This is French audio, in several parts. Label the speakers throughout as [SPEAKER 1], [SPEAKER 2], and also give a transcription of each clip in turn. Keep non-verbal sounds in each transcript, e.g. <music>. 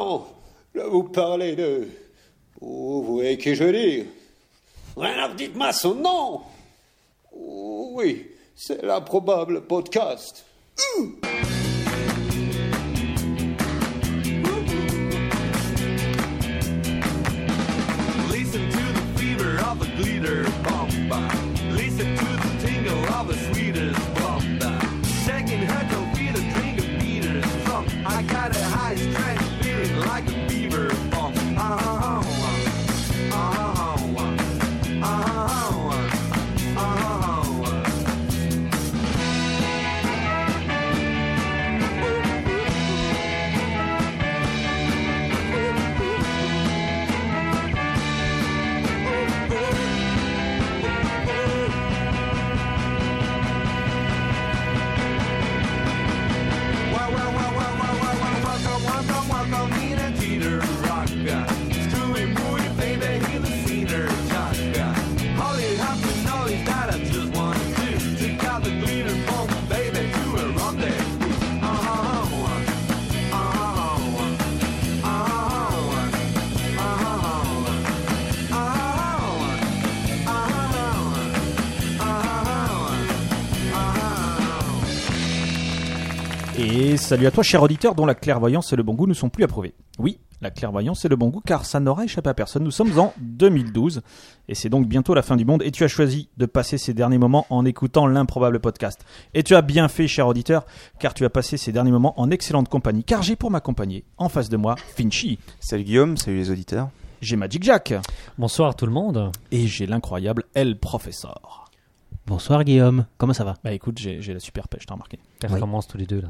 [SPEAKER 1] Oh, Là, vous parlez de. Oh, vous voyez qui je dis Alors dites-moi son nom Oh, Oui, c'est l'improbable podcast.
[SPEAKER 2] Listen to the fever of the glitter bomba. Listen to the tingle of the sweetest bomba. Second her feet a drink of beaters from. I got a high strength feeling like a beaver bomb. Ah, ah, ah, ah, ah, ah, ah, ah, ah. Well, well, well, well, well, well, well, welcome, welcome, welcome, Nina Teeter Rocka. Screwy Moody, baby, hear the cedar chaka. All you have to know is that I just want to take out the glitter bomb, baby, to a rendezvous. Oh, oh, oh, oh, oh, oh, oh, oh, oh, oh, oh, oh, oh, oh.
[SPEAKER 3] Et salut à toi, cher auditeur, dont la clairvoyance et le bon goût ne sont plus approuvés. Oui, la clairvoyance et le bon goût, car ça n'aura échappé à personne. Nous sommes en 2012, et c'est donc bientôt la fin du monde. Et tu as choisi de passer ces derniers moments en écoutant l'improbable podcast. Et tu as bien fait, cher auditeur, car tu as passé ces derniers moments en excellente compagnie. Car j'ai pour m'accompagner, en face de moi, Finchy,
[SPEAKER 4] Salut Guillaume, salut les auditeurs.
[SPEAKER 3] j'ai Magic Jack,
[SPEAKER 5] Bonsoir tout le monde.
[SPEAKER 3] et j'ai l'incroyable El Professeur.
[SPEAKER 6] Bonsoir Guillaume, comment ça va
[SPEAKER 3] Bah écoute, j'ai j'ai la super pêche, t'as remarqué.
[SPEAKER 5] Performance tous les deux là.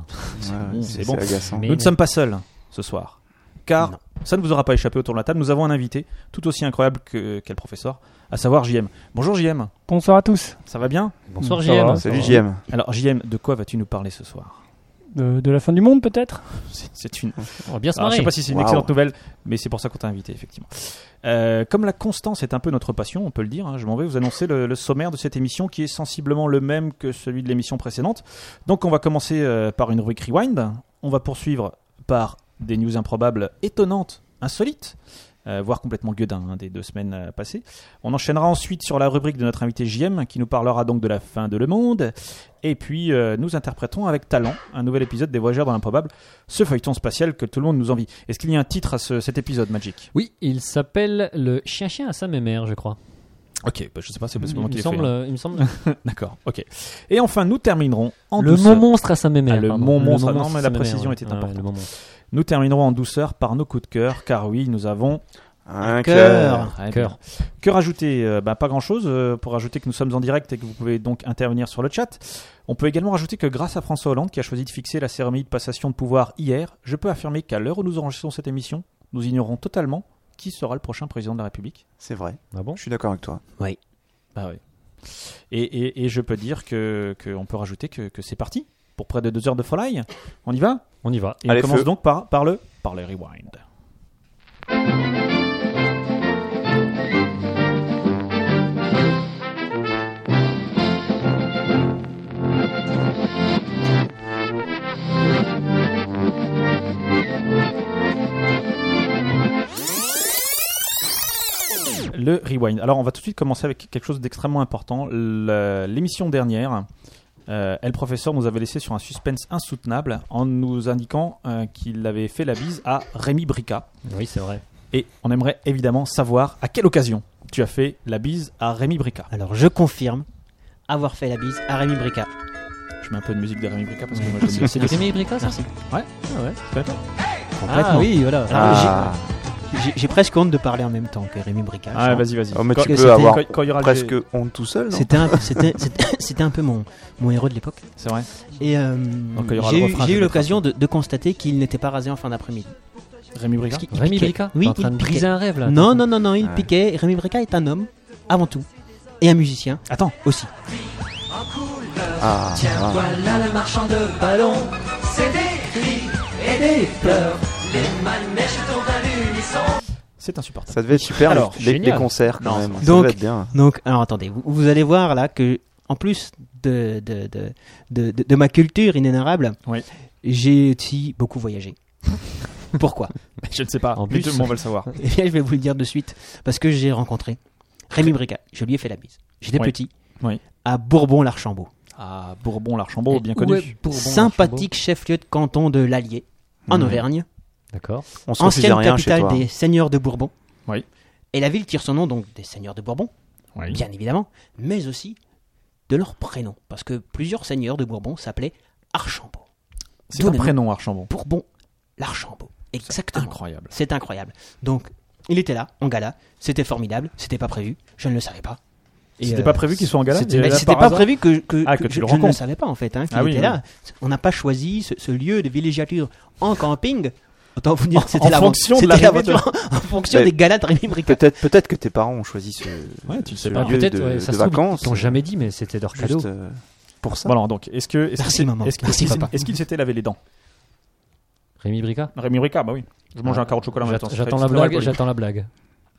[SPEAKER 3] bon, c'est bon.
[SPEAKER 4] agaçant.
[SPEAKER 5] Mais
[SPEAKER 3] Nous ne
[SPEAKER 5] bon.
[SPEAKER 3] sommes pas seuls hein, ce soir, car ça ne vous aura pas échappé autour de la table. Nous avons un invité tout aussi incroyable que quel professeur, à savoir JM. Bonjour JM,
[SPEAKER 7] Bonsoir à tous.
[SPEAKER 3] ça va bien
[SPEAKER 5] Bonsoir
[SPEAKER 7] Ça va,
[SPEAKER 5] JM.
[SPEAKER 4] Salut JM.
[SPEAKER 3] Alors JM, de quoi vas-tu nous parler ce soir
[SPEAKER 7] De, de la fin du monde peut-être
[SPEAKER 3] C'est- C'est une.
[SPEAKER 5] On va bien se
[SPEAKER 3] Alors, Ah, je
[SPEAKER 5] marrer.
[SPEAKER 3] sais pas si c'est une
[SPEAKER 4] Waouh.
[SPEAKER 3] excellente nouvelle, mais c'est pour ça qu'on t'a invité effectivement. Euh, comme la constance est un peu notre passion, on peut le dire. hein, je m'en vais vous annoncer le, le sommaire de cette émission qui est sensiblement le même que celui de l'émission précédente. Donc on va commencer euh, par une rubrique rewind. On va poursuivre par des news improbables, étonnantes, insolites, euh, voire complètement gueudin hein, des deux semaines euh, passées. On enchaînera ensuite sur la rubrique de notre invité JM qui nous parlera donc de la fin de Le Monde. Et puis euh, nous interpréterons avec talent un nouvel épisode des Voyageurs dans l'improbable, ce feuilleton spatial que tout le monde nous envie. Est-ce qu'il y a un titre à ce- cet épisode, Magic
[SPEAKER 5] Oui, il s'appelle le chien chien à sa mémère, je crois.
[SPEAKER 3] Ok, bah, je sais pas, c'est
[SPEAKER 5] il, me semble,
[SPEAKER 3] hein.
[SPEAKER 5] il me semble.
[SPEAKER 3] D'accord, ok. Et enfin, nous terminerons en
[SPEAKER 5] le
[SPEAKER 3] douceur.
[SPEAKER 5] mon monstre à sa mémère.
[SPEAKER 3] Ah, le
[SPEAKER 5] pardon.
[SPEAKER 3] mon monstre,
[SPEAKER 5] mon
[SPEAKER 3] non, mais la
[SPEAKER 5] à sa
[SPEAKER 3] précision
[SPEAKER 5] mémère,
[SPEAKER 3] était
[SPEAKER 5] ouais. Ouais,
[SPEAKER 3] importante.
[SPEAKER 5] le mon monstre.
[SPEAKER 3] Nous terminerons en douceur par nos coups de cœur, car oui, nous avons
[SPEAKER 4] Un
[SPEAKER 6] cœur.
[SPEAKER 3] Ouais,
[SPEAKER 5] Cœur.
[SPEAKER 3] bien. Que rajouter Euh, bah, Pas grand-chose. euh, pour ajouter que nous sommes en direct et que vous pouvez donc intervenir sur le chat. On peut également rajouter que grâce à François Hollande, qui a choisi de fixer la cérémonie de passation de pouvoir hier, je peux affirmer qu'à l'heure où nous enregistrons cette émission, nous ignorons totalement qui sera le prochain président de la République.
[SPEAKER 4] C'est vrai,
[SPEAKER 5] Ah bon
[SPEAKER 4] je suis d'accord avec toi.
[SPEAKER 3] Bah oui. Et, et- et je peux dire que qu'on peut rajouter que, que c'est parti pour près de deux heures de folie. On y va
[SPEAKER 5] On y va.
[SPEAKER 3] Et
[SPEAKER 4] Allez,
[SPEAKER 3] on commence
[SPEAKER 4] feu.
[SPEAKER 3] donc par, par le par le rewind. Le rewind. Alors, on va tout de suite commencer avec quelque chose d'extrêmement important. Le- L'émission dernière, euh, El Professeur nous avait laissé sur un suspense insoutenable en nous indiquant euh, qu'il avait fait la bise à Rémi Brica.
[SPEAKER 5] Oui, c'est vrai.
[SPEAKER 3] Et on aimerait évidemment savoir à quelle occasion tu as fait la bise à Rémi Brica.
[SPEAKER 6] Alors je confirme avoir fait la bise à Rémi Brica.
[SPEAKER 3] Je mets un peu de musique de Rémi Brica parce que
[SPEAKER 5] Ouais.
[SPEAKER 3] moi je
[SPEAKER 5] C'est Rémi Brica, ça
[SPEAKER 6] Merci.
[SPEAKER 3] <laughs> Ouais.
[SPEAKER 5] Ah ouais.
[SPEAKER 6] Complètement.
[SPEAKER 5] Ah oui, voilà.
[SPEAKER 6] Alors,
[SPEAKER 4] Ah,
[SPEAKER 6] J'ai- J'ai presque honte de parler en même temps que Rémi Brica.
[SPEAKER 3] Ah, vas-y, vas-y.
[SPEAKER 4] Oh, mais
[SPEAKER 3] Quand-
[SPEAKER 4] tu
[SPEAKER 6] que
[SPEAKER 4] peux
[SPEAKER 6] c'était-
[SPEAKER 4] avoir
[SPEAKER 3] quand- quand il y aura le-
[SPEAKER 4] presque honte tout seul, non
[SPEAKER 6] C'était un, c'était- c'était- <laughs> c'était un peu mon, mon héros de l'époque.
[SPEAKER 3] C'est vrai.
[SPEAKER 6] Et euh,
[SPEAKER 3] il y aura le
[SPEAKER 6] j'ai eu,
[SPEAKER 3] refrain,
[SPEAKER 6] j'ai
[SPEAKER 3] je
[SPEAKER 6] eu
[SPEAKER 3] vais
[SPEAKER 6] l'occasion de, de constater qu'il n'était pas rasé en fin d'après-midi.
[SPEAKER 3] Rémi Brica.
[SPEAKER 6] Parce qu'il- il
[SPEAKER 5] Rémi
[SPEAKER 6] piquait.
[SPEAKER 5] Brica
[SPEAKER 6] Oui,
[SPEAKER 5] T'es en train
[SPEAKER 6] il
[SPEAKER 5] de
[SPEAKER 6] piquait.
[SPEAKER 5] briser un rêve là.
[SPEAKER 6] Non, non, non, non, il
[SPEAKER 4] Ouais.
[SPEAKER 6] piquait. Rémi Brica est un homme, avant tout, et un musicien
[SPEAKER 3] Attends,
[SPEAKER 6] aussi.
[SPEAKER 4] Ah, ah.
[SPEAKER 8] Voilà le marchand de ballons, c'est des cris et des pleurs. Les manèges tournent à l'unisson.
[SPEAKER 3] c'est insupportable.
[SPEAKER 4] Ça devait être super,
[SPEAKER 3] Alors,
[SPEAKER 4] les, les-
[SPEAKER 3] génial.
[SPEAKER 4] les concerts quand
[SPEAKER 3] Non,
[SPEAKER 4] même. Ça
[SPEAKER 6] Donc-
[SPEAKER 4] devait être bien.
[SPEAKER 6] Donc, alors attendez, vous, vous allez voir là que, en plus de, de, de, de, de- de ma culture inénarrable,
[SPEAKER 3] Oui.
[SPEAKER 6] j'ai aussi beaucoup voyagé. <laughs> Pourquoi
[SPEAKER 3] <laughs> Je ne sais pas.
[SPEAKER 5] En
[SPEAKER 3] mais
[SPEAKER 5] plus-
[SPEAKER 3] tout le monde va le savoir.
[SPEAKER 6] Eh bien, je vais vous le dire de suite. Parce que j'ai rencontré Rémi Brica. Je lui ai fait la bise. J'étais
[SPEAKER 3] Oui.
[SPEAKER 6] petit.
[SPEAKER 3] Oui.
[SPEAKER 6] À Bourbon-l'Archambault.
[SPEAKER 3] Ah, Bourbon-Larchambault, bien
[SPEAKER 5] Où
[SPEAKER 3] connu.
[SPEAKER 5] est Bourbon,
[SPEAKER 6] Sympathique chef-lieu de canton de l'Allier, en
[SPEAKER 4] Mhm.
[SPEAKER 6] Auvergne.
[SPEAKER 5] Archambault D'accord.
[SPEAKER 4] On se refuse à
[SPEAKER 6] Ancienne
[SPEAKER 4] rien chez
[SPEAKER 6] capitale
[SPEAKER 4] toi. hein.
[SPEAKER 6] des seigneurs de Bourbon.
[SPEAKER 3] Oui.
[SPEAKER 6] Et la ville tire son nom donc des seigneurs de Bourbon,
[SPEAKER 3] Oui.
[SPEAKER 6] bien évidemment, mais aussi de leur prénom. Parce que plusieurs seigneurs de Bourbon s'appelaient Archambault.
[SPEAKER 3] C'est
[SPEAKER 6] D'où
[SPEAKER 3] un
[SPEAKER 6] le nom
[SPEAKER 3] prénom, Archambault.
[SPEAKER 6] Bourbon, l'Archambault. Exactement.
[SPEAKER 3] Incroyable.
[SPEAKER 6] C'est incroyable. Donc, il était là, en gala. C'était formidable. C'était pas prévu. Je ne le savais pas. Et,
[SPEAKER 3] C'était
[SPEAKER 6] euh,
[SPEAKER 3] pas prévu qu'ils soient en gala
[SPEAKER 6] c'était
[SPEAKER 3] il est
[SPEAKER 6] bah,
[SPEAKER 3] là
[SPEAKER 6] c'était
[SPEAKER 3] par
[SPEAKER 6] pas
[SPEAKER 3] hasard
[SPEAKER 6] prévu que, que,
[SPEAKER 3] Ah,
[SPEAKER 6] que
[SPEAKER 3] que tu
[SPEAKER 6] je,
[SPEAKER 3] le
[SPEAKER 6] je ne le
[SPEAKER 3] rencontres.
[SPEAKER 6] savais pas en fait. Hein, qu'il
[SPEAKER 3] Ah oui,
[SPEAKER 6] était
[SPEAKER 3] oui.
[SPEAKER 6] là. On n'a pas choisi ce, ce lieu de villégiature en camping. Autant vous dire que
[SPEAKER 3] En
[SPEAKER 6] c'était la
[SPEAKER 3] fonction de
[SPEAKER 6] c'était
[SPEAKER 3] l'arrivée de-
[SPEAKER 6] l'aventure. en fonction
[SPEAKER 4] Mais-
[SPEAKER 6] des galas de Rémi Bricard.
[SPEAKER 4] Peut-être peut que tes parents ont choisi ce,
[SPEAKER 3] Ouais, tu le
[SPEAKER 4] ce
[SPEAKER 3] sais pas.
[SPEAKER 5] Ah,
[SPEAKER 4] lieu
[SPEAKER 5] Peut-être,
[SPEAKER 4] de,
[SPEAKER 5] ouais, ça
[SPEAKER 4] de
[SPEAKER 5] se trouve,
[SPEAKER 4] vacances.
[SPEAKER 5] ils t'ont jamais dit, mais c'était leur cadeau.
[SPEAKER 4] Juste, euh, pour ça.
[SPEAKER 3] Voilà, donc, est-ce que. Est-ce
[SPEAKER 6] Merci,
[SPEAKER 3] qu'il-
[SPEAKER 6] maman.
[SPEAKER 3] Est-ce qu'il
[SPEAKER 6] Merci,
[SPEAKER 3] est-ce qu'il-
[SPEAKER 6] papa.
[SPEAKER 3] est-ce qu'il s'était lavé les dents
[SPEAKER 5] Rémi Brica
[SPEAKER 3] Rémi Ricard, bah oui. Je mangeais un carreau de chocolat en même temps.
[SPEAKER 5] J'attends
[SPEAKER 3] c'est
[SPEAKER 5] j'attends
[SPEAKER 3] très-
[SPEAKER 5] la
[SPEAKER 3] c'est très
[SPEAKER 5] blague,
[SPEAKER 3] poli.
[SPEAKER 5] j'attends la blague.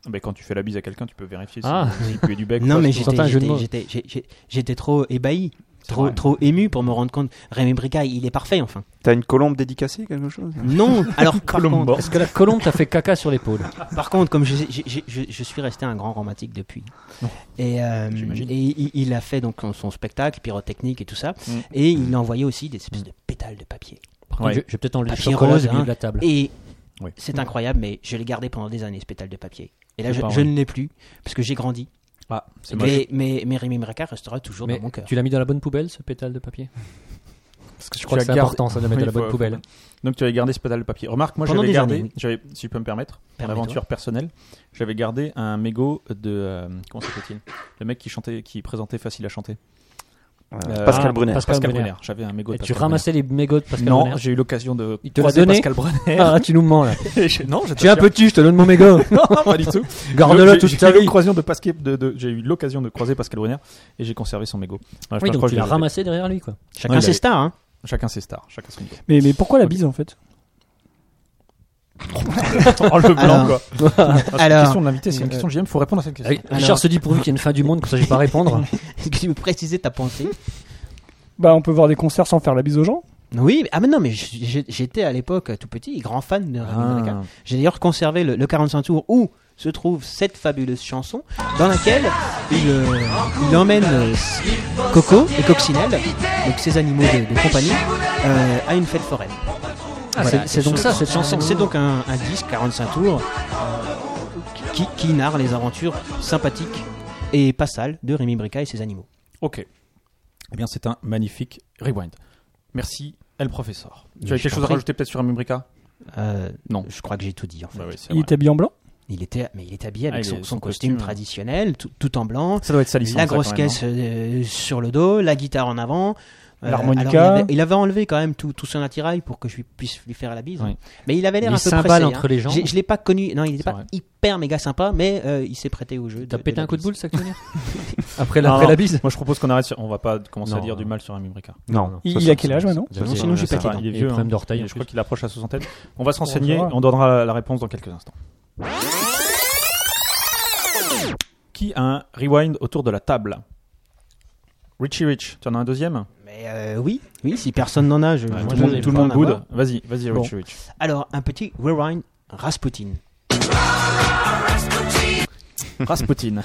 [SPEAKER 3] Mais Bah, quand tu fais la bise à quelqu'un, tu peux vérifier
[SPEAKER 5] Ah.
[SPEAKER 3] si il puait du bec. ou
[SPEAKER 6] Non
[SPEAKER 3] pas,
[SPEAKER 6] mais
[SPEAKER 5] je
[SPEAKER 6] j'étais
[SPEAKER 5] t'entends un jeu de
[SPEAKER 6] j'étais-
[SPEAKER 5] mots.
[SPEAKER 6] j'étais- j'ai- j'ai- j'étais trop ébahi,
[SPEAKER 3] C'est
[SPEAKER 6] trop
[SPEAKER 3] vrai.
[SPEAKER 6] trop ému pour me rendre compte. Rémi Bricard, il est parfait enfin.
[SPEAKER 4] T'as une colombe dédicacée, quelque chose
[SPEAKER 6] Non.
[SPEAKER 3] <laughs>
[SPEAKER 6] Alors par
[SPEAKER 3] Colombo.
[SPEAKER 6] contre,
[SPEAKER 5] Est-ce que la colombe t'a fait caca sur l'épaule
[SPEAKER 6] Par contre, comme je, je- je- je- je suis resté un grand romantique depuis,
[SPEAKER 3] Non.
[SPEAKER 6] et, euh,
[SPEAKER 3] J'imagine.
[SPEAKER 6] et il, il a fait donc son, son spectacle pyrotechnique et tout ça,
[SPEAKER 3] Mm.
[SPEAKER 6] et il a envoyé aussi des espèces de pétales de papier.
[SPEAKER 5] Par
[SPEAKER 3] Ouais.
[SPEAKER 5] contre, je- je vais peut-être enlever le
[SPEAKER 6] Papier
[SPEAKER 5] chocolat
[SPEAKER 6] rose,
[SPEAKER 5] du milieu
[SPEAKER 6] hein.
[SPEAKER 5] de la table.
[SPEAKER 6] Et
[SPEAKER 3] Oui.
[SPEAKER 6] c'est incroyable, mais je l'ai gardé pendant des années ce pétale de papier. Et là,
[SPEAKER 3] C'est
[SPEAKER 6] je,
[SPEAKER 3] pas
[SPEAKER 6] je
[SPEAKER 3] vrai.
[SPEAKER 6] ne l'ai plus parce que j'ai grandi.
[SPEAKER 3] Ah, c'est moche.
[SPEAKER 6] Mais, mais, mais Rémi Braca restera toujours
[SPEAKER 5] Mais
[SPEAKER 6] dans mon cœur.
[SPEAKER 5] tu l'as mis dans la bonne poubelle, ce pétale de papier Parce que je
[SPEAKER 3] tu
[SPEAKER 5] crois que
[SPEAKER 3] as
[SPEAKER 5] c'est
[SPEAKER 3] gardé-
[SPEAKER 5] important, ça, de mettre
[SPEAKER 3] Oui,
[SPEAKER 5] dans la bonne
[SPEAKER 3] faut-
[SPEAKER 5] poubelle.
[SPEAKER 3] Donc tu avais gardé ce pétale de papier. Remarque, moi
[SPEAKER 6] Pendant
[SPEAKER 3] j'avais
[SPEAKER 6] des
[SPEAKER 3] gardé,
[SPEAKER 6] années, oui.
[SPEAKER 3] j'avais, si je peux me permettre, une
[SPEAKER 6] Permets-toi.
[SPEAKER 3] aventure personnelle, j'avais gardé un mégot de euh, comment s'appelle-t-il Le mec qui chantait, qui présentait facile à chanter. Euh,
[SPEAKER 4] Pascal
[SPEAKER 5] ah,
[SPEAKER 4] Brunet.
[SPEAKER 5] Pascal
[SPEAKER 3] Pascal
[SPEAKER 5] Brunner.
[SPEAKER 3] Brunner. J'avais un mégot.
[SPEAKER 5] Et
[SPEAKER 3] de
[SPEAKER 5] tu
[SPEAKER 3] Pascal
[SPEAKER 5] ramassais les mégots de
[SPEAKER 3] Brunner.
[SPEAKER 5] Pascal
[SPEAKER 3] Non,
[SPEAKER 5] Brunner
[SPEAKER 3] j'ai eu l'occasion de.
[SPEAKER 5] Il te l'a
[SPEAKER 3] croiser
[SPEAKER 5] donné
[SPEAKER 3] Pascal Brunner. <laughs>
[SPEAKER 5] Ah, tu nous mens là.
[SPEAKER 3] Et non, je te
[SPEAKER 5] Tu es un
[SPEAKER 3] jure.
[SPEAKER 5] petit, je te donne mon mégot.
[SPEAKER 3] <laughs> Non, pas du tout.
[SPEAKER 5] Garde-le
[SPEAKER 3] J'ai-
[SPEAKER 5] toute
[SPEAKER 3] j'ai
[SPEAKER 5] ta
[SPEAKER 3] eu
[SPEAKER 5] vie.
[SPEAKER 3] l'occasion de pasquer- de- de- J'ai eu l'occasion de croiser Pascal Brunner et j'ai conservé son mégot. Voilà, je
[SPEAKER 5] Oui,
[SPEAKER 3] crois
[SPEAKER 5] donc
[SPEAKER 3] que
[SPEAKER 5] tu
[SPEAKER 3] je
[SPEAKER 5] l'as
[SPEAKER 3] l'ai-
[SPEAKER 5] ramassé derrière lui, quoi.
[SPEAKER 3] Ouais,
[SPEAKER 6] Chacun
[SPEAKER 3] il
[SPEAKER 6] ses
[SPEAKER 3] avait-
[SPEAKER 6] stars. Hein.
[SPEAKER 3] Chacun ses stars, chacun son mégot.
[SPEAKER 7] Mais, mais pourquoi la bise en fait
[SPEAKER 3] Oh, le blanc
[SPEAKER 6] <laughs> Alors-
[SPEAKER 3] quoi. C'est une
[SPEAKER 6] Alors- euh,
[SPEAKER 3] question de l'invité, c'est une question de GM. Faut répondre à cette question.
[SPEAKER 5] Ah, Richard se dit pourvu qu'il y ait une fin du monde, comme ça je vais pas répondre.
[SPEAKER 6] Est-ce que tu veux préciser ta pensée
[SPEAKER 7] Bah, on peut voir des concerts sans faire la bise aux gens.
[SPEAKER 6] Oui, mais- ah mais non, mais je- je- j'étais à l'époque tout petit, grand fan de Rémi Braca.
[SPEAKER 3] Ah.
[SPEAKER 6] J'ai d'ailleurs conservé le, le 45 tours où se trouve cette fabuleuse chanson dans laquelle il, euh, il emmène euh, Coco et Coccinelle, donc ces animaux de, de compagnie, euh, à une fête foraine.
[SPEAKER 5] Ah, c'est- c'est donc ça, cette chanson.
[SPEAKER 6] C'est donc un, un disque 45 tours euh, qui, qui narre les aventures sympathiques et pas sales de Rémi Brica et ses animaux.
[SPEAKER 3] Ok. Eh bien, c'est un magnifique rewind. Merci, El Professeur. Tu
[SPEAKER 5] Mais
[SPEAKER 3] as
[SPEAKER 5] je
[SPEAKER 3] quelque chose
[SPEAKER 5] t'en
[SPEAKER 3] à
[SPEAKER 5] prie.
[SPEAKER 3] rajouter peut-être sur Amimbrika
[SPEAKER 6] Euh,
[SPEAKER 3] Non.
[SPEAKER 6] je crois que j'ai tout dit.
[SPEAKER 5] Bah
[SPEAKER 6] En fait.
[SPEAKER 7] Il est habillé en blanc.
[SPEAKER 6] Il était, mais il est habillé
[SPEAKER 3] Ah,
[SPEAKER 6] avec
[SPEAKER 3] il
[SPEAKER 6] son,
[SPEAKER 3] est-
[SPEAKER 6] son
[SPEAKER 3] son
[SPEAKER 6] costume,
[SPEAKER 3] costume.
[SPEAKER 6] traditionnel, tout- tout en blanc.
[SPEAKER 3] Ça doit être salissant.
[SPEAKER 6] la
[SPEAKER 3] ça,
[SPEAKER 6] grosse
[SPEAKER 3] quand même,
[SPEAKER 6] caisse euh, sur le dos, la guitare en avant. Euh,
[SPEAKER 7] L'harmonica.
[SPEAKER 6] alors, Il, avait- il avait enlevé quand même tout, tout son attirail pour que je lui puisse lui faire la bise.
[SPEAKER 3] Oui.
[SPEAKER 6] Mais il avait l'air
[SPEAKER 5] Les
[SPEAKER 6] un peu
[SPEAKER 5] cymbales
[SPEAKER 6] pressé.
[SPEAKER 5] entre
[SPEAKER 6] hein.
[SPEAKER 5] les jambes.
[SPEAKER 6] J'ai- Je l'ai pas connu. Non, il n'était
[SPEAKER 3] C'est
[SPEAKER 6] pas
[SPEAKER 3] vrai.
[SPEAKER 6] hyper méga sympa, mais euh, il s'est prêté au jeu.
[SPEAKER 5] <laughs> T'as pété
[SPEAKER 6] la
[SPEAKER 5] un coup de
[SPEAKER 6] bise.
[SPEAKER 5] boule, ça que tu veux dire <laughs> Après
[SPEAKER 3] Non,
[SPEAKER 5] la après
[SPEAKER 3] non.
[SPEAKER 5] la bise
[SPEAKER 3] non. Moi, je propose qu'on arrête. sur- On va pas commencer à
[SPEAKER 5] Non,
[SPEAKER 3] dire du
[SPEAKER 5] non.
[SPEAKER 3] mal sur Amimbrika.
[SPEAKER 4] Non.
[SPEAKER 7] Il,
[SPEAKER 4] ça,
[SPEAKER 7] il
[SPEAKER 4] ça,
[SPEAKER 7] a quel
[SPEAKER 4] ça,
[SPEAKER 7] âge
[SPEAKER 4] ça,
[SPEAKER 7] maintenant
[SPEAKER 4] ça,
[SPEAKER 6] Non,
[SPEAKER 4] ça,
[SPEAKER 6] sinon,
[SPEAKER 4] ça,
[SPEAKER 6] j'ai
[SPEAKER 4] ça,
[SPEAKER 6] pas
[SPEAKER 4] ça.
[SPEAKER 6] été
[SPEAKER 3] il est
[SPEAKER 5] Et
[SPEAKER 3] vieux.
[SPEAKER 5] problème
[SPEAKER 3] hein.
[SPEAKER 5] d'orteil, en
[SPEAKER 3] Je
[SPEAKER 5] plus.
[SPEAKER 3] crois qu'il approche à sa soixantaine. On va se renseigner.
[SPEAKER 7] verra.
[SPEAKER 3] On donnera la réponse dans quelques instants. Qui a un rewind autour de la table Richie Rich, tu en as un deuxième
[SPEAKER 6] Mais euh, oui, oui, si personne n'en a, je,
[SPEAKER 3] Ouais,
[SPEAKER 6] je
[SPEAKER 3] Tout
[SPEAKER 6] peux-
[SPEAKER 3] le monde, tout le
[SPEAKER 6] peux en
[SPEAKER 3] monde
[SPEAKER 6] avoir.
[SPEAKER 3] boude. Vas-y, vas-y,
[SPEAKER 6] Bon.
[SPEAKER 3] Richie Rich.
[SPEAKER 6] Alors un petit rewind Rasputin.
[SPEAKER 3] Rasputin.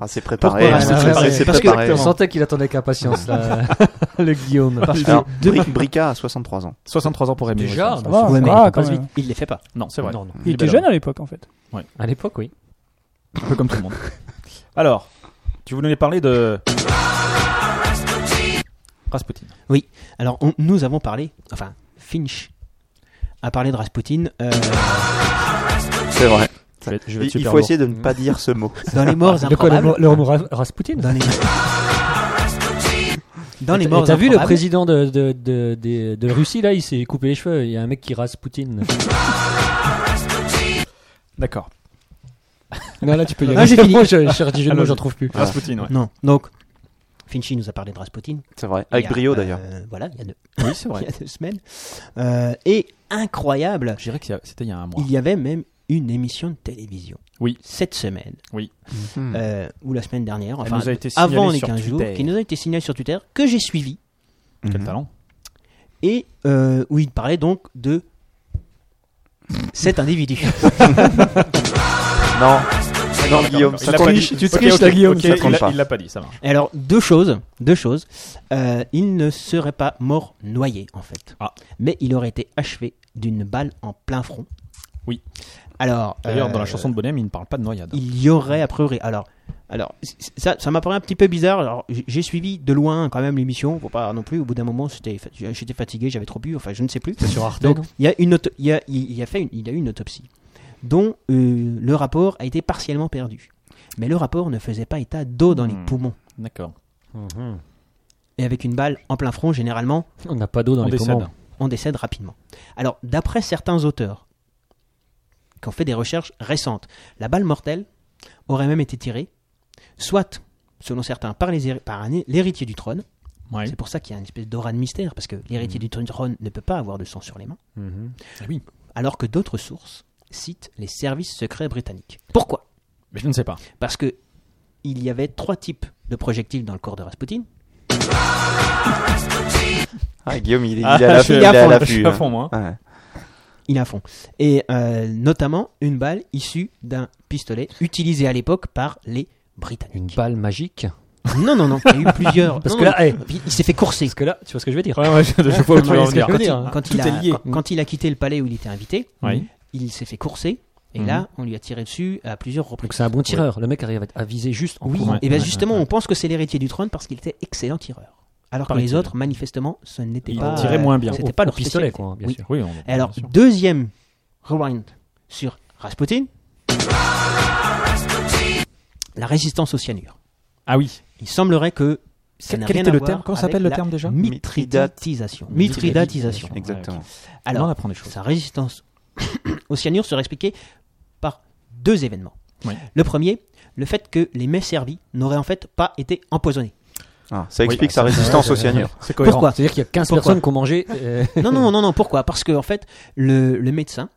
[SPEAKER 4] Ah, c'est
[SPEAKER 6] Pourquoi
[SPEAKER 4] préparé. hein,
[SPEAKER 6] Parce
[SPEAKER 4] C'est
[SPEAKER 6] que-
[SPEAKER 4] préparé.
[SPEAKER 6] parce
[SPEAKER 4] C'est
[SPEAKER 6] que-
[SPEAKER 4] préparé.
[SPEAKER 5] On sentait qu'il attendait avec impatience, là,
[SPEAKER 3] <laughs>
[SPEAKER 5] <laughs> le Guillaume.
[SPEAKER 4] Alors, Bri- Brica a 63 ans.
[SPEAKER 3] 63 ans pour Rémi.
[SPEAKER 5] Déjà
[SPEAKER 3] Rich.
[SPEAKER 5] Ah,
[SPEAKER 7] va,
[SPEAKER 6] ouais,
[SPEAKER 7] ça
[SPEAKER 6] mais
[SPEAKER 7] va,
[SPEAKER 6] il faut
[SPEAKER 7] quand
[SPEAKER 6] pas
[SPEAKER 7] même.
[SPEAKER 6] vite. Il les fait pas.
[SPEAKER 3] Non, c'est vrai.
[SPEAKER 5] Non, non.
[SPEAKER 7] Il était
[SPEAKER 3] bel
[SPEAKER 7] jeune
[SPEAKER 3] homme.
[SPEAKER 7] à l'époque en fait.
[SPEAKER 5] À l'époque, oui.
[SPEAKER 3] Un peu comme tout le monde. Alors, tu voulais parler de. Rasputin.
[SPEAKER 6] Alors on- nous avons parlé, enfin Finch a parlé de Rasputin euh,
[SPEAKER 4] C'est vrai.
[SPEAKER 3] Je vais être- je vais
[SPEAKER 4] Il
[SPEAKER 3] être
[SPEAKER 4] il
[SPEAKER 3] super
[SPEAKER 4] faut
[SPEAKER 3] lourd.
[SPEAKER 4] essayer de ne pas dire ce mot.
[SPEAKER 6] dans les morts
[SPEAKER 5] De quoi,
[SPEAKER 6] improbables.
[SPEAKER 5] le, le mot Ra- Rasputin
[SPEAKER 6] Dans les, dans les
[SPEAKER 5] Et
[SPEAKER 6] morts
[SPEAKER 5] T'as vu le
[SPEAKER 6] improbables.
[SPEAKER 5] président de, de, de, de- de Russie, là, il s'est coupé les cheveux. Il y a un mec qui rase Poutine.
[SPEAKER 3] D'accord.
[SPEAKER 5] non, là, tu peux y
[SPEAKER 6] Ah, j'ai fini.
[SPEAKER 5] Moi, je cherche du jeu de mots,
[SPEAKER 3] Alors,
[SPEAKER 5] j'en trouve plus.
[SPEAKER 3] Rasputin, ouais.
[SPEAKER 6] Non, donc Finchy nous a parlé de Rasputin.
[SPEAKER 4] C'est vrai.
[SPEAKER 6] Il y
[SPEAKER 4] Avec
[SPEAKER 6] a,
[SPEAKER 4] brio
[SPEAKER 6] euh,
[SPEAKER 4] d'ailleurs.
[SPEAKER 6] Voilà, il y a deux,
[SPEAKER 3] Oui, c'est
[SPEAKER 6] <laughs> il y
[SPEAKER 3] vrai.
[SPEAKER 6] a deux semaines. Euh, et incroyable,
[SPEAKER 3] Je dirais que c'était il y a un mois.
[SPEAKER 6] il y avait même une émission de télévision.
[SPEAKER 3] Oui.
[SPEAKER 6] Cette semaine,
[SPEAKER 5] Mhm.
[SPEAKER 4] Hmm.
[SPEAKER 6] euh, ou la semaine dernière,
[SPEAKER 3] Elle
[SPEAKER 6] enfin
[SPEAKER 3] nous a été signalée
[SPEAKER 6] avant les
[SPEAKER 3] sur
[SPEAKER 6] 15 jours,
[SPEAKER 3] Twitter.
[SPEAKER 6] qui nous a été signalée sur Twitter, que j'ai suivi,
[SPEAKER 3] Quel
[SPEAKER 4] Mhm.
[SPEAKER 3] talent.
[SPEAKER 6] et euh, où il parlait donc de
[SPEAKER 3] <laughs>
[SPEAKER 6] cet individu.
[SPEAKER 4] Non, Ah non Guillaume,
[SPEAKER 3] Il
[SPEAKER 4] ça
[SPEAKER 3] l'a
[SPEAKER 4] compte
[SPEAKER 3] pas
[SPEAKER 7] triches,
[SPEAKER 3] dit.
[SPEAKER 7] tu
[SPEAKER 3] Ok,
[SPEAKER 7] triches,
[SPEAKER 3] ok,
[SPEAKER 7] là, Guillaume,
[SPEAKER 3] ok,
[SPEAKER 7] ça
[SPEAKER 3] il
[SPEAKER 4] compte
[SPEAKER 3] l'a-
[SPEAKER 4] pas.
[SPEAKER 3] Il l'a pas dit, ça marche.
[SPEAKER 6] Alors deux choses, deux choses. Euh, il ne serait pas mort noyé en fait,
[SPEAKER 3] Ah.
[SPEAKER 6] mais il aurait été achevé d'une balle en plein front.
[SPEAKER 3] Oui.
[SPEAKER 6] Alors
[SPEAKER 3] D'ailleurs,
[SPEAKER 6] euh,
[SPEAKER 3] dans la chanson de Bonhomme, il ne parle pas de noyade.
[SPEAKER 6] il y aurait a priori. Alors, alors c- c- ça, ça m'apparaît un petit peu bizarre. Alors, j- j'ai suivi de loin quand même l'émission. Faut pas non plus. Au bout d'un moment, c'était fa- j'étais fatigué, j'avais trop bu. Enfin, je ne sais plus.
[SPEAKER 5] sur Arte.
[SPEAKER 6] Donc,
[SPEAKER 5] non
[SPEAKER 6] il y a une auto- il y a, il il a fait une, il a eu une autopsie dont euh, le rapport a été partiellement perdu. Mais le rapport ne faisait pas état d'eau dans les
[SPEAKER 3] Hmm.
[SPEAKER 6] poumons.
[SPEAKER 3] D'accord.
[SPEAKER 5] Mhm.
[SPEAKER 6] Et avec une balle en plein front, généralement,
[SPEAKER 5] On n'a pas d'eau dans
[SPEAKER 3] On
[SPEAKER 5] les
[SPEAKER 3] décède.
[SPEAKER 5] poumons.
[SPEAKER 6] on décède rapidement. Alors, d'après certains auteurs qui ont fait des recherches récentes, la balle mortelle aurait même été tirée, soit, selon certains, par, les héri- par un- l'héritier du trône.
[SPEAKER 3] Ouais.
[SPEAKER 6] C'est pour ça qu'il y a une espèce d'aura de mystère, parce que l'héritier du trône ne peut pas avoir de sang sur les mains. Ah
[SPEAKER 5] Mhm.
[SPEAKER 6] Alors que d'autres sources citent les services secrets britanniques. Pourquoi
[SPEAKER 3] Mais je ne sais pas.
[SPEAKER 6] Parce que il y avait trois types de projectiles dans le corps de Rasputin.
[SPEAKER 4] Ah, Guillaume, il est, il est
[SPEAKER 3] Ah,
[SPEAKER 4] à la
[SPEAKER 3] je suis
[SPEAKER 4] il est
[SPEAKER 3] à
[SPEAKER 4] à
[SPEAKER 3] fond,
[SPEAKER 4] l'affût.
[SPEAKER 3] je suis <laughs> à
[SPEAKER 4] hein.
[SPEAKER 3] fond, moi.
[SPEAKER 4] Ouais.
[SPEAKER 6] Il est à fond. Et euh, notamment une balle issue d'un pistolet utilisé à l'époque par les
[SPEAKER 5] <laughs>
[SPEAKER 6] Britanniques.
[SPEAKER 5] Une balle magique.
[SPEAKER 6] Non, non, non, il y a eu plusieurs.
[SPEAKER 5] Parce
[SPEAKER 6] Non,
[SPEAKER 5] que
[SPEAKER 6] non,
[SPEAKER 5] là, eh,
[SPEAKER 6] il- il s'est fait courser.
[SPEAKER 5] parce que là, tu vois ce que je veux dire. <laughs>
[SPEAKER 3] je vois où tu veux en
[SPEAKER 5] Parce que
[SPEAKER 3] venir.
[SPEAKER 5] je veux
[SPEAKER 6] Quand il,
[SPEAKER 5] dire, hein.
[SPEAKER 6] quand
[SPEAKER 5] Tout
[SPEAKER 6] il
[SPEAKER 5] est
[SPEAKER 6] a,
[SPEAKER 5] lié.
[SPEAKER 6] quand- quand il a quitté le palais où il était invité,
[SPEAKER 3] Oui.
[SPEAKER 6] il s'est fait courser. Et
[SPEAKER 3] Mhm.
[SPEAKER 6] là, on lui a tiré dessus à plusieurs
[SPEAKER 5] Donc
[SPEAKER 6] reprises.
[SPEAKER 5] c'est un bon tireur. Le mec arrive à- à viser juste en
[SPEAKER 6] Oui,
[SPEAKER 5] courant.
[SPEAKER 6] et bien
[SPEAKER 3] ouais,
[SPEAKER 6] justement,
[SPEAKER 3] ouais,
[SPEAKER 6] on pense que c'est l'héritier du trône parce qu'il était excellent tireur. Alors que les
[SPEAKER 3] Paraît-il.
[SPEAKER 6] autres, manifestement, ce n'était
[SPEAKER 3] Il
[SPEAKER 6] pas.
[SPEAKER 3] tirait moins bien.
[SPEAKER 6] C'était pas
[SPEAKER 5] le
[SPEAKER 6] leur
[SPEAKER 5] pistolet,
[SPEAKER 6] spécialité.
[SPEAKER 5] quoi, hein, bien
[SPEAKER 6] Oui.
[SPEAKER 5] sûr.
[SPEAKER 3] Oui,
[SPEAKER 6] Et alors, deuxième rewind sur Rasputin. La résistance au cyanure.
[SPEAKER 3] Ah oui.
[SPEAKER 6] Il semblerait que. ça
[SPEAKER 3] Quel-
[SPEAKER 6] n'a
[SPEAKER 3] quel
[SPEAKER 6] rien
[SPEAKER 3] était
[SPEAKER 6] à
[SPEAKER 3] le
[SPEAKER 6] voir
[SPEAKER 3] terme Comment
[SPEAKER 6] avec
[SPEAKER 3] s'appelle le
[SPEAKER 6] la
[SPEAKER 3] terme déjà
[SPEAKER 6] Mitridatisation. Mitridatisation.
[SPEAKER 4] Exactement.
[SPEAKER 3] Alors, on
[SPEAKER 6] Alors,
[SPEAKER 3] apprend des choses.
[SPEAKER 6] sa résistance <coughs> au cyanure serait expliquée par deux événements.
[SPEAKER 3] Ouais.
[SPEAKER 6] Le premier, le fait que les mets servis n'auraient en fait pas été empoisonnés.
[SPEAKER 4] Ah, ça
[SPEAKER 3] Oui,
[SPEAKER 4] explique
[SPEAKER 3] bah,
[SPEAKER 4] sa
[SPEAKER 3] ça-
[SPEAKER 4] résistance
[SPEAKER 5] ouais,
[SPEAKER 4] au
[SPEAKER 5] ça-
[SPEAKER 4] cyanure.
[SPEAKER 3] C'est cohérent.
[SPEAKER 6] Pourquoi
[SPEAKER 5] C'est-à-dire qu'il y a 15
[SPEAKER 6] Pourquoi
[SPEAKER 5] personnes qui ont mangé. euh,
[SPEAKER 6] Non, non, non, non, pourquoi Parce que, en fait, le, le médecin,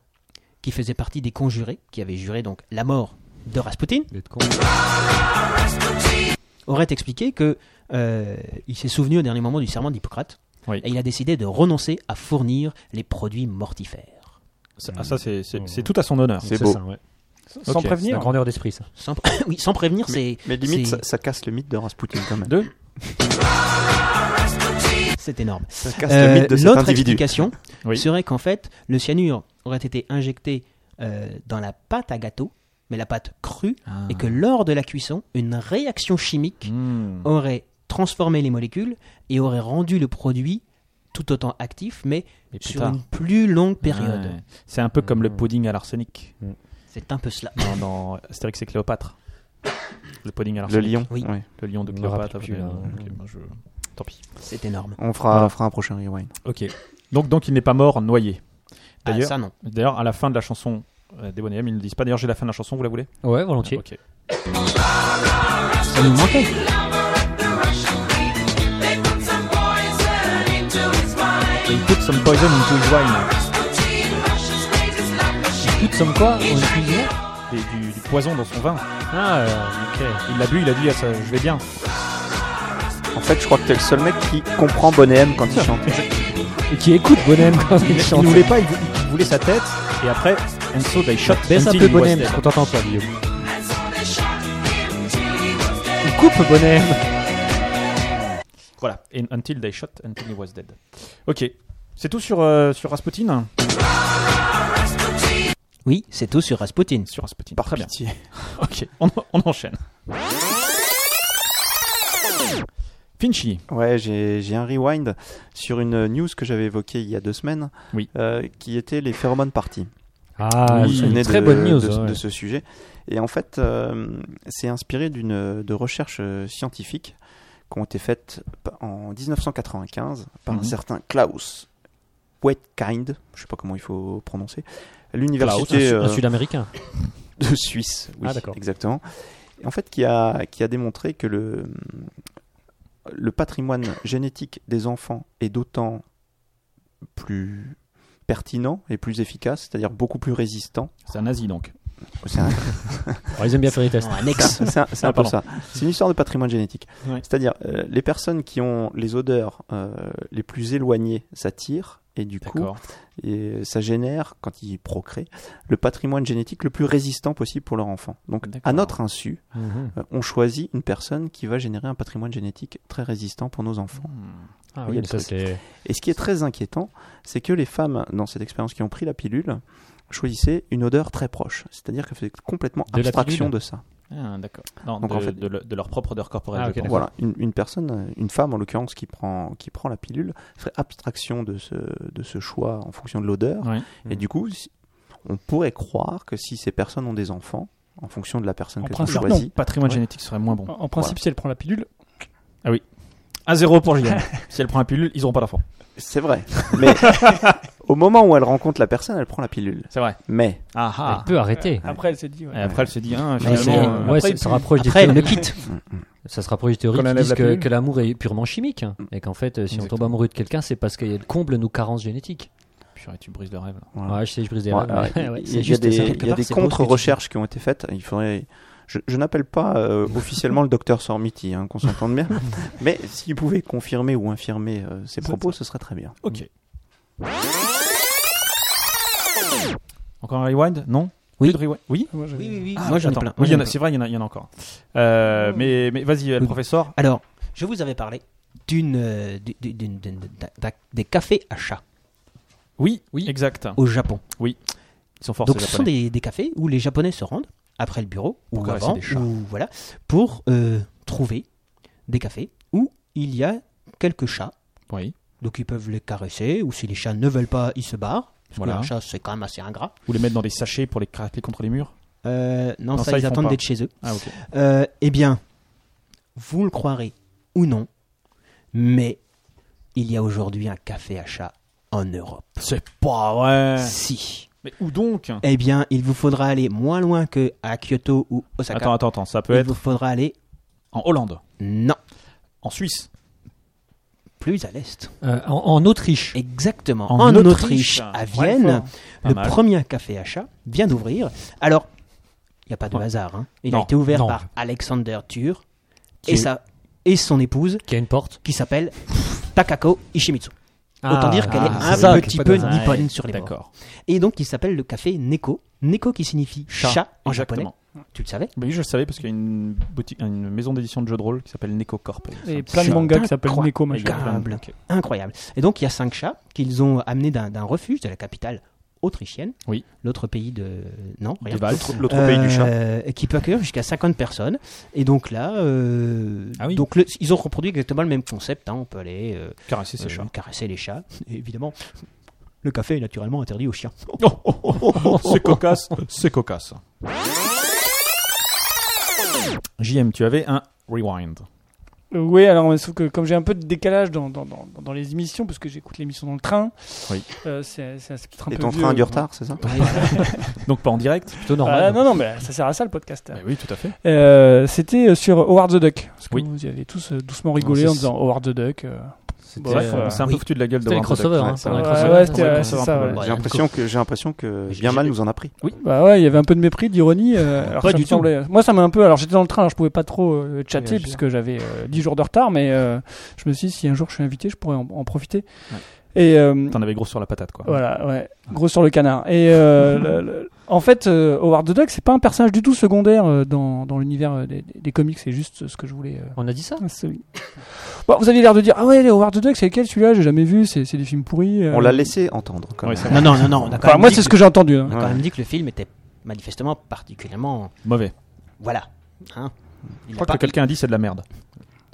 [SPEAKER 6] qui faisait partie des conjurés, qui avait juré donc la mort de Rasputin,
[SPEAKER 5] d'être con.
[SPEAKER 6] aurait expliqué que euh, il s'est souvenu au dernier moment du serment d'Hippocrate
[SPEAKER 3] Oui.
[SPEAKER 6] et il a décidé de renoncer à fournir les produits mortifères.
[SPEAKER 3] Ça, ah, ça, c'est- c'est c'est tout à son honneur.
[SPEAKER 4] C'est beau.
[SPEAKER 5] ça, ouais.
[SPEAKER 7] Sans
[SPEAKER 3] Ok,
[SPEAKER 5] C'est la
[SPEAKER 7] prévenir.
[SPEAKER 5] grandeur d'esprit, ça.
[SPEAKER 6] Sans, pr- <coughs> oui, sans prévenir, c'est
[SPEAKER 4] Mais limite,
[SPEAKER 6] c'est-
[SPEAKER 4] ça, ça casse le mythe de Rasputin quand même.
[SPEAKER 3] Deux
[SPEAKER 6] c'est énorme.
[SPEAKER 4] Ça casse
[SPEAKER 6] Euh,
[SPEAKER 4] le mythe de cet
[SPEAKER 6] L'autre
[SPEAKER 4] individu.
[SPEAKER 6] explication
[SPEAKER 3] Oui.
[SPEAKER 6] serait qu'en fait, le cyanure aurait été injecté euh, dans la pâte à gâteau, mais la pâte crue,
[SPEAKER 4] Ah.
[SPEAKER 6] et que lors de la cuisson, une réaction chimique
[SPEAKER 3] Hmm.
[SPEAKER 6] aurait transformé les molécules et aurait rendu le produit tout autant actif, mais
[SPEAKER 3] Mais plus
[SPEAKER 6] sur
[SPEAKER 3] tard.
[SPEAKER 6] une plus longue période.
[SPEAKER 3] Ouais. C'est un peu comme le pudding à l'arsenic
[SPEAKER 6] C'est un peu cela.
[SPEAKER 3] dans, dans Astérix et Cléopâtre. Le pudding à
[SPEAKER 4] Le
[SPEAKER 3] l'arsenic.
[SPEAKER 4] lion.
[SPEAKER 6] Oui.
[SPEAKER 4] ouais.
[SPEAKER 3] Le lion de
[SPEAKER 5] Je me
[SPEAKER 3] Cléopâtre.
[SPEAKER 5] rappelle plus,
[SPEAKER 3] euh,
[SPEAKER 5] hein.
[SPEAKER 3] ok, moi, je- Tant pis.
[SPEAKER 6] C'est énorme.
[SPEAKER 4] On fera, fera un prochain rewind.
[SPEAKER 3] Ok. Donc, donc il n'est pas mort noyé.
[SPEAKER 6] Ah,
[SPEAKER 3] D'ailleurs,
[SPEAKER 6] ça non.
[SPEAKER 3] D'ailleurs, à la fin de la chanson euh, des Bonhommes, ils ne disent pas. D'ailleurs, j'ai la fin de la chanson, vous la voulez
[SPEAKER 5] Ouais, volontiers.
[SPEAKER 3] Ah, Ok.
[SPEAKER 6] Ça nous manquait.
[SPEAKER 3] They put some poison into his wine.
[SPEAKER 5] Toutes sommes quoi on est plus vivants
[SPEAKER 3] Des- du, du poison dans son vin.
[SPEAKER 5] Ah, euh, ok.
[SPEAKER 3] Il l'a bu, il a dit ah, ça, Je vais bien.
[SPEAKER 4] En fait, je crois que t'es le seul mec qui comprend Bonhomme quand
[SPEAKER 3] <laughs>
[SPEAKER 4] il chante.
[SPEAKER 5] Et qui écoute Bonhomme quand il
[SPEAKER 3] Il
[SPEAKER 5] chante.
[SPEAKER 3] ne voulait pas, il vou- il voulait sa tête. Et après, and so they shot
[SPEAKER 5] Baisse un
[SPEAKER 3] until
[SPEAKER 5] peu
[SPEAKER 3] he was
[SPEAKER 5] Bonhomme,
[SPEAKER 3] dead.
[SPEAKER 5] parce qu'on t'entend pas, Guillaume. Il coupe Bonhomme.
[SPEAKER 3] Voilà. And until they shot, until he was dead. Ok. C'est tout sur, euh, sur Rasputin
[SPEAKER 6] Oui, c'est tout sur Rasputin.
[SPEAKER 3] Sur Rasputin.
[SPEAKER 4] Par
[SPEAKER 3] Très bien.
[SPEAKER 4] pitié.
[SPEAKER 3] <laughs> Ok. On, on enchaîne. Finchy.
[SPEAKER 4] Ouais, j'ai j'ai un rewind sur une news que j'avais évoquée il y a deux semaines,
[SPEAKER 3] Oui.
[SPEAKER 4] euh, qui était les phéromones parties.
[SPEAKER 5] Ah,
[SPEAKER 4] vous vous souvenez
[SPEAKER 5] une très
[SPEAKER 4] de,
[SPEAKER 5] bonne news.
[SPEAKER 4] de,
[SPEAKER 5] ouais.
[SPEAKER 4] de ce sujet. Et en fait, euh, c'est inspiré d'une de recherches euh, scientifiques qui ont été faites pa- en 1995 par
[SPEAKER 3] Mhm.
[SPEAKER 4] un certain Klaus Wetkind, je sais pas comment il faut prononcer, à
[SPEAKER 5] Klaus, un,
[SPEAKER 4] l'université
[SPEAKER 5] Su- un
[SPEAKER 4] euh,
[SPEAKER 5] Sud-Américain.
[SPEAKER 4] de Suisse. Oui,
[SPEAKER 5] Ah, d'accord.
[SPEAKER 4] Exactement. Et en fait, qui a, qui a démontré que le, le patrimoine génétique des enfants est d'autant plus pertinent et plus efficace, c'est-à-dire beaucoup plus résistant.
[SPEAKER 3] C'est un nazi donc.
[SPEAKER 4] C'est un-
[SPEAKER 5] Alors, ils aiment bien faire les tests.
[SPEAKER 6] Non, annexe.
[SPEAKER 4] C'est un, c'est un
[SPEAKER 3] Ah,
[SPEAKER 4] peu
[SPEAKER 3] pardon.
[SPEAKER 4] ça. C'est une histoire de patrimoine génétique.
[SPEAKER 3] Ouais.
[SPEAKER 4] C'est-à-dire, euh, les personnes qui ont les odeurs euh, les plus éloignées s'attirent Et du coup,
[SPEAKER 3] D'accord.
[SPEAKER 4] et ça génère, quand ils procréent, le patrimoine génétique le plus résistant possible pour leur enfant. Donc, à
[SPEAKER 3] D'accord.
[SPEAKER 4] notre insu,
[SPEAKER 5] Mhm.
[SPEAKER 4] euh, on choisit une personne qui va générer un patrimoine génétique très résistant pour nos enfants.
[SPEAKER 3] Hmm.
[SPEAKER 5] Ah
[SPEAKER 4] Il y
[SPEAKER 5] oui,
[SPEAKER 4] a
[SPEAKER 5] mais
[SPEAKER 4] le
[SPEAKER 5] ça
[SPEAKER 4] truc.
[SPEAKER 5] c'est.
[SPEAKER 4] Et ce qui est très inquiétant, c'est que les femmes, dans cette expérience qui ont pris la pilule, choisissaient une odeur très proche. C'est-à-dire qu'elles faisaient complètement
[SPEAKER 5] De la
[SPEAKER 4] abstraction
[SPEAKER 5] pilule
[SPEAKER 4] de ça.
[SPEAKER 3] Ah, d'accord. Non,
[SPEAKER 4] Donc,
[SPEAKER 3] de,
[SPEAKER 4] en fait-
[SPEAKER 3] de le- de leur propre odeur corporelle.
[SPEAKER 5] Ah,
[SPEAKER 3] je
[SPEAKER 5] ok,
[SPEAKER 3] pense.
[SPEAKER 5] d'accord.
[SPEAKER 4] Voilà, une, une personne, euh, une femme en l'occurrence qui prend, qui prend la pilule, ferait abstraction de ce, de ce choix en fonction de l'odeur.
[SPEAKER 3] Ouais.
[SPEAKER 4] Et du coup, si- on pourrait croire que si ces personnes ont des enfants, en fonction de la personne
[SPEAKER 7] En
[SPEAKER 4] que tu
[SPEAKER 7] principe,
[SPEAKER 4] choisis,
[SPEAKER 7] non.
[SPEAKER 3] Patrimoine
[SPEAKER 4] Ouais.
[SPEAKER 3] génétique serait moins bon.
[SPEAKER 7] En, en principe, si elle prend la pilule,
[SPEAKER 3] À zéro pour <laughs> Gillian. si elle prend la pilule, ils n'auront pas d'enfant.
[SPEAKER 4] c'est vrai. <laughs> Mais au moment où elle rencontre la personne, elle prend la pilule.
[SPEAKER 3] C'est vrai.
[SPEAKER 4] Mais
[SPEAKER 3] Ah
[SPEAKER 5] Elle peut arrêter.
[SPEAKER 7] après, elle s'est dit. ouais.
[SPEAKER 3] Et après, elle se dit, hein,
[SPEAKER 5] Mais c'est-
[SPEAKER 3] finalement. euh,
[SPEAKER 5] ouais,
[SPEAKER 3] après,
[SPEAKER 5] ça se rapproche des
[SPEAKER 6] Après, elle
[SPEAKER 5] théories.
[SPEAKER 6] le quitte.
[SPEAKER 5] Ça se rapproche des théories
[SPEAKER 9] Quand
[SPEAKER 5] qui
[SPEAKER 9] elle lève
[SPEAKER 5] disent
[SPEAKER 9] la
[SPEAKER 5] que,
[SPEAKER 9] pilule.
[SPEAKER 5] que l'amour est purement chimique hein, et qu'en fait, euh, si on tombe
[SPEAKER 9] Exactement.
[SPEAKER 5] amoureux de quelqu'un, c'est parce qu'il comble nos carences génétiques.
[SPEAKER 3] Purée, tu brises le rêve. là.
[SPEAKER 4] voilà.
[SPEAKER 5] Ouais, je sais, je brise des
[SPEAKER 4] Ouais,
[SPEAKER 5] rêves,
[SPEAKER 4] ouais,
[SPEAKER 5] mais- ouais,
[SPEAKER 4] il
[SPEAKER 5] c'est
[SPEAKER 4] y a
[SPEAKER 5] juste
[SPEAKER 4] des,
[SPEAKER 5] ça.
[SPEAKER 4] il y a des contre-recherches qui ont été faites. Il faudrait. Je, je n'appelle pas euh, officiellement le docteur Sormiti, hein, qu'on s'entende
[SPEAKER 5] <laughs>
[SPEAKER 4] bien. Mais s'il pouvait confirmer ou infirmer euh, ses propos, ce serait très bien.
[SPEAKER 3] Ok. Encore un rewind Non
[SPEAKER 6] Oui.
[SPEAKER 3] Plus de rewind Oui
[SPEAKER 7] Moi, j'avais-
[SPEAKER 6] Oui, oui, oui.
[SPEAKER 3] Ah,
[SPEAKER 6] Moi, j'en ai
[SPEAKER 3] attends.
[SPEAKER 6] plein. Moi,
[SPEAKER 3] Oui, il y
[SPEAKER 6] j'en
[SPEAKER 3] en a-
[SPEAKER 6] ai plein.
[SPEAKER 3] c'est vrai, il y, en a- il y en a encore. Euh, mais mais vas-y, euh, le
[SPEAKER 6] Oui.
[SPEAKER 3] professeur.
[SPEAKER 6] Alors, je vous avais parlé d'une euh, du- du- d'une- d'une- d'un- d'un- des cafés à chat
[SPEAKER 3] Oui,
[SPEAKER 5] Oui.
[SPEAKER 3] exact.
[SPEAKER 6] au Japon.
[SPEAKER 3] Ils sont forts,
[SPEAKER 6] Donc,
[SPEAKER 3] ces
[SPEAKER 6] ce sont
[SPEAKER 3] Japonais.
[SPEAKER 6] des, des cafés où les Japonais se rendent après le bureau
[SPEAKER 3] Pour
[SPEAKER 6] ou
[SPEAKER 3] caresser
[SPEAKER 6] avant,
[SPEAKER 3] des chats.
[SPEAKER 6] ou voilà, pour euh, trouver des cafés où il y a quelques chats.
[SPEAKER 3] Oui.
[SPEAKER 6] Donc, ils peuvent les caresser ou si les chats ne veulent pas, ils se barrent. Parce
[SPEAKER 3] Voilà.
[SPEAKER 6] que un chat, c'est quand même assez ingrat.
[SPEAKER 3] Ou les mettre dans des sachets pour les craquer contre les murs.
[SPEAKER 6] Euh, non,
[SPEAKER 3] Non, ça,
[SPEAKER 6] ça,
[SPEAKER 3] ils
[SPEAKER 6] ils
[SPEAKER 3] font
[SPEAKER 6] attendent
[SPEAKER 3] pas.
[SPEAKER 6] d'être chez eux.
[SPEAKER 3] Ah, ok.
[SPEAKER 6] Euh, eh bien, vous le croirez ou non, mais il y a aujourd'hui un café à chat en Europe.
[SPEAKER 3] C'est pas vrai.
[SPEAKER 6] Si.
[SPEAKER 3] Mais où donc
[SPEAKER 6] Eh bien, il vous faudra aller moins loin que à Kyoto ou Osaka.
[SPEAKER 3] Attends, attends, attends. Ça peut
[SPEAKER 6] il
[SPEAKER 3] être
[SPEAKER 6] vous faudra aller
[SPEAKER 3] en Hollande,
[SPEAKER 6] non,
[SPEAKER 3] en Suisse.
[SPEAKER 6] plus à l'est.
[SPEAKER 5] <laughs> Euh, en, en Autriche.
[SPEAKER 6] Exactement.
[SPEAKER 3] En
[SPEAKER 6] En,
[SPEAKER 3] Autriche.
[SPEAKER 6] Autriche, à
[SPEAKER 3] Ouais,
[SPEAKER 6] Vienne,
[SPEAKER 3] Pas
[SPEAKER 6] le
[SPEAKER 3] mal.
[SPEAKER 6] premier café à chat vient d'ouvrir. Alors, il n'y a pas de
[SPEAKER 3] Ouais.
[SPEAKER 6] hasard. hein. Il
[SPEAKER 3] Non,
[SPEAKER 6] a été ouvert
[SPEAKER 5] non.
[SPEAKER 6] par Alexander Tur
[SPEAKER 5] Qui
[SPEAKER 6] et
[SPEAKER 5] est-
[SPEAKER 6] sa et son épouse
[SPEAKER 5] Qui a une porte.
[SPEAKER 6] qui s'appelle Takako Ishimitsu. Autant dire qu'elle est
[SPEAKER 5] ah,
[SPEAKER 6] un
[SPEAKER 5] c'est ça,
[SPEAKER 6] petit peu
[SPEAKER 3] Ouais,
[SPEAKER 6] nippone sur les bords.
[SPEAKER 3] D'accord.
[SPEAKER 6] Et donc, il s'appelle le café Neko. Neko qui signifie chat, en japonais.
[SPEAKER 3] Exactement.
[SPEAKER 6] Tu le savais
[SPEAKER 3] Mais je le savais parce qu'il y a une, boutique, une maison d'édition de jeux de rôle qui s'appelle Neko Corp.
[SPEAKER 7] Et plein de
[SPEAKER 6] C'est
[SPEAKER 7] mangas qui s'appellent
[SPEAKER 6] incroyable.
[SPEAKER 7] Neko
[SPEAKER 3] Et il y a
[SPEAKER 7] machin.
[SPEAKER 3] plein de-
[SPEAKER 6] Incroyable.
[SPEAKER 3] ok.
[SPEAKER 6] Incroyable. Et donc, il y a cinq chats qu'ils ont amenés d'un d'un refuge de la capitale autrichienne.
[SPEAKER 3] Oui.
[SPEAKER 6] L'autre pays de. Non, rien.
[SPEAKER 5] Bah,
[SPEAKER 3] De Valls.
[SPEAKER 4] L'autre pays du chat.
[SPEAKER 6] Euh, qui peut accueillir jusqu'à 50 personnes. Et donc là, euh,
[SPEAKER 3] Ah oui.
[SPEAKER 6] donc le- ils ont reproduit exactement le même concept. hein. On peut aller euh,
[SPEAKER 3] Caresser ses
[SPEAKER 6] euh,
[SPEAKER 3] chats.
[SPEAKER 6] caresser les chats. Et évidemment, le café est naturellement interdit aux chiens.
[SPEAKER 3] <laughs> c'est cocasse, c'est cocasse. JM, tu avais un rewind.
[SPEAKER 7] Euh, Oui, alors sauf que comme j'ai un peu de décalage dans, dans, dans, dans les émissions, parce que j'écoute l'émission dans le train,
[SPEAKER 3] Oui.
[SPEAKER 7] euh, c'est c'est- c'est peut-être un
[SPEAKER 4] Et
[SPEAKER 7] peu
[SPEAKER 4] ton
[SPEAKER 7] vieux. hein.
[SPEAKER 4] train a du retard, c'est ça
[SPEAKER 3] Donc pas en direct
[SPEAKER 5] plutôt
[SPEAKER 7] Ah,
[SPEAKER 5] normale.
[SPEAKER 7] non, non, mais ça sert à ça le podcast.
[SPEAKER 3] Eh Oui, tout à fait.
[SPEAKER 7] Euh, C'était euh, sur Howard the Duck. Parce que
[SPEAKER 3] Oui.
[SPEAKER 7] vous y avez tous euh, doucement rigolé
[SPEAKER 3] Non,
[SPEAKER 7] en
[SPEAKER 3] c'est-
[SPEAKER 7] disant Howard the Duck. euh.
[SPEAKER 3] C'est vrai
[SPEAKER 7] Bref,
[SPEAKER 3] qu'on
[SPEAKER 7] euh,
[SPEAKER 3] s'est un peu
[SPEAKER 6] oui.
[SPEAKER 3] foutu de la gueule de
[SPEAKER 5] C'était les
[SPEAKER 3] Warner Bros.
[SPEAKER 5] crossovers, hein,
[SPEAKER 3] Ouais,
[SPEAKER 5] pendant les
[SPEAKER 7] ouais,
[SPEAKER 5] crossovers.
[SPEAKER 7] ouais, c'était,
[SPEAKER 3] Ouais,
[SPEAKER 7] euh,
[SPEAKER 3] on
[SPEAKER 7] c'est
[SPEAKER 3] s'en
[SPEAKER 7] ça.
[SPEAKER 3] va
[SPEAKER 7] ouais.
[SPEAKER 3] pas
[SPEAKER 4] J'ai l'impression que, j'ai l'impression que bien mal nous en a pris.
[SPEAKER 7] Bah ouais, il y avait un peu de mépris, d'ironie. euh, alors
[SPEAKER 5] Pas
[SPEAKER 7] ça
[SPEAKER 5] du
[SPEAKER 7] me
[SPEAKER 5] tout.
[SPEAKER 7] semblait- Moi, ça m'a un peu. Alors j'étais dans le train, alors je pouvais pas trop euh, chatter
[SPEAKER 3] Réagir.
[SPEAKER 7] puisque j'avais euh, 10 jours de retard, mais euh, je me suis dit si un jour je suis invité, je pourrais en, en profiter. Et euh,
[SPEAKER 3] T'en avais gros sur la patate, quoi.
[SPEAKER 7] Voilà, ouais. Gros sur le canard. Et euh, le- le- en fait, euh, Howard the Duck, c'est pas un personnage du tout secondaire euh, dans, dans l'univers euh, des, des- des comics. C'est juste ce que je voulais. euh,
[SPEAKER 5] On a dit ça
[SPEAKER 7] souligner. Bon, vous avez l'air de dire ah ouais, les Howard the Duck, c'est lequel celui-là J'ai jamais vu. C'est c'est des films pourris. euh.
[SPEAKER 4] On l'a laissé entendre. Quand
[SPEAKER 3] Ouais,
[SPEAKER 4] même.
[SPEAKER 3] c'est
[SPEAKER 6] Non, non, non, non. <laughs> on a quand
[SPEAKER 7] Enfin,
[SPEAKER 6] même
[SPEAKER 7] moi,
[SPEAKER 6] dit
[SPEAKER 7] c'est ce
[SPEAKER 6] que-
[SPEAKER 7] que j'ai entendu. hein.
[SPEAKER 6] On a quand
[SPEAKER 4] Ouais.
[SPEAKER 6] même dit que le film était manifestement particulièrement.
[SPEAKER 3] Mauvais.
[SPEAKER 6] Voilà. Hein.
[SPEAKER 3] Je
[SPEAKER 6] Il a
[SPEAKER 3] crois
[SPEAKER 6] pas-
[SPEAKER 3] que quelqu'un a dit c'est de la merde.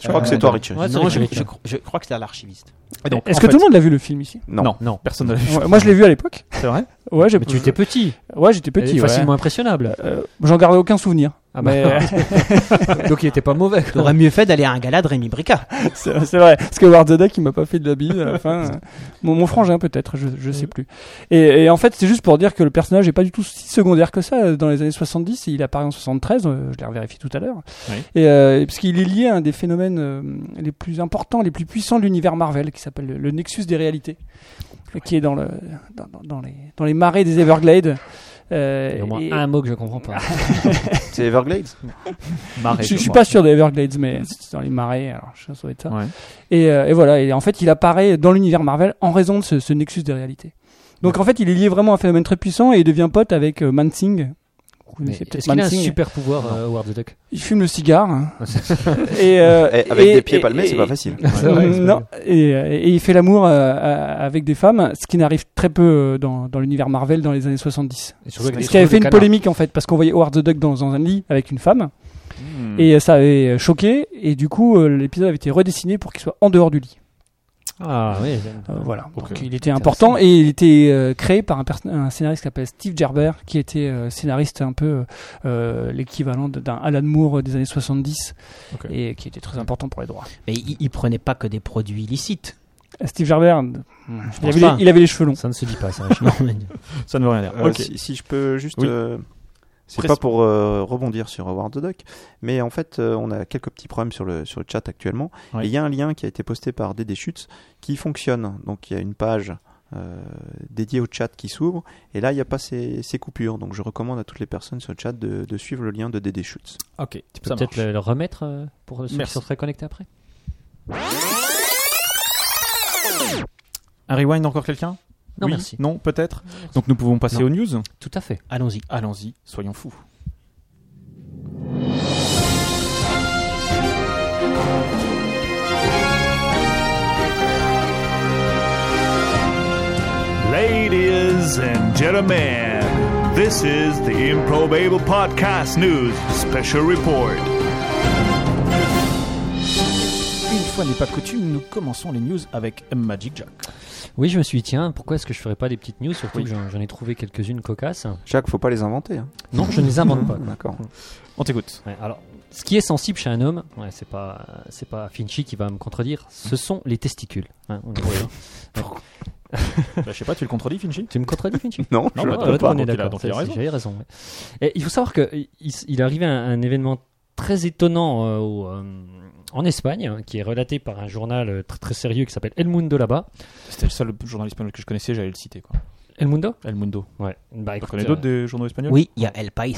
[SPEAKER 4] Je crois que c'est toi, Richard.
[SPEAKER 5] Ouais, c'est
[SPEAKER 6] Non,
[SPEAKER 5] vrai
[SPEAKER 6] je,
[SPEAKER 5] que-
[SPEAKER 6] je cro- je crois que c'est à l'archiviste.
[SPEAKER 3] donc,
[SPEAKER 7] Est-ce
[SPEAKER 3] en
[SPEAKER 7] que
[SPEAKER 3] fait-
[SPEAKER 7] tout le monde l'a vu le film ici
[SPEAKER 4] Non.
[SPEAKER 3] Non, personne ne l'a vu.
[SPEAKER 7] Ouais, Moi, je l'ai vu à l'époque.
[SPEAKER 3] C'est vrai
[SPEAKER 7] Ouais, j'ai-
[SPEAKER 5] Mais tu étais petit.
[SPEAKER 7] Ouais, j'étais petit.
[SPEAKER 5] Et
[SPEAKER 7] ouais.
[SPEAKER 5] Facilement impressionnable.
[SPEAKER 7] Euh, J'en gardais aucun souvenir.
[SPEAKER 5] Ah bah. <laughs> Donc il était pas mauvais. quoi.
[SPEAKER 6] T'aurais mieux fait d'aller à un gala de Rémi Brica.
[SPEAKER 7] C'est c'est vrai, parce que Howard the Duck, il m'a pas fait de la bise
[SPEAKER 5] <laughs>
[SPEAKER 7] à la fin. Mon, mon frangin, peut-être, je, je sais plus. Et, et en fait, c'est juste pour dire que le personnage est pas du tout si secondaire que ça. Dans les années 70, il apparaît en 73, euh, je l'ai revérifié tout à l'heure.
[SPEAKER 3] Oui.
[SPEAKER 7] Et euh, parce qu'il est lié à un des phénomènes euh, les plus importants, les plus puissants de l'univers Marvel, qui s'appelle le, le Nexus des réalités, qui est dans, le, dans, dans- dans les, dans les marais des Everglades. Euh,
[SPEAKER 5] Il y a au moins
[SPEAKER 7] et-
[SPEAKER 5] Ah, un mot que je comprends pas.
[SPEAKER 4] C'est Everglades
[SPEAKER 3] Marais,
[SPEAKER 7] Je, je suis
[SPEAKER 3] crois.
[SPEAKER 7] pas sûr des Everglades, mais c'est dans les marais, alors je sais être ça.
[SPEAKER 3] Ouais.
[SPEAKER 7] Et, euh, et voilà, et en fait, il apparaît dans l'univers Marvel en raison de ce, ce nexus de réalité. Donc en fait, il est lié vraiment à un phénomène très puissant et il devient pote avec euh, Mansing. Vous
[SPEAKER 5] Mais
[SPEAKER 7] connaissez peut-être
[SPEAKER 5] Est-ce qu'il a un
[SPEAKER 7] Mansing.
[SPEAKER 5] super pouvoir, euh, Howard the Duck
[SPEAKER 7] Il fume le cigare. hein. et, euh,
[SPEAKER 4] Eh, Avec
[SPEAKER 7] et-
[SPEAKER 4] des pieds
[SPEAKER 7] et-
[SPEAKER 4] palmés, c'est
[SPEAKER 7] et-
[SPEAKER 4] pas facile.
[SPEAKER 5] C'est vrai, c'est
[SPEAKER 7] non, et, et il fait l'amour euh, à- avec des femmes, ce qui n'arrive très peu euh, dans, dans l'univers Marvel dans les années 70.
[SPEAKER 5] Et surtout avec
[SPEAKER 7] Ce
[SPEAKER 5] les
[SPEAKER 7] qui avait
[SPEAKER 5] cheveux
[SPEAKER 7] fait
[SPEAKER 5] de
[SPEAKER 7] une
[SPEAKER 5] canard.
[SPEAKER 7] polémique en fait, parce qu'on voyait Howard the Duck dans, dans un lit avec une femme,
[SPEAKER 3] Hmm.
[SPEAKER 7] et ça avait choqué, et du coup euh, l'épisode avait été redessiné pour qu'il soit en dehors du lit.
[SPEAKER 5] Ah oui.
[SPEAKER 7] Euh, voilà. Donc
[SPEAKER 5] Ok.
[SPEAKER 7] il était important et il était euh, créé par un, perso- un scénariste qui s'appelle Steve Gerber, qui était euh, scénariste un peu euh, l'équivalent de- d'un Alan Moore euh, des années 70
[SPEAKER 3] Ok.
[SPEAKER 7] et qui était très important pour les droits.
[SPEAKER 6] Mais il, il prenait pas que des produits illicites.
[SPEAKER 7] Steve Gerber, il
[SPEAKER 6] pense
[SPEAKER 7] avait,
[SPEAKER 6] pas.
[SPEAKER 7] les, il avait les cheveux longs.
[SPEAKER 5] Ça ne se dit pas, <laughs> ça.
[SPEAKER 3] Ça ne veut rien dire.
[SPEAKER 4] Euh,
[SPEAKER 3] Ok.
[SPEAKER 4] si, si je peux juste.
[SPEAKER 3] Oui.
[SPEAKER 4] euh, c'est
[SPEAKER 3] Pres-
[SPEAKER 4] pas pour euh, rebondir sur Howard the Duck, mais en fait, euh, on a quelques petits problèmes sur le, sur le chat actuellement.
[SPEAKER 3] Ouais.
[SPEAKER 4] Et il y a un lien qui a été posté par Dédé Schutz qui fonctionne. Donc, il y a une page euh, dédiée au chat qui s'ouvre. Et là, il n'y a pas ces, ces coupures. Donc, je recommande à toutes les personnes sur le chat de, de suivre le lien de Dédé Schutz.
[SPEAKER 3] Ok.
[SPEAKER 5] Tu peux peut-être le, le remettre euh, pour ceux
[SPEAKER 3] Merci.
[SPEAKER 5] qui sont très connectés après.
[SPEAKER 3] Un rewind encore quelqu'un
[SPEAKER 5] Non,
[SPEAKER 3] Oui
[SPEAKER 5] merci.
[SPEAKER 3] Non, peut-être. Donc nous pouvons passer
[SPEAKER 5] Non.
[SPEAKER 3] aux news.
[SPEAKER 5] Tout à fait.
[SPEAKER 6] Allons-y.
[SPEAKER 3] Allons-y, soyons fous.
[SPEAKER 9] Ladies and gentlemen, this is the Improbable Podcast News Special Report.
[SPEAKER 3] Une fois n'est pas coutume, nous commençons les news avec Magic Jack.
[SPEAKER 5] Oui, je me suis dit, tiens, pourquoi est-ce que je ferais pas des petites news Surtout que j'en j'en ai trouvé quelques-unes cocasses.
[SPEAKER 4] Jacques, faut pas les inventer. hein.
[SPEAKER 5] Non, je ne les invente pas.
[SPEAKER 4] D'accord.
[SPEAKER 3] On <laughs> t'écoute.
[SPEAKER 5] Ouais, alors, ce qui est sensible chez un homme, ouais, c'est pas, euh, c'est pas Finchy qui va me contredire, ce sont les testicules. Hein, on est <laughs> d'accord.
[SPEAKER 3] Bah, je sais pas, tu le contredis, Finchy
[SPEAKER 5] tu me contredis, Finchy
[SPEAKER 4] Non,
[SPEAKER 3] Non,
[SPEAKER 4] je
[SPEAKER 3] bah,
[SPEAKER 4] ne
[SPEAKER 5] Ah,
[SPEAKER 3] t'as
[SPEAKER 4] peux
[SPEAKER 5] ouais,
[SPEAKER 3] pas,
[SPEAKER 4] pas.
[SPEAKER 5] on est
[SPEAKER 3] donc il a-
[SPEAKER 5] d'accord,
[SPEAKER 3] donc il a
[SPEAKER 5] ça,
[SPEAKER 3] raison.
[SPEAKER 5] J'avais raison. ouais. Et il faut savoir que il, il est arrivé un, un événement très étonnant euh, au, euh, en Espagne, hein, qui est relaté par un journal euh, très, très sérieux qui s'appelle El Mundo là-bas.
[SPEAKER 3] C'était le seul journal espagnol que je connaissais, j'allais le citer. Quoi.
[SPEAKER 5] El Mundo
[SPEAKER 3] El Mundo.
[SPEAKER 5] Ouais. Bah,
[SPEAKER 3] Tu
[SPEAKER 5] écoute,
[SPEAKER 3] connais
[SPEAKER 5] euh,
[SPEAKER 3] d'autres des journaux espagnols
[SPEAKER 6] Oui, il y a El País.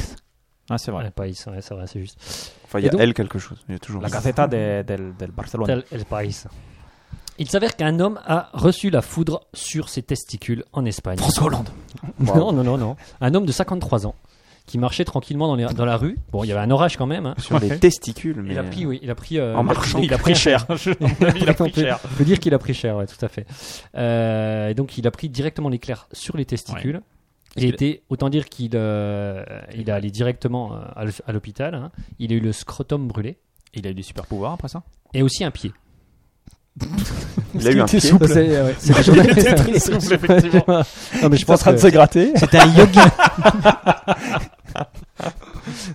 [SPEAKER 3] Ah, c'est vrai.
[SPEAKER 5] El País, ouais, c'est vrai, c'est juste.
[SPEAKER 4] Enfin, il y
[SPEAKER 5] Et
[SPEAKER 4] a
[SPEAKER 5] donc-
[SPEAKER 4] elle quelque chose. Il y a toujours.
[SPEAKER 3] La Gazeta de- del, del Barcelone.
[SPEAKER 5] Tel El País. Il s'avère qu'un homme a reçu la foudre sur ses testicules en Espagne.
[SPEAKER 3] François Hollande.
[SPEAKER 5] <laughs> Non, non, non, non. Un homme de 53 ans qui marchait tranquillement dans, les- dans la rue. Bon, il y avait un orage quand même. hein.
[SPEAKER 4] Sur les testicules, mais.
[SPEAKER 5] Il a pris, oui, il a pris. euh,
[SPEAKER 4] En
[SPEAKER 5] il a pris-
[SPEAKER 4] marchant.
[SPEAKER 5] Il a pris cher. <laughs>
[SPEAKER 3] Il a pris
[SPEAKER 5] On peut-
[SPEAKER 3] cher.
[SPEAKER 5] On peut dire qu'il a pris cher, ouais, tout à fait. Euh, et donc, il a pris directement l'éclair sur les testicules. Il a
[SPEAKER 3] Parce que-
[SPEAKER 5] été, autant dire qu'il euh, il est allé directement euh, à l'h- à l'hôpital. hein. Il a eu le scrotum brûlé
[SPEAKER 3] Il a eu des super pouvoirs après ça
[SPEAKER 5] et aussi un pied.
[SPEAKER 4] Il a eu un pied.
[SPEAKER 5] C'est ouais,
[SPEAKER 7] <laughs>
[SPEAKER 5] c'est- Non, mais je
[SPEAKER 7] Il est en
[SPEAKER 5] pense
[SPEAKER 7] train de
[SPEAKER 5] que-
[SPEAKER 7] se gratter.
[SPEAKER 6] C'était un yogi.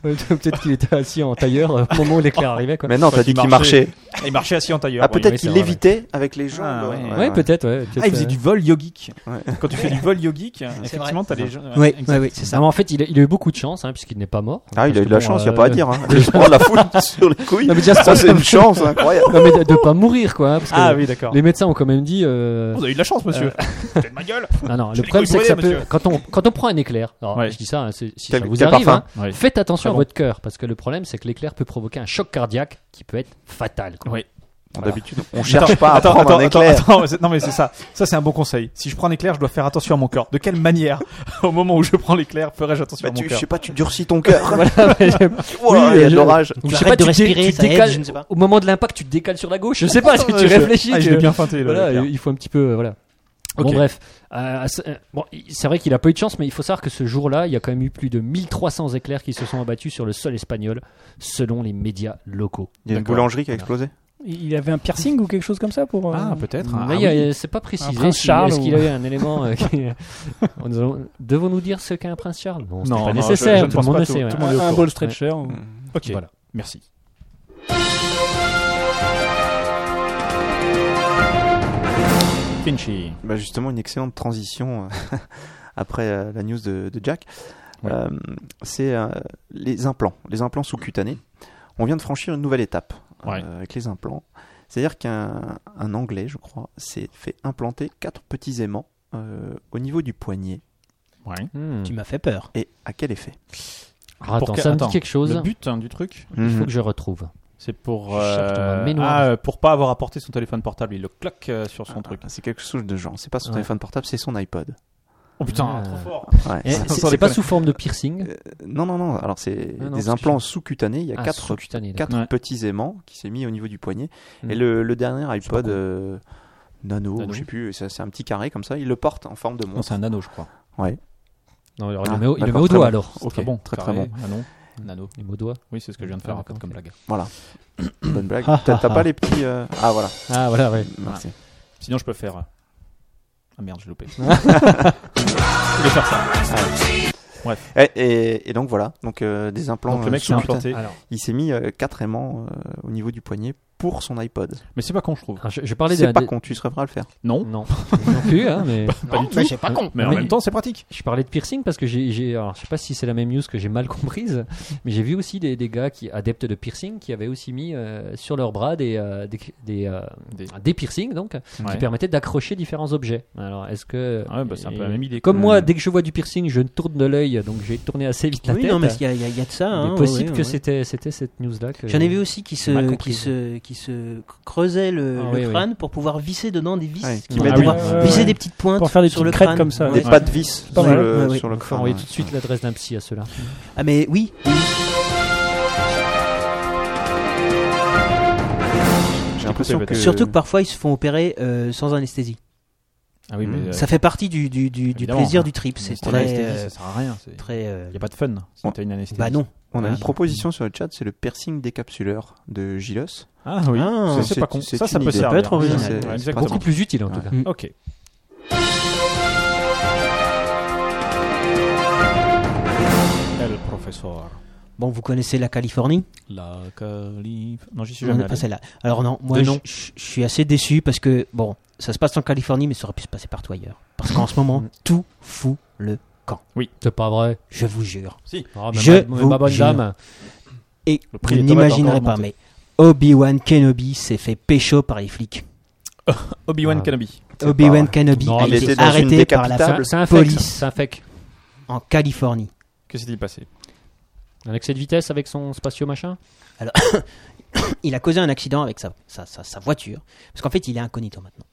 [SPEAKER 5] Ouais, <laughs> Peut-être qu'il était assis en tailleur euh, au moment où l'éclair arrivait. Quoi.
[SPEAKER 4] Mais non, t'as dit qu'il marchait.
[SPEAKER 3] Il marchait assis en tailleur.
[SPEAKER 4] Ah,
[SPEAKER 3] oui.
[SPEAKER 4] peut-être
[SPEAKER 5] oui, c'est
[SPEAKER 4] qu'il
[SPEAKER 5] vrai,
[SPEAKER 4] lévitait avec les jambes.
[SPEAKER 3] Ah, ouais.
[SPEAKER 5] Ouais, peut-être. Ouais, peut-être,
[SPEAKER 3] Ah, il faisait
[SPEAKER 5] euh.
[SPEAKER 3] du vol yogique.
[SPEAKER 4] Ouais.
[SPEAKER 3] Quand tu fais du vol yogique, effectivement, t'as les gens.
[SPEAKER 6] Oui,
[SPEAKER 3] exact.
[SPEAKER 6] oui, oui, c'est ça.
[SPEAKER 5] Non, mais en fait, il a, il a eu beaucoup de chance, hein, puisqu'il n'est pas mort.
[SPEAKER 4] Ah, il
[SPEAKER 5] Parce
[SPEAKER 4] a eu
[SPEAKER 5] que
[SPEAKER 4] de la
[SPEAKER 5] bon,
[SPEAKER 4] chance, il
[SPEAKER 5] euh,
[SPEAKER 4] a pas à dire. Hein. Il se prend la foule <laughs> sur les couilles.
[SPEAKER 5] Non, mais déjà,
[SPEAKER 4] Ça, c'est une chance incroyable.
[SPEAKER 5] <laughs> non, mais de, de pas mourir, quoi. hein, parce que
[SPEAKER 3] Ah, oui, d'accord.
[SPEAKER 5] Les médecins ont quand même dit. euh,
[SPEAKER 3] Vous avez eu de la chance, monsieur. T'es de ma gueule.
[SPEAKER 5] Non, non,
[SPEAKER 3] J'ai
[SPEAKER 5] le
[SPEAKER 3] les
[SPEAKER 5] problème,
[SPEAKER 3] couilles
[SPEAKER 5] c'est que ça
[SPEAKER 3] brûlées,
[SPEAKER 5] peut. Quand on, quand on prend un éclair, alors,
[SPEAKER 3] Ouais.
[SPEAKER 5] je dis ça, hein, c'est- si
[SPEAKER 4] Quel-
[SPEAKER 5] ça vous
[SPEAKER 4] quel
[SPEAKER 5] arrive,
[SPEAKER 4] parfum.
[SPEAKER 5] hein, faites attention
[SPEAKER 3] Ah
[SPEAKER 5] à
[SPEAKER 3] bon.
[SPEAKER 5] votre cœur, parce que le problème, c'est que l'éclair peut provoquer un choc cardiaque qui peut être fatal. quoi.
[SPEAKER 3] Ouais.
[SPEAKER 4] D'habitude, on cherche pas à
[SPEAKER 3] attends,
[SPEAKER 4] prendre
[SPEAKER 3] attends,
[SPEAKER 4] un éclair.
[SPEAKER 3] Attends, attends, c'est- non mais c'est ça. Ça c'est un bon conseil. Si je prends un éclair, je dois faire attention à mon cœur. De quelle manière, <laughs> au moment où je prends l'éclair, ferai-je attention à
[SPEAKER 4] Bah,
[SPEAKER 3] mon
[SPEAKER 4] tu, je
[SPEAKER 3] cœur
[SPEAKER 4] sais pas, tu durcis ton cœur.
[SPEAKER 5] Voilà, mais-
[SPEAKER 4] Ouah,
[SPEAKER 5] Oui,
[SPEAKER 4] il y a de
[SPEAKER 5] je-
[SPEAKER 4] l'orage.
[SPEAKER 5] ou
[SPEAKER 6] Tu arrêtes de
[SPEAKER 5] tu dé-
[SPEAKER 6] respirer,
[SPEAKER 5] tu
[SPEAKER 6] ça aide,
[SPEAKER 5] décales-
[SPEAKER 6] je ne sais pas.
[SPEAKER 5] Au moment de l'impact, tu décales sur la gauche. Je sais <laughs> pas, tu, tu réfléchis.
[SPEAKER 3] Ah, je
[SPEAKER 5] tu-
[SPEAKER 3] l'ai bien feinté. Là,
[SPEAKER 5] Voilà,
[SPEAKER 3] l'éclair.
[SPEAKER 5] il faut un petit peu, euh, voilà.
[SPEAKER 3] Ok.
[SPEAKER 5] Bon bref, Euh, c'est- euh, bon, il- c'est vrai qu'il a pas eu de chance, mais il faut savoir que ce jour-là, il y a quand même eu plus de 1300 éclairs qui se sont abattus sur le sol espagnol, selon les médias locaux.
[SPEAKER 4] Il y a une
[SPEAKER 3] D'accord.
[SPEAKER 4] boulangerie qui a explosé.
[SPEAKER 7] Il avait un piercing ou quelque chose comme ça pour. euh,
[SPEAKER 3] Ah peut-être. Ah,
[SPEAKER 5] Mais il
[SPEAKER 3] oui.
[SPEAKER 5] y a- euh, c'est pas précisé.
[SPEAKER 7] prince
[SPEAKER 5] si-
[SPEAKER 7] Charles
[SPEAKER 5] Est-ce qu'il
[SPEAKER 7] ou-
[SPEAKER 5] y avait un élément euh, qui- On nous allons- Devons-nous dire ce qu'est un prince Charles Non, c'est
[SPEAKER 3] Non,
[SPEAKER 5] pas
[SPEAKER 3] non,
[SPEAKER 5] nécessaire.
[SPEAKER 3] je- je ne
[SPEAKER 5] tout le
[SPEAKER 3] pense
[SPEAKER 5] monde
[SPEAKER 3] pas
[SPEAKER 5] le
[SPEAKER 3] tout-
[SPEAKER 5] sait.
[SPEAKER 3] tout le
[SPEAKER 5] ouais.
[SPEAKER 3] monde est au
[SPEAKER 7] un
[SPEAKER 3] courant.
[SPEAKER 7] ball stretcher. ou-
[SPEAKER 3] Ok.
[SPEAKER 5] Voilà.
[SPEAKER 3] Merci. Finchy.
[SPEAKER 4] Bah, justement, une excellente transition euh, <laughs> après euh, la news de, de Jack.
[SPEAKER 3] Ouais.
[SPEAKER 4] Euh, c'est euh, les implants, les implants sous-cutanés. On vient de franchir une nouvelle étape euh,
[SPEAKER 3] Ouais.
[SPEAKER 4] avec les implants. C'est-à-dire qu'un un Anglais, je crois, s'est fait implanter quatre petits aimants euh, au niveau du poignet.
[SPEAKER 3] Ouais.
[SPEAKER 6] Tu m'as fait peur.
[SPEAKER 4] Et à quel effet
[SPEAKER 5] Ah,
[SPEAKER 3] Pour
[SPEAKER 5] attends,
[SPEAKER 3] que-
[SPEAKER 5] ça me dit
[SPEAKER 3] attends,
[SPEAKER 5] quelque chose.
[SPEAKER 3] Le but hein, du truc,
[SPEAKER 5] Il
[SPEAKER 4] Mhm.
[SPEAKER 5] faut que je retrouve.
[SPEAKER 3] c'est pour
[SPEAKER 5] Je cherche dans ma
[SPEAKER 3] euh,
[SPEAKER 5] mémoire.
[SPEAKER 3] ah, euh, pour pas avoir apporté son téléphone portable, il le claque euh, sur
[SPEAKER 5] Ah.
[SPEAKER 3] son truc.
[SPEAKER 4] Ah, C'est quelque chose de genre. C'est pas son
[SPEAKER 5] Ouais.
[SPEAKER 4] téléphone portable, c'est son iPod.
[SPEAKER 3] Oh putain,
[SPEAKER 5] Ah.
[SPEAKER 3] trop fort.
[SPEAKER 4] Ouais.
[SPEAKER 5] Eh,
[SPEAKER 4] Sans-
[SPEAKER 5] c'est
[SPEAKER 4] sans
[SPEAKER 5] c'est pas
[SPEAKER 4] déconner.
[SPEAKER 5] sous forme de piercing.
[SPEAKER 4] Euh, <laughs> non, non, non. Alors, c'est
[SPEAKER 5] Ah non, parce
[SPEAKER 4] des
[SPEAKER 5] que
[SPEAKER 4] implants sous-cutanés. Il y a
[SPEAKER 5] Ah,
[SPEAKER 4] quatre,
[SPEAKER 5] sous-cutané,
[SPEAKER 4] quatre
[SPEAKER 3] d'accord. Ouais.
[SPEAKER 4] petits aimants qui s'est mis au niveau du poignet.
[SPEAKER 5] Mm.
[SPEAKER 4] Et le, le dernier
[SPEAKER 5] pas
[SPEAKER 4] iPod
[SPEAKER 5] con.
[SPEAKER 4] euh, nano,
[SPEAKER 3] Nano.
[SPEAKER 4] je sais plus, c'est c'est un petit carré comme ça. Il le porte en forme de
[SPEAKER 3] Non, <coughs>
[SPEAKER 4] montre.
[SPEAKER 3] c'est un anneau, je crois.
[SPEAKER 5] Non, alors, il
[SPEAKER 4] Ah,
[SPEAKER 5] le met au, oh, il le
[SPEAKER 4] d'accord,
[SPEAKER 5] met au
[SPEAKER 4] très
[SPEAKER 5] doigt
[SPEAKER 4] bon.
[SPEAKER 5] alors.
[SPEAKER 4] Ok,
[SPEAKER 3] très bon,
[SPEAKER 4] très très
[SPEAKER 3] carré,
[SPEAKER 4] bon.
[SPEAKER 3] Anneau, anneau.
[SPEAKER 5] Il met au doigt.
[SPEAKER 3] Oui, c'est ce que je viens de faire
[SPEAKER 5] Ah,
[SPEAKER 3] en fait,
[SPEAKER 5] d'accord,
[SPEAKER 3] comme
[SPEAKER 5] ok.
[SPEAKER 3] blague.
[SPEAKER 4] Voilà. Bonne blague. T'as t'as pas les petits. euh, Ah voilà.
[SPEAKER 5] Ah voilà, ouais.
[SPEAKER 4] Merci.
[SPEAKER 3] Sinon, je peux faire. euh, Ah merde, j'ai <laughs> loupé. je voulais faire ça.
[SPEAKER 4] Et, et- et donc voilà. Donc euh, des implants.
[SPEAKER 3] Donc le mec
[SPEAKER 4] euh,
[SPEAKER 3] s'est
[SPEAKER 4] sous-cutanés.
[SPEAKER 3] implanté.
[SPEAKER 5] Alors,
[SPEAKER 4] Il s'est mis euh, quatre aimants euh, au niveau du poignet pour son iPod.
[SPEAKER 3] Mais c'est pas con, je trouve.
[SPEAKER 5] alors, je, je parlais de.
[SPEAKER 4] C'est pas
[SPEAKER 5] de-
[SPEAKER 4] con. Tu serais prêt à le faire.
[SPEAKER 3] Non,
[SPEAKER 4] <laughs>
[SPEAKER 5] Non, non plus, hein, mais.
[SPEAKER 3] pas du tout.
[SPEAKER 6] mais c'est pas con.
[SPEAKER 3] Mais en
[SPEAKER 5] Mais-
[SPEAKER 3] même temps, c'est pratique.
[SPEAKER 5] Je parlais de piercing parce que j'ai, j'ai- alors, je sais pas si c'est la même news que j'ai mal comprise, mais j'ai vu aussi des, des gars qui adeptes de piercing qui avaient aussi mis euh, sur leurs bras des euh, des, des, euh,
[SPEAKER 3] Des-
[SPEAKER 5] des piercings donc qui
[SPEAKER 3] Ouais.
[SPEAKER 5] permettaient d'accrocher différents objets. Alors est-ce que
[SPEAKER 3] Ouais, bah, c'est un peu la
[SPEAKER 5] et-
[SPEAKER 3] même idée.
[SPEAKER 5] Comme
[SPEAKER 3] Mm.
[SPEAKER 5] moi, dès que je vois du piercing, je tourne de l'œil, donc j'ai tourné assez vite la
[SPEAKER 6] Oui,
[SPEAKER 5] tête.
[SPEAKER 6] non, mais il y, a- il y a- il y a de ça.
[SPEAKER 5] Il
[SPEAKER 6] hein,
[SPEAKER 5] est possible
[SPEAKER 6] ouais,
[SPEAKER 5] que
[SPEAKER 6] ouais.
[SPEAKER 5] c'était c'était cette news là. Que...
[SPEAKER 6] J'en ai vu aussi qui
[SPEAKER 3] mal
[SPEAKER 6] se, qui
[SPEAKER 3] comprise.
[SPEAKER 6] se, qui se creusait le,
[SPEAKER 5] Ah,
[SPEAKER 6] le
[SPEAKER 5] oui, oui.
[SPEAKER 6] crâne pour pouvoir visser dedans des vis.
[SPEAKER 4] Ouais,
[SPEAKER 6] qui
[SPEAKER 4] qui
[SPEAKER 6] vont
[SPEAKER 4] mettent
[SPEAKER 6] pouvoir
[SPEAKER 7] des- Ah ouais,
[SPEAKER 6] visser
[SPEAKER 7] ouais.
[SPEAKER 6] des petites pointes
[SPEAKER 7] Pour faire des
[SPEAKER 6] sur le
[SPEAKER 7] petites crêtes
[SPEAKER 6] crâne.
[SPEAKER 7] comme ça,
[SPEAKER 4] Des
[SPEAKER 6] Ouais.
[SPEAKER 4] pas de vis
[SPEAKER 7] Pas
[SPEAKER 4] sur
[SPEAKER 7] mal.
[SPEAKER 4] le,
[SPEAKER 6] Ouais, ouais.
[SPEAKER 4] sur le
[SPEAKER 5] Il faut
[SPEAKER 4] crâne.
[SPEAKER 5] envoyer
[SPEAKER 4] Ah, ouais.
[SPEAKER 5] tout de suite l'adresse d'un psy à ceux-là.
[SPEAKER 6] Ah mais oui.
[SPEAKER 4] J'ai l'impression que.
[SPEAKER 6] Surtout que parfois ils se font opérer euh, sans anesthésie.
[SPEAKER 3] Ah oui,
[SPEAKER 4] Mm.
[SPEAKER 3] mais. euh,
[SPEAKER 6] Ça fait partie du, du, du, du
[SPEAKER 3] Évidemment,
[SPEAKER 6] plaisir
[SPEAKER 3] hein.
[SPEAKER 6] du trip. C'est
[SPEAKER 3] mais
[SPEAKER 6] très,
[SPEAKER 3] l'anesthésie,
[SPEAKER 6] euh,
[SPEAKER 3] ça sert à rien. c'est-
[SPEAKER 6] très. euh,
[SPEAKER 3] Y a pas de fun si
[SPEAKER 4] Bon.
[SPEAKER 3] t'as une anesthésie.
[SPEAKER 6] Bah non.
[SPEAKER 4] On a
[SPEAKER 3] Ouais.
[SPEAKER 4] une proposition sur le chat, c'est le piercing décapsuleur de Gilles.
[SPEAKER 3] Ah oui,
[SPEAKER 6] Ah,
[SPEAKER 3] ça, c'est
[SPEAKER 4] c'est-
[SPEAKER 3] pas con.
[SPEAKER 4] c'est
[SPEAKER 3] Ça, ça
[SPEAKER 4] une
[SPEAKER 3] peut
[SPEAKER 4] idée.
[SPEAKER 3] servir.
[SPEAKER 6] Ça peut être original.
[SPEAKER 3] Ouais,
[SPEAKER 4] C'est-
[SPEAKER 3] Exactement.
[SPEAKER 5] Beaucoup plus utile en tout
[SPEAKER 4] Ouais.
[SPEAKER 5] cas.
[SPEAKER 3] Ok. El professeur.
[SPEAKER 6] Bon, vous connaissez la Californie
[SPEAKER 3] La calife. Non, j'y suis
[SPEAKER 6] On
[SPEAKER 3] jamais
[SPEAKER 6] est pas
[SPEAKER 3] allé.
[SPEAKER 6] celle-là. Alors non, moi
[SPEAKER 3] De
[SPEAKER 6] je,
[SPEAKER 3] nom.
[SPEAKER 6] je- je suis assez déçu parce que bon, ça se passe en Californie, mais ça aurait pu se passer partout ailleurs. Parce qu'en ce
[SPEAKER 3] Mm.
[SPEAKER 6] moment, tout fout le.
[SPEAKER 5] C'est pas vrai.
[SPEAKER 6] Je vous jure.
[SPEAKER 5] Ah,
[SPEAKER 6] Je
[SPEAKER 5] ma- ma,
[SPEAKER 6] vous
[SPEAKER 5] ma bonne
[SPEAKER 6] jure.
[SPEAKER 5] dame.
[SPEAKER 6] Et
[SPEAKER 3] Le prix
[SPEAKER 6] vous
[SPEAKER 3] des tomates a
[SPEAKER 6] n'imaginerez
[SPEAKER 3] encore
[SPEAKER 6] pas, mais
[SPEAKER 3] augmenté.
[SPEAKER 6] Obi-Wan Kenobi s'est fait pécho par les flics.
[SPEAKER 3] Obi-Wan
[SPEAKER 5] Ah.
[SPEAKER 3] Kenobi.
[SPEAKER 4] C'est pas
[SPEAKER 6] Obi-Wan
[SPEAKER 4] vrai.
[SPEAKER 6] Kenobi
[SPEAKER 5] Non,
[SPEAKER 6] a
[SPEAKER 5] il
[SPEAKER 6] été
[SPEAKER 4] était dans une
[SPEAKER 6] arrêté par la
[SPEAKER 5] C'est
[SPEAKER 4] décapitable.
[SPEAKER 5] un,
[SPEAKER 6] faim
[SPEAKER 5] c'est un fake.
[SPEAKER 6] police.
[SPEAKER 5] C'est un fake.
[SPEAKER 6] en Californie.
[SPEAKER 3] Que s'est-il passé
[SPEAKER 5] Un excès de vitesse avec son spatio machin.
[SPEAKER 6] Il a causé un accident avec sa, sa, sa- sa voiture. Parce qu'en fait, il est incognito maintenant.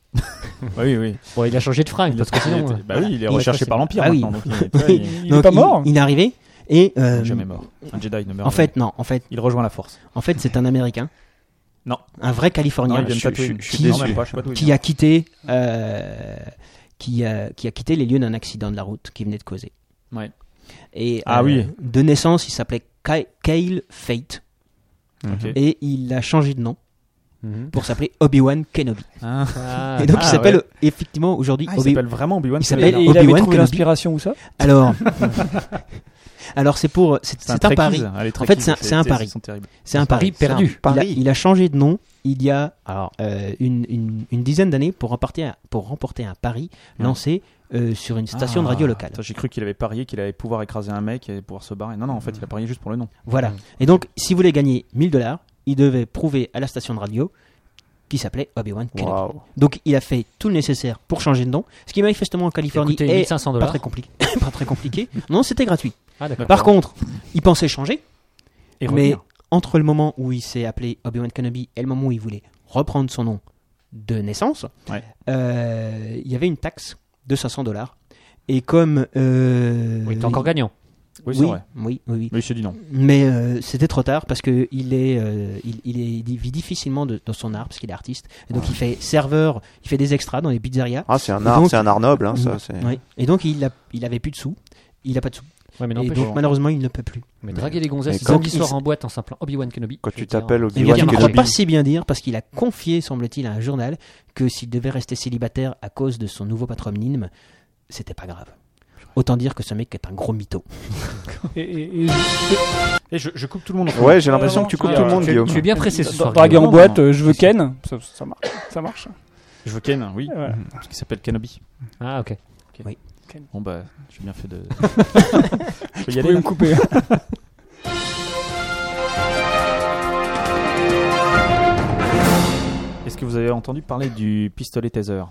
[SPEAKER 3] Bah oui, oui.
[SPEAKER 5] Bon, il a changé de fringue parce que
[SPEAKER 3] Il
[SPEAKER 5] sinon.
[SPEAKER 3] était-
[SPEAKER 5] euh,
[SPEAKER 3] Bah oui, il est
[SPEAKER 6] Il-
[SPEAKER 3] recherché par l'Empire
[SPEAKER 6] Ah oui.
[SPEAKER 3] maintenant. donc il est-
[SPEAKER 6] <laughs>
[SPEAKER 3] ouais, il-
[SPEAKER 7] Il est pas mort
[SPEAKER 6] Il, est arrivé et. euh,
[SPEAKER 3] Jamais mort. Un Jedi ne meurt
[SPEAKER 6] En
[SPEAKER 3] jamais.
[SPEAKER 6] fait, non. En fait,
[SPEAKER 3] il rejoint la Force.
[SPEAKER 6] en fait c'est un Américain.
[SPEAKER 3] Non.
[SPEAKER 6] Un vrai
[SPEAKER 3] Non,
[SPEAKER 6] Californien
[SPEAKER 3] il vient de
[SPEAKER 4] je-
[SPEAKER 3] Tatooine.
[SPEAKER 4] je- je suis
[SPEAKER 3] Non,
[SPEAKER 4] déçu.
[SPEAKER 3] même pas, je sais pas d'où il
[SPEAKER 6] qui
[SPEAKER 3] vient.
[SPEAKER 6] a quitté. euh, qui, a, qui a quitté les lieux d'un accident de la route qu'il venait de causer.
[SPEAKER 3] Ouais.
[SPEAKER 6] Et
[SPEAKER 3] Ah
[SPEAKER 6] euh,
[SPEAKER 3] oui.
[SPEAKER 6] de naissance, il s'appelait Ka- Kyle Fate
[SPEAKER 3] Ok.
[SPEAKER 6] et il a changé de nom
[SPEAKER 5] mhm.
[SPEAKER 6] pour s'appeler Obi-Wan Kenobi.
[SPEAKER 3] Ah.
[SPEAKER 5] Ah,
[SPEAKER 6] et donc
[SPEAKER 3] ah,
[SPEAKER 6] il s'appelle effectivement aujourd'hui
[SPEAKER 3] Ah, il
[SPEAKER 6] Obi-
[SPEAKER 3] s'appelle vraiment Obi-Wan
[SPEAKER 6] il
[SPEAKER 3] Kenobi.
[SPEAKER 7] Et,
[SPEAKER 6] s'appelle-
[SPEAKER 7] et il avait
[SPEAKER 6] Obi-Wan
[SPEAKER 7] trouvé
[SPEAKER 6] Kenobi.
[SPEAKER 7] l'inspiration ou ça
[SPEAKER 3] <laughs>
[SPEAKER 6] Alors, alors c'est pour c'est c'est un
[SPEAKER 3] trekkies,
[SPEAKER 6] pari.
[SPEAKER 3] hein, les
[SPEAKER 6] fait,
[SPEAKER 3] trekkies,
[SPEAKER 6] c'est un- c'est un
[SPEAKER 3] tu sais,
[SPEAKER 6] pari.
[SPEAKER 3] ils sont terribles.
[SPEAKER 6] C'est un pari
[SPEAKER 4] c'est un
[SPEAKER 6] perdu. Il a-
[SPEAKER 4] pari.
[SPEAKER 6] Il, a, changé de nom il y a alors, euh, une, une- une dizaine d'années pour remporter un, pour remporter un pari
[SPEAKER 3] Ouais.
[SPEAKER 6] lancé euh, sur une station de
[SPEAKER 3] Ah,
[SPEAKER 6] radio locale.
[SPEAKER 3] attends, J'ai cru qu'il avait parié qu'il allait pouvoir écraser un mec et pouvoir se barrer. Non, non,
[SPEAKER 6] Mm.
[SPEAKER 3] en fait, il a parié juste pour le nom.
[SPEAKER 6] Voilà. Et donc, si vous voulez gagner 1000 dollars, il devait prouver à la station de radio qu'il s'appelait Obi-Wan Kenobi.
[SPEAKER 4] Waouh.
[SPEAKER 6] Donc, il a fait tout le nécessaire pour changer de nom, ce qui manifestement en Californie
[SPEAKER 5] Écoutez,
[SPEAKER 6] est
[SPEAKER 5] 1500
[SPEAKER 6] pas
[SPEAKER 5] dollars.
[SPEAKER 6] très compliqué. <laughs> pas très compliqué. Non, c'était gratuit.
[SPEAKER 5] Ah, d'accord.
[SPEAKER 6] Par contre, il pensait changer,
[SPEAKER 3] Et
[SPEAKER 6] mais
[SPEAKER 3] revenir.
[SPEAKER 6] entre le moment où il s'est appelé Obi-Wan Kenobi et le moment où il voulait reprendre son nom de naissance,
[SPEAKER 3] Ouais.
[SPEAKER 6] euh, il y avait une taxe de 500 dollars. Et comme. euh,
[SPEAKER 5] Oui, t'es encore gagnant.
[SPEAKER 3] Oui, c'est
[SPEAKER 6] oui,
[SPEAKER 3] vrai.
[SPEAKER 6] oui, oui, oui.
[SPEAKER 3] Mais il s'est dit non.
[SPEAKER 6] Mais euh, c'était trop tard parce que il est, euh, il, il est, il vit difficilement de, dans son art parce qu'il est artiste. Et donc il fait serveur, il fait des extras dans les pizzerias.
[SPEAKER 4] Ah, c'est un
[SPEAKER 6] Et
[SPEAKER 4] art,
[SPEAKER 6] donc-
[SPEAKER 4] c'est un art noble, hein, ça. c'est-
[SPEAKER 6] Oui. Et donc il, a, il avait plus de sous. Il a pas de sous.
[SPEAKER 5] Ouais, mais
[SPEAKER 6] et
[SPEAKER 5] n'empêche.
[SPEAKER 6] donc malheureusement il ne peut plus.
[SPEAKER 5] Mais draguer les gonzesses
[SPEAKER 4] mais
[SPEAKER 5] le
[SPEAKER 6] quand-
[SPEAKER 5] samedi soir en boîte en s'appelant Obi-Wan Kenobi.
[SPEAKER 4] Quand
[SPEAKER 5] je
[SPEAKER 4] tu
[SPEAKER 5] veux dire,
[SPEAKER 4] t'appelles
[SPEAKER 5] euh,
[SPEAKER 6] Et
[SPEAKER 4] Obi-Wan
[SPEAKER 5] il y a
[SPEAKER 6] je
[SPEAKER 5] bien
[SPEAKER 6] ne
[SPEAKER 4] Kenobi.
[SPEAKER 6] crois
[SPEAKER 5] marché.
[SPEAKER 6] pas si bien dire parce qu'il a confié, semble-t-il, à un journal que s'il devait rester célibataire à cause de son nouveau patronyme, c'était pas grave. Autant dire que ce mec est un gros mytho.
[SPEAKER 7] Et- et- et-
[SPEAKER 3] Et je, je coupe tout le monde. en fait.
[SPEAKER 4] Ouais, j'ai l'impression que tu coupes
[SPEAKER 3] Ah,
[SPEAKER 4] tout le monde,
[SPEAKER 5] Tu,
[SPEAKER 4] Guillaume.
[SPEAKER 5] tu es bien pressé ce soir.
[SPEAKER 7] Draguer
[SPEAKER 5] Guillaume.
[SPEAKER 7] en
[SPEAKER 3] non,
[SPEAKER 7] boîte,
[SPEAKER 3] non.
[SPEAKER 7] euh, je veux
[SPEAKER 3] Si, si.
[SPEAKER 7] Ken. Ça, ça marche. Ça marche.
[SPEAKER 3] Je veux Ken, oui.
[SPEAKER 7] Et voilà.
[SPEAKER 3] Parce qu'il s'appelle Kenobi.
[SPEAKER 5] Ah, ok.
[SPEAKER 3] Bon, bah, j'ai bien fait
[SPEAKER 6] <laughs>
[SPEAKER 3] de. je peux y
[SPEAKER 7] Vous
[SPEAKER 3] aller.
[SPEAKER 7] pouvez
[SPEAKER 3] là
[SPEAKER 7] me couper.
[SPEAKER 3] Est-ce que vous avez entendu parler du pistolet taser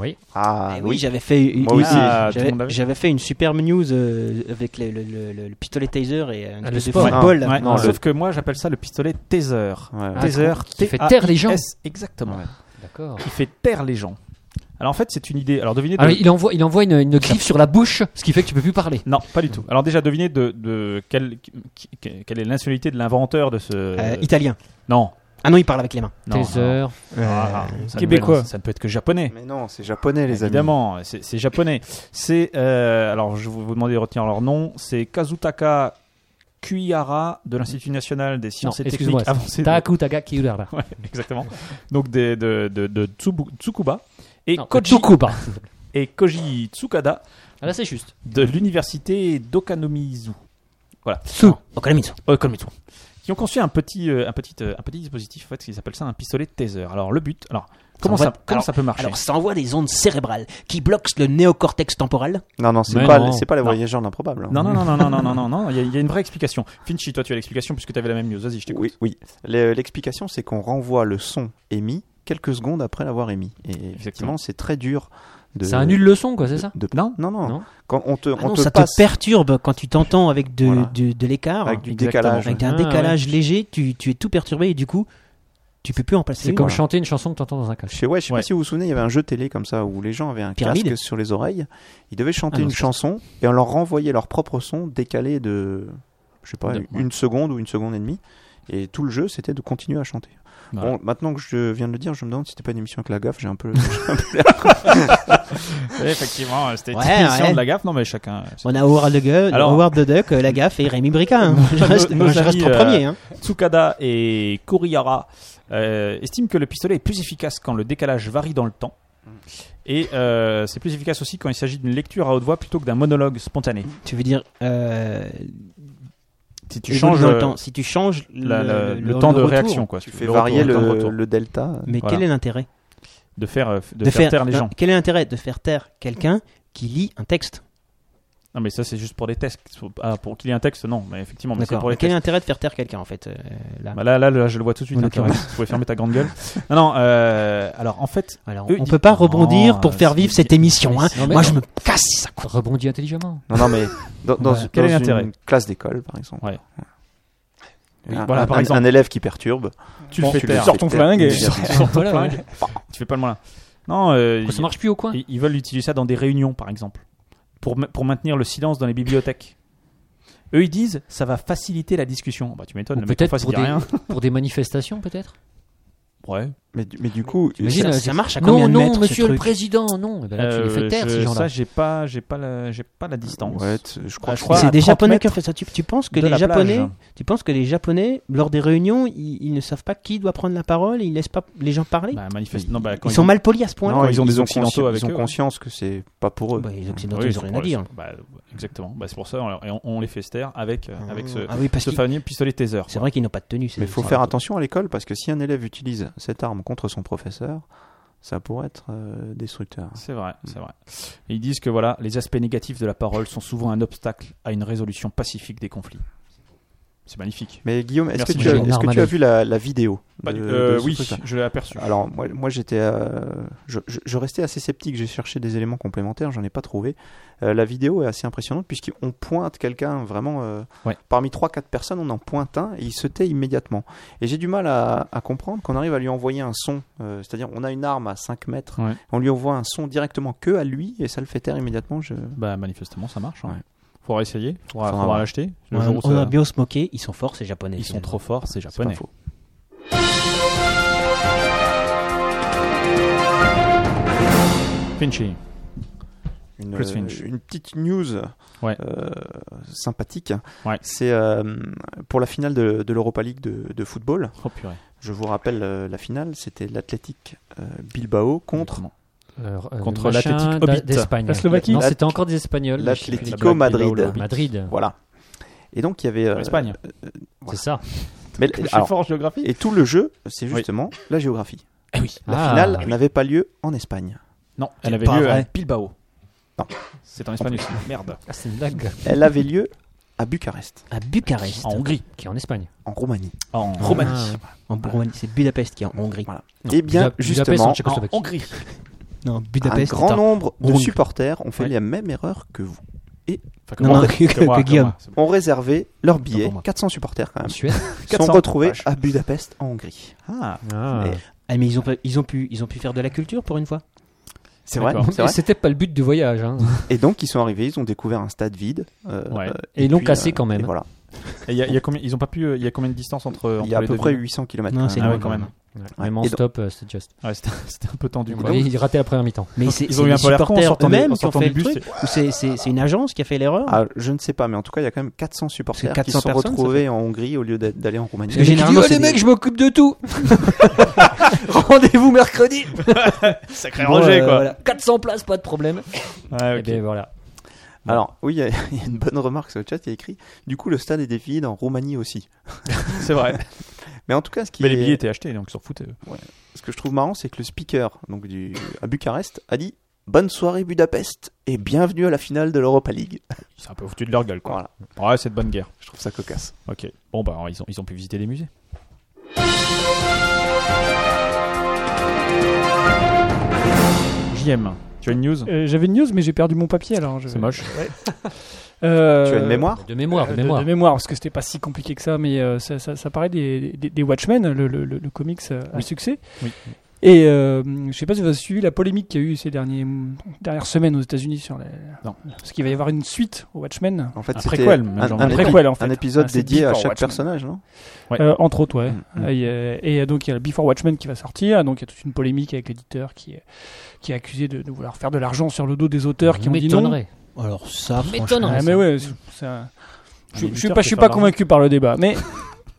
[SPEAKER 5] Oui.
[SPEAKER 4] Ah
[SPEAKER 6] Eh oui,
[SPEAKER 4] oui,
[SPEAKER 6] j'avais fait, une-
[SPEAKER 4] Moi aussi.
[SPEAKER 3] Ah, tout le
[SPEAKER 6] j'avais-
[SPEAKER 3] monde l'avait.
[SPEAKER 6] j'avais fait une superbe news euh, avec le, le, le- le- le pistolet taser et un
[SPEAKER 5] Ah, le
[SPEAKER 6] espèce de
[SPEAKER 5] sport.
[SPEAKER 6] football.
[SPEAKER 3] Ouais,
[SPEAKER 4] non,
[SPEAKER 3] sauf
[SPEAKER 4] le-
[SPEAKER 3] que moi j'appelle ça le pistolet taser.
[SPEAKER 4] Ouais.
[SPEAKER 5] Ah,
[SPEAKER 3] taser,
[SPEAKER 5] qui fait taire les gens.
[SPEAKER 3] T-A-I-S, Exactement.
[SPEAKER 4] Ouais.
[SPEAKER 5] D'accord.
[SPEAKER 3] Il fait taire les gens. Alors en fait, c'est une idée. Alors devinez. de-
[SPEAKER 5] Alors, il envoie, il envoie une, une griffe sur la bouche, ce qui fait que tu peux plus parler.
[SPEAKER 3] Non, pas du tout. Alors déjà, devinez de, de quelle, qui- qui- quelle est la nationalité de l'inventeur de ce.
[SPEAKER 6] Euh, italien.
[SPEAKER 3] Non.
[SPEAKER 6] Ah non, il parle avec les mains.
[SPEAKER 3] non, non.
[SPEAKER 5] Taser.
[SPEAKER 3] Ah, ça ne-
[SPEAKER 7] Québécois.
[SPEAKER 3] ça ne peut être que japonais.
[SPEAKER 4] Mais non, c'est japonais, les amis.
[SPEAKER 3] Évidemment, c'est c'est japonais. C'est euh, alors je vous vous demander de retenir leur nom. C'est Kazutaka Kuihara de l'Institut national des sciences
[SPEAKER 5] Non,
[SPEAKER 3] et
[SPEAKER 5] excuse-moi,
[SPEAKER 3] techniques avancées. de-
[SPEAKER 5] Taku Tagaki Urara.
[SPEAKER 3] Ouais, exactement. Donc des- de, de, de Tsubu- Tsukuba et
[SPEAKER 5] Non,
[SPEAKER 3] Koji
[SPEAKER 5] Tsukuba.
[SPEAKER 3] et Koji Tsukada
[SPEAKER 5] Ah, là, c'est juste.
[SPEAKER 3] de l'université d'Okanomizu. Voilà.
[SPEAKER 6] Okanamitsu.
[SPEAKER 3] Euh, comme ils sont. Qui ont conçu un petit, euh, un petit, euh, un petit dispositif, en fait, qu'ils appellent ça un pistolet taser. Alors, le but, alors, comment,
[SPEAKER 6] envoie-
[SPEAKER 3] ça, comment
[SPEAKER 6] alors-
[SPEAKER 3] ça peut marcher
[SPEAKER 6] Alors, ça envoie des ondes cérébrales qui bloquent le néocortex temporal.
[SPEAKER 4] Non, non, c'est
[SPEAKER 5] Mais
[SPEAKER 4] pas,
[SPEAKER 5] non.
[SPEAKER 4] c'est pas les
[SPEAKER 3] Non.
[SPEAKER 4] voyageurs d'improbable.
[SPEAKER 3] Non, non, non, non, non, non, non, non, non, il y, a- il y a une vraie explication. Finchy, toi, tu as l'explication puisque tu avais la même news. Vas-y, je t'écoute.
[SPEAKER 4] Oui, oui. Le- L'explication, c'est qu'on renvoie le son émis quelques secondes après l'avoir émis. Et effectivement, c'est très dur de.
[SPEAKER 5] C'est un nul leçon, quoi, c'est ça
[SPEAKER 4] de-
[SPEAKER 3] Non
[SPEAKER 4] Non, non.
[SPEAKER 5] Non.
[SPEAKER 4] Quand on te,
[SPEAKER 6] Ah
[SPEAKER 4] on
[SPEAKER 6] non,
[SPEAKER 4] te
[SPEAKER 6] ça
[SPEAKER 4] passe
[SPEAKER 6] te perturbe quand tu t'entends avec de,
[SPEAKER 4] Voilà.
[SPEAKER 6] de, de l'écart.
[SPEAKER 4] avec du
[SPEAKER 3] Exactement.
[SPEAKER 4] décalage.
[SPEAKER 6] Avec un
[SPEAKER 5] Ah,
[SPEAKER 6] décalage léger, tu, tu es tout perturbé et du coup, tu peux plus en passer.
[SPEAKER 5] C'est
[SPEAKER 6] une.
[SPEAKER 5] comme chanter une chanson que t'entends dans un casque.
[SPEAKER 4] Je sais, ouais, je sais
[SPEAKER 3] Ouais.
[SPEAKER 4] pas si vous vous souvenez, il y avait un jeu télé comme ça où les gens avaient un
[SPEAKER 6] Pyramide.
[SPEAKER 4] casque sur les oreilles, ils devaient chanter
[SPEAKER 6] Ah non,
[SPEAKER 4] une
[SPEAKER 6] c'est
[SPEAKER 4] chanson et on leur renvoyait leur propre son décalé de, je sais pas,
[SPEAKER 5] De-
[SPEAKER 4] une seconde ou une seconde et demie. Et tout le jeu, c'était de continuer à chanter.
[SPEAKER 3] Voilà.
[SPEAKER 4] Bon, maintenant que je viens de le dire, je me demande si c'était pas une émission avec la gaffe. J'ai
[SPEAKER 3] <laughs>
[SPEAKER 4] un peu.
[SPEAKER 3] Effectivement, c'était
[SPEAKER 6] Ouais,
[SPEAKER 3] une question
[SPEAKER 6] ouais.
[SPEAKER 3] de la gaffe. Non, mais chacun.
[SPEAKER 6] On a Howard the, Gu-
[SPEAKER 3] Alors-
[SPEAKER 6] Howard the Duck, euh, la gaffe et Rémi Brica. hein.
[SPEAKER 3] <laughs>
[SPEAKER 6] Je
[SPEAKER 3] Nos-
[SPEAKER 6] reste,
[SPEAKER 3] nos
[SPEAKER 6] je reste
[SPEAKER 3] amis, euh,
[SPEAKER 6] en premier. hein.
[SPEAKER 3] Tsukada et Kurihara euh, estiment que le pistolet est plus efficace quand le décalage varie dans le temps. Et euh, c'est plus efficace aussi quand il s'agit d'une lecture à haute voix plutôt que d'un monologue spontané.
[SPEAKER 6] Tu veux dire. euh,
[SPEAKER 3] Si tu
[SPEAKER 6] évolue
[SPEAKER 3] changes
[SPEAKER 6] dans le
[SPEAKER 3] euh,
[SPEAKER 6] temps. Si tu changes
[SPEAKER 3] la- la-
[SPEAKER 6] le,
[SPEAKER 3] le temps de
[SPEAKER 6] retour.
[SPEAKER 3] réaction, quoi.
[SPEAKER 4] tu fais
[SPEAKER 3] le
[SPEAKER 4] varier
[SPEAKER 3] retour, le temps de
[SPEAKER 4] le,
[SPEAKER 3] retour.
[SPEAKER 4] le delta.
[SPEAKER 6] Mais
[SPEAKER 3] Voilà.
[SPEAKER 6] quel est l'intérêt
[SPEAKER 3] de faire euh, de, faire, taire les
[SPEAKER 6] non,
[SPEAKER 3] gens.
[SPEAKER 6] Quel est l'intérêt de faire taire quelqu'un qui lit un texte
[SPEAKER 3] Non, mais ça c'est juste pour des tests. Ah, pour qu'il y ait un texte, non. Mais effectivement, mais c'est
[SPEAKER 6] D'accord.
[SPEAKER 3] pour les
[SPEAKER 6] Quel est
[SPEAKER 3] tests.
[SPEAKER 6] l'intérêt de faire taire quelqu'un en fait euh, là
[SPEAKER 3] Bah là, là, là, je le vois tout de suite.
[SPEAKER 6] En
[SPEAKER 3] hein, Thérèse. Vous pouvez fermer ta grande gueule. Non, non. euh, alors en fait,
[SPEAKER 6] Alors,
[SPEAKER 3] eux,
[SPEAKER 6] on
[SPEAKER 3] ils-
[SPEAKER 6] peut pas rebondir
[SPEAKER 3] Non,
[SPEAKER 6] pour faire
[SPEAKER 3] Oh, c'est-
[SPEAKER 6] vivre cette émission. hein.
[SPEAKER 5] Non, mais
[SPEAKER 6] Moi,
[SPEAKER 5] non.
[SPEAKER 6] je me casse si ça.
[SPEAKER 5] Rebondis intelligemment.
[SPEAKER 4] Non, non, mais dans, dans-
[SPEAKER 5] Bah,
[SPEAKER 4] dans
[SPEAKER 3] quel est l'intérêt
[SPEAKER 4] une classe d'école, par exemple.
[SPEAKER 3] Ouais.
[SPEAKER 4] Ouais. Un,
[SPEAKER 3] Voilà, par
[SPEAKER 4] un-
[SPEAKER 3] exemple.
[SPEAKER 4] un élève qui perturbe.
[SPEAKER 3] tu
[SPEAKER 4] Bon,
[SPEAKER 3] le fais
[SPEAKER 4] tu le
[SPEAKER 3] taire.
[SPEAKER 4] sors
[SPEAKER 7] ton
[SPEAKER 4] Peut-être.
[SPEAKER 7] flingue et.
[SPEAKER 4] Tu sors-
[SPEAKER 5] Voilà,
[SPEAKER 3] flingue. Tu fais pas le malin. Non. euh,
[SPEAKER 5] Ça marche plus au coin.
[SPEAKER 3] ils, ils veulent utiliser ça dans des réunions, par exemple, pour ma- pour maintenir le silence dans les bibliothèques. Eux, ils disent, ça va faciliter la discussion. Bah, tu m'étonnes.
[SPEAKER 5] Ou
[SPEAKER 3] le mec en
[SPEAKER 5] Peut-être
[SPEAKER 3] face, il
[SPEAKER 5] pour
[SPEAKER 3] dit
[SPEAKER 5] des,
[SPEAKER 3] rien.
[SPEAKER 5] pour des manifestations, peut-être.
[SPEAKER 3] Ouais.
[SPEAKER 4] Mais, du- mais du coup,
[SPEAKER 5] Imagine,
[SPEAKER 6] ça,
[SPEAKER 5] euh,
[SPEAKER 6] ça marche à
[SPEAKER 5] Non,
[SPEAKER 6] combien de
[SPEAKER 5] non,
[SPEAKER 6] mètres
[SPEAKER 5] monsieur
[SPEAKER 6] ce
[SPEAKER 5] le
[SPEAKER 6] truc
[SPEAKER 5] président, non. Eh ben là, tu les
[SPEAKER 3] Euh,
[SPEAKER 5] fais taire,
[SPEAKER 3] je-
[SPEAKER 5] ces gens-là.
[SPEAKER 3] Ça, j'ai pas, j'ai pas la, j'ai pas la distance.
[SPEAKER 4] ouais, t- je
[SPEAKER 3] Ah,
[SPEAKER 4] crois que
[SPEAKER 3] je crois
[SPEAKER 6] C'est
[SPEAKER 3] à
[SPEAKER 6] des
[SPEAKER 3] 30
[SPEAKER 6] Japonais qui
[SPEAKER 3] mètres
[SPEAKER 6] ont fait ça. Tu, tu penses que
[SPEAKER 3] de
[SPEAKER 6] les
[SPEAKER 3] la plage. hein.
[SPEAKER 6] Japonais, tu penses que les Japonais, lors des réunions, ils, ils ne savent pas qui doit prendre la parole, et ils laissent pas les gens parler.
[SPEAKER 3] Bah, manifeste- non, bah, quand
[SPEAKER 6] ils sont mal polis à ce point.
[SPEAKER 4] Non,
[SPEAKER 3] Quand
[SPEAKER 4] ils,
[SPEAKER 3] ils ont
[SPEAKER 4] ont
[SPEAKER 3] des
[SPEAKER 4] ils ont
[SPEAKER 3] Occidentaux
[SPEAKER 4] consci-
[SPEAKER 3] avec
[SPEAKER 4] ils ont
[SPEAKER 3] eux.
[SPEAKER 4] conscience que c'est pas pour eux.
[SPEAKER 6] Bah, les
[SPEAKER 3] Oui,
[SPEAKER 6] Occidentaux,
[SPEAKER 3] ils
[SPEAKER 6] ils ont
[SPEAKER 3] ont
[SPEAKER 6] rien à
[SPEAKER 3] pour-
[SPEAKER 6] dire.
[SPEAKER 3] bah, exactement. Bah, c'est pour ça on- et on, on les fait se taire avec, euh, avec ce,
[SPEAKER 6] ah oui, parce
[SPEAKER 3] ce
[SPEAKER 6] qu'ils-
[SPEAKER 3] fameux pistolet taser.
[SPEAKER 6] c'est vrai qu'ils n'ont pas de tenue. c'est-
[SPEAKER 4] Mais il faut
[SPEAKER 6] c'est-
[SPEAKER 4] faire attention à l'école parce que si un élève utilise cette arme contre son professeur, ça pourrait être euh, destructeur.
[SPEAKER 3] C'est vrai, c'est
[SPEAKER 6] Mm.
[SPEAKER 3] vrai. Et ils disent que voilà, les aspects négatifs de la parole sont souvent un obstacle à une résolution pacifique des conflits. C'est magnifique.
[SPEAKER 4] Mais Guillaume, est-ce que,
[SPEAKER 3] Merci,
[SPEAKER 4] tu as,
[SPEAKER 5] Guillaume.
[SPEAKER 4] est-ce que tu as vu la, la vidéo
[SPEAKER 3] Pas du-
[SPEAKER 4] de-
[SPEAKER 3] euh,
[SPEAKER 4] de ce
[SPEAKER 3] oui,
[SPEAKER 4] truc-là
[SPEAKER 3] je l'ai aperçu.
[SPEAKER 4] Alors moi, moi j'étais, euh, je, je- je restais assez sceptique. J'ai cherché des éléments complémentaires, j'en ai pas trouvé. Euh, la vidéo est assez impressionnante puisqu'on pointe quelqu'un vraiment euh,
[SPEAKER 3] Ouais.
[SPEAKER 4] parmi trois quatre personnes, on en pointe un et il se tait immédiatement. Et j'ai du mal à, à comprendre qu'on arrive à lui envoyer un son, euh, c'est-à-dire on a une arme à 5 mètres,
[SPEAKER 3] Ouais.
[SPEAKER 4] on lui envoie un son directement que à lui et ça le fait taire immédiatement. Je...
[SPEAKER 3] Bah, manifestement, ça marche. hein.
[SPEAKER 4] Ouais.
[SPEAKER 3] Faudra essayer, faudra,
[SPEAKER 4] Faudra
[SPEAKER 3] faudra
[SPEAKER 4] voir.
[SPEAKER 3] l'acheter. Le
[SPEAKER 6] Ouais,
[SPEAKER 3] jour où
[SPEAKER 6] on
[SPEAKER 3] ça-
[SPEAKER 6] a bien se moquer, ils sont forts, ces japonais.
[SPEAKER 3] Ils sont
[SPEAKER 6] finalement.
[SPEAKER 3] trop forts, c'est
[SPEAKER 4] C'est pas
[SPEAKER 3] japonais.
[SPEAKER 4] faux.
[SPEAKER 3] Finchy.
[SPEAKER 4] une, euh,
[SPEAKER 3] Chris Finch.
[SPEAKER 4] une petite news
[SPEAKER 3] Ouais.
[SPEAKER 4] euh, sympathique.
[SPEAKER 3] Ouais.
[SPEAKER 4] C'est euh, pour la finale de, de l'Europa League de, de football.
[SPEAKER 3] Oh purée.
[SPEAKER 4] Je vous rappelle euh, la finale, c'était l'Athletic euh, Bilbao contre
[SPEAKER 3] Exactement.
[SPEAKER 5] Euh, euh,
[SPEAKER 3] Contre
[SPEAKER 5] le machin
[SPEAKER 3] l'Athletic
[SPEAKER 5] d'A-
[SPEAKER 3] Hobbit.
[SPEAKER 5] d'Espagne.
[SPEAKER 7] La Slovaquie.
[SPEAKER 5] Non,
[SPEAKER 4] L'Ath-
[SPEAKER 5] c'était encore des Espagnols.
[SPEAKER 4] l'Atlético
[SPEAKER 5] Je sais plus.
[SPEAKER 4] Madrid.
[SPEAKER 5] Bilbao, le Madrid,
[SPEAKER 4] voilà. Et donc il y avait euh,
[SPEAKER 3] L'Espagne.
[SPEAKER 4] voilà.
[SPEAKER 5] c'est ça.
[SPEAKER 4] mais-
[SPEAKER 3] Je suis
[SPEAKER 4] alors,
[SPEAKER 3] fort en géographie.
[SPEAKER 4] et tout le jeu, c'est
[SPEAKER 3] Oui.
[SPEAKER 4] justement la géographie.
[SPEAKER 3] Eh oui.
[SPEAKER 4] La
[SPEAKER 5] Ah,
[SPEAKER 4] finale
[SPEAKER 5] oui.
[SPEAKER 4] n'avait pas lieu en Espagne.
[SPEAKER 3] Non, elle avait
[SPEAKER 6] pas
[SPEAKER 3] lieu à
[SPEAKER 6] vrai.
[SPEAKER 3] Bilbao.
[SPEAKER 4] Non.
[SPEAKER 3] C'est en Espagne aussi. Merde.
[SPEAKER 5] Ah, c'est une blague.
[SPEAKER 4] Elle avait lieu à Bucarest,
[SPEAKER 6] À Bucarest.
[SPEAKER 3] En Hongrie.
[SPEAKER 5] Qui est en Espagne.
[SPEAKER 4] en Roumanie.
[SPEAKER 3] En
[SPEAKER 6] Ah, ouais. En Bourgogne, c'est Budapest qui est en Hongrie.
[SPEAKER 4] et Eh bien
[SPEAKER 5] Buda- Budapest, en
[SPEAKER 4] justement,
[SPEAKER 5] Tchécoslovaquie.
[SPEAKER 3] Hongrie.
[SPEAKER 6] Non,
[SPEAKER 4] Un
[SPEAKER 6] Budapest.
[SPEAKER 4] grand
[SPEAKER 6] attends.
[SPEAKER 4] nombre de
[SPEAKER 6] Brunk.
[SPEAKER 4] supporters ont fait
[SPEAKER 3] Ouais.
[SPEAKER 4] la même erreur que vous.
[SPEAKER 3] Enfin, que
[SPEAKER 6] Non,
[SPEAKER 3] moi, <laughs>
[SPEAKER 6] non,
[SPEAKER 3] que
[SPEAKER 6] que, que
[SPEAKER 3] moi, que
[SPEAKER 6] Guillaume.
[SPEAKER 3] moi, c'est bon.
[SPEAKER 4] Ont réservé leurs billets,
[SPEAKER 3] pour moi.
[SPEAKER 4] 400 supporters quand même,
[SPEAKER 5] Suède.
[SPEAKER 4] sont
[SPEAKER 3] 400.
[SPEAKER 4] retrouvés
[SPEAKER 3] Vache.
[SPEAKER 4] à Budapest en Hongrie.
[SPEAKER 3] Ah,
[SPEAKER 4] Mais
[SPEAKER 6] Ah, mais ils ont, pas- ils, ont pu, ils ont pu faire de la culture pour une fois.
[SPEAKER 4] C'est vrai,
[SPEAKER 5] D'accord.
[SPEAKER 4] c'est vrai.
[SPEAKER 5] C'était pas le but du voyage. hein.
[SPEAKER 4] Et donc ils sont arrivés, ils ont découvert un stade vide. euh,
[SPEAKER 3] Ouais.
[SPEAKER 4] euh,
[SPEAKER 5] Et ils l'ont
[SPEAKER 4] puis,
[SPEAKER 5] cassé
[SPEAKER 4] euh,
[SPEAKER 5] quand
[SPEAKER 4] et
[SPEAKER 5] même.
[SPEAKER 4] voilà.
[SPEAKER 3] Et il y a- il y a combien- ils ont pas pu. euh, Il y a combien de distance entre, entre
[SPEAKER 4] Il y a à
[SPEAKER 3] les
[SPEAKER 4] peu
[SPEAKER 3] deux
[SPEAKER 4] près
[SPEAKER 3] villes
[SPEAKER 4] 800 km.
[SPEAKER 6] Non, c'est
[SPEAKER 3] Ah ouais,
[SPEAKER 6] loin,
[SPEAKER 3] quand même.
[SPEAKER 5] Ouais, Même en
[SPEAKER 4] Et donc-
[SPEAKER 5] stop, euh, c'était juste.
[SPEAKER 3] Ouais, c'était c'était un peu tendu.
[SPEAKER 4] Et
[SPEAKER 3] Quoi.
[SPEAKER 4] donc- Ah,
[SPEAKER 5] Et ils rataient la première mi-temps.
[SPEAKER 6] Mais
[SPEAKER 3] Donc,
[SPEAKER 6] c'est
[SPEAKER 3] ils
[SPEAKER 6] c'est
[SPEAKER 3] ont eu
[SPEAKER 6] les
[SPEAKER 3] un peu l'air cons en
[SPEAKER 6] supporters
[SPEAKER 3] sortant des-
[SPEAKER 6] eux-mêmes
[SPEAKER 3] en
[SPEAKER 6] qui ont
[SPEAKER 3] sortant
[SPEAKER 6] fait
[SPEAKER 3] du
[SPEAKER 6] le
[SPEAKER 3] bus,
[SPEAKER 6] truc. Ou c'est- c'est c'est une agence qui a fait l'erreur
[SPEAKER 4] Ah, je ne sais pas, mais en tout cas, il y a quand même 400 supporters qui
[SPEAKER 6] 400
[SPEAKER 4] se sont
[SPEAKER 6] personnes, ça
[SPEAKER 4] retrouvés en Hongrie au lieu d'être- d'aller en Roumanie.
[SPEAKER 6] Parce que généralement,
[SPEAKER 8] Oh,
[SPEAKER 6] c'est
[SPEAKER 8] les
[SPEAKER 6] des-
[SPEAKER 8] mecs, je m'occupe de
[SPEAKER 6] <laughs>
[SPEAKER 8] tout.
[SPEAKER 6] Rendez-vous mercredi
[SPEAKER 3] Sacré
[SPEAKER 6] Bon,
[SPEAKER 3] Roger,
[SPEAKER 6] euh,
[SPEAKER 3] quoi.
[SPEAKER 6] voilà. 400 places, pas de problème.
[SPEAKER 3] Ouais, ok.
[SPEAKER 5] Et Eh bien voilà.
[SPEAKER 4] Alors, oui, il y, a- <laughs> il y a une bonne remarque sur le chat, il y a écrit Du coup, le stade est des vide en Roumanie aussi.
[SPEAKER 3] C'est vrai.
[SPEAKER 4] Mais en tout cas, ce, qui
[SPEAKER 3] Mais les
[SPEAKER 4] est-
[SPEAKER 3] billets étaient achetés, donc ils s'en foutaient. eux.
[SPEAKER 4] ce que je trouve marrant, c'est que le speaker donc du, à Bucarest a dit Bonne soirée Budapest et bienvenue à la finale de l'Europa League. <laughs>
[SPEAKER 3] Ils sont un peu foutus de leur gueule, quoi.
[SPEAKER 4] Voilà,
[SPEAKER 3] Ouais, c'est de bonne guerre.
[SPEAKER 4] je trouve ça cocasse.
[SPEAKER 3] Ok. Bon, bah, ils ont, ils ont pu visiter les musées. JM, tu as une news
[SPEAKER 7] Euh, J'avais une news, mais j'ai perdu mon papier alors. je-
[SPEAKER 3] C'est moche.
[SPEAKER 7] Euh,
[SPEAKER 4] Tu as une Ah. mémoire
[SPEAKER 5] De mémoire,
[SPEAKER 7] euh,
[SPEAKER 5] de mémoire.
[SPEAKER 7] de mémoire, parce que c'était pas si compliqué que ça, mais euh, ça, ça, ça parlait des, des, des Watchmen, le, le, le- le comics euh, à
[SPEAKER 3] Oui.
[SPEAKER 7] succès.
[SPEAKER 3] Oui.
[SPEAKER 7] Et euh, je sais pas si vous avez suivi la polémique qu'il y a eu ces derniers, dernières semaines aux États-Unis sur la-
[SPEAKER 3] Non.
[SPEAKER 7] Parce qu'il va y avoir une suite aux Watchmen,
[SPEAKER 4] En fait,
[SPEAKER 3] Un
[SPEAKER 4] c'était
[SPEAKER 3] préquel,
[SPEAKER 4] un,
[SPEAKER 3] mais genre
[SPEAKER 4] un
[SPEAKER 3] un
[SPEAKER 4] épi-
[SPEAKER 7] préquel, en fait.
[SPEAKER 4] un épisode
[SPEAKER 7] Ah, c'est
[SPEAKER 4] dédié à
[SPEAKER 7] Before
[SPEAKER 4] chaque
[SPEAKER 7] Watchmen.
[SPEAKER 4] personnage, non
[SPEAKER 3] Ouais.
[SPEAKER 7] Euh, entre autres, ouais.
[SPEAKER 4] Mm,
[SPEAKER 7] Et, euh, et, euh, donc il y a le Before Watchmen qui va sortir, donc il y a toute une polémique avec l'éditeur qui, est- qui est accusé de, de vouloir faire de l'argent sur le dos des auteurs qui ont dit non.
[SPEAKER 5] M'étonnerait.
[SPEAKER 6] Alors ça,
[SPEAKER 5] M'étonnerait. ça.
[SPEAKER 7] Ouais, Ah, mais ouais, c'est- c'est un-
[SPEAKER 3] Un
[SPEAKER 7] Je, je suis
[SPEAKER 3] éditeur
[SPEAKER 7] pas,
[SPEAKER 3] qui
[SPEAKER 7] je suis
[SPEAKER 3] fait
[SPEAKER 7] pas
[SPEAKER 3] de
[SPEAKER 7] convaincu par le débat, mais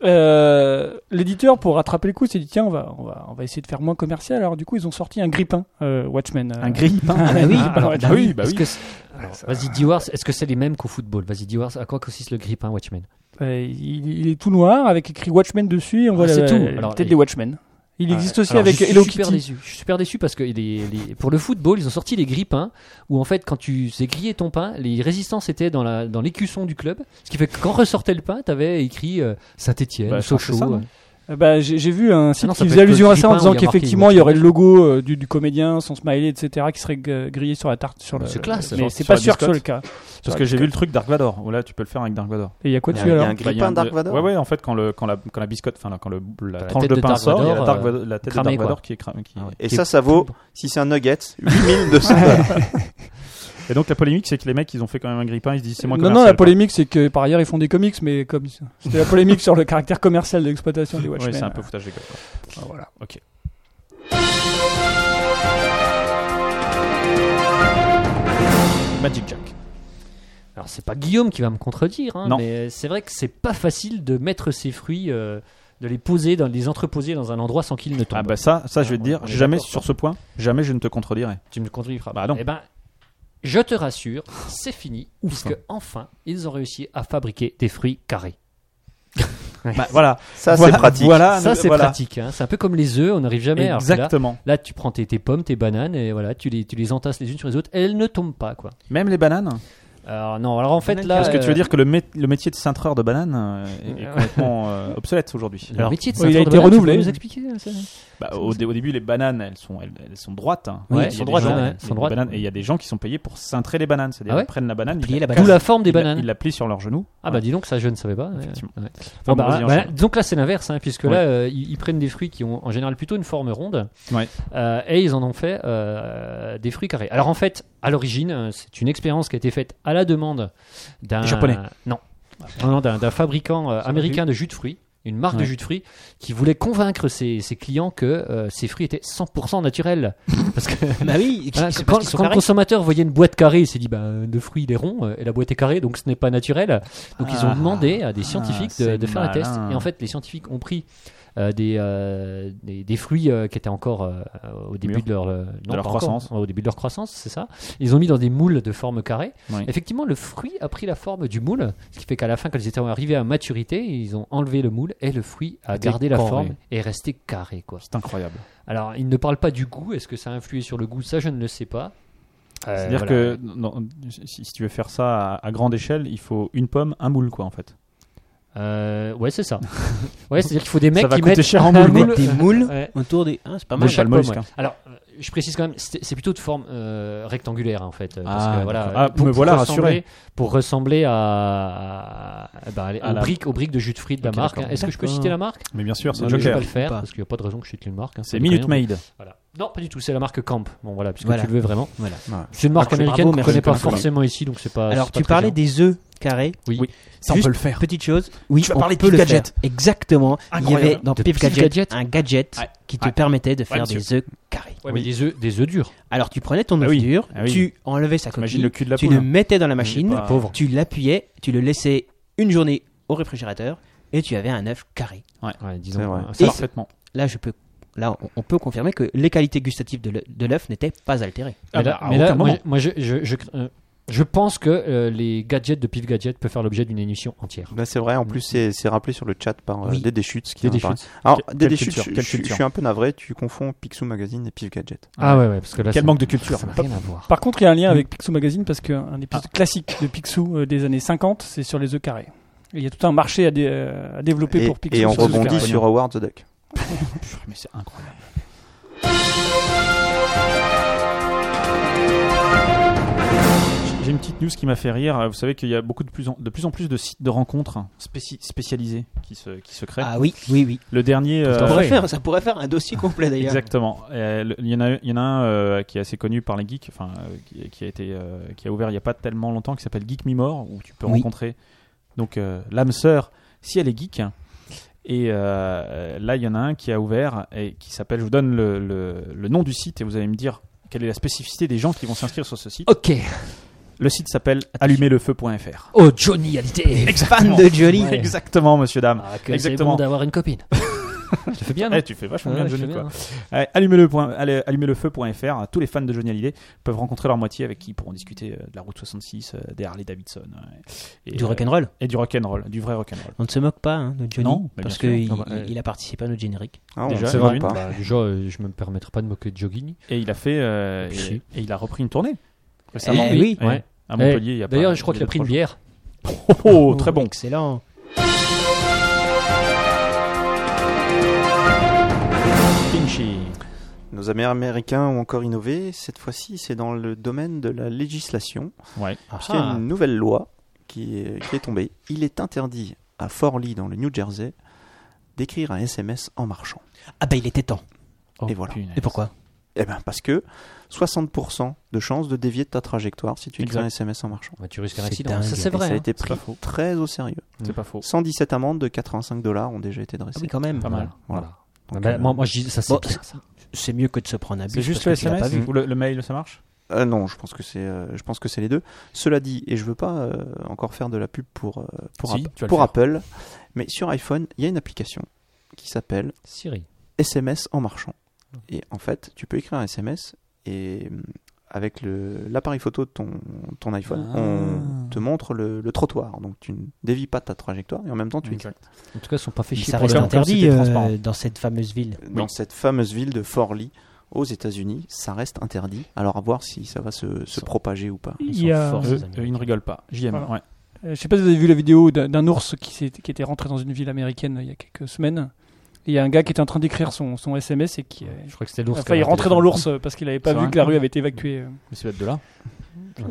[SPEAKER 7] euh, l'éditeur pour rattraper le coup s'est dit tiens on va, on va on va essayer de faire moins commercial. Alors du coup ils ont sorti un grippin euh, Watchmen. euh,
[SPEAKER 3] Un grippin
[SPEAKER 7] Ah, bah <laughs> oui, alors, bah oui,
[SPEAKER 3] bah
[SPEAKER 5] Est-ce
[SPEAKER 3] oui.
[SPEAKER 5] que c'est- Alors, Vas-y, dis-moi, est-ce que c'est les mêmes qu'au football Vas-y, dis-moi, à quoi consiste le grippin Watchmen
[SPEAKER 7] euh, il, il est tout noir avec écrit Watchmen dessus et on
[SPEAKER 5] Ah,
[SPEAKER 7] voit la,
[SPEAKER 5] c'est tout.
[SPEAKER 7] la- la
[SPEAKER 5] Alors,
[SPEAKER 7] tête
[SPEAKER 5] et-
[SPEAKER 7] des Watchmen. Il
[SPEAKER 3] Ah,
[SPEAKER 7] existe aussi
[SPEAKER 5] Alors,
[SPEAKER 7] avec
[SPEAKER 5] je suis
[SPEAKER 7] Hello
[SPEAKER 5] super
[SPEAKER 7] Kitty.
[SPEAKER 5] déçu. Je suis super déçu parce que les- les- pour le football, ils ont sorti les grippins où en fait, quand tu faisais griller ton pain, les résistances étaient dans la dans l'écusson du club, ce qui fait que quand ressortait le pain, t'avais écrit euh, Saint-Étienne,
[SPEAKER 3] Bah, je pense que
[SPEAKER 5] Sochaux.
[SPEAKER 3] c'est ça, non
[SPEAKER 5] euh.
[SPEAKER 7] Euh, Bah, j'ai j'ai vu un site
[SPEAKER 5] non, ça
[SPEAKER 7] qui
[SPEAKER 5] peut
[SPEAKER 7] faisait
[SPEAKER 5] être le
[SPEAKER 7] allusion à ça
[SPEAKER 5] grippin où
[SPEAKER 7] en
[SPEAKER 5] il y
[SPEAKER 7] disant
[SPEAKER 5] a marqué
[SPEAKER 7] qu'effectivement il y aurait le
[SPEAKER 5] Watchmen.
[SPEAKER 7] logo euh, du, du comédien, son smiley, etc., qui serait euh, grillé sur la tarte. Sur le,
[SPEAKER 5] C'est classe.
[SPEAKER 7] Mais
[SPEAKER 3] Sur-
[SPEAKER 7] c'est
[SPEAKER 3] sur
[SPEAKER 7] pas
[SPEAKER 3] la
[SPEAKER 7] sûr que ce soit le
[SPEAKER 3] biscotte.
[SPEAKER 7] cas.
[SPEAKER 3] Parce que j'ai vu le truc Dark Vador. Oh Là, tu peux le faire avec Dark Vador.
[SPEAKER 7] Et il y a quoi
[SPEAKER 4] Il y a-
[SPEAKER 7] dessus
[SPEAKER 4] il y a
[SPEAKER 7] alors
[SPEAKER 4] un
[SPEAKER 3] Bah, il y a
[SPEAKER 4] grippin
[SPEAKER 3] un-
[SPEAKER 4] Dark Vador
[SPEAKER 3] Ouais, ouais, en fait, quand, le, quand, la, quand la biscotte, enfin, quand le, la
[SPEAKER 5] la
[SPEAKER 3] tranche
[SPEAKER 5] tête
[SPEAKER 3] de
[SPEAKER 5] de
[SPEAKER 3] pain
[SPEAKER 5] Dark
[SPEAKER 3] sort, il y a la,
[SPEAKER 5] Vador,
[SPEAKER 3] Dark
[SPEAKER 5] euh,
[SPEAKER 3] Vador- la tête
[SPEAKER 5] cramée,
[SPEAKER 3] de Dark
[SPEAKER 5] quoi.
[SPEAKER 3] Vador qui est cramée. qui-
[SPEAKER 5] Ah ouais.
[SPEAKER 4] Et
[SPEAKER 5] Qui
[SPEAKER 4] ça,
[SPEAKER 5] est-
[SPEAKER 4] ça vaut, si c'est un nugget,
[SPEAKER 3] <laughs>
[SPEAKER 4] 8200
[SPEAKER 3] Et donc, la polémique, c'est que les mecs, ils ont fait quand même un grippin, ils se disent c'est moins
[SPEAKER 7] Non, non, la polémique, c'est que par ailleurs, ils font des comics, mais comme c'était la polémique sur le caractère commercial de l'exploitation des Watchmen.
[SPEAKER 3] Oui, c'est un peu foutage des gueules. quoi.
[SPEAKER 7] Ah, voilà.
[SPEAKER 3] Ok. Magic Jack.
[SPEAKER 5] Alors c'est pas Guillaume qui va me contredire, hein,
[SPEAKER 3] Non.
[SPEAKER 5] mais c'est vrai que c'est pas facile de mettre ses fruits, euh, de les poser, dans, de les entreposer dans un endroit sans qu'ils ne tombent.
[SPEAKER 3] Ah bah ça, ça je vais te
[SPEAKER 5] on-
[SPEAKER 3] dire,
[SPEAKER 5] on est
[SPEAKER 3] jamais
[SPEAKER 5] d'accord,
[SPEAKER 3] sur ce point, jamais je ne te contredirai.
[SPEAKER 5] Tu me contrediras.
[SPEAKER 3] Bah non.
[SPEAKER 5] Eh ben, je te rassure, c'est fini, parce que enfin, ils ont réussi à fabriquer des fruits carrés.
[SPEAKER 3] Bah, voilà,
[SPEAKER 4] Ça,
[SPEAKER 3] Voilà,
[SPEAKER 4] c'est pratique.
[SPEAKER 3] Voilà,
[SPEAKER 5] ça
[SPEAKER 3] Ah,
[SPEAKER 5] c'est
[SPEAKER 3] voilà.
[SPEAKER 5] pratique, hein. c'est un peu comme les œufs, on n'arrive jamais. alors que là-
[SPEAKER 3] Exactement.
[SPEAKER 5] Là, tu prends tes, tes pommes, tes bananes, et voilà, tu les, tu les entasses les unes sur les autres, et elles ne tombent pas, quoi.
[SPEAKER 3] Même les bananes.
[SPEAKER 5] Alors, non, alors en fait, là.
[SPEAKER 3] Parce que tu veux
[SPEAKER 5] euh,
[SPEAKER 3] dire que le, mé- le métier de cintreur de bananes euh, est, est
[SPEAKER 5] Euh.
[SPEAKER 3] complètement euh, obsolète aujourd'hui.
[SPEAKER 5] le
[SPEAKER 3] Alors,
[SPEAKER 5] métier de
[SPEAKER 7] Oui, il a
[SPEAKER 5] ceinture de
[SPEAKER 7] été
[SPEAKER 5] banane, tu peux
[SPEAKER 7] renouvelé.
[SPEAKER 5] nous expliquer euh, ça
[SPEAKER 3] bah, au, dé- au début, les bananes, elles sont, elles, elles sont droites. hein.
[SPEAKER 5] Oui,
[SPEAKER 3] Il y a
[SPEAKER 5] elles
[SPEAKER 3] des
[SPEAKER 5] sont droites,
[SPEAKER 3] gens-
[SPEAKER 5] ouais,
[SPEAKER 3] il y a
[SPEAKER 5] elles
[SPEAKER 3] des
[SPEAKER 5] sont droites.
[SPEAKER 3] bananes- Et il y a des gens qui sont payés pour cintrer les bananes. C'est-à-dire
[SPEAKER 5] Ah ouais
[SPEAKER 3] ils prennent la banane, ils
[SPEAKER 6] Plier la
[SPEAKER 5] D'où
[SPEAKER 6] banane.
[SPEAKER 5] la forme des
[SPEAKER 3] ils la-
[SPEAKER 5] bananes.
[SPEAKER 3] ils la plient sur leurs genoux.
[SPEAKER 5] Ah bah dis donc, ça je ne savais pas. ouais.
[SPEAKER 3] Effectivement.
[SPEAKER 5] Ouais.
[SPEAKER 3] Enfin,
[SPEAKER 5] Bon, bah,
[SPEAKER 3] bon, vas-y,
[SPEAKER 5] bah,
[SPEAKER 3] enchaîne.
[SPEAKER 5] donc là c'est l'inverse, hein, puisque
[SPEAKER 3] Ouais.
[SPEAKER 5] là euh, ils, ils prennent des fruits qui ont en général plutôt une forme ronde
[SPEAKER 3] Ouais.
[SPEAKER 5] euh, et ils en ont fait euh, des fruits carrés. Alors en fait, à l'origine, euh, c'est une expérience qui a été faite à la demande d'un
[SPEAKER 3] Des Japonais.
[SPEAKER 5] Non, Non, non, d'un d'un fabricant euh, américain de jus de fruits. Une marque de
[SPEAKER 3] Ouais.
[SPEAKER 5] jus de fruits qui voulait convaincre ses, ses clients que euh, ces fruits étaient 100% naturels. Parce que
[SPEAKER 6] Bah oui,
[SPEAKER 5] Hein,
[SPEAKER 6] c'est
[SPEAKER 5] quand
[SPEAKER 6] parce qu'ils sont
[SPEAKER 5] quand le
[SPEAKER 6] carrés.
[SPEAKER 5] consommateur voyait une boîte carrée, il s'est dit bah, le fruit il est rond euh, et la boîte est carrée, donc ce n'est pas naturel. Donc ils ont
[SPEAKER 3] Ah,
[SPEAKER 5] demandé à des
[SPEAKER 3] ah,
[SPEAKER 5] scientifiques de,
[SPEAKER 3] c'est
[SPEAKER 5] de faire un test.
[SPEAKER 3] malin.
[SPEAKER 5] Et en fait, les scientifiques ont pris euh, des, euh, des, des fruits euh, qui étaient encore euh, au début
[SPEAKER 3] Mûrs.
[SPEAKER 5] de leur, euh, non,
[SPEAKER 3] leur
[SPEAKER 5] pas encore,
[SPEAKER 3] croissance.
[SPEAKER 5] au début de leur croissance, c'est ça. Ils ont mis dans des moules de forme carrée.
[SPEAKER 3] Oui.
[SPEAKER 5] Effectivement, le fruit a pris la forme du moule, ce qui fait qu'à la fin, quand ils étaient arrivés à maturité, ils ont enlevé le moule et le fruit a
[SPEAKER 3] Était
[SPEAKER 5] gardé la
[SPEAKER 3] carré.
[SPEAKER 5] forme et est resté carré. Quoi.
[SPEAKER 3] C'est incroyable.
[SPEAKER 5] Alors, il ne parle pas du goût. Est-ce que ça a influé sur le goût Ça, je ne le sais pas. Euh,
[SPEAKER 3] C'est-à-dire
[SPEAKER 5] voilà.
[SPEAKER 3] que non, si, si tu veux faire ça à, à grande échelle, il faut une pomme, un moule, quoi, en fait.
[SPEAKER 5] Euh,
[SPEAKER 3] <laughs>
[SPEAKER 5] ouais, c'est ça. ouais, c'est-à-dire qu'il faut des mecs
[SPEAKER 3] ça va
[SPEAKER 5] qui
[SPEAKER 3] coûter
[SPEAKER 5] mettent
[SPEAKER 3] cher en
[SPEAKER 5] un
[SPEAKER 3] moule.
[SPEAKER 5] moule.
[SPEAKER 6] Des moules
[SPEAKER 5] Ouais.
[SPEAKER 6] autour des. Ah, c'est pas
[SPEAKER 5] de
[SPEAKER 6] mal.
[SPEAKER 3] Moules.
[SPEAKER 5] chaque
[SPEAKER 3] le hein.
[SPEAKER 5] pomme,
[SPEAKER 3] mollusque,
[SPEAKER 5] ouais. Alors, euh, je précise quand même, c'est c'est plutôt de forme euh, rectangulaire en fait. euh, Parce
[SPEAKER 3] Ah,
[SPEAKER 5] que, voilà,
[SPEAKER 3] d'accord. Ah,
[SPEAKER 5] euh, pour,
[SPEAKER 3] me
[SPEAKER 5] pour
[SPEAKER 3] voilà
[SPEAKER 5] ressembler-
[SPEAKER 3] rassuré.
[SPEAKER 5] Pour ressembler à, à- bah, allez,
[SPEAKER 3] À
[SPEAKER 5] aux,
[SPEAKER 3] la-
[SPEAKER 5] briques, aux briques de jus de fruits de la
[SPEAKER 3] Ok,
[SPEAKER 5] marque. hein.
[SPEAKER 3] d'accord.
[SPEAKER 5] Est-ce que je peux
[SPEAKER 6] D'accord.
[SPEAKER 5] citer la marque
[SPEAKER 9] Mais bien sûr, c'est
[SPEAKER 5] Non, mais Je vais
[SPEAKER 9] Joker.
[SPEAKER 5] pas le faire
[SPEAKER 6] Pas.
[SPEAKER 5] parce qu'il n'y a pas de raison que je cite une marque. hein,
[SPEAKER 3] C'est
[SPEAKER 5] pas de
[SPEAKER 3] Minute
[SPEAKER 5] crayon.
[SPEAKER 3] Maid.
[SPEAKER 5] Voilà. Non, pas du tout. C'est la marque Camp. Bon voilà, puisque
[SPEAKER 6] Voilà.
[SPEAKER 5] tu le veux vraiment.
[SPEAKER 6] Voilà.
[SPEAKER 5] C'est une marque
[SPEAKER 6] Marque,
[SPEAKER 5] américaine
[SPEAKER 6] bravo,
[SPEAKER 5] qu'on ne
[SPEAKER 6] merci,
[SPEAKER 5] connaît pas
[SPEAKER 6] merci.
[SPEAKER 5] forcément ici, donc c'est pas.
[SPEAKER 6] Alors,
[SPEAKER 5] c'est pas
[SPEAKER 6] tu
[SPEAKER 5] très
[SPEAKER 6] parlais
[SPEAKER 5] bien.
[SPEAKER 6] des œufs carrés.
[SPEAKER 5] Oui.
[SPEAKER 6] Oui.
[SPEAKER 3] Ça, on
[SPEAKER 6] Juste
[SPEAKER 3] peut le faire.
[SPEAKER 6] Petite chose. Oui,
[SPEAKER 3] Tu vas
[SPEAKER 6] on
[SPEAKER 3] parler de
[SPEAKER 6] peut
[SPEAKER 3] Pif
[SPEAKER 6] le
[SPEAKER 3] Gadget.
[SPEAKER 6] faire. Exactement. Il y avait dans
[SPEAKER 5] De
[SPEAKER 6] Pif
[SPEAKER 5] Pif
[SPEAKER 6] Gadget,
[SPEAKER 5] Gadget.
[SPEAKER 6] un gadget
[SPEAKER 3] Ouais.
[SPEAKER 6] qui te
[SPEAKER 3] Ouais.
[SPEAKER 6] permettait de faire
[SPEAKER 3] monsieur.
[SPEAKER 6] des œufs carrés.
[SPEAKER 5] Ouais, mais des œufs, des œufs durs.
[SPEAKER 6] Alors, tu prenais ton
[SPEAKER 3] Ah
[SPEAKER 6] œuf
[SPEAKER 3] oui.
[SPEAKER 6] dur,
[SPEAKER 3] Ah oui.
[SPEAKER 6] tu enlevais sa
[SPEAKER 3] T'imagines
[SPEAKER 6] coquille,
[SPEAKER 3] le cul de la
[SPEAKER 6] tu
[SPEAKER 3] poule. hein. Ah,
[SPEAKER 6] le mettais dans la machine,
[SPEAKER 3] pas-
[SPEAKER 5] pauvre.
[SPEAKER 6] tu l'appuyais, tu le laissais une journée au réfrigérateur et tu avais un œuf carré.
[SPEAKER 5] Ouais, disons.
[SPEAKER 4] C'est vrai.
[SPEAKER 5] euh,
[SPEAKER 3] Ça,
[SPEAKER 6] Et-
[SPEAKER 3] parfaitement.
[SPEAKER 6] Là, je peux, là, on, on peut confirmer que les qualités gustatives de l'œuf- de l'œuf n'étaient pas altérées.
[SPEAKER 5] Mais
[SPEAKER 3] Ah
[SPEAKER 5] là,
[SPEAKER 3] bah, à
[SPEAKER 5] mais là,
[SPEAKER 3] aucun
[SPEAKER 5] moi,
[SPEAKER 3] moment.
[SPEAKER 5] je- moi, je, je, je, euh, je pense que euh, les gadgets de Pif Gadget peuvent faire l'objet d'une émission entière.
[SPEAKER 4] Là, Ben, c'est vrai. En plus,
[SPEAKER 3] Mm.
[SPEAKER 4] c'est c'est rappelé sur le chat par euh,
[SPEAKER 5] Oui.
[SPEAKER 4] Dédé Schütz. Qui
[SPEAKER 5] Dédé
[SPEAKER 4] en parle.
[SPEAKER 5] Schütz.
[SPEAKER 4] Alors,
[SPEAKER 3] Quelle
[SPEAKER 4] Dédé
[SPEAKER 3] culture,
[SPEAKER 4] Schütz, je,
[SPEAKER 3] quelle
[SPEAKER 4] je- je
[SPEAKER 3] culture.
[SPEAKER 4] suis un peu navré. Tu confonds Picsou Magazine et Pif Gadget.
[SPEAKER 5] Ah ouais, ouais, parce que là,
[SPEAKER 3] Quel
[SPEAKER 5] ça-
[SPEAKER 3] manque de culture.
[SPEAKER 5] Ça n'a rien à voir.
[SPEAKER 7] Par contre, il y a un lien avec Picsou Magazine parce qu'un épisode classique de Picsou euh, des années 50, c'est sur les œufs carrés. Et Il y a tout un marché à, dé- euh, à développer
[SPEAKER 4] Et,
[SPEAKER 7] pour Picsou.
[SPEAKER 4] et on
[SPEAKER 7] sur les œufs
[SPEAKER 4] rebondit
[SPEAKER 7] carrés.
[SPEAKER 4] sur Howard the Duck.
[SPEAKER 3] Mais c'est incroyable. J'ai une petite news qui m'a fait rire. Vous savez qu'il y a beaucoup de plus en, de plus en plus de sites de rencontres spéci- spécialisés qui se, qui se créent.
[SPEAKER 6] Ah oui, oui, oui.
[SPEAKER 3] Le dernier.
[SPEAKER 6] Ça
[SPEAKER 3] euh,
[SPEAKER 6] pourrait, faire, ça pourrait faire un dossier complet d'ailleurs.
[SPEAKER 3] Exactement. Euh, le- Il y en a, il y en a un euh, qui est assez connu par les geeks, enfin euh, qui, qui a été, euh, qui a ouvert il n'y a pas tellement longtemps, qui s'appelle Geek Mimor, où tu peux
[SPEAKER 6] Oui.
[SPEAKER 3] rencontrer donc euh, l'âme sœur si elle est geek. Et euh, là, il y en a un qui a ouvert et qui s'appelle. Je vous donne le, le- le nom du site et vous allez me dire quelle est la spécificité des gens qui vont s'inscrire sur ce site.
[SPEAKER 5] Ok.
[SPEAKER 3] Le site s'appelle allumerlefeu.fr.
[SPEAKER 5] Oh, Johnny Hallyday.
[SPEAKER 6] Fan de Johnny.
[SPEAKER 5] Ouais.
[SPEAKER 3] Exactement, monsieur dame.
[SPEAKER 5] Ah, que c'est
[SPEAKER 3] Exactement.
[SPEAKER 5] bon d'avoir une copine. je te fais bien, non
[SPEAKER 3] Eh, tu fais vachement bien,
[SPEAKER 5] Ouais, je
[SPEAKER 3] Johnny,
[SPEAKER 5] fais
[SPEAKER 3] quoi.
[SPEAKER 5] bien. hein.
[SPEAKER 3] Allez, allumez le point- allez, allumezlefeu.fr. Tous les fans de Johnny Hallyday peuvent rencontrer leur moitié avec qui ils pourront discuter euh, de la route 66, euh, des Harley Davidson. ouais. Et,
[SPEAKER 6] Du
[SPEAKER 3] euh,
[SPEAKER 6] rock'n'roll.
[SPEAKER 3] Et du rock'n'roll, du vrai rock'n'roll.
[SPEAKER 6] On ne se moque pas hein, de Johnny
[SPEAKER 3] Non, mais
[SPEAKER 6] parce
[SPEAKER 3] bien sûr.
[SPEAKER 6] qu'il
[SPEAKER 3] Ah bah, euh,
[SPEAKER 6] il a participé à notre générique.
[SPEAKER 4] Ah,
[SPEAKER 3] Déjà,
[SPEAKER 4] on
[SPEAKER 3] c'est
[SPEAKER 4] sait
[SPEAKER 3] vrai.
[SPEAKER 4] pas.
[SPEAKER 5] Bah, déjà, euh, je me permettrai pas de moquer de Jogging.
[SPEAKER 3] Et il a fait. euh, et,
[SPEAKER 5] Si.
[SPEAKER 3] et il a repris une tournée. Ah,
[SPEAKER 6] Eh oui.
[SPEAKER 3] Ouais.
[SPEAKER 5] Ouais.
[SPEAKER 3] À Montpellier, il y a pas-
[SPEAKER 5] Eh, D'ailleurs, je crois
[SPEAKER 3] il
[SPEAKER 5] qu'il
[SPEAKER 3] y
[SPEAKER 5] a pris une
[SPEAKER 3] trois
[SPEAKER 5] bière.
[SPEAKER 3] jours. Oh, oh, très bon.
[SPEAKER 6] Excellent.
[SPEAKER 3] Pinchy.
[SPEAKER 4] Nos amis américains ont encore innové. Cette fois-ci, c'est dans le domaine de la législation.
[SPEAKER 3] Ouais.
[SPEAKER 4] Puisqu'il y
[SPEAKER 6] Ah,
[SPEAKER 4] a une nouvelle loi qui est, qui est tombée. Il est interdit à Fort Lee, dans le New Jersey, d'écrire un SMS en marchant.
[SPEAKER 6] Ah bah il était temps.
[SPEAKER 3] Oh,
[SPEAKER 4] Et voilà.
[SPEAKER 3] punaise.
[SPEAKER 6] Et pourquoi
[SPEAKER 4] Eh ben parce que 60% de chances de dévier de ta trajectoire si tu écris
[SPEAKER 3] Exact.
[SPEAKER 4] un SMS en marchant.
[SPEAKER 5] Bah, tu risques un
[SPEAKER 6] C'est
[SPEAKER 5] accident.
[SPEAKER 6] dingue.
[SPEAKER 5] Ça,
[SPEAKER 4] Et
[SPEAKER 5] c'est vrai.
[SPEAKER 4] ça a
[SPEAKER 5] hein.
[SPEAKER 4] été
[SPEAKER 3] C'est
[SPEAKER 4] pris
[SPEAKER 3] pas faux.
[SPEAKER 4] très au sérieux.
[SPEAKER 3] C'est pas faux.
[SPEAKER 4] 117 amendes de 85 dollars ont déjà été dressées.
[SPEAKER 6] Ah oui quand même.
[SPEAKER 3] Pas mal.
[SPEAKER 5] Voilà.
[SPEAKER 4] Donc,
[SPEAKER 5] Bah,
[SPEAKER 4] euh,
[SPEAKER 5] moi, moi, je dis- ça, c'est
[SPEAKER 6] Bon,
[SPEAKER 5] clair, ça.
[SPEAKER 6] C'est mieux que de se prendre un bus.
[SPEAKER 3] C'est juste le
[SPEAKER 6] parce que tu l'as
[SPEAKER 3] SMS
[SPEAKER 6] pas vu.
[SPEAKER 3] ou le, le mail, ça marche
[SPEAKER 4] euh, non, je pense que c'est, euh, je pense que c'est les deux. Cela dit, et je veux pas euh, encore faire de la pub pour euh, pour,
[SPEAKER 3] Si,
[SPEAKER 4] App-
[SPEAKER 3] tu vas le
[SPEAKER 4] pour
[SPEAKER 3] faire.
[SPEAKER 4] Apple, mais sur iPhone, il y a une application qui s'appelle
[SPEAKER 5] Siri.
[SPEAKER 4] SMS en marchant. Et en fait, tu peux écrire un SMS et hum, avec le- l'appareil photo de ton, ton iPhone,
[SPEAKER 3] Ah.
[SPEAKER 4] on te montre le, le trottoir. Donc tu ne dévis pas ta trajectoire et en même temps tu écris.
[SPEAKER 5] En tout cas, ils sont pas fait
[SPEAKER 6] Mais
[SPEAKER 5] chier.
[SPEAKER 6] ça
[SPEAKER 5] pour
[SPEAKER 6] reste
[SPEAKER 5] ça.
[SPEAKER 3] comme si
[SPEAKER 6] interdit
[SPEAKER 3] t'es
[SPEAKER 6] euh,
[SPEAKER 3] transparent.
[SPEAKER 6] dans cette fameuse ville.
[SPEAKER 4] Dans cette fameuse ville de Fort Lee, aux États-Unis, ça reste interdit. Alors à voir si ça va se, se propager ou pas.
[SPEAKER 5] Ils
[SPEAKER 7] Il
[SPEAKER 5] sont
[SPEAKER 7] y a-
[SPEAKER 5] forts,
[SPEAKER 3] Eux, eux, Ils
[SPEAKER 5] ces
[SPEAKER 3] Euh, ne
[SPEAKER 5] Américains.
[SPEAKER 3] rigolent pas. JM,
[SPEAKER 7] Voilà.
[SPEAKER 3] ouais.
[SPEAKER 7] Euh, Je sais pas si vous avez vu la vidéo d'un- d'un ours qui, s'est- qui était rentré dans une ville américaine euh, il y a quelques semaines. Et Il y a un gars qui était en train d'écrire son, son SMS et qui. euh,
[SPEAKER 5] Je crois que c'était l'ours. qui
[SPEAKER 7] enfin, il
[SPEAKER 5] avait un
[SPEAKER 7] rentrait dans
[SPEAKER 5] téléphone.
[SPEAKER 7] l'ours euh, parce qu'il avait pas
[SPEAKER 3] C'est
[SPEAKER 7] vu
[SPEAKER 3] vrai.
[SPEAKER 7] que la rue avait été évacuée. euh.
[SPEAKER 3] Mais c'est de là.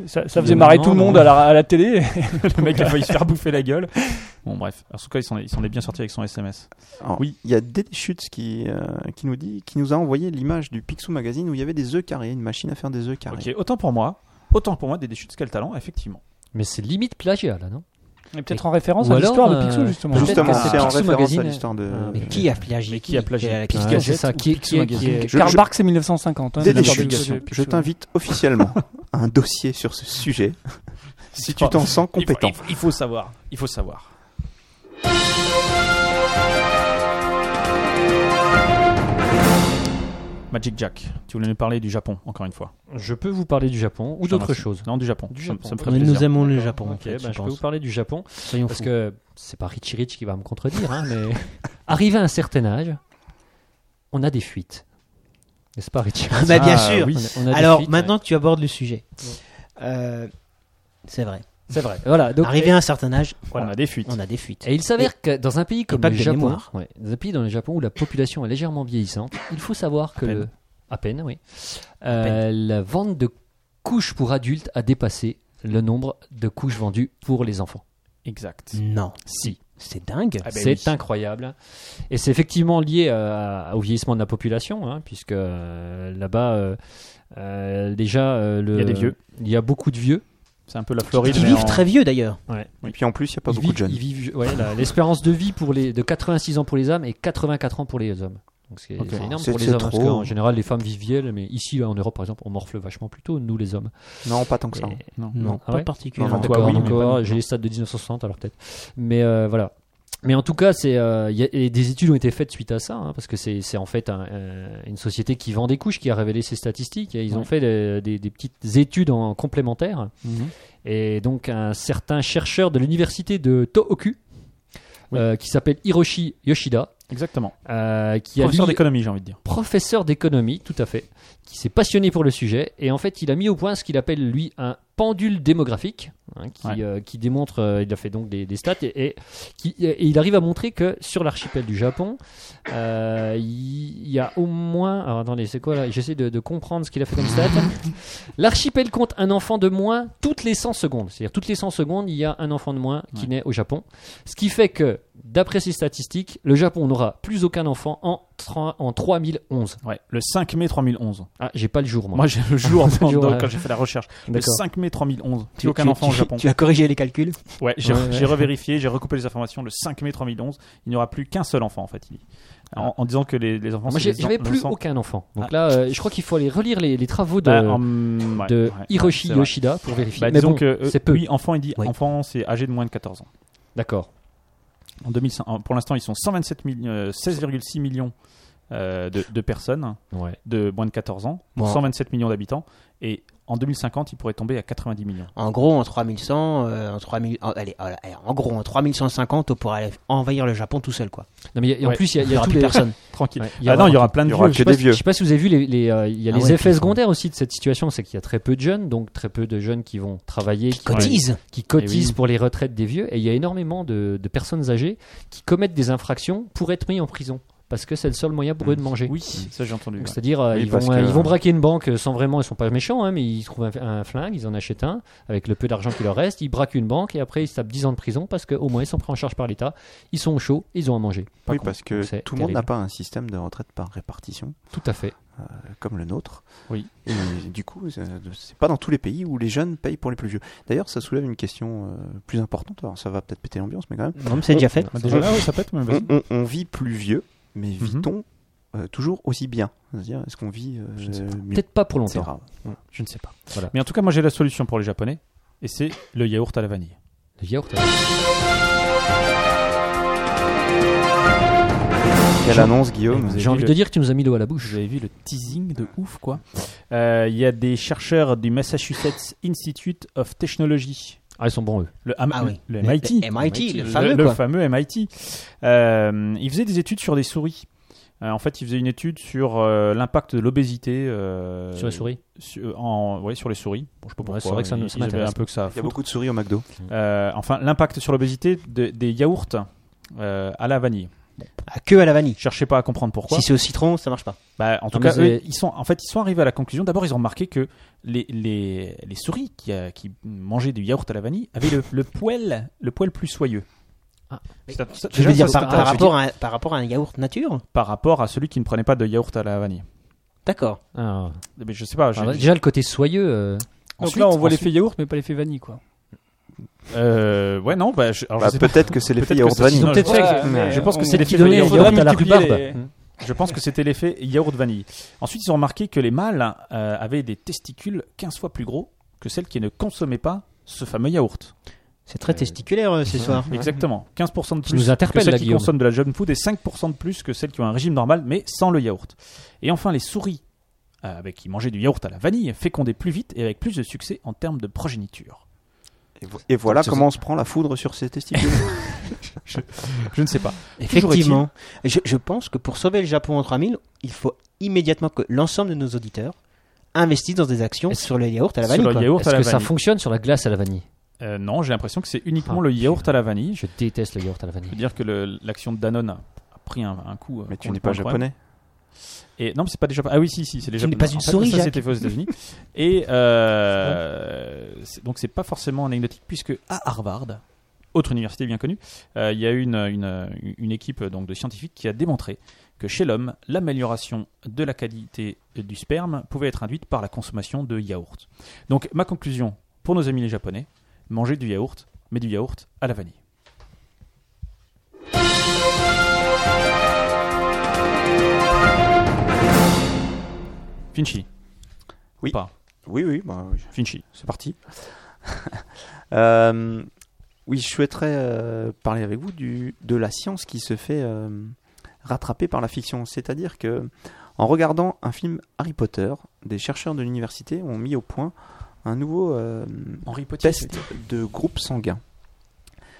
[SPEAKER 7] Ça,
[SPEAKER 5] Qui
[SPEAKER 7] ça faisait
[SPEAKER 5] dit,
[SPEAKER 7] marrer
[SPEAKER 5] non,
[SPEAKER 7] tout le
[SPEAKER 5] non.
[SPEAKER 7] monde à la, à la télé.
[SPEAKER 3] Le mec a failli se faire bouffer la gueule. Bon, bref. En tout cas, il s'en est, il s'en est bien sorti avec son SMS.
[SPEAKER 4] Alors,
[SPEAKER 3] Oui.
[SPEAKER 4] Il y a Dédé Schütz qui, euh, qui nous dit, qui nous a envoyé l'image du Picsou Magazine où il y avait des œufs carrés, une machine à faire des œufs carrés.
[SPEAKER 3] Ok, autant pour moi. Autant pour moi, des déchus de quel talent, effectivement.
[SPEAKER 5] Mais c'est limite plagiat, là, non
[SPEAKER 7] Et peut-être en référence
[SPEAKER 5] Ou
[SPEAKER 7] à
[SPEAKER 5] alors,
[SPEAKER 7] l'histoire
[SPEAKER 5] euh,
[SPEAKER 7] de Picsou, justement.
[SPEAKER 5] peut-être
[SPEAKER 4] Justement,
[SPEAKER 5] que c'est
[SPEAKER 4] c'est en
[SPEAKER 5] Picsou
[SPEAKER 4] référence
[SPEAKER 5] Magazine.
[SPEAKER 4] à l'histoire de.
[SPEAKER 5] Ah,
[SPEAKER 6] Mais qui Ah, a plagié
[SPEAKER 3] Mais qui a plagié
[SPEAKER 6] Quelle est la
[SPEAKER 3] Qui
[SPEAKER 6] question
[SPEAKER 5] Ouais, c'est ça. Qui, qui, qui, qui est...
[SPEAKER 4] Je-
[SPEAKER 7] Karl
[SPEAKER 4] je-
[SPEAKER 7] Barks, c'est 1950. hein,
[SPEAKER 4] Dédé
[SPEAKER 7] l'histoire de
[SPEAKER 4] Schütz,
[SPEAKER 7] Picsou, de
[SPEAKER 4] Je
[SPEAKER 7] Picsou.
[SPEAKER 4] t'invite officiellement à un dossier sur
[SPEAKER 3] <laughs>
[SPEAKER 4] ce sujet si tu t'en sens
[SPEAKER 3] Il faut-
[SPEAKER 4] compétent.
[SPEAKER 3] Il faut, il faut savoir. Il faut savoir. Magic Jack, tu voulais nous parler du Japon, encore une fois.
[SPEAKER 5] Je peux vous parler du Japon ou d'autres
[SPEAKER 3] Merci.
[SPEAKER 5] choses.
[SPEAKER 3] Non, du Japon.
[SPEAKER 5] Du
[SPEAKER 3] Ça-
[SPEAKER 5] Japon.
[SPEAKER 3] Ça me ferait
[SPEAKER 6] Mais
[SPEAKER 3] plaisir.
[SPEAKER 6] nous aimons le Japon.
[SPEAKER 5] Ok,
[SPEAKER 6] en fait,
[SPEAKER 5] bah,
[SPEAKER 6] je
[SPEAKER 5] je peux vous
[SPEAKER 6] pense.
[SPEAKER 5] parler du Japon
[SPEAKER 6] Soyons
[SPEAKER 5] parce
[SPEAKER 6] fous.
[SPEAKER 5] que c'est pas Richie Rich qui va me contredire, hein, mais <laughs> arrivé à un certain âge, on a des fuites. N'est-ce pas,
[SPEAKER 6] <laughs>
[SPEAKER 5] Richie Rich
[SPEAKER 6] <laughs> Bah, bien
[SPEAKER 3] Ah,
[SPEAKER 6] sûr.
[SPEAKER 3] oui.
[SPEAKER 5] On a- on a des
[SPEAKER 6] Alors
[SPEAKER 5] fuites,
[SPEAKER 6] maintenant
[SPEAKER 5] ouais.
[SPEAKER 6] que tu abordes le sujet, Euh, c'est vrai.
[SPEAKER 5] c'est vrai. Voilà. Donc,
[SPEAKER 6] Arrivé à un certain âge,
[SPEAKER 3] On a des fuites.
[SPEAKER 6] on a des fuites.
[SPEAKER 5] Et il s'avère que dans un pays comme
[SPEAKER 6] pas
[SPEAKER 5] le
[SPEAKER 6] que de
[SPEAKER 5] Japon,
[SPEAKER 6] mémoire.
[SPEAKER 5] ouais, dans un pays dans le Japon où la population est légèrement vieillissante, il faut savoir que
[SPEAKER 3] peine.
[SPEAKER 5] le À peine, oui. Euh, La vente de couches pour adultes a dépassé le nombre de couches vendues pour les enfants.
[SPEAKER 3] Exact.
[SPEAKER 5] Mm.
[SPEAKER 6] Non.
[SPEAKER 5] Si.
[SPEAKER 6] C'est dingue.
[SPEAKER 3] Ah ben
[SPEAKER 5] c'est
[SPEAKER 3] oui.
[SPEAKER 5] incroyable. Et c'est effectivement lié euh, au vieillissement de la population, hein, puisque euh, là-bas, euh, euh, déjà, euh, le-
[SPEAKER 3] Il y a des vieux.
[SPEAKER 5] Il y a beaucoup de vieux.
[SPEAKER 3] C'est un peu la Floride.
[SPEAKER 6] Qui
[SPEAKER 3] mais
[SPEAKER 6] vivent
[SPEAKER 3] en-
[SPEAKER 6] très vieux d'ailleurs.
[SPEAKER 4] Et puis en plus, il n'y a pas
[SPEAKER 5] Ils
[SPEAKER 4] beaucoup
[SPEAKER 5] vivent-
[SPEAKER 4] de jeunes.
[SPEAKER 5] ils vivent- ouais, la- L'espérance de vie pour les, de 86 ans pour les hommes et 84 ans pour les hommes. Donc c'est
[SPEAKER 4] Ok.
[SPEAKER 5] c'est énorme
[SPEAKER 4] C'est-
[SPEAKER 5] pour les
[SPEAKER 4] c'est
[SPEAKER 5] hommes, parce
[SPEAKER 4] trop.
[SPEAKER 5] qu'en général, les femmes vivent vieilles, mais ici, là, en Europe, par exemple, on morfle vachement plus tôt, nous, les hommes.
[SPEAKER 4] Non, pas tant que ça.
[SPEAKER 5] Et-
[SPEAKER 3] Non.
[SPEAKER 6] Non,
[SPEAKER 5] Ah
[SPEAKER 6] pas
[SPEAKER 5] ouais
[SPEAKER 6] particulièrement.
[SPEAKER 4] Non, non,
[SPEAKER 5] D'accord,
[SPEAKER 3] Toi, oui,
[SPEAKER 5] d'accord,
[SPEAKER 3] mais pas nous.
[SPEAKER 5] j'ai les stats de 1960 alors peut-être. Mais euh, voilà. Mais en tout cas, c'est euh, il y a- et des études ont été faites suite à ça, hein, parce que c'est c'est en fait un, euh, une société qui vend des couches qui a révélé ces statistiques. Et ils ont fait euh, des, des- des petites études en complémentaires. Et donc un certain chercheur de l'université de Tohoku,
[SPEAKER 3] Oui.
[SPEAKER 5] euh, qui s'appelle Hiroshi Yoshida,
[SPEAKER 3] Exactement.
[SPEAKER 5] euh, qui a
[SPEAKER 3] Professeur
[SPEAKER 5] lu-
[SPEAKER 3] d'économie, j'ai envie de dire.
[SPEAKER 5] professeur d'économie, tout à fait, qui s'est passionné pour le sujet. Et en fait, il a mis au point ce qu'il appelle, lui, un pendule démographique, hein, qui,
[SPEAKER 3] Ouais.
[SPEAKER 5] euh, qui démontre, euh, il a fait donc des, des stats, et, et qui, et il arrive à montrer que sur l'archipel du Japon, euh, il y a au moins... Alors attendez, c'est quoi là J'essaie de, de comprendre ce qu'il a fait comme stat. L'archipel compte un enfant de moins toutes les 100 secondes. C'est-à-dire toutes les 100 secondes, il y a un enfant de moins qui
[SPEAKER 3] Ouais.
[SPEAKER 5] naît au Japon. Ce qui fait que, d'après ces statistiques, le Japon n'aura plus aucun enfant en, tra- en 3011.
[SPEAKER 3] Ouais. Le 5 mai 3011.
[SPEAKER 5] Ah, j'ai pas le jour, moi.
[SPEAKER 3] Moi, j'ai
[SPEAKER 5] <laughs>
[SPEAKER 3] le jour, dans-
[SPEAKER 5] jour,
[SPEAKER 3] dans-
[SPEAKER 5] ouais.
[SPEAKER 3] quand j'ai fait la recherche. Le
[SPEAKER 5] D'accord.
[SPEAKER 3] 5 mai 3011. Plus
[SPEAKER 6] Tu-
[SPEAKER 3] aucun
[SPEAKER 6] tu-
[SPEAKER 3] enfant au
[SPEAKER 6] tu-
[SPEAKER 3] Japon.
[SPEAKER 6] Tu as corrigé les calculs
[SPEAKER 3] Ouais, j'ai
[SPEAKER 5] Ouais, ouais.
[SPEAKER 3] j'ai revérifié, j'ai recoupé les informations. Le 5 mai 3011, il n'y aura plus qu'un seul enfant, en fait. il dit. En, en disant que les, les enfants.
[SPEAKER 5] Ah. Moi,
[SPEAKER 3] c'est
[SPEAKER 5] j'ai-
[SPEAKER 3] les
[SPEAKER 5] j'avais
[SPEAKER 3] en-
[SPEAKER 5] plus
[SPEAKER 3] l'enfant-
[SPEAKER 5] aucun enfant. Donc
[SPEAKER 3] Ah.
[SPEAKER 5] là, euh, je crois qu'il faut aller relire les, les travaux de,
[SPEAKER 3] Bah, en- ouais,
[SPEAKER 5] de
[SPEAKER 3] ouais,
[SPEAKER 5] Hiroshi
[SPEAKER 3] c'est vrai.
[SPEAKER 5] Yoshida pour vérifier.
[SPEAKER 3] Bah,
[SPEAKER 5] Mais
[SPEAKER 3] disons
[SPEAKER 5] bon,
[SPEAKER 3] que, euh,
[SPEAKER 5] c'est peu.
[SPEAKER 3] Oui, enfant, il dit
[SPEAKER 6] Oui.
[SPEAKER 3] enfant, c'est âgé de moins de 14 ans.
[SPEAKER 5] D'accord.
[SPEAKER 3] En 2005, en- pour l'instant, ils sont 127 millions, euh, 16,6 millions euh, de, de personnes
[SPEAKER 5] Ouais.
[SPEAKER 3] de moins de 14 ans, pour
[SPEAKER 6] Bon.
[SPEAKER 3] 127 millions d'habitants, et en 2050, ils pourraient tomber à 90 millions.
[SPEAKER 6] En gros, en 3100, euh, en 3000, en- allez, allez, allez, en gros, en 3150, on pourra aller envahir le Japon tout seul, quoi.
[SPEAKER 5] Non, mais il y a- et en
[SPEAKER 3] Ouais.
[SPEAKER 5] plus, il y a, il y
[SPEAKER 6] Il y
[SPEAKER 5] a
[SPEAKER 6] aura
[SPEAKER 5] tous
[SPEAKER 6] plus
[SPEAKER 5] les-
[SPEAKER 6] personne.
[SPEAKER 3] Tranquille.
[SPEAKER 5] Ouais, il y
[SPEAKER 3] Ah
[SPEAKER 5] aura-
[SPEAKER 3] non, il y aura plein de
[SPEAKER 4] Il y aura
[SPEAKER 3] vieux.
[SPEAKER 4] que des vieux.
[SPEAKER 5] Je sais pas si vous avez vu, les, les, euh, il y a
[SPEAKER 6] Ah
[SPEAKER 5] les
[SPEAKER 6] ouais,
[SPEAKER 5] effets
[SPEAKER 6] putain.
[SPEAKER 5] secondaires aussi de cette situation, c'est qu'il y a très peu de jeunes, donc très peu de jeunes qui vont travailler, qui,
[SPEAKER 6] Cotise
[SPEAKER 5] qui cotisent
[SPEAKER 3] Eh oui.
[SPEAKER 5] pour les retraites des vieux, et il y a énormément de, de personnes âgées qui commettent des infractions pour être mis en prison, parce que c'est le seul moyen pour eux de manger.
[SPEAKER 3] Oui, ça j'ai entendu.
[SPEAKER 5] Donc,
[SPEAKER 3] ouais.
[SPEAKER 5] C'est-à-dire, euh,
[SPEAKER 4] Oui,
[SPEAKER 5] ils,
[SPEAKER 4] parce
[SPEAKER 5] vont, euh,
[SPEAKER 4] que-
[SPEAKER 5] ils vont braquer une banque euh, sans vraiment, ils sont pas méchants, hein, mais ils trouvent un, un flingue, ils en achètent un avec le peu d'argent qui leur reste, ils braquent une banque et après ils se tapent 10 ans de prison parce qu'au moins ils sont pris en charge par l'État, ils sont au chaud, ils ont à manger. Par
[SPEAKER 4] Oui,
[SPEAKER 5] contre,
[SPEAKER 4] parce que
[SPEAKER 5] donc c'est
[SPEAKER 4] tout le monde n'a
[SPEAKER 5] terrible.
[SPEAKER 4] pas un système de retraite par répartition
[SPEAKER 5] Tout à fait.
[SPEAKER 4] euh, comme le nôtre.
[SPEAKER 3] Oui.
[SPEAKER 4] Et du coup, c'est c'est pas dans tous les pays où les jeunes payent pour les plus vieux. D'ailleurs, ça soulève une question euh, plus importante. Alors, ça va peut-être péter l'ambiance, mais quand même.
[SPEAKER 6] Non, mais c'est déjà fait.
[SPEAKER 3] Bah, déjà là, ouais, ça pète, mais vas-y. Mhm.
[SPEAKER 4] On, on- on vit plus vieux, mais vit-on euh, toujours aussi bien C'est-à-dire, est-ce qu'on vit euh, mieux
[SPEAKER 5] Peut-être pas pour
[SPEAKER 4] C'est
[SPEAKER 5] longtemps.
[SPEAKER 4] rare.
[SPEAKER 3] Je ne sais pas.
[SPEAKER 5] Voilà.
[SPEAKER 3] Mais en tout cas, moi j'ai la solution pour les Japonais, et c'est le yaourt à la vanille.
[SPEAKER 5] Le yaourt,
[SPEAKER 4] Quelle annonce, Guillaume
[SPEAKER 3] Vous avez
[SPEAKER 5] J'ai envie
[SPEAKER 3] vu
[SPEAKER 5] de
[SPEAKER 3] Euh, le-
[SPEAKER 5] dire que tu nous as mis l'eau à la bouche.
[SPEAKER 3] Vous avez vu le teasing de ouf, quoi. Euh, Il y a des chercheurs du Massachusetts Institute of Technology,
[SPEAKER 5] Ah, ils sont bons eux.
[SPEAKER 3] le, M-
[SPEAKER 6] Ah oui.
[SPEAKER 3] le MIT.
[SPEAKER 6] Le MIT, le fameux,
[SPEAKER 3] le
[SPEAKER 6] quoi.
[SPEAKER 3] fameux MIT. Euh, il faisait des études sur des souris. Euh, en fait, il faisait une étude sur euh, l'impact de l'obésité euh,
[SPEAKER 5] Sur les souris.
[SPEAKER 3] sur- en, ouais, sur les souris. Bon, je sais pas
[SPEAKER 5] Ouais,
[SPEAKER 3] pourquoi.
[SPEAKER 5] c'est vrai que ça
[SPEAKER 3] mais
[SPEAKER 5] me- ça
[SPEAKER 3] ils avaient
[SPEAKER 5] m'intéresse
[SPEAKER 3] un peu que ça. à
[SPEAKER 4] Il y a
[SPEAKER 3] foutre.
[SPEAKER 4] beaucoup de souris au McDo.
[SPEAKER 3] Euh, enfin, l'impact sur l'obésité de- des yaourts euh, à la vanille.
[SPEAKER 6] Ah, Que à la vanille.
[SPEAKER 3] Cherchez pas à comprendre pourquoi.
[SPEAKER 6] si c'est au citron, ça marche pas.
[SPEAKER 3] Bah, en tout
[SPEAKER 5] mais
[SPEAKER 3] cas, eux,
[SPEAKER 5] c'est-
[SPEAKER 3] ils sont, en fait, ils sont arrivés à la conclusion. D'abord, ils ont remarqué que les, les, les souris qui, euh, qui mangeaient du yaourt à la vanille avaient le, le poil le poil plus soyeux.
[SPEAKER 5] Ah.
[SPEAKER 3] C'est- ça-
[SPEAKER 6] Je veux
[SPEAKER 3] déjà,
[SPEAKER 6] dire,
[SPEAKER 3] ça,
[SPEAKER 6] par,
[SPEAKER 3] c'est
[SPEAKER 6] par
[SPEAKER 3] intéressant.
[SPEAKER 6] rapport à, un- par rapport à un yaourt nature
[SPEAKER 3] Par rapport à celui qui ne prenait pas de yaourt à la vanille.
[SPEAKER 6] D'accord.
[SPEAKER 5] Ah,
[SPEAKER 3] Mais je sais pas. euh, je-
[SPEAKER 5] ah, bah, déjà le côté soyeux. euh,
[SPEAKER 7] Donc
[SPEAKER 3] ensuite-
[SPEAKER 7] là, on voit
[SPEAKER 3] ensuite-
[SPEAKER 7] l'effet yaourt, mais pas l'effet vanille, quoi.
[SPEAKER 3] Euh, ouais, non. Bah, je, alors, je
[SPEAKER 4] Bah,
[SPEAKER 3] sais pas.
[SPEAKER 4] peut-être que c'est l'effet
[SPEAKER 3] Peut-être
[SPEAKER 4] yaourt
[SPEAKER 3] que c'est-
[SPEAKER 4] vanille.
[SPEAKER 3] non,
[SPEAKER 5] peut-être
[SPEAKER 3] je pense
[SPEAKER 5] fait-
[SPEAKER 3] que-
[SPEAKER 4] Ouais,
[SPEAKER 3] je pense que
[SPEAKER 5] c'est
[SPEAKER 3] c'est
[SPEAKER 5] qui
[SPEAKER 3] l'effet
[SPEAKER 5] donnait le
[SPEAKER 3] yaourt
[SPEAKER 5] yaourt à la
[SPEAKER 7] multiplier
[SPEAKER 5] rhubarbe.
[SPEAKER 7] les-
[SPEAKER 5] Hmm.
[SPEAKER 3] Je pense que c'était l'effet yaourt vanille. Ensuite, ils ont remarqué que les mâles euh, avaient des testicules 15 fois plus gros que celles qui ne consommaient pas ce fameux yaourt.
[SPEAKER 6] C'est très testiculaire euh, ce soir.
[SPEAKER 3] Exactement. 15% de
[SPEAKER 5] Tu
[SPEAKER 3] plus
[SPEAKER 5] nous interpelles,
[SPEAKER 3] que celles
[SPEAKER 5] là,
[SPEAKER 3] qui
[SPEAKER 5] Guillaume.
[SPEAKER 3] consomment de la junk food et 5% de plus que celles qui ont un régime normal mais sans le yaourt. Et enfin, les souris euh, avec qui mangeaient du yaourt à la vanille fécondaient plus vite et avec plus de succès en termes de progéniture.
[SPEAKER 4] Et vo- Et voilà comment on se prend la foudre sur ses testicules.
[SPEAKER 3] Je ne sais
[SPEAKER 5] <laughs>
[SPEAKER 3] pas.
[SPEAKER 6] Effectivement. Je, je pense que pour sauver le Japon en 3000, il faut immédiimédiatement que l'ensemble de nos auditeurs investissent dans des actions
[SPEAKER 5] Est-ce-
[SPEAKER 6] sur le yaourt à la
[SPEAKER 3] Sur
[SPEAKER 6] vanille.
[SPEAKER 3] le
[SPEAKER 6] quoi.
[SPEAKER 3] yaourt
[SPEAKER 5] Est-ce
[SPEAKER 3] à la
[SPEAKER 5] que ça
[SPEAKER 3] vanille.
[SPEAKER 5] fonctionne sur la glace à la vanille
[SPEAKER 3] Euh, non, j'ai l'impression que c'est uniquement
[SPEAKER 5] Ah,
[SPEAKER 3] le yaourt à la vanille. Je
[SPEAKER 5] Je déteste le yaourt à la vanille.
[SPEAKER 3] peux dire que le- l'action de Danone a a pris un, un coup. euh,
[SPEAKER 4] Mais tu
[SPEAKER 3] qu'on
[SPEAKER 4] n'es
[SPEAKER 3] peut
[SPEAKER 4] pas
[SPEAKER 3] incroyable.
[SPEAKER 4] japonais.
[SPEAKER 3] Et non, mais c'est pas des Japonais. Ah oui, si, si, c'est des
[SPEAKER 6] Tu n'es
[SPEAKER 3] Japonais.
[SPEAKER 6] pas une
[SPEAKER 3] En fait,
[SPEAKER 6] souris,
[SPEAKER 3] ça,
[SPEAKER 6] Jacques.
[SPEAKER 3] c'était fait aux États-Unis. Et euh, c'est- donc, c'est pas forcément anecdotique, puisque à Harvard, autre université bien connue, euh, il y a eu une, une, une équipe donc, de scientifiques qui a démontré que chez l'homme, l'amélioration de la qualité du sperme pouvait être induite par la consommation de yaourt. Donc, ma conclusion pour nos amis les Japonais, mangez du yaourt, mais du yaourt à la vanille. Finchi.
[SPEAKER 4] Oui.
[SPEAKER 3] Pas.
[SPEAKER 4] Oui, oui, bah, oui.
[SPEAKER 3] Finchi.
[SPEAKER 4] c'est parti. <laughs> Euh, oui, je souhaiterais euh, parler avec vous du, de la science qui se fait euh, rattraper par la fiction. C'est-à-dire que, en regardant un film Harry Potter, des chercheurs de l'université ont mis au point un nouveau euh,
[SPEAKER 3] Henri Potier.
[SPEAKER 4] test de groupe sanguin.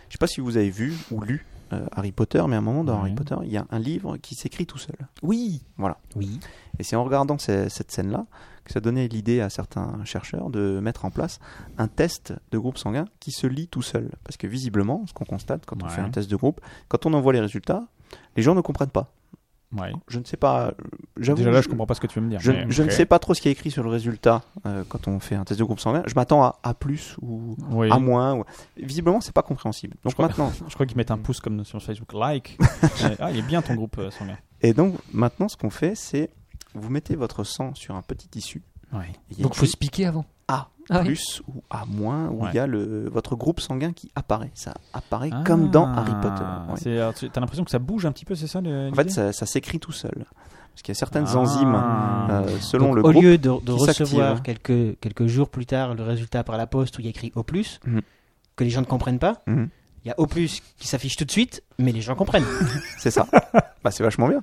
[SPEAKER 4] Je ne sais pas si vous avez vu ou lu euh, Harry Potter, mais à un moment dans
[SPEAKER 3] Ouais.
[SPEAKER 4] Harry Potter, il y a un livre qui s'écrit tout seul.
[SPEAKER 3] Oui.
[SPEAKER 6] Oui.
[SPEAKER 4] Et c'est en regardant ce- cette scène-là que ça donnait l'idée à certains chercheurs de mettre en place un test de groupe sanguin qui se lit tout seul. Parce que visiblement, ce qu'on constate quand on
[SPEAKER 3] Ouais.
[SPEAKER 4] fait un test de groupe, quand on envoie les résultats, les gens ne comprennent pas.
[SPEAKER 3] Ouais.
[SPEAKER 4] Je ne sais pas, euh, j'avoue.
[SPEAKER 3] Déjà là, je comprends pas ce que tu veux me dire.
[SPEAKER 4] je-
[SPEAKER 3] mais-
[SPEAKER 4] je ne
[SPEAKER 3] Ok.
[SPEAKER 4] sais pas trop ce qui est écrit sur le résultat euh, quand on fait un test de groupe sanguin. Je m'attends à A plus ou
[SPEAKER 3] Oui.
[SPEAKER 4] A moins. ou- Visiblement, c'est pas compréhensible. Donc
[SPEAKER 3] crois-
[SPEAKER 4] maintenant,
[SPEAKER 3] Je crois qu'ils mettent un
[SPEAKER 4] Mm.
[SPEAKER 3] pouce comme sur Facebook,
[SPEAKER 4] <laughs>
[SPEAKER 3] like. Ouais. ah, il est bien ton groupe, euh, Sangha.
[SPEAKER 4] et donc maintenant, ce qu'on fait, c'est vous mettez votre sang sur un petit tissu.
[SPEAKER 3] Ouais.
[SPEAKER 4] Il y a
[SPEAKER 5] Donc faut se piquer avant.
[SPEAKER 4] Ah.
[SPEAKER 5] Ah oui.
[SPEAKER 4] plus ou à moins, où il
[SPEAKER 3] Ouais.
[SPEAKER 4] y a le, votre groupe sanguin qui apparaît. Ça apparaît
[SPEAKER 3] Ah.
[SPEAKER 4] comme dans Harry Potter. Ouais.
[SPEAKER 3] C'est- alors, tu- T'as l'impression que ça bouge un petit peu, c'est ça le-
[SPEAKER 4] En
[SPEAKER 3] l'idée
[SPEAKER 4] fait, ça, ça s'écrit tout seul. Parce qu'il y a certaines
[SPEAKER 3] Ah.
[SPEAKER 4] enzymes,
[SPEAKER 3] Ah.
[SPEAKER 4] euh, selon
[SPEAKER 6] Donc,
[SPEAKER 4] le
[SPEAKER 6] au
[SPEAKER 4] groupe.
[SPEAKER 6] lieu de, de
[SPEAKER 4] qui s'active. hein.
[SPEAKER 6] recevoir quelques, quelques jours plus tard le résultat par la poste où il y a écrit O,
[SPEAKER 4] Mhm.
[SPEAKER 6] que les gens ne comprennent pas,
[SPEAKER 4] Mhm.
[SPEAKER 6] il y a O qui s'affiche tout de suite, mais les gens comprennent.
[SPEAKER 4] C'est ça. bah, c'est vachement bien.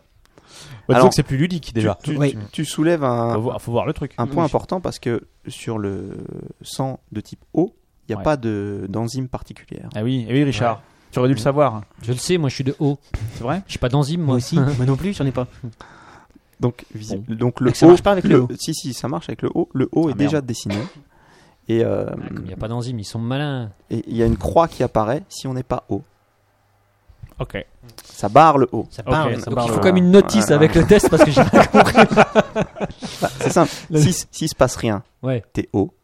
[SPEAKER 3] Bah, disons
[SPEAKER 4] alors-
[SPEAKER 3] que c'est plus ludique déjà.
[SPEAKER 4] <laughs> Tu,
[SPEAKER 6] Oui.
[SPEAKER 4] tu- tu soulèves
[SPEAKER 3] Faut,
[SPEAKER 4] un,
[SPEAKER 3] voir, faut voir le truc.
[SPEAKER 4] un point
[SPEAKER 6] Oui.
[SPEAKER 4] important parce que sur le sang de type O, il n'y a
[SPEAKER 3] Ouais.
[SPEAKER 4] pas de- d'enzyme particulière.
[SPEAKER 3] Ah oui, eh oui, Richard. Tu
[SPEAKER 4] Mm.
[SPEAKER 3] aurais dû le savoir, hein,
[SPEAKER 5] Je le sais, moi je suis de haut.
[SPEAKER 3] c'est vrai
[SPEAKER 5] Je suis pas d'enzyme moi.
[SPEAKER 4] <laughs>
[SPEAKER 5] aussi.
[SPEAKER 6] moi non plus, j'en ai pas.
[SPEAKER 4] Donc, visi- donc le
[SPEAKER 6] Donc, ça
[SPEAKER 4] O-
[SPEAKER 6] marche pas avec le O.
[SPEAKER 4] Si, si, ça marche avec le O. Le
[SPEAKER 3] Ah,
[SPEAKER 4] O est
[SPEAKER 3] merde.
[SPEAKER 4] déjà dessiné. Et euh,
[SPEAKER 5] Ah, Comme il n'y a pas d'enzyme, ils sont malins.
[SPEAKER 4] et il y a une croix qui apparaît si on n'est pas O.
[SPEAKER 3] Ok.
[SPEAKER 4] Ça barre le haut.
[SPEAKER 6] Ça parle.
[SPEAKER 3] ça
[SPEAKER 5] Donc
[SPEAKER 3] parle,
[SPEAKER 5] il faut
[SPEAKER 4] ouais.
[SPEAKER 5] comme une notice
[SPEAKER 4] Ouais,
[SPEAKER 5] avec le test parce que j'ai pas compris.
[SPEAKER 4] C'est
[SPEAKER 5] <laughs>
[SPEAKER 4] simple. si s'il se passe rien,
[SPEAKER 5] Ouais.
[SPEAKER 4] t'es haut.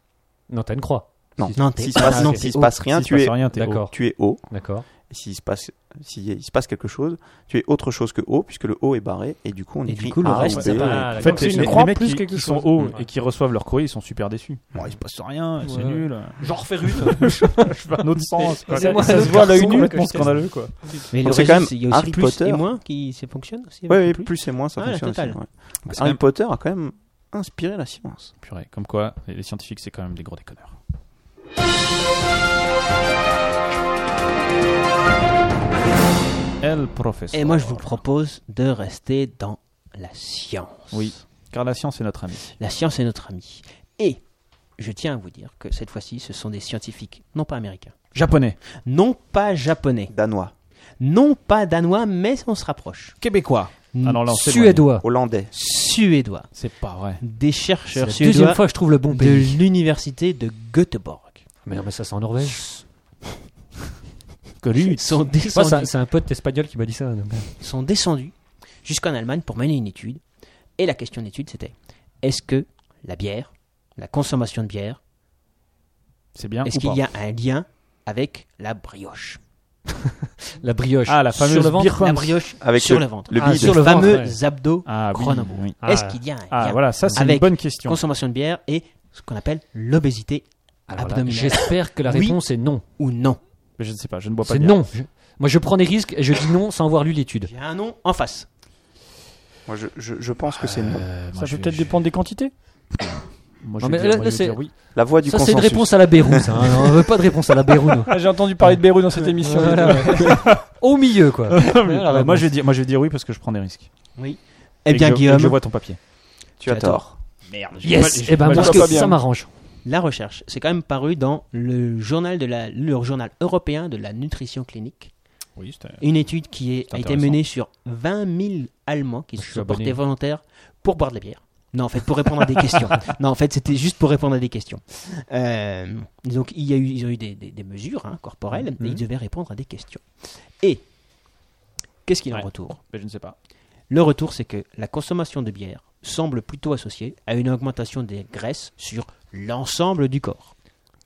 [SPEAKER 5] Non, t'as une croix.
[SPEAKER 4] Non.
[SPEAKER 6] Non, t'es-
[SPEAKER 4] S'il se passe,
[SPEAKER 5] Ah, ok.
[SPEAKER 4] s'il se passe rien,
[SPEAKER 3] S'il se
[SPEAKER 4] tu
[SPEAKER 3] passe
[SPEAKER 4] es
[SPEAKER 3] rien, t'es
[SPEAKER 5] D'accord.
[SPEAKER 4] tu es haut.
[SPEAKER 5] D'accord.
[SPEAKER 4] Et S'il se passe s'il y a- il se passe quelque chose, tu es autre chose que haut puisque le haut est barré et du coup on
[SPEAKER 6] Et
[SPEAKER 4] écrit
[SPEAKER 6] du coup, le
[SPEAKER 4] A,
[SPEAKER 6] reste,
[SPEAKER 4] B.
[SPEAKER 6] ça part.
[SPEAKER 5] Ah,
[SPEAKER 3] En
[SPEAKER 5] d'accord.
[SPEAKER 3] fait,
[SPEAKER 5] C'est
[SPEAKER 3] les,
[SPEAKER 5] une
[SPEAKER 3] les
[SPEAKER 5] croix
[SPEAKER 3] mecs
[SPEAKER 5] plus
[SPEAKER 3] qui,
[SPEAKER 5] quelque
[SPEAKER 3] qui sont
[SPEAKER 5] chose.
[SPEAKER 3] hauts
[SPEAKER 5] Ouais.
[SPEAKER 3] et qui reçoivent leur courrier, ils sont super déçus.
[SPEAKER 4] Bon, il se
[SPEAKER 3] passe rien, c'est
[SPEAKER 5] Ouais.
[SPEAKER 3] nul.
[SPEAKER 5] J'en refaire
[SPEAKER 3] Je
[SPEAKER 5] une.
[SPEAKER 3] fais un autre sens. quoi.
[SPEAKER 5] <laughs> C'est moi,
[SPEAKER 3] ça
[SPEAKER 5] le
[SPEAKER 3] se voit à l'œil nu,
[SPEAKER 5] garçon que je
[SPEAKER 3] complètement scandaleux, quoi.
[SPEAKER 6] Mais le
[SPEAKER 4] Donc, c'est
[SPEAKER 6] résultat,
[SPEAKER 4] quand même
[SPEAKER 6] il y a aussi
[SPEAKER 4] Harry
[SPEAKER 6] plus
[SPEAKER 4] Potter.
[SPEAKER 6] et moins qui ça fonctionne aussi. hein.
[SPEAKER 4] Ouais, ouais,
[SPEAKER 6] plus.
[SPEAKER 4] plus et moins ça
[SPEAKER 6] Ah, la
[SPEAKER 4] fonctionne aussi.
[SPEAKER 6] totale.
[SPEAKER 4] ouais.
[SPEAKER 3] Parce
[SPEAKER 4] Harry
[SPEAKER 3] que-
[SPEAKER 4] Potter a quand même inspiré la science.
[SPEAKER 3] Purée, comme quoi, les les scientifiques, c'est quand même des gros déconneurs. El professeur.
[SPEAKER 6] Et moi, je vous propose de rester dans la science.
[SPEAKER 3] Oui. Car la science est notre amie.
[SPEAKER 6] La science est notre amie. Et je tiens à vous dire que cette fois-ci, ce sont des scientifiques, non pas américains,
[SPEAKER 3] Japonais.
[SPEAKER 6] non pas japonais,
[SPEAKER 4] Danois,
[SPEAKER 6] non pas danois, mais on se rapproche.
[SPEAKER 3] Québécois. Ah non, là, on s'éloigne.
[SPEAKER 5] Suédois.
[SPEAKER 4] hollandais,
[SPEAKER 6] Suédois.
[SPEAKER 3] C'est pas vrai.
[SPEAKER 6] Des
[SPEAKER 5] C'est
[SPEAKER 6] chercheurs
[SPEAKER 5] la deuxième
[SPEAKER 6] suédois
[SPEAKER 5] fois que je trouve le bon
[SPEAKER 6] de
[SPEAKER 5] pays.
[SPEAKER 6] l'université de Göteborg
[SPEAKER 5] Mais non, mais ça c'est en Norvège.
[SPEAKER 3] Connu.
[SPEAKER 6] sont
[SPEAKER 5] Moi,
[SPEAKER 6] descendus,
[SPEAKER 5] c'est un- c'est un pote espagnol qui m'a dit ça. donc. euh,
[SPEAKER 6] sont descendus jusqu'en Allemagne pour mener une étude. Et la question d'étude, c'était est-ce que la bière, la consommation de bière,
[SPEAKER 3] C'est
[SPEAKER 5] Hein,
[SPEAKER 3] bien.
[SPEAKER 6] est-ce
[SPEAKER 3] ou
[SPEAKER 6] qu'il
[SPEAKER 3] pas
[SPEAKER 6] y a un lien avec la brioche
[SPEAKER 5] La brioche.
[SPEAKER 3] Ah, la fameuse
[SPEAKER 5] sur le ventre.
[SPEAKER 3] beer pump.
[SPEAKER 6] La brioche
[SPEAKER 4] avec
[SPEAKER 6] sur
[SPEAKER 4] le,
[SPEAKER 6] le, ventre.
[SPEAKER 4] le
[SPEAKER 5] Ah,
[SPEAKER 4] bide.
[SPEAKER 5] sur le ventre,
[SPEAKER 6] fameux
[SPEAKER 5] ouais.
[SPEAKER 6] abdos
[SPEAKER 3] Ah, oui,
[SPEAKER 6] chronobo.
[SPEAKER 3] oui.
[SPEAKER 5] Ah.
[SPEAKER 6] Est-ce qu'il y a un lien
[SPEAKER 3] Ah, voilà, ça, c'est une
[SPEAKER 6] Avec
[SPEAKER 3] bonne question.
[SPEAKER 6] consommation de bière et ce qu'on appelle l'obésité
[SPEAKER 3] Ah,
[SPEAKER 5] Alors là,
[SPEAKER 6] abdominale
[SPEAKER 5] Ah, J'espère que la
[SPEAKER 6] Oui.
[SPEAKER 5] réponse est non.
[SPEAKER 6] ou non
[SPEAKER 3] Mais je ne sais pas, je ne bois pas
[SPEAKER 5] C'est
[SPEAKER 3] de bière.
[SPEAKER 5] non. Je- Moi, je prends des risques et je dis non sans avoir lu l'étude.
[SPEAKER 6] J'ai un nom en face.
[SPEAKER 4] Moi, je, je- je pense que c'est non.
[SPEAKER 3] Euh, moi,
[SPEAKER 7] Ça
[SPEAKER 3] je
[SPEAKER 7] peut
[SPEAKER 3] vais-
[SPEAKER 7] peut-être
[SPEAKER 3] je-
[SPEAKER 7] dépendre des quantités.
[SPEAKER 3] Moi,
[SPEAKER 5] Non,
[SPEAKER 3] je vais
[SPEAKER 5] mais
[SPEAKER 3] dire-
[SPEAKER 5] là,
[SPEAKER 3] moi, je vais
[SPEAKER 5] c'est-
[SPEAKER 3] dire oui.
[SPEAKER 4] La voie du
[SPEAKER 5] Ça, c'est une
[SPEAKER 4] consensus.
[SPEAKER 5] réponse à la Bérou. ça, hein. On veut pas de réponse à la Bérou. nous.
[SPEAKER 7] Ah, J'ai entendu parler de Beyrouth dans cette émission.
[SPEAKER 5] Voilà. Au milieu, quoi. Voilà, la
[SPEAKER 3] Euh, Moi,
[SPEAKER 5] réponse.
[SPEAKER 3] je vais dire, moi, je vais dire oui parce que je prends des risques.
[SPEAKER 6] Eh
[SPEAKER 3] que
[SPEAKER 6] bien,
[SPEAKER 3] je-
[SPEAKER 6] Guillaume,
[SPEAKER 3] que Je vois ton papier.
[SPEAKER 4] Tu as
[SPEAKER 6] Tu as tort.
[SPEAKER 4] tort.
[SPEAKER 5] Yes. Eh ben,
[SPEAKER 7] moi,
[SPEAKER 5] moi,
[SPEAKER 7] je
[SPEAKER 5] que
[SPEAKER 7] vois pas bien.
[SPEAKER 5] ça m'arrange.
[SPEAKER 6] la recherche, c'est quand même paru dans le journal, de la, le journal européen de la nutrition clinique.
[SPEAKER 3] Oui, c'était.
[SPEAKER 6] Une étude qui est-
[SPEAKER 3] C'est
[SPEAKER 6] a été
[SPEAKER 3] intéressant.
[SPEAKER 6] menée sur 20 000 Allemands qui
[SPEAKER 5] Je
[SPEAKER 6] se
[SPEAKER 5] suis
[SPEAKER 6] sont
[SPEAKER 5] abonné.
[SPEAKER 6] portés volontaires pour boire de la bière. Non, en fait, pour répondre à
[SPEAKER 3] <laughs>
[SPEAKER 6] des questions. Non, en fait, c'était juste pour répondre à des questions. Euh, donc, il y a eu, ils ont eu des, des- des mesures hein, corporelles
[SPEAKER 3] Mm-hmm.
[SPEAKER 6] et ils devaient répondre à des questions. Et qu'est-ce qu'il en
[SPEAKER 3] Ouais.
[SPEAKER 6] retourne
[SPEAKER 3] Mais je ne sais pas.
[SPEAKER 6] Le retour, c'est que la consommation de bière semble plutôt associée à une augmentation des graisses sur l'ensemble du corps.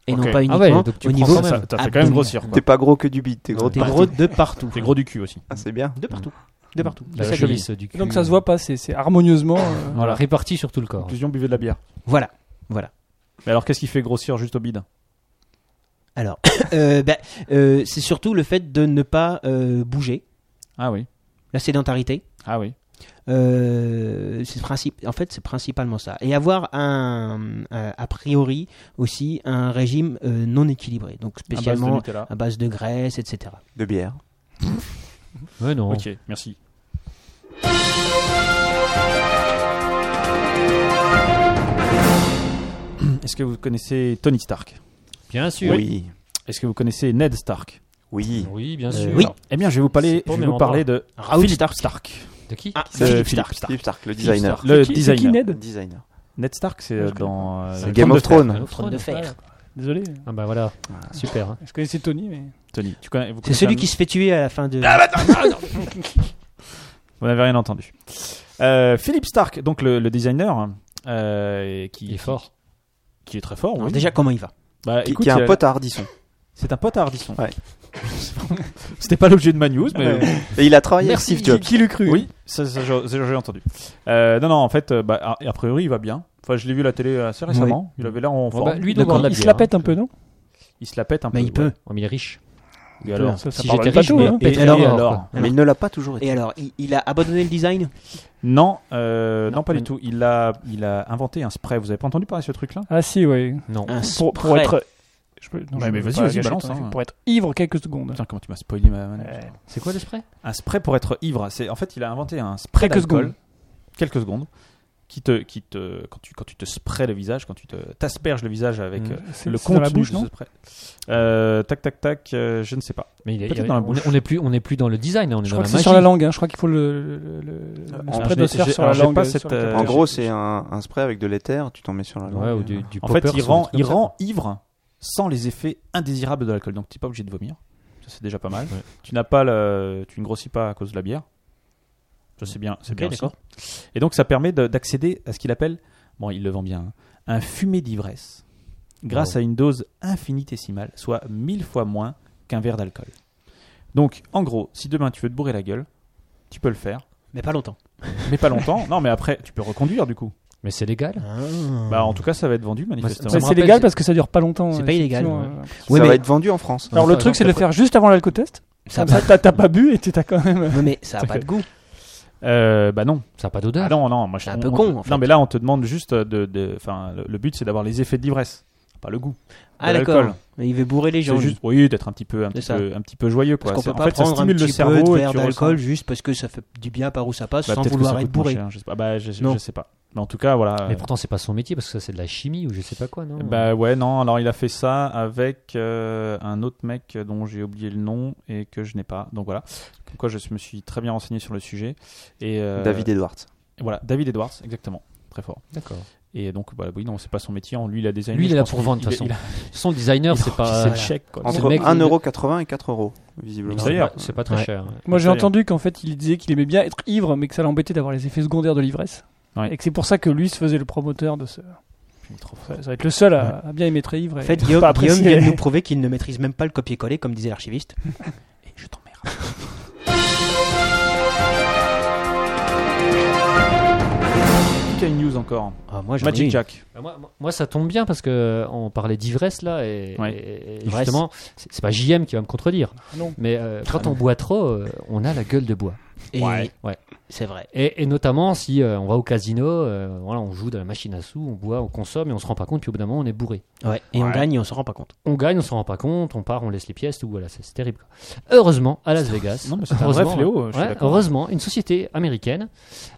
[SPEAKER 6] Et
[SPEAKER 3] Ok.
[SPEAKER 6] non pas
[SPEAKER 5] Ah
[SPEAKER 6] uniquement
[SPEAKER 5] ouais, donc tu
[SPEAKER 6] au
[SPEAKER 5] prends
[SPEAKER 6] niveau.
[SPEAKER 3] ça, ça, t'as fait quand même
[SPEAKER 6] abdominal.
[SPEAKER 3] grossir. quoi.
[SPEAKER 4] T'es pas gros que du bide, t'es gros de
[SPEAKER 6] T'es
[SPEAKER 4] partout.
[SPEAKER 6] gros de partout.
[SPEAKER 3] T'es gros du cul aussi.
[SPEAKER 4] Ah, c'est bien.
[SPEAKER 6] De partout. De partout. De
[SPEAKER 5] La
[SPEAKER 6] sa
[SPEAKER 5] cheville,
[SPEAKER 6] cheville.
[SPEAKER 5] du cul.
[SPEAKER 7] Donc ça se voit pas, c'est c'est harmonieusement. euh,
[SPEAKER 5] Voilà, réparti sur tout le corps.
[SPEAKER 3] Conclusion, buvez de la bière.
[SPEAKER 6] Voilà.
[SPEAKER 3] Mais alors, qu'est-ce qui fait grossir juste au bide
[SPEAKER 6] Alors, <coughs> euh, ben, euh, c'est surtout le fait de ne pas euh, bouger,
[SPEAKER 3] Ah oui.
[SPEAKER 6] la sédentarité.
[SPEAKER 3] Ah oui.
[SPEAKER 6] Euh, c'est principe, en fait, c'est principalement ça. Et avoir un, un- a priori aussi un régime euh, non équilibré, donc
[SPEAKER 3] À base de
[SPEAKER 6] spécialement
[SPEAKER 3] Nutella.
[SPEAKER 6] à base de graisse, etc.
[SPEAKER 4] De bière.
[SPEAKER 5] Ouais, non.
[SPEAKER 3] Ok, merci. Est-ce que vous connaissez Tony Stark
[SPEAKER 5] Bien sûr.
[SPEAKER 4] Oui.
[SPEAKER 3] Est-ce que vous connaissez Ned Stark
[SPEAKER 4] Oui.
[SPEAKER 5] Oui, bien
[SPEAKER 4] Euh,
[SPEAKER 5] sûr.
[SPEAKER 6] oui.
[SPEAKER 3] Eh bien, je vais vous parler,
[SPEAKER 5] C'est pas
[SPEAKER 3] je
[SPEAKER 5] au
[SPEAKER 3] vais
[SPEAKER 5] même
[SPEAKER 3] vous parler de
[SPEAKER 6] Raoul
[SPEAKER 3] Philip
[SPEAKER 6] Stark.
[SPEAKER 5] De qui
[SPEAKER 6] Ah,
[SPEAKER 3] de
[SPEAKER 4] Philippe
[SPEAKER 3] Philippe Stark.
[SPEAKER 4] Philippe Stark, le designer.
[SPEAKER 3] Le
[SPEAKER 7] qui- c'est qui
[SPEAKER 3] designer.
[SPEAKER 7] Ned
[SPEAKER 4] Designer.
[SPEAKER 3] Ned Stark, c'est euh, dans euh,
[SPEAKER 4] C'est Game of Thrones.
[SPEAKER 6] Trône de fer.
[SPEAKER 7] Désolé,
[SPEAKER 5] Ah bah voilà, super. hein.
[SPEAKER 7] je connaissais Tony, mais.
[SPEAKER 3] Tony, tu connais, vous
[SPEAKER 6] C'est
[SPEAKER 3] connaissez
[SPEAKER 6] celui
[SPEAKER 3] un- Ah
[SPEAKER 6] qui se fait tuer à la fin de.
[SPEAKER 3] Vous n'avez rien entendu. Euh, Philippe Stark, donc le, le designer, hein, euh, qui,
[SPEAKER 5] Il est fort.
[SPEAKER 3] qui est très fort.
[SPEAKER 6] Alors
[SPEAKER 3] oui.
[SPEAKER 6] déjà, comment il va
[SPEAKER 3] Bah,
[SPEAKER 4] Qui,
[SPEAKER 3] écoute,
[SPEAKER 4] qui a
[SPEAKER 3] il
[SPEAKER 4] un
[SPEAKER 3] a-
[SPEAKER 4] pote à Hardisson.
[SPEAKER 3] C'est un pote à Hardisson.
[SPEAKER 4] Ouais.
[SPEAKER 3] <laughs> C'était pas l'objet de ma news, mais
[SPEAKER 4] Ouais. Et il a travaillé
[SPEAKER 3] Merci.
[SPEAKER 4] avec Steve Jobs.
[SPEAKER 7] Qui l'eût cru
[SPEAKER 3] Oui, ça, ça, j'ai j'ai- j'ai entendu. Euh, non, non, en fait, euh, bah, a, a priori, il va bien. Enfin, je l'ai vu à la télé assez récemment. Il avait l'air en
[SPEAKER 5] Bon,
[SPEAKER 3] forme.
[SPEAKER 5] bah, lui, il doit boire
[SPEAKER 7] D'accord.
[SPEAKER 5] de la
[SPEAKER 7] Il
[SPEAKER 5] bière.
[SPEAKER 7] se la pète un peu, non
[SPEAKER 3] Il se la pète un
[SPEAKER 6] Mais
[SPEAKER 3] peu.
[SPEAKER 6] il peut.
[SPEAKER 5] Oh, mais il est riche.
[SPEAKER 3] ouais. Et alors
[SPEAKER 7] Ça, ça
[SPEAKER 5] si
[SPEAKER 7] parle
[SPEAKER 5] j'étais
[SPEAKER 7] pas
[SPEAKER 5] riche,
[SPEAKER 7] tout,
[SPEAKER 5] mais-
[SPEAKER 7] hein.
[SPEAKER 3] Et,
[SPEAKER 6] Et alors,
[SPEAKER 3] et
[SPEAKER 5] alors,
[SPEAKER 3] alors
[SPEAKER 4] Mais il ne l'a pas toujours été.
[SPEAKER 6] Et alors, il, il a abandonné le design
[SPEAKER 3] non, euh, non,
[SPEAKER 5] Non,
[SPEAKER 3] pas du
[SPEAKER 5] mais-
[SPEAKER 3] tout. Il a, il a inventé un spray. Vous avez pas entendu parler de ce truc-là
[SPEAKER 7] Ah si, ouais.
[SPEAKER 5] Non.
[SPEAKER 6] Un
[SPEAKER 7] Pour, pour
[SPEAKER 6] spray.
[SPEAKER 7] être. Je peux- non,
[SPEAKER 3] Bah,
[SPEAKER 7] je
[SPEAKER 3] mais
[SPEAKER 7] veux
[SPEAKER 3] vas-y,
[SPEAKER 7] pas
[SPEAKER 3] vas-y,
[SPEAKER 7] gâcher
[SPEAKER 3] balance,
[SPEAKER 7] ton effet.
[SPEAKER 3] hein.
[SPEAKER 7] Pour être ivre quelques secondes.
[SPEAKER 3] Putain, comment tu m'as spoilé ma. ma-
[SPEAKER 4] Euh,
[SPEAKER 7] Ouais.
[SPEAKER 5] C'est quoi le spray
[SPEAKER 3] Un spray pour être ivre. C'est en fait, il a inventé un spray
[SPEAKER 7] Quelques
[SPEAKER 3] d'alcool.
[SPEAKER 7] secondes.
[SPEAKER 3] Quelques secondes. Qui te, qui te, quand tu, quand tu te sprays le visage, quand tu te t'asperges le visage avec
[SPEAKER 5] Mm.
[SPEAKER 3] euh,
[SPEAKER 7] Mmh. C'est-
[SPEAKER 3] le
[SPEAKER 7] c'est dans la
[SPEAKER 3] contenu
[SPEAKER 7] bouche,
[SPEAKER 3] de
[SPEAKER 7] non
[SPEAKER 3] ce spray. Euh, tac, tac, tac. euh, je ne sais pas.
[SPEAKER 5] Mais il est,
[SPEAKER 3] Peut-être
[SPEAKER 5] il est-
[SPEAKER 3] dans la
[SPEAKER 5] on,
[SPEAKER 3] bouche.
[SPEAKER 5] on est plus, on est plus dans le design, là, on est
[SPEAKER 7] Je
[SPEAKER 5] dans
[SPEAKER 7] crois
[SPEAKER 5] la
[SPEAKER 7] que c'est
[SPEAKER 5] magie.
[SPEAKER 7] sur la langue, hein. je crois qu'il faut le, le, le- le spray
[SPEAKER 3] j'ai-
[SPEAKER 7] doit se faire
[SPEAKER 3] j'ai-
[SPEAKER 7] sur la
[SPEAKER 3] alors, j'ai
[SPEAKER 7] langue.
[SPEAKER 3] pas
[SPEAKER 7] euh,
[SPEAKER 3] cette,
[SPEAKER 7] sur le
[SPEAKER 3] euh,
[SPEAKER 7] tatouage.
[SPEAKER 4] En gros, c'est un, un spray avec de l'éther, tu t'en mets sur la langue.
[SPEAKER 5] Ouais, ou du, du
[SPEAKER 3] En fait,
[SPEAKER 5] popper,
[SPEAKER 3] il
[SPEAKER 5] sur
[SPEAKER 3] rend,
[SPEAKER 5] des trucs
[SPEAKER 3] il
[SPEAKER 5] comme
[SPEAKER 3] rend ivre sans les effets indésirables de l'alcool. Donc, tu n'es pas obligé de vomir. Ça, c'est déjà pas mal.
[SPEAKER 5] Ouais.
[SPEAKER 3] Tu n'as pas le, tu ne grossis pas à cause de la bière. Ça, c'est bien, c'est
[SPEAKER 5] Ok,
[SPEAKER 3] bien aussi.
[SPEAKER 5] d'accord.
[SPEAKER 3] Et donc, ça permet de- d'accéder à ce qu'il appelle, bon, il le vend bien, hein, un fumé d'ivresse grâce
[SPEAKER 5] Wow.
[SPEAKER 3] à une dose infinitésimale, soit mille fois moins qu'un verre d'alcool. Donc, en gros, si demain tu veux te bourrer la gueule, tu peux le faire,
[SPEAKER 6] Mais pas longtemps.
[SPEAKER 3] mais pas
[SPEAKER 5] <laughs>
[SPEAKER 3] longtemps. non, mais après, tu peux reconduire du coup.
[SPEAKER 5] ça. Mais c'est légal.
[SPEAKER 3] Bah, en tout cas, ça va être vendu manifestement.
[SPEAKER 7] Mais
[SPEAKER 5] Ah. me
[SPEAKER 7] c'est
[SPEAKER 5] rappelle,
[SPEAKER 7] légal
[SPEAKER 5] c'est-
[SPEAKER 7] parce que ça dure pas longtemps.
[SPEAKER 6] C'est
[SPEAKER 7] euh,
[SPEAKER 6] pas illégal,
[SPEAKER 7] effectivement,
[SPEAKER 5] ouais.
[SPEAKER 7] euh.
[SPEAKER 4] Ça
[SPEAKER 6] Ouais,
[SPEAKER 4] va
[SPEAKER 6] mais-
[SPEAKER 4] être vendu en France.
[SPEAKER 7] Alors
[SPEAKER 5] Non,
[SPEAKER 7] le
[SPEAKER 5] ça,
[SPEAKER 7] truc,
[SPEAKER 5] j'en
[SPEAKER 7] c'est de le
[SPEAKER 5] préfère.
[SPEAKER 7] faire juste avant l'alcotest.
[SPEAKER 6] Ça a
[SPEAKER 7] Comme
[SPEAKER 6] pas-
[SPEAKER 7] ça, t'as t'as pas bu et t'es t'as quand même.
[SPEAKER 6] Non, mais ça a pas de goût.
[SPEAKER 3] Euh, bah non.
[SPEAKER 5] Ça n'a pas
[SPEAKER 3] Ah
[SPEAKER 5] d'odeur.
[SPEAKER 3] non, non, moi je
[SPEAKER 6] C'est un
[SPEAKER 3] on-
[SPEAKER 6] peu
[SPEAKER 3] on-
[SPEAKER 6] con, en fait.
[SPEAKER 3] Non, mais là on te demande juste de. de- Enfin, le, le but c'est d'avoir les effets de l'ivresse, pas le goût.
[SPEAKER 6] Ah
[SPEAKER 3] De l'alcool.
[SPEAKER 6] d'accord. Il veut bourrer les gens.
[SPEAKER 3] C'est
[SPEAKER 6] lui.
[SPEAKER 3] juste, oui, d'être un petit peu, un
[SPEAKER 6] C'est
[SPEAKER 3] petit
[SPEAKER 6] ça.
[SPEAKER 3] peu, un petit peu joyeux quoi.
[SPEAKER 6] Parce qu'on
[SPEAKER 3] C'est-
[SPEAKER 6] peut
[SPEAKER 3] en
[SPEAKER 6] pas
[SPEAKER 3] fait, ça
[SPEAKER 6] prendre un
[SPEAKER 3] stimule le
[SPEAKER 6] petit
[SPEAKER 3] cerveau
[SPEAKER 6] peu de
[SPEAKER 3] et
[SPEAKER 6] verre
[SPEAKER 3] tu ressens-
[SPEAKER 6] d'alcool juste parce que ça fait du bien par où ça passe
[SPEAKER 3] Bah,
[SPEAKER 6] sans
[SPEAKER 3] peut-être que ça
[SPEAKER 6] vouloir
[SPEAKER 3] coûte
[SPEAKER 6] être
[SPEAKER 3] moins
[SPEAKER 6] bourré.
[SPEAKER 3] cher, je sais pas. Bah, je, je-
[SPEAKER 6] Non.
[SPEAKER 3] je sais pas. Mais en tout cas, voilà.
[SPEAKER 5] Mais pourtant, c'est pas son métier parce que ça, c'est de la chimie ou je sais pas quoi, non
[SPEAKER 3] Bah ouais, non. Alors il a fait ça avec euh, un autre mec dont j'ai oublié le nom et que je n'ai pas. Donc voilà. Comme quoi, je me suis très bien renseigné sur le sujet. Et euh,
[SPEAKER 4] David Edwards.
[SPEAKER 5] bah,
[SPEAKER 3] Voilà, David Edwards, exactement. Très fort.
[SPEAKER 5] D'accord.
[SPEAKER 3] Et donc, bah, oui, non, c'est pas son métier. Lui, il a designé.
[SPEAKER 5] Lui, il est
[SPEAKER 3] je
[SPEAKER 5] là
[SPEAKER 3] pense
[SPEAKER 5] pour
[SPEAKER 3] qu'il-
[SPEAKER 5] vendre, de toute
[SPEAKER 3] il-
[SPEAKER 5] façon.
[SPEAKER 3] il a-
[SPEAKER 5] Son designer, c'est pas.
[SPEAKER 3] C'est le chèque, quoi.
[SPEAKER 5] le
[SPEAKER 4] Entre
[SPEAKER 5] mec, il-
[SPEAKER 4] 1,80€ et 4€, visiblement.
[SPEAKER 3] D'ailleurs.
[SPEAKER 5] Voilà. C'est pas très
[SPEAKER 6] Ouais.
[SPEAKER 5] cher.
[SPEAKER 7] Moi, j'ai
[SPEAKER 3] Très bien.
[SPEAKER 7] entendu qu'en fait, il disait qu'il aimait bien être ivre, mais que ça l'embêtait d'avoir les effets secondaires de l'ivresse.
[SPEAKER 3] Ouais.
[SPEAKER 7] Et que c'est pour ça que lui se faisait le promoteur de ce.
[SPEAKER 3] Puis, trop fort.
[SPEAKER 7] Bah, Ça ça va être le seul à, à bien aimer être ivre.
[SPEAKER 6] En
[SPEAKER 7] et-
[SPEAKER 6] fait,
[SPEAKER 7] pas
[SPEAKER 6] Guillaume,
[SPEAKER 7] apprécié.
[SPEAKER 6] Guillaume vient de nous prouver qu'il ne maîtrise même pas le copier-coller, comme disait l'archiviste.
[SPEAKER 3] Et je t'emmerde. Qui a une news encore
[SPEAKER 6] Ah, moi, j'en ai
[SPEAKER 3] Magic
[SPEAKER 6] une.
[SPEAKER 3] Jack.
[SPEAKER 5] Bah, Moi, moi- moi, ça tombe bien parce que euh, on parlait d'ivresse là et,
[SPEAKER 3] Ouais.
[SPEAKER 5] et- et justement, c'est c'est pas JM qui va me contredire.
[SPEAKER 7] Non.
[SPEAKER 5] Mais euh,
[SPEAKER 3] Ah,
[SPEAKER 5] quand on boit trop, euh, on a la gueule de bois.
[SPEAKER 6] Et-
[SPEAKER 5] Ouais. Ouais.
[SPEAKER 6] C'est vrai.
[SPEAKER 5] Et, et notamment si euh, on va au casino, euh, voilà, on joue dans la machine à sous, on boit, on consomme et on se rend pas compte. Puis au bout d'un moment, on est bourré.
[SPEAKER 6] Ouais. Et on gagne et on s'en rend pas compte.
[SPEAKER 5] On gagne, on se rend pas compte, on part, on laisse les pièces, tout voilà, c'est c'est terrible. quoi. Heureusement, à Las Vegas,
[SPEAKER 3] Non, mais c'est un vrai
[SPEAKER 5] heureusement,
[SPEAKER 3] fléau, je suis
[SPEAKER 5] ouais,
[SPEAKER 3] d'accord.
[SPEAKER 5] heureusement, une société américaine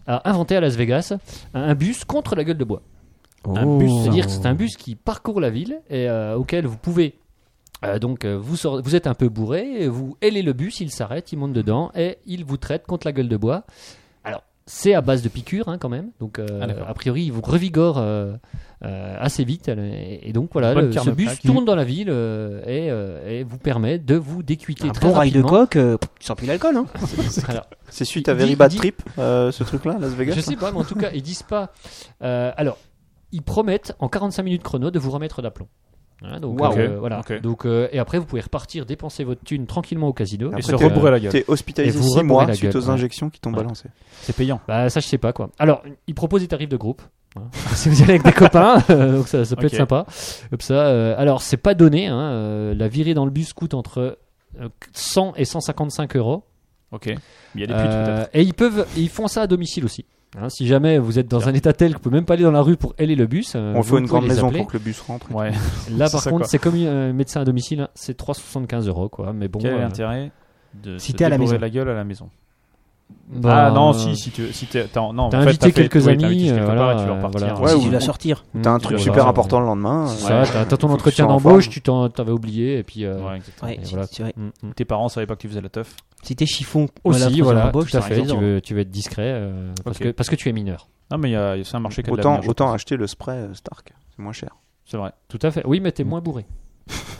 [SPEAKER 5] a inventé à Las Vegas un- un bus contre la gueule de bois.
[SPEAKER 3] Un bus, Oh.
[SPEAKER 5] C'est-à-dire que c'est un bus qui parcourt la ville et euh, auquel vous pouvez. euh, donc euh, vous, sort- vous êtes un peu bourré, et vous hélez le bus, il s'arrête, il monte dedans et il vous traite contre la gueule de bois. Alors c'est à base de piqûres hein, quand même. Donc, euh,
[SPEAKER 3] Ah, d'accord.
[SPEAKER 5] a priori, il vous revigore euh, euh, assez vite. Et, et donc, voilà,
[SPEAKER 3] Bonne
[SPEAKER 5] le-
[SPEAKER 3] pierre
[SPEAKER 5] ce
[SPEAKER 3] de
[SPEAKER 5] bus
[SPEAKER 3] plaque.
[SPEAKER 5] tourne dans la ville euh, et, euh, et vous permet de vous décuiter
[SPEAKER 6] Un
[SPEAKER 5] très
[SPEAKER 6] bon rail de
[SPEAKER 5] rapidement.
[SPEAKER 6] coque, euh, sans plus l'alcool. Hein.
[SPEAKER 5] <laughs>
[SPEAKER 3] <laughs>
[SPEAKER 5] Alors,
[SPEAKER 4] C'est suite à
[SPEAKER 5] Dis-
[SPEAKER 4] Very Bad
[SPEAKER 5] dis-
[SPEAKER 4] Trip, euh, ce truc-là, Las Vegas
[SPEAKER 5] Je sais pas, mais en tout cas, ils disent pas. euh, alors, ils promettent en 45 minutes chrono de vous remettre d'aplomb. Hein, donc
[SPEAKER 3] Waouh.
[SPEAKER 5] euh,
[SPEAKER 3] Ok,
[SPEAKER 5] voilà.
[SPEAKER 3] ok.
[SPEAKER 5] Donc euh, et après vous pouvez repartir dépenser votre thune tranquillement au casino.
[SPEAKER 4] Après,
[SPEAKER 3] Et se
[SPEAKER 4] euh,
[SPEAKER 3] rebourrer la gueule.
[SPEAKER 4] T'es hospitalisé
[SPEAKER 5] Et vous
[SPEAKER 4] 6
[SPEAKER 5] remourez
[SPEAKER 4] mois
[SPEAKER 5] la
[SPEAKER 4] suite
[SPEAKER 5] gueule,
[SPEAKER 4] aux
[SPEAKER 5] ouais.
[SPEAKER 4] injections qui t'ont
[SPEAKER 5] Ouais.
[SPEAKER 4] balancé.
[SPEAKER 3] C'est payant.
[SPEAKER 5] Bah ça je sais pas quoi. Alors ils proposent des tarifs de groupe.
[SPEAKER 3] <laughs>
[SPEAKER 5] hein. si vous y allez avec des copains, euh, donc ça, ça peut
[SPEAKER 3] Ok.
[SPEAKER 5] être sympa. Comme ça, euh, alors c'est pas donné. hein, euh, la virée dans le bus coûte entre euh, 100 et 155 euros.
[SPEAKER 3] Ok. Mais Il y a des putes
[SPEAKER 5] Euh,
[SPEAKER 3] peut-être.
[SPEAKER 5] et ils peuvent, ils font ça à domicile aussi. Hein, si jamais vous êtes dans un état tel que vous pouvez même pas aller dans la rue pour ailer le bus, euh,
[SPEAKER 4] On
[SPEAKER 5] vous
[SPEAKER 4] fait une
[SPEAKER 5] pouvez
[SPEAKER 4] grande
[SPEAKER 5] les
[SPEAKER 4] maison
[SPEAKER 5] appeler.
[SPEAKER 4] pour que le bus rentre.
[SPEAKER 3] Ouais.
[SPEAKER 5] Là,
[SPEAKER 3] C'est
[SPEAKER 5] par
[SPEAKER 3] ça,
[SPEAKER 5] contre,
[SPEAKER 3] quoi.
[SPEAKER 5] c'est comme un médecin à domicile, hein, c'est 375 euros, quoi. Mais bon,
[SPEAKER 3] Quel est
[SPEAKER 5] euh,
[SPEAKER 3] l'intérêt de
[SPEAKER 6] Si
[SPEAKER 3] se
[SPEAKER 6] t'es à la
[SPEAKER 3] débourrer
[SPEAKER 6] maison.
[SPEAKER 3] la gueule à la maison
[SPEAKER 5] bah,
[SPEAKER 3] Ah non,
[SPEAKER 5] euh,
[SPEAKER 3] si, si tu si t'es- t'as- non, en
[SPEAKER 5] t'as
[SPEAKER 3] fait,
[SPEAKER 5] invité
[SPEAKER 3] t'as fait- oui,
[SPEAKER 5] quelques
[SPEAKER 3] t'as
[SPEAKER 5] amis,
[SPEAKER 3] invité quelque
[SPEAKER 5] euh,
[SPEAKER 3] part
[SPEAKER 5] voilà,
[SPEAKER 3] et tu vas repartir.
[SPEAKER 5] voilà.
[SPEAKER 4] Ouais,
[SPEAKER 6] si
[SPEAKER 4] ou-
[SPEAKER 6] tu dois sortir.
[SPEAKER 5] mm,
[SPEAKER 4] T'as un
[SPEAKER 5] tu
[SPEAKER 4] truc
[SPEAKER 5] vois,
[SPEAKER 4] super
[SPEAKER 5] euh,
[SPEAKER 4] important le lendemain.
[SPEAKER 5] c'est
[SPEAKER 4] euh,
[SPEAKER 5] ça, t'as t'as ton
[SPEAKER 4] faut que tu
[SPEAKER 5] entretien
[SPEAKER 4] sois en
[SPEAKER 5] d'embauche,
[SPEAKER 4] forme.
[SPEAKER 5] tu t'en- t'avais oublié, et puis. euh,
[SPEAKER 3] Ouais, exactement.
[SPEAKER 6] Ouais,
[SPEAKER 5] et
[SPEAKER 6] si-
[SPEAKER 5] voilà.
[SPEAKER 6] si- ouais.
[SPEAKER 5] mm, mm.
[SPEAKER 3] Tes parents savaient pas que tu faisais la teuf.
[SPEAKER 6] Si t'es chiffon,
[SPEAKER 5] Aussi,
[SPEAKER 6] la
[SPEAKER 5] voilà,
[SPEAKER 6] troisième embauche,
[SPEAKER 5] tout à
[SPEAKER 6] t'as
[SPEAKER 5] fait.
[SPEAKER 6] raison.
[SPEAKER 5] Tu veux, tu veux être discret euh, parce,
[SPEAKER 3] Ok.
[SPEAKER 5] que, parce que tu es mineur.
[SPEAKER 3] Non, mais il y a- il y a- c'est un marché qui a de
[SPEAKER 4] Autant,
[SPEAKER 3] l'avenir, je
[SPEAKER 4] autant
[SPEAKER 3] pense.
[SPEAKER 4] acheter le spray euh, Stark, c'est moins cher.
[SPEAKER 3] C'est vrai,
[SPEAKER 5] Tout à fait. Oui, mais t'es moins bourré.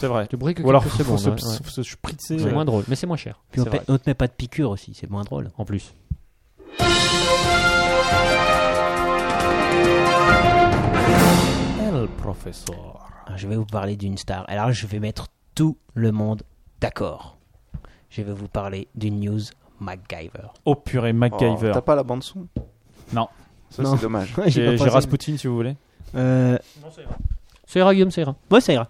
[SPEAKER 3] c'est vrai.
[SPEAKER 5] T'es bourré que
[SPEAKER 3] Ou alors,
[SPEAKER 5] quelques
[SPEAKER 3] faut
[SPEAKER 5] secondes.
[SPEAKER 3] se,
[SPEAKER 5] hein, ouais.
[SPEAKER 3] faut se spritzer,
[SPEAKER 5] C'est
[SPEAKER 3] euh,
[SPEAKER 5] moins drôle, mais c'est moins cher
[SPEAKER 6] Puis on,
[SPEAKER 3] C'est
[SPEAKER 6] paie-
[SPEAKER 3] vrai.
[SPEAKER 6] on te met pas de piqûre aussi, c'est moins drôle.
[SPEAKER 5] en plus.
[SPEAKER 3] El Oh, professeur.
[SPEAKER 6] Alors, je vais vous parler d'une star. Alors, je vais mettre tout le monde d'accord. Je vais vous parler d'une news MacGyver.
[SPEAKER 3] Oh purée, MacGyver.
[SPEAKER 4] Oh, T'as pas la bande son
[SPEAKER 3] Non.
[SPEAKER 4] Ça,
[SPEAKER 6] Non.
[SPEAKER 4] c'est dommage.
[SPEAKER 6] J'ai pas
[SPEAKER 3] J'ai j'ai
[SPEAKER 6] pensé, mais-
[SPEAKER 3] Rasputin si vous voulez.
[SPEAKER 6] Euh,
[SPEAKER 5] Ça ira, Guillaume, ça ira.
[SPEAKER 6] ouais, ça ira.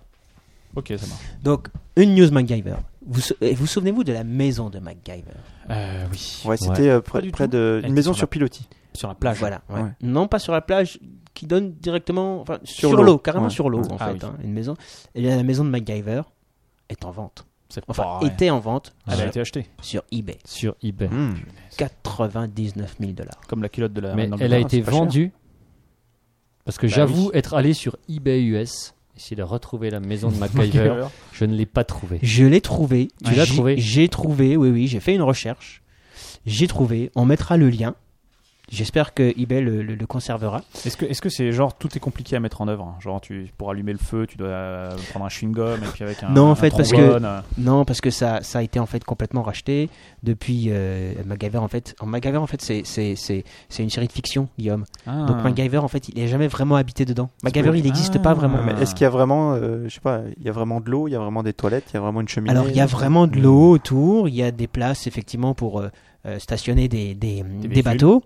[SPEAKER 3] Ok, ça marche.
[SPEAKER 6] Donc, une news MacGyver. Vous sou- et vous souvenez-vous de la maison de MacGyver
[SPEAKER 3] Euh, oui.
[SPEAKER 4] Ouais, c'était euh, près,
[SPEAKER 3] Pas du
[SPEAKER 4] près
[SPEAKER 3] tout.
[SPEAKER 4] de.
[SPEAKER 3] Elle
[SPEAKER 4] Une maison
[SPEAKER 3] était
[SPEAKER 4] sur pilotis.
[SPEAKER 3] Sur la plage.
[SPEAKER 6] Voilà. ouais.
[SPEAKER 4] Ouais.
[SPEAKER 6] Non pas sur la plage, qui donne directement enfin,
[SPEAKER 4] Sur
[SPEAKER 6] sur,
[SPEAKER 4] l'eau.
[SPEAKER 6] l'eau, carrément
[SPEAKER 4] Ouais.
[SPEAKER 6] sur l'eau en
[SPEAKER 3] Ah
[SPEAKER 6] fait.
[SPEAKER 3] oui.
[SPEAKER 6] hein, une maison. Et bien, la maison de MacGyver est en vente.
[SPEAKER 3] C'est
[SPEAKER 6] Enfin,
[SPEAKER 3] pas vrai.
[SPEAKER 6] était en vente
[SPEAKER 3] Elle a
[SPEAKER 6] sur,
[SPEAKER 3] été achetée.
[SPEAKER 6] sur eBay.
[SPEAKER 5] Sur eBay.
[SPEAKER 4] Hmm.
[SPEAKER 6] 99 000 dollars.
[SPEAKER 3] Comme la culotte de la
[SPEAKER 5] Mais
[SPEAKER 3] reine
[SPEAKER 5] elle a
[SPEAKER 3] d'Angleterre,
[SPEAKER 5] été
[SPEAKER 3] c'est pas cher.
[SPEAKER 5] vendue parce que
[SPEAKER 3] Bah
[SPEAKER 5] j'avoue
[SPEAKER 3] oui.
[SPEAKER 5] être allé sur eBay US essayer de retrouver la maison de MacGyver. je ne l'ai pas trouvée.
[SPEAKER 6] Je l'ai trouvé.
[SPEAKER 5] Tu l'as
[SPEAKER 6] J'ai-
[SPEAKER 5] trouvé
[SPEAKER 6] J'ai trouvé, oui, oui, j'ai fait une recherche. J'ai trouvé. On mettra le lien. J'espère que eBay le, le- le conservera.
[SPEAKER 3] Est-ce que est-ce que c'est genre tout est compliqué à mettre en œuvre hein Genre tu pour allumer le feu, tu dois euh, prendre un chewing gum et puis avec un
[SPEAKER 6] Non, en
[SPEAKER 3] un
[SPEAKER 6] fait, parce que-
[SPEAKER 3] trombone, euh,
[SPEAKER 6] Non, parce que ça, ça a été en fait complètement racheté depuis euh, MacGyver. En fait, en MacGyver, en fait, c'est- c'est c'est- c'est une série de fiction, Guillaume.
[SPEAKER 3] ah.
[SPEAKER 6] Donc MacGyver, en fait, il n'est jamais vraiment habité dedans.
[SPEAKER 3] pas-
[SPEAKER 6] MacGyver, il n'existe
[SPEAKER 3] Ah.
[SPEAKER 6] pas vraiment.
[SPEAKER 4] Mais est-ce qu'il y a vraiment, euh, je sais pas, il y a vraiment de l'eau, il y a vraiment des toilettes, il y a vraiment une cheminée
[SPEAKER 6] Alors, il y a vraiment de l'eau autour. Il y a des places, effectivement, pour euh, euh, stationner des, des, des
[SPEAKER 3] véhicules.
[SPEAKER 6] bateaux.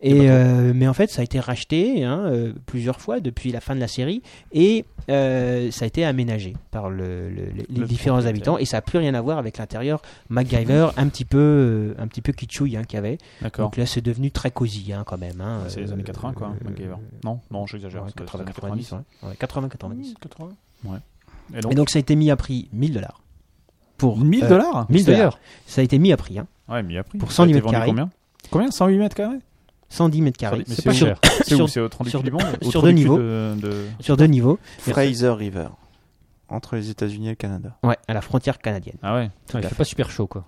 [SPEAKER 6] Et, euh, mais en fait, ça a été racheté hein, euh, plusieurs fois depuis la fin de la série. Et euh, ça a été aménagé par le- le- les- les
[SPEAKER 3] Le
[SPEAKER 6] différents
[SPEAKER 3] propriétaire.
[SPEAKER 6] habitants. Et ça n'a plus rien à voir avec l'intérieur
[SPEAKER 3] <laughs>
[SPEAKER 6] MacGyver, un petit peu, euh, un petit peu kitschouille hein, qu'il y avait.
[SPEAKER 3] D'accord.
[SPEAKER 6] Donc là, c'est devenu très cosy hein, quand même. hein.
[SPEAKER 3] C'est les
[SPEAKER 6] Euh,
[SPEAKER 3] années 80 quoi,
[SPEAKER 6] euh,
[SPEAKER 3] MacGyver. Non, non, j'exagère.
[SPEAKER 6] ouais,
[SPEAKER 3] c'est
[SPEAKER 6] 80,
[SPEAKER 3] les années
[SPEAKER 6] 90, ouais. Ouais, 80, 90.
[SPEAKER 3] 80. Ouais. Et donc,
[SPEAKER 6] Et donc ça a été mis à prix 1000 dollars. Pour
[SPEAKER 3] 1000
[SPEAKER 6] euh,
[SPEAKER 3] dollars
[SPEAKER 6] 1000 dollars. Ça a été mis à prix. Hein.
[SPEAKER 3] Ouais, mais il a pris.
[SPEAKER 6] Pour
[SPEAKER 3] Ça a
[SPEAKER 6] 100
[SPEAKER 3] été
[SPEAKER 6] mètres
[SPEAKER 3] vendu
[SPEAKER 6] carrés.
[SPEAKER 3] Combien Combien 108 mètres carrés
[SPEAKER 6] 110 mètres carrés.
[SPEAKER 3] Mais
[SPEAKER 5] C'est pas
[SPEAKER 3] où
[SPEAKER 5] cher.
[SPEAKER 3] <laughs> C'est où
[SPEAKER 6] Sur-
[SPEAKER 3] C'est au 30
[SPEAKER 6] sur-
[SPEAKER 3] du monde Au
[SPEAKER 6] sur
[SPEAKER 3] trou
[SPEAKER 6] deux
[SPEAKER 3] du cul
[SPEAKER 6] niveaux.
[SPEAKER 3] de- de-
[SPEAKER 6] Sur deux niveaux.
[SPEAKER 4] Fraser River, entre les États-Unis et le Canada.
[SPEAKER 6] Ouais, à la frontière canadienne.
[SPEAKER 3] Ah ouais.
[SPEAKER 5] Ouais, il fait pas super chaud quoi.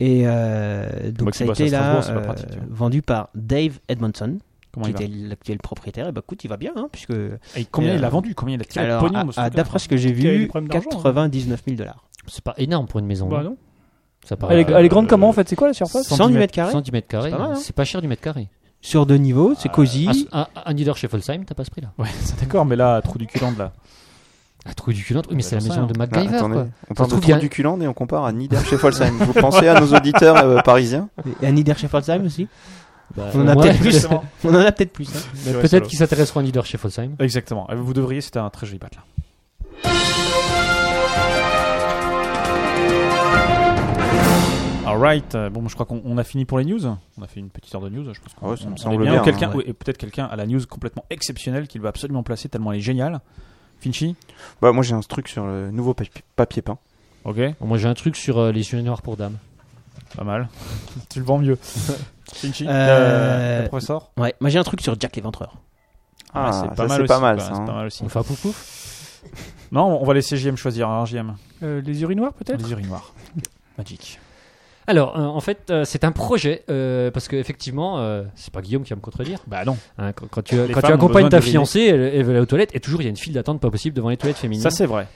[SPEAKER 6] Et euh,
[SPEAKER 3] Moi
[SPEAKER 6] donc
[SPEAKER 3] qui
[SPEAKER 6] ça a
[SPEAKER 3] bosse à
[SPEAKER 6] été là
[SPEAKER 3] Strasbourg, c'est pas
[SPEAKER 6] euh,
[SPEAKER 3] pratique, tu vois.
[SPEAKER 6] vendu par Dave Edmondson,
[SPEAKER 3] Comment
[SPEAKER 6] qui
[SPEAKER 3] il va
[SPEAKER 6] était l'actuel propriétaire. Et bah écoute, il va bien, hein, puisque
[SPEAKER 3] Et Combien
[SPEAKER 6] Et,
[SPEAKER 3] il a
[SPEAKER 6] euh,
[SPEAKER 3] vendu Combien il a tiré de
[SPEAKER 6] alors
[SPEAKER 3] pognon
[SPEAKER 6] à-
[SPEAKER 3] dans ce
[SPEAKER 6] à-
[SPEAKER 3] truc-là
[SPEAKER 6] d'après ce que j'ai
[SPEAKER 7] qu'il y a eu des
[SPEAKER 6] vu,
[SPEAKER 7] problèmes d'argent, hein.
[SPEAKER 6] 99 000 dollars.
[SPEAKER 3] Ah,
[SPEAKER 5] C'est pas énorme pour une maison.
[SPEAKER 7] Bah
[SPEAKER 5] hein.
[SPEAKER 7] non.
[SPEAKER 5] Ça paraît,
[SPEAKER 7] Elle est, elle est grande
[SPEAKER 5] euh,
[SPEAKER 7] comment en fait C'est quoi la surface
[SPEAKER 6] 110 mètres carrés
[SPEAKER 5] 110 mètres carrés.
[SPEAKER 6] C'est pas mal, hein.
[SPEAKER 5] C'est pas, cher du mètre carré.
[SPEAKER 6] sur deux niveaux,
[SPEAKER 3] Ah.
[SPEAKER 6] c'est cosy.
[SPEAKER 5] Un, un- un dealer chez Folsheim, t'as pas ce prix là.
[SPEAKER 3] Ouais, c'est d'accord, mais là, trou du cul <laughs> là.
[SPEAKER 5] Un trou du cul, oui, mais
[SPEAKER 3] Bah,
[SPEAKER 5] c'est la
[SPEAKER 3] ça,
[SPEAKER 5] maison
[SPEAKER 3] hein.
[SPEAKER 5] de
[SPEAKER 4] Ah,
[SPEAKER 5] MacGyver
[SPEAKER 4] attendez,
[SPEAKER 5] quoi.
[SPEAKER 4] on parle
[SPEAKER 5] trouve
[SPEAKER 4] de
[SPEAKER 5] qu'il y a-
[SPEAKER 4] Trou du Culande et on compare à Nieder chez Folsheim. Vous pensez à nos auditeurs euh, parisiens
[SPEAKER 3] Ah,
[SPEAKER 6] Et un leader chez
[SPEAKER 3] <laughs>
[SPEAKER 6] Folsheim aussi.
[SPEAKER 5] Bah,
[SPEAKER 6] On en a
[SPEAKER 5] ouais, <laughs>
[SPEAKER 6] peut-être plus. On en a peut-être plus. hein.
[SPEAKER 5] mais Peut-être qu'ils s'intéresseront à un leader chez Folsheim.
[SPEAKER 3] Exactement. Vous devriez, c'était un très joli patelin. Alright, euh, bon, je crois qu'on on a fini pour les news. On a fait une petite heure de news, je pense qu'on
[SPEAKER 4] Ah Ouais, ça me
[SPEAKER 3] on- on est
[SPEAKER 4] semble
[SPEAKER 3] bien.
[SPEAKER 4] bien,
[SPEAKER 3] Ou quelqu'un-
[SPEAKER 4] hein,
[SPEAKER 3] oui, et peut-être quelqu'un à la news complètement exceptionnelle qu'il va absolument placer tellement elle est géniale. Finchy
[SPEAKER 4] Bah moi j'ai un truc sur le nouveau papi- papier peint.
[SPEAKER 3] Ok,
[SPEAKER 5] Bon, moi j'ai un truc sur euh, les yeux noirs pour dames.
[SPEAKER 3] pas mal. <laughs> tu le vends mieux. <laughs> Finchy,
[SPEAKER 6] Euh,
[SPEAKER 3] euh, le professeur
[SPEAKER 6] Ouais, moi j'ai un truc sur Jack l'éventreur.
[SPEAKER 4] Ah,
[SPEAKER 3] Ouais,
[SPEAKER 4] ça, c'est pas mal,
[SPEAKER 3] quoi,
[SPEAKER 4] ça,
[SPEAKER 3] c'est
[SPEAKER 4] hein.
[SPEAKER 3] pas mal aussi.
[SPEAKER 5] On fait un pouf pouf.
[SPEAKER 3] Non, on va laisser JM choisir. hein, Alors, JM,
[SPEAKER 7] Euh, Les urinoirs peut-être
[SPEAKER 3] les urinoirs. Magic.
[SPEAKER 5] Alors, euh, en fait, euh, c'est un projet, euh, parce qu'effectivement, c'est pas Guillaume qui va me contredire.
[SPEAKER 3] Bah non.
[SPEAKER 5] Hein, quand, quand tu,
[SPEAKER 3] Les
[SPEAKER 5] quand tu
[SPEAKER 3] femmes ont
[SPEAKER 5] accompagnes
[SPEAKER 3] besoin
[SPEAKER 5] ta
[SPEAKER 3] d'uriner.
[SPEAKER 5] fiancée, elle, elle veut aller aux toilettes, et toujours il y a une file d'attente pas possible devant les toilettes féminines.
[SPEAKER 3] Ça c'est vrai.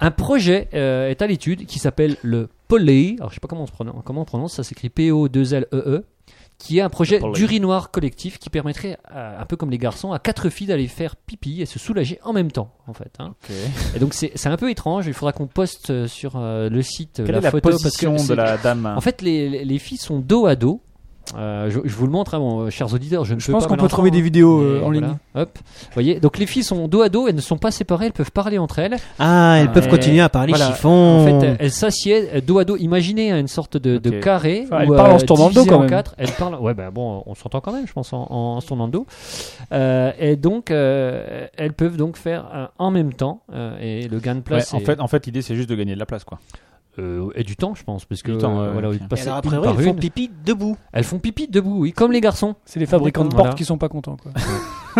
[SPEAKER 5] un projet euh, est à l'étude qui s'appelle le POLEI, alors je sais pas comment on, se prononce, comment on prononce, ça s'écrit P-O-2-L-E-E, E qui est un projet
[SPEAKER 3] Le Polei.
[SPEAKER 5] d'urinoir collectif qui permettrait, à- un peu comme les garçons, à quatre filles d'aller faire pipi et se soulager en même temps, en fait. hein. Et donc c'est c'est un peu étrange, il faudra qu'on poste euh, sur euh, le site euh,
[SPEAKER 3] Quelle
[SPEAKER 5] la,
[SPEAKER 3] est la
[SPEAKER 5] photo
[SPEAKER 3] position
[SPEAKER 5] parce que
[SPEAKER 3] de
[SPEAKER 5] c'est-
[SPEAKER 3] la dame
[SPEAKER 5] en fait, les, les- les filles sont dos à dos. Euh, je, je vous le montre, hein, bon, euh, chers auditeurs. Je, ne
[SPEAKER 7] Je
[SPEAKER 5] peux
[SPEAKER 7] pense
[SPEAKER 5] pas
[SPEAKER 7] qu'on
[SPEAKER 5] me
[SPEAKER 7] peut
[SPEAKER 5] lancer,
[SPEAKER 7] trouver
[SPEAKER 5] hein,
[SPEAKER 7] des vidéos
[SPEAKER 5] mais
[SPEAKER 7] euh, en
[SPEAKER 5] voilà.
[SPEAKER 7] ligne.
[SPEAKER 5] Hop, Vous voyez. Donc les filles sont dos à dos, elles ne sont pas séparées, elles peuvent parler entre elles.
[SPEAKER 6] Ah, elles peuvent
[SPEAKER 5] Et
[SPEAKER 6] continuer à parler
[SPEAKER 5] voilà.
[SPEAKER 6] chiffon.
[SPEAKER 5] En fait, elles- elles s'assiedent euh, dos à dos. Imaginez hein, une sorte de, de
[SPEAKER 3] Ok.
[SPEAKER 5] carré.
[SPEAKER 7] Enfin, elles
[SPEAKER 5] où,
[SPEAKER 7] parlent en
[SPEAKER 5] euh,
[SPEAKER 7] se tournant le dos,
[SPEAKER 5] divisé
[SPEAKER 7] quand
[SPEAKER 5] en
[SPEAKER 7] même.
[SPEAKER 5] quatre, elles parlent. Ouais, ben bon, on s'entend quand même, je pense, en, en se tournant le dos. Euh, et donc, euh, elles peuvent donc faire euh, en même temps. euh, et le gain de
[SPEAKER 3] Ouais,
[SPEAKER 5] place
[SPEAKER 3] en
[SPEAKER 5] est-
[SPEAKER 3] fait, en fait, l'idée c'est juste de gagner de la place <laughs> quoi.
[SPEAKER 5] euh, et du temps, je pense, parce que
[SPEAKER 3] Du temps,
[SPEAKER 5] euh,
[SPEAKER 3] ouais,
[SPEAKER 5] voilà,
[SPEAKER 3] ok.
[SPEAKER 5] au lieu de passer
[SPEAKER 6] alors, a
[SPEAKER 5] une
[SPEAKER 6] priori,
[SPEAKER 5] par
[SPEAKER 6] elles font
[SPEAKER 5] une,
[SPEAKER 6] pipi debout.
[SPEAKER 5] elles font pipi debout, oui, comme les garçons.
[SPEAKER 7] C'est les fabricants de portes
[SPEAKER 5] Voilà.
[SPEAKER 7] qui sont pas contents. Quoi.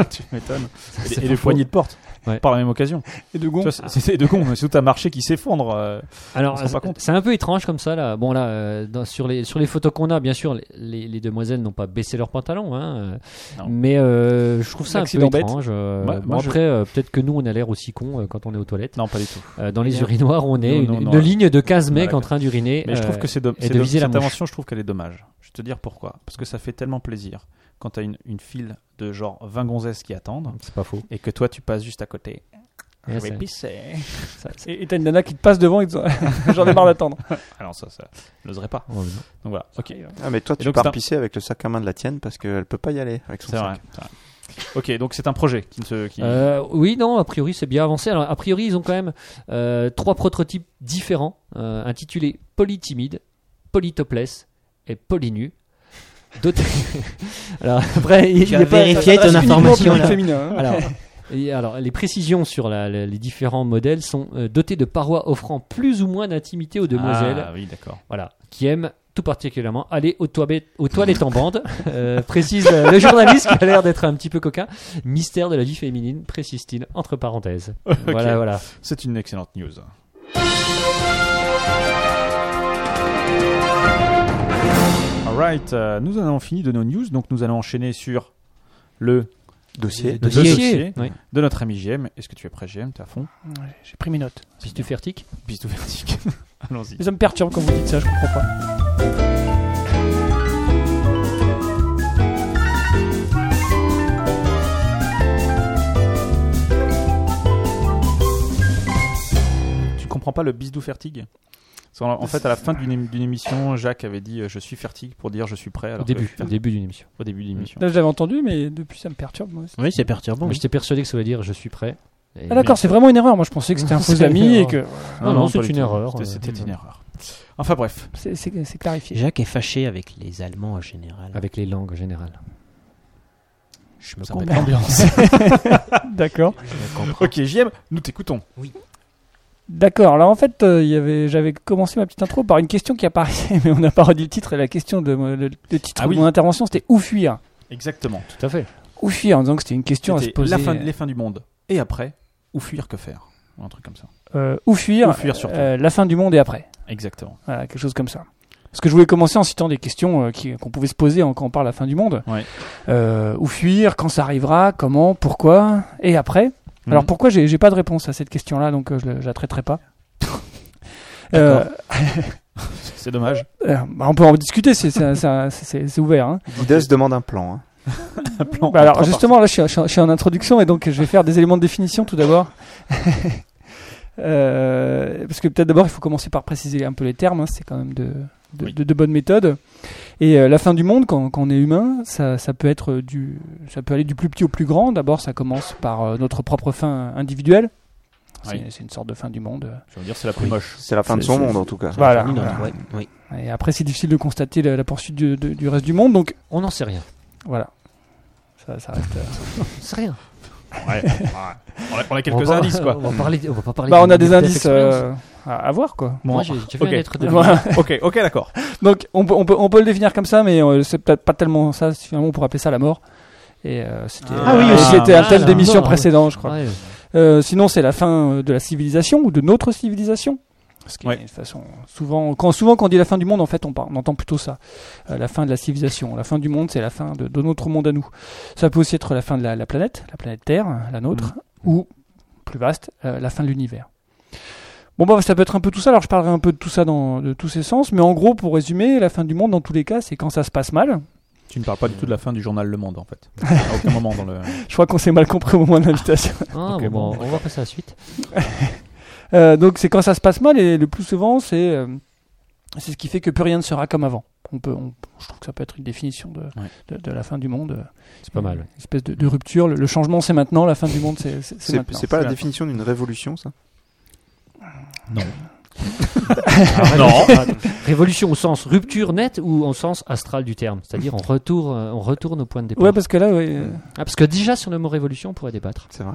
[SPEAKER 3] tu m'étonnes.
[SPEAKER 5] c'est
[SPEAKER 3] Et,
[SPEAKER 5] pas
[SPEAKER 3] les
[SPEAKER 5] faux.
[SPEAKER 3] poignées de porte.
[SPEAKER 5] Ouais.
[SPEAKER 3] Par la même occasion.
[SPEAKER 7] <laughs> Et de
[SPEAKER 3] Tu
[SPEAKER 7] Gon.
[SPEAKER 3] vois, c'est- C'est de con. C'est tout un marché qui s'effondre. euh.
[SPEAKER 5] Alors,
[SPEAKER 3] On se rend pas compte.
[SPEAKER 5] c'est un peu étrange comme ça, là. Bon, là, euh, dans- sur, les, sur les photos qu'on a, bien sûr, les, les- les demoiselles n'ont pas baissé leurs pantalons, hein, euh,
[SPEAKER 3] Non.
[SPEAKER 5] mais euh, je trouve ça un peu
[SPEAKER 3] L'accident bête.
[SPEAKER 5] étrange. euh,
[SPEAKER 3] Moi-
[SPEAKER 5] bon,
[SPEAKER 3] moi, je-
[SPEAKER 5] après, euh, peut-être que nous, on a l'air aussi cons euh, quand on est aux toilettes.
[SPEAKER 3] Non, pas du tout.
[SPEAKER 5] Euh, dans les urinoirs, on est
[SPEAKER 3] Non,
[SPEAKER 5] une,
[SPEAKER 3] non, non.
[SPEAKER 5] une ligne de 15
[SPEAKER 3] Non,
[SPEAKER 5] mecs
[SPEAKER 3] d'accord.
[SPEAKER 5] en train d'uriner.
[SPEAKER 3] Mais je trouve
[SPEAKER 5] euh,
[SPEAKER 3] que c'est do-
[SPEAKER 5] et
[SPEAKER 3] c'est
[SPEAKER 5] de
[SPEAKER 3] do-
[SPEAKER 5] viser
[SPEAKER 3] cette
[SPEAKER 5] la manche.
[SPEAKER 3] intervention, je trouve qu'elle est dommage. Je vais te dire pourquoi. Parce que ça fait tellement plaisir quand t'as une, une file de genre 20 gonzesses qui attendent
[SPEAKER 5] C'est pas faux.
[SPEAKER 3] et que toi tu passes juste à côté.
[SPEAKER 5] Ouais,
[SPEAKER 3] Je
[SPEAKER 5] c'est-
[SPEAKER 3] vais pisser.
[SPEAKER 7] Et et t'as une nana qui te passe devant et te dit, <laughs> j'en ai marre d'attendre.
[SPEAKER 3] Ah non, ça, ça, je n'oserais pas.
[SPEAKER 5] Ouais, non.
[SPEAKER 3] Donc voilà, ok.
[SPEAKER 4] Ah, mais toi,
[SPEAKER 3] Et
[SPEAKER 4] tu
[SPEAKER 3] donc, c'est
[SPEAKER 4] pars
[SPEAKER 3] un-
[SPEAKER 4] pisser avec le sac à main de la tienne parce qu'elle peut pas y aller avec son
[SPEAKER 3] C'est vrai.
[SPEAKER 4] sac.
[SPEAKER 3] c'est vrai. Ok, donc c'est un projet qui ne se. Qui...
[SPEAKER 5] Euh, oui, non, a priori c'est bien avancé. Alors, a priori, ils ont quand même euh, trois prototypes différents euh, intitulés Polytimide, Polytopless et Polynu. D'autres. Alors, après, il
[SPEAKER 6] Tu
[SPEAKER 5] il
[SPEAKER 6] as
[SPEAKER 5] est pas-
[SPEAKER 6] vérifié ton
[SPEAKER 7] Uniquement
[SPEAKER 6] information
[SPEAKER 7] public
[SPEAKER 6] là.
[SPEAKER 7] féminin. hein.
[SPEAKER 5] alors, et alors, les précisions sur la- la- les différents modèles sont euh, dotés de parois offrant plus ou moins d'intimité aux demoiselles,
[SPEAKER 3] Ah oui, d'accord.
[SPEAKER 5] voilà, qui aiment tout particulièrement aller aux, toilettes- aux toilettes en bande, euh, <laughs> précise euh, le journaliste qui a l'air d'être un petit peu coquin. Mystère de la vie féminine, précise-t-il entre parenthèses. Voilà, voilà.
[SPEAKER 3] C'est une excellente news. Alright, euh, nous en avons fini de nos news, donc nous allons enchaîner sur le
[SPEAKER 4] Dossier.
[SPEAKER 3] le
[SPEAKER 5] Dossier.
[SPEAKER 3] dossier
[SPEAKER 5] Oui.
[SPEAKER 3] de notre ami JM. Est-ce que tu es prêt JM T'es à fond
[SPEAKER 7] Ouais, J'ai pris mes notes.
[SPEAKER 5] Puis tu fais tic.
[SPEAKER 3] Bisous vertique. <laughs> Allons-y.
[SPEAKER 7] Mais ça me perturbe quand vous dites ça, je comprends pas.
[SPEAKER 3] Tu comprends pas le bisdou fertigue Parce qu'en- en fait, à la fin d'une ém- d'une émission, Jacques avait dit euh, je suis fertigue pour dire je suis prêt. Alors
[SPEAKER 5] Au
[SPEAKER 3] que-
[SPEAKER 5] début, au début d'une émission.
[SPEAKER 3] Au début de l'émission.
[SPEAKER 7] Là, je l'avais entendu, mais depuis, ça me perturbe moi aussi.
[SPEAKER 6] Oui, c'est perturbant.
[SPEAKER 5] Mais j'étais persuadé que ça voulait dire je suis prêt. Et-
[SPEAKER 7] Ah d'accord, c'est vraiment une erreur. Moi, je pensais que c'était un
[SPEAKER 5] C'est
[SPEAKER 7] faux ami
[SPEAKER 5] une
[SPEAKER 7] et
[SPEAKER 5] erreur.
[SPEAKER 7] que
[SPEAKER 5] Non, non, c'est
[SPEAKER 3] Ah pas du
[SPEAKER 5] une
[SPEAKER 3] tout.
[SPEAKER 5] erreur.
[SPEAKER 3] C'était- C'était
[SPEAKER 5] Euh,
[SPEAKER 3] une erreur. Enfin bref.
[SPEAKER 7] c'est- c'est c'est clarifié.
[SPEAKER 6] Jacques est fâché avec les Allemands en général.
[SPEAKER 5] Avec les langues en général.
[SPEAKER 6] Je me
[SPEAKER 5] Ça
[SPEAKER 6] comprends.
[SPEAKER 5] m'embête.
[SPEAKER 7] <laughs> D'accord.
[SPEAKER 6] Je me comprends.
[SPEAKER 3] Ok, JM, nous t'écoutons.
[SPEAKER 7] D'accord. Alors en fait, euh, il y avait, j'avais commencé ma petite intro par une question qui apparaissait, <laughs> mais on n'a pas redit le titre. Et la question de, mon- le- le titre
[SPEAKER 3] Ah oui.
[SPEAKER 7] de mon intervention, c'était où fuir
[SPEAKER 3] Exactement.
[SPEAKER 5] Tout à fait.
[SPEAKER 7] Où fuir En disant que c'était une question à se
[SPEAKER 3] C'était
[SPEAKER 7] poser.
[SPEAKER 3] la fin, les fins du monde. Et après, ou fuir que faire Ou Un truc comme ça.
[SPEAKER 7] Euh, où fuir
[SPEAKER 3] Où fuir, surtout.
[SPEAKER 7] euh, La fin du monde et après.
[SPEAKER 3] Exactement.
[SPEAKER 7] Voilà, quelque chose comme ça. Parce que je voulais commencer en citant des questions euh, qui- qu'on pouvait se poser en- quand on parle de la fin du monde.
[SPEAKER 3] Ouais.
[SPEAKER 7] Euh, où fuir Quand ça arrivera Comment Pourquoi Et après Alors
[SPEAKER 3] Mhm.
[SPEAKER 7] pourquoi j'ai j'ai pas de réponse à cette question-là, donc euh, je, le- je la traiterai pas. Euh,
[SPEAKER 3] D'accord. C'est dommage.
[SPEAKER 7] euh, bah, on peut en discuter, c'est- c'est c'est- c'est- c'est ouvert.
[SPEAKER 3] <laughs>
[SPEAKER 7] hein.
[SPEAKER 4] Didas demande un plan. hein.
[SPEAKER 3] Un plan
[SPEAKER 7] Bah
[SPEAKER 3] en
[SPEAKER 7] alors
[SPEAKER 3] trois
[SPEAKER 7] justement, là, je suis, je suis en- je suis en introduction et donc je vais faire des éléments de définition tout d'abord. <laughs> Euh, parce que peut-être d'abord, il faut commencer par préciser un peu les termes. hein, c'est quand même de, de,
[SPEAKER 3] Oui.
[SPEAKER 7] de- de bonnes méthodes. Et euh, la fin du monde, quand, quand on est humain, ça, ça peut être du, ça peut aller du plus petit au plus grand. D'abord, ça commence par euh, notre propre fin individuelle. C'est
[SPEAKER 3] Oui.
[SPEAKER 7] c'est une sorte de fin du monde. euh,
[SPEAKER 3] parties. Je veux dire, c'est la plus moche.
[SPEAKER 4] C'est la fin de
[SPEAKER 7] C'est-
[SPEAKER 4] son
[SPEAKER 7] c'est-
[SPEAKER 4] monde en tout cas.
[SPEAKER 7] Voilà.
[SPEAKER 6] Une autre, ouais, oui.
[SPEAKER 7] Et après, c'est difficile de constater la, la poursuite du, de- du reste du monde. Donc,
[SPEAKER 5] On n'en sait rien.
[SPEAKER 7] voilà. Ça, ça reste. euh,
[SPEAKER 5] On n'en sait rien.
[SPEAKER 3] Ouais. On a, on a
[SPEAKER 5] On
[SPEAKER 3] quelques
[SPEAKER 5] va pas-
[SPEAKER 3] indices, quoi.
[SPEAKER 5] On va, parler, on va pas parler.
[SPEAKER 7] Bah,
[SPEAKER 5] de
[SPEAKER 7] on a des
[SPEAKER 5] Death
[SPEAKER 7] indices
[SPEAKER 5] Experience.
[SPEAKER 7] euh, à, à voir, quoi.
[SPEAKER 5] Moi,
[SPEAKER 3] Bon,
[SPEAKER 5] j'ai j'ai fait
[SPEAKER 3] ok.
[SPEAKER 5] une
[SPEAKER 7] <laughs>
[SPEAKER 5] lettre de.
[SPEAKER 7] Voilà.
[SPEAKER 3] ok, ok, d'accord.
[SPEAKER 7] Donc, on peut, on, peut, on peut le définir comme ça, mais euh, c'est peut-être pas tellement ça. Finalement, on pourrait appeler ça la mort. Et euh, c'était
[SPEAKER 3] Ah oui,
[SPEAKER 7] et
[SPEAKER 3] aussi.
[SPEAKER 7] c'était un
[SPEAKER 5] Ah,
[SPEAKER 7] thème
[SPEAKER 5] la
[SPEAKER 7] d'émission
[SPEAKER 5] mort.
[SPEAKER 7] précédente, je crois.
[SPEAKER 5] Ouais.
[SPEAKER 7] Euh, sinon, c'est la fin euh, de la civilisation ou de notre civilisation. Ce qui est,
[SPEAKER 3] Ouais.
[SPEAKER 7] de toute façon, souvent, quand, souvent, quand on dit la fin du monde, en fait, on, parle- on entend plutôt ça. Euh, la fin de la civilisation. La fin du monde, c'est la fin de, de notre monde à nous. Ça peut aussi être la fin de la, la planète, la planète Terre, la nôtre, ou, plus vaste, euh, la fin de l'univers. Bon, bah, ça peut être un peu tout ça. Alors, je parlerai un peu de tout ça dans de tous ces sens. Mais en gros, pour résumer, la fin du monde, dans tous les cas, c'est quand ça se passe mal.
[SPEAKER 3] Tu ne parles pas du tout de la fin du journal Le Monde, en
[SPEAKER 7] <laughs>
[SPEAKER 3] fait. À aucun moment dans le.
[SPEAKER 7] Je crois qu'on s'est mal compris au moment de l'invitation.
[SPEAKER 5] Ah,
[SPEAKER 3] Ok,
[SPEAKER 5] bon,
[SPEAKER 3] bon,
[SPEAKER 5] bon, on va passer à la suite.
[SPEAKER 7] Euh, donc c'est quand ça se passe mal et le plus souvent c'est euh, c'est ce qui fait que plus rien ne sera comme avant. On peut, on- je trouve que ça peut être une définition de,
[SPEAKER 3] Ouais.
[SPEAKER 7] de, de la fin du monde. euh,
[SPEAKER 5] C'est pas mal. ouais.
[SPEAKER 7] Une espèce de, de rupture. Le, le changement c'est maintenant, la fin du monde c'est c'est- c'est
[SPEAKER 4] C'est
[SPEAKER 7] maintenant.
[SPEAKER 4] c'est pas la
[SPEAKER 3] C'est la
[SPEAKER 4] définition d'une révolution, ça
[SPEAKER 3] non.
[SPEAKER 5] Euh, Révolution au sens rupture nette ou au sens astral du terme, c'est-à-dire on retourne, euh, on retourne au point de départ.
[SPEAKER 7] Ouais
[SPEAKER 3] bah-
[SPEAKER 7] parce que là ouais, euh,
[SPEAKER 5] Ah, parce que déjà sur le mot révolution, on pourrait débattre.
[SPEAKER 4] C'est vrai.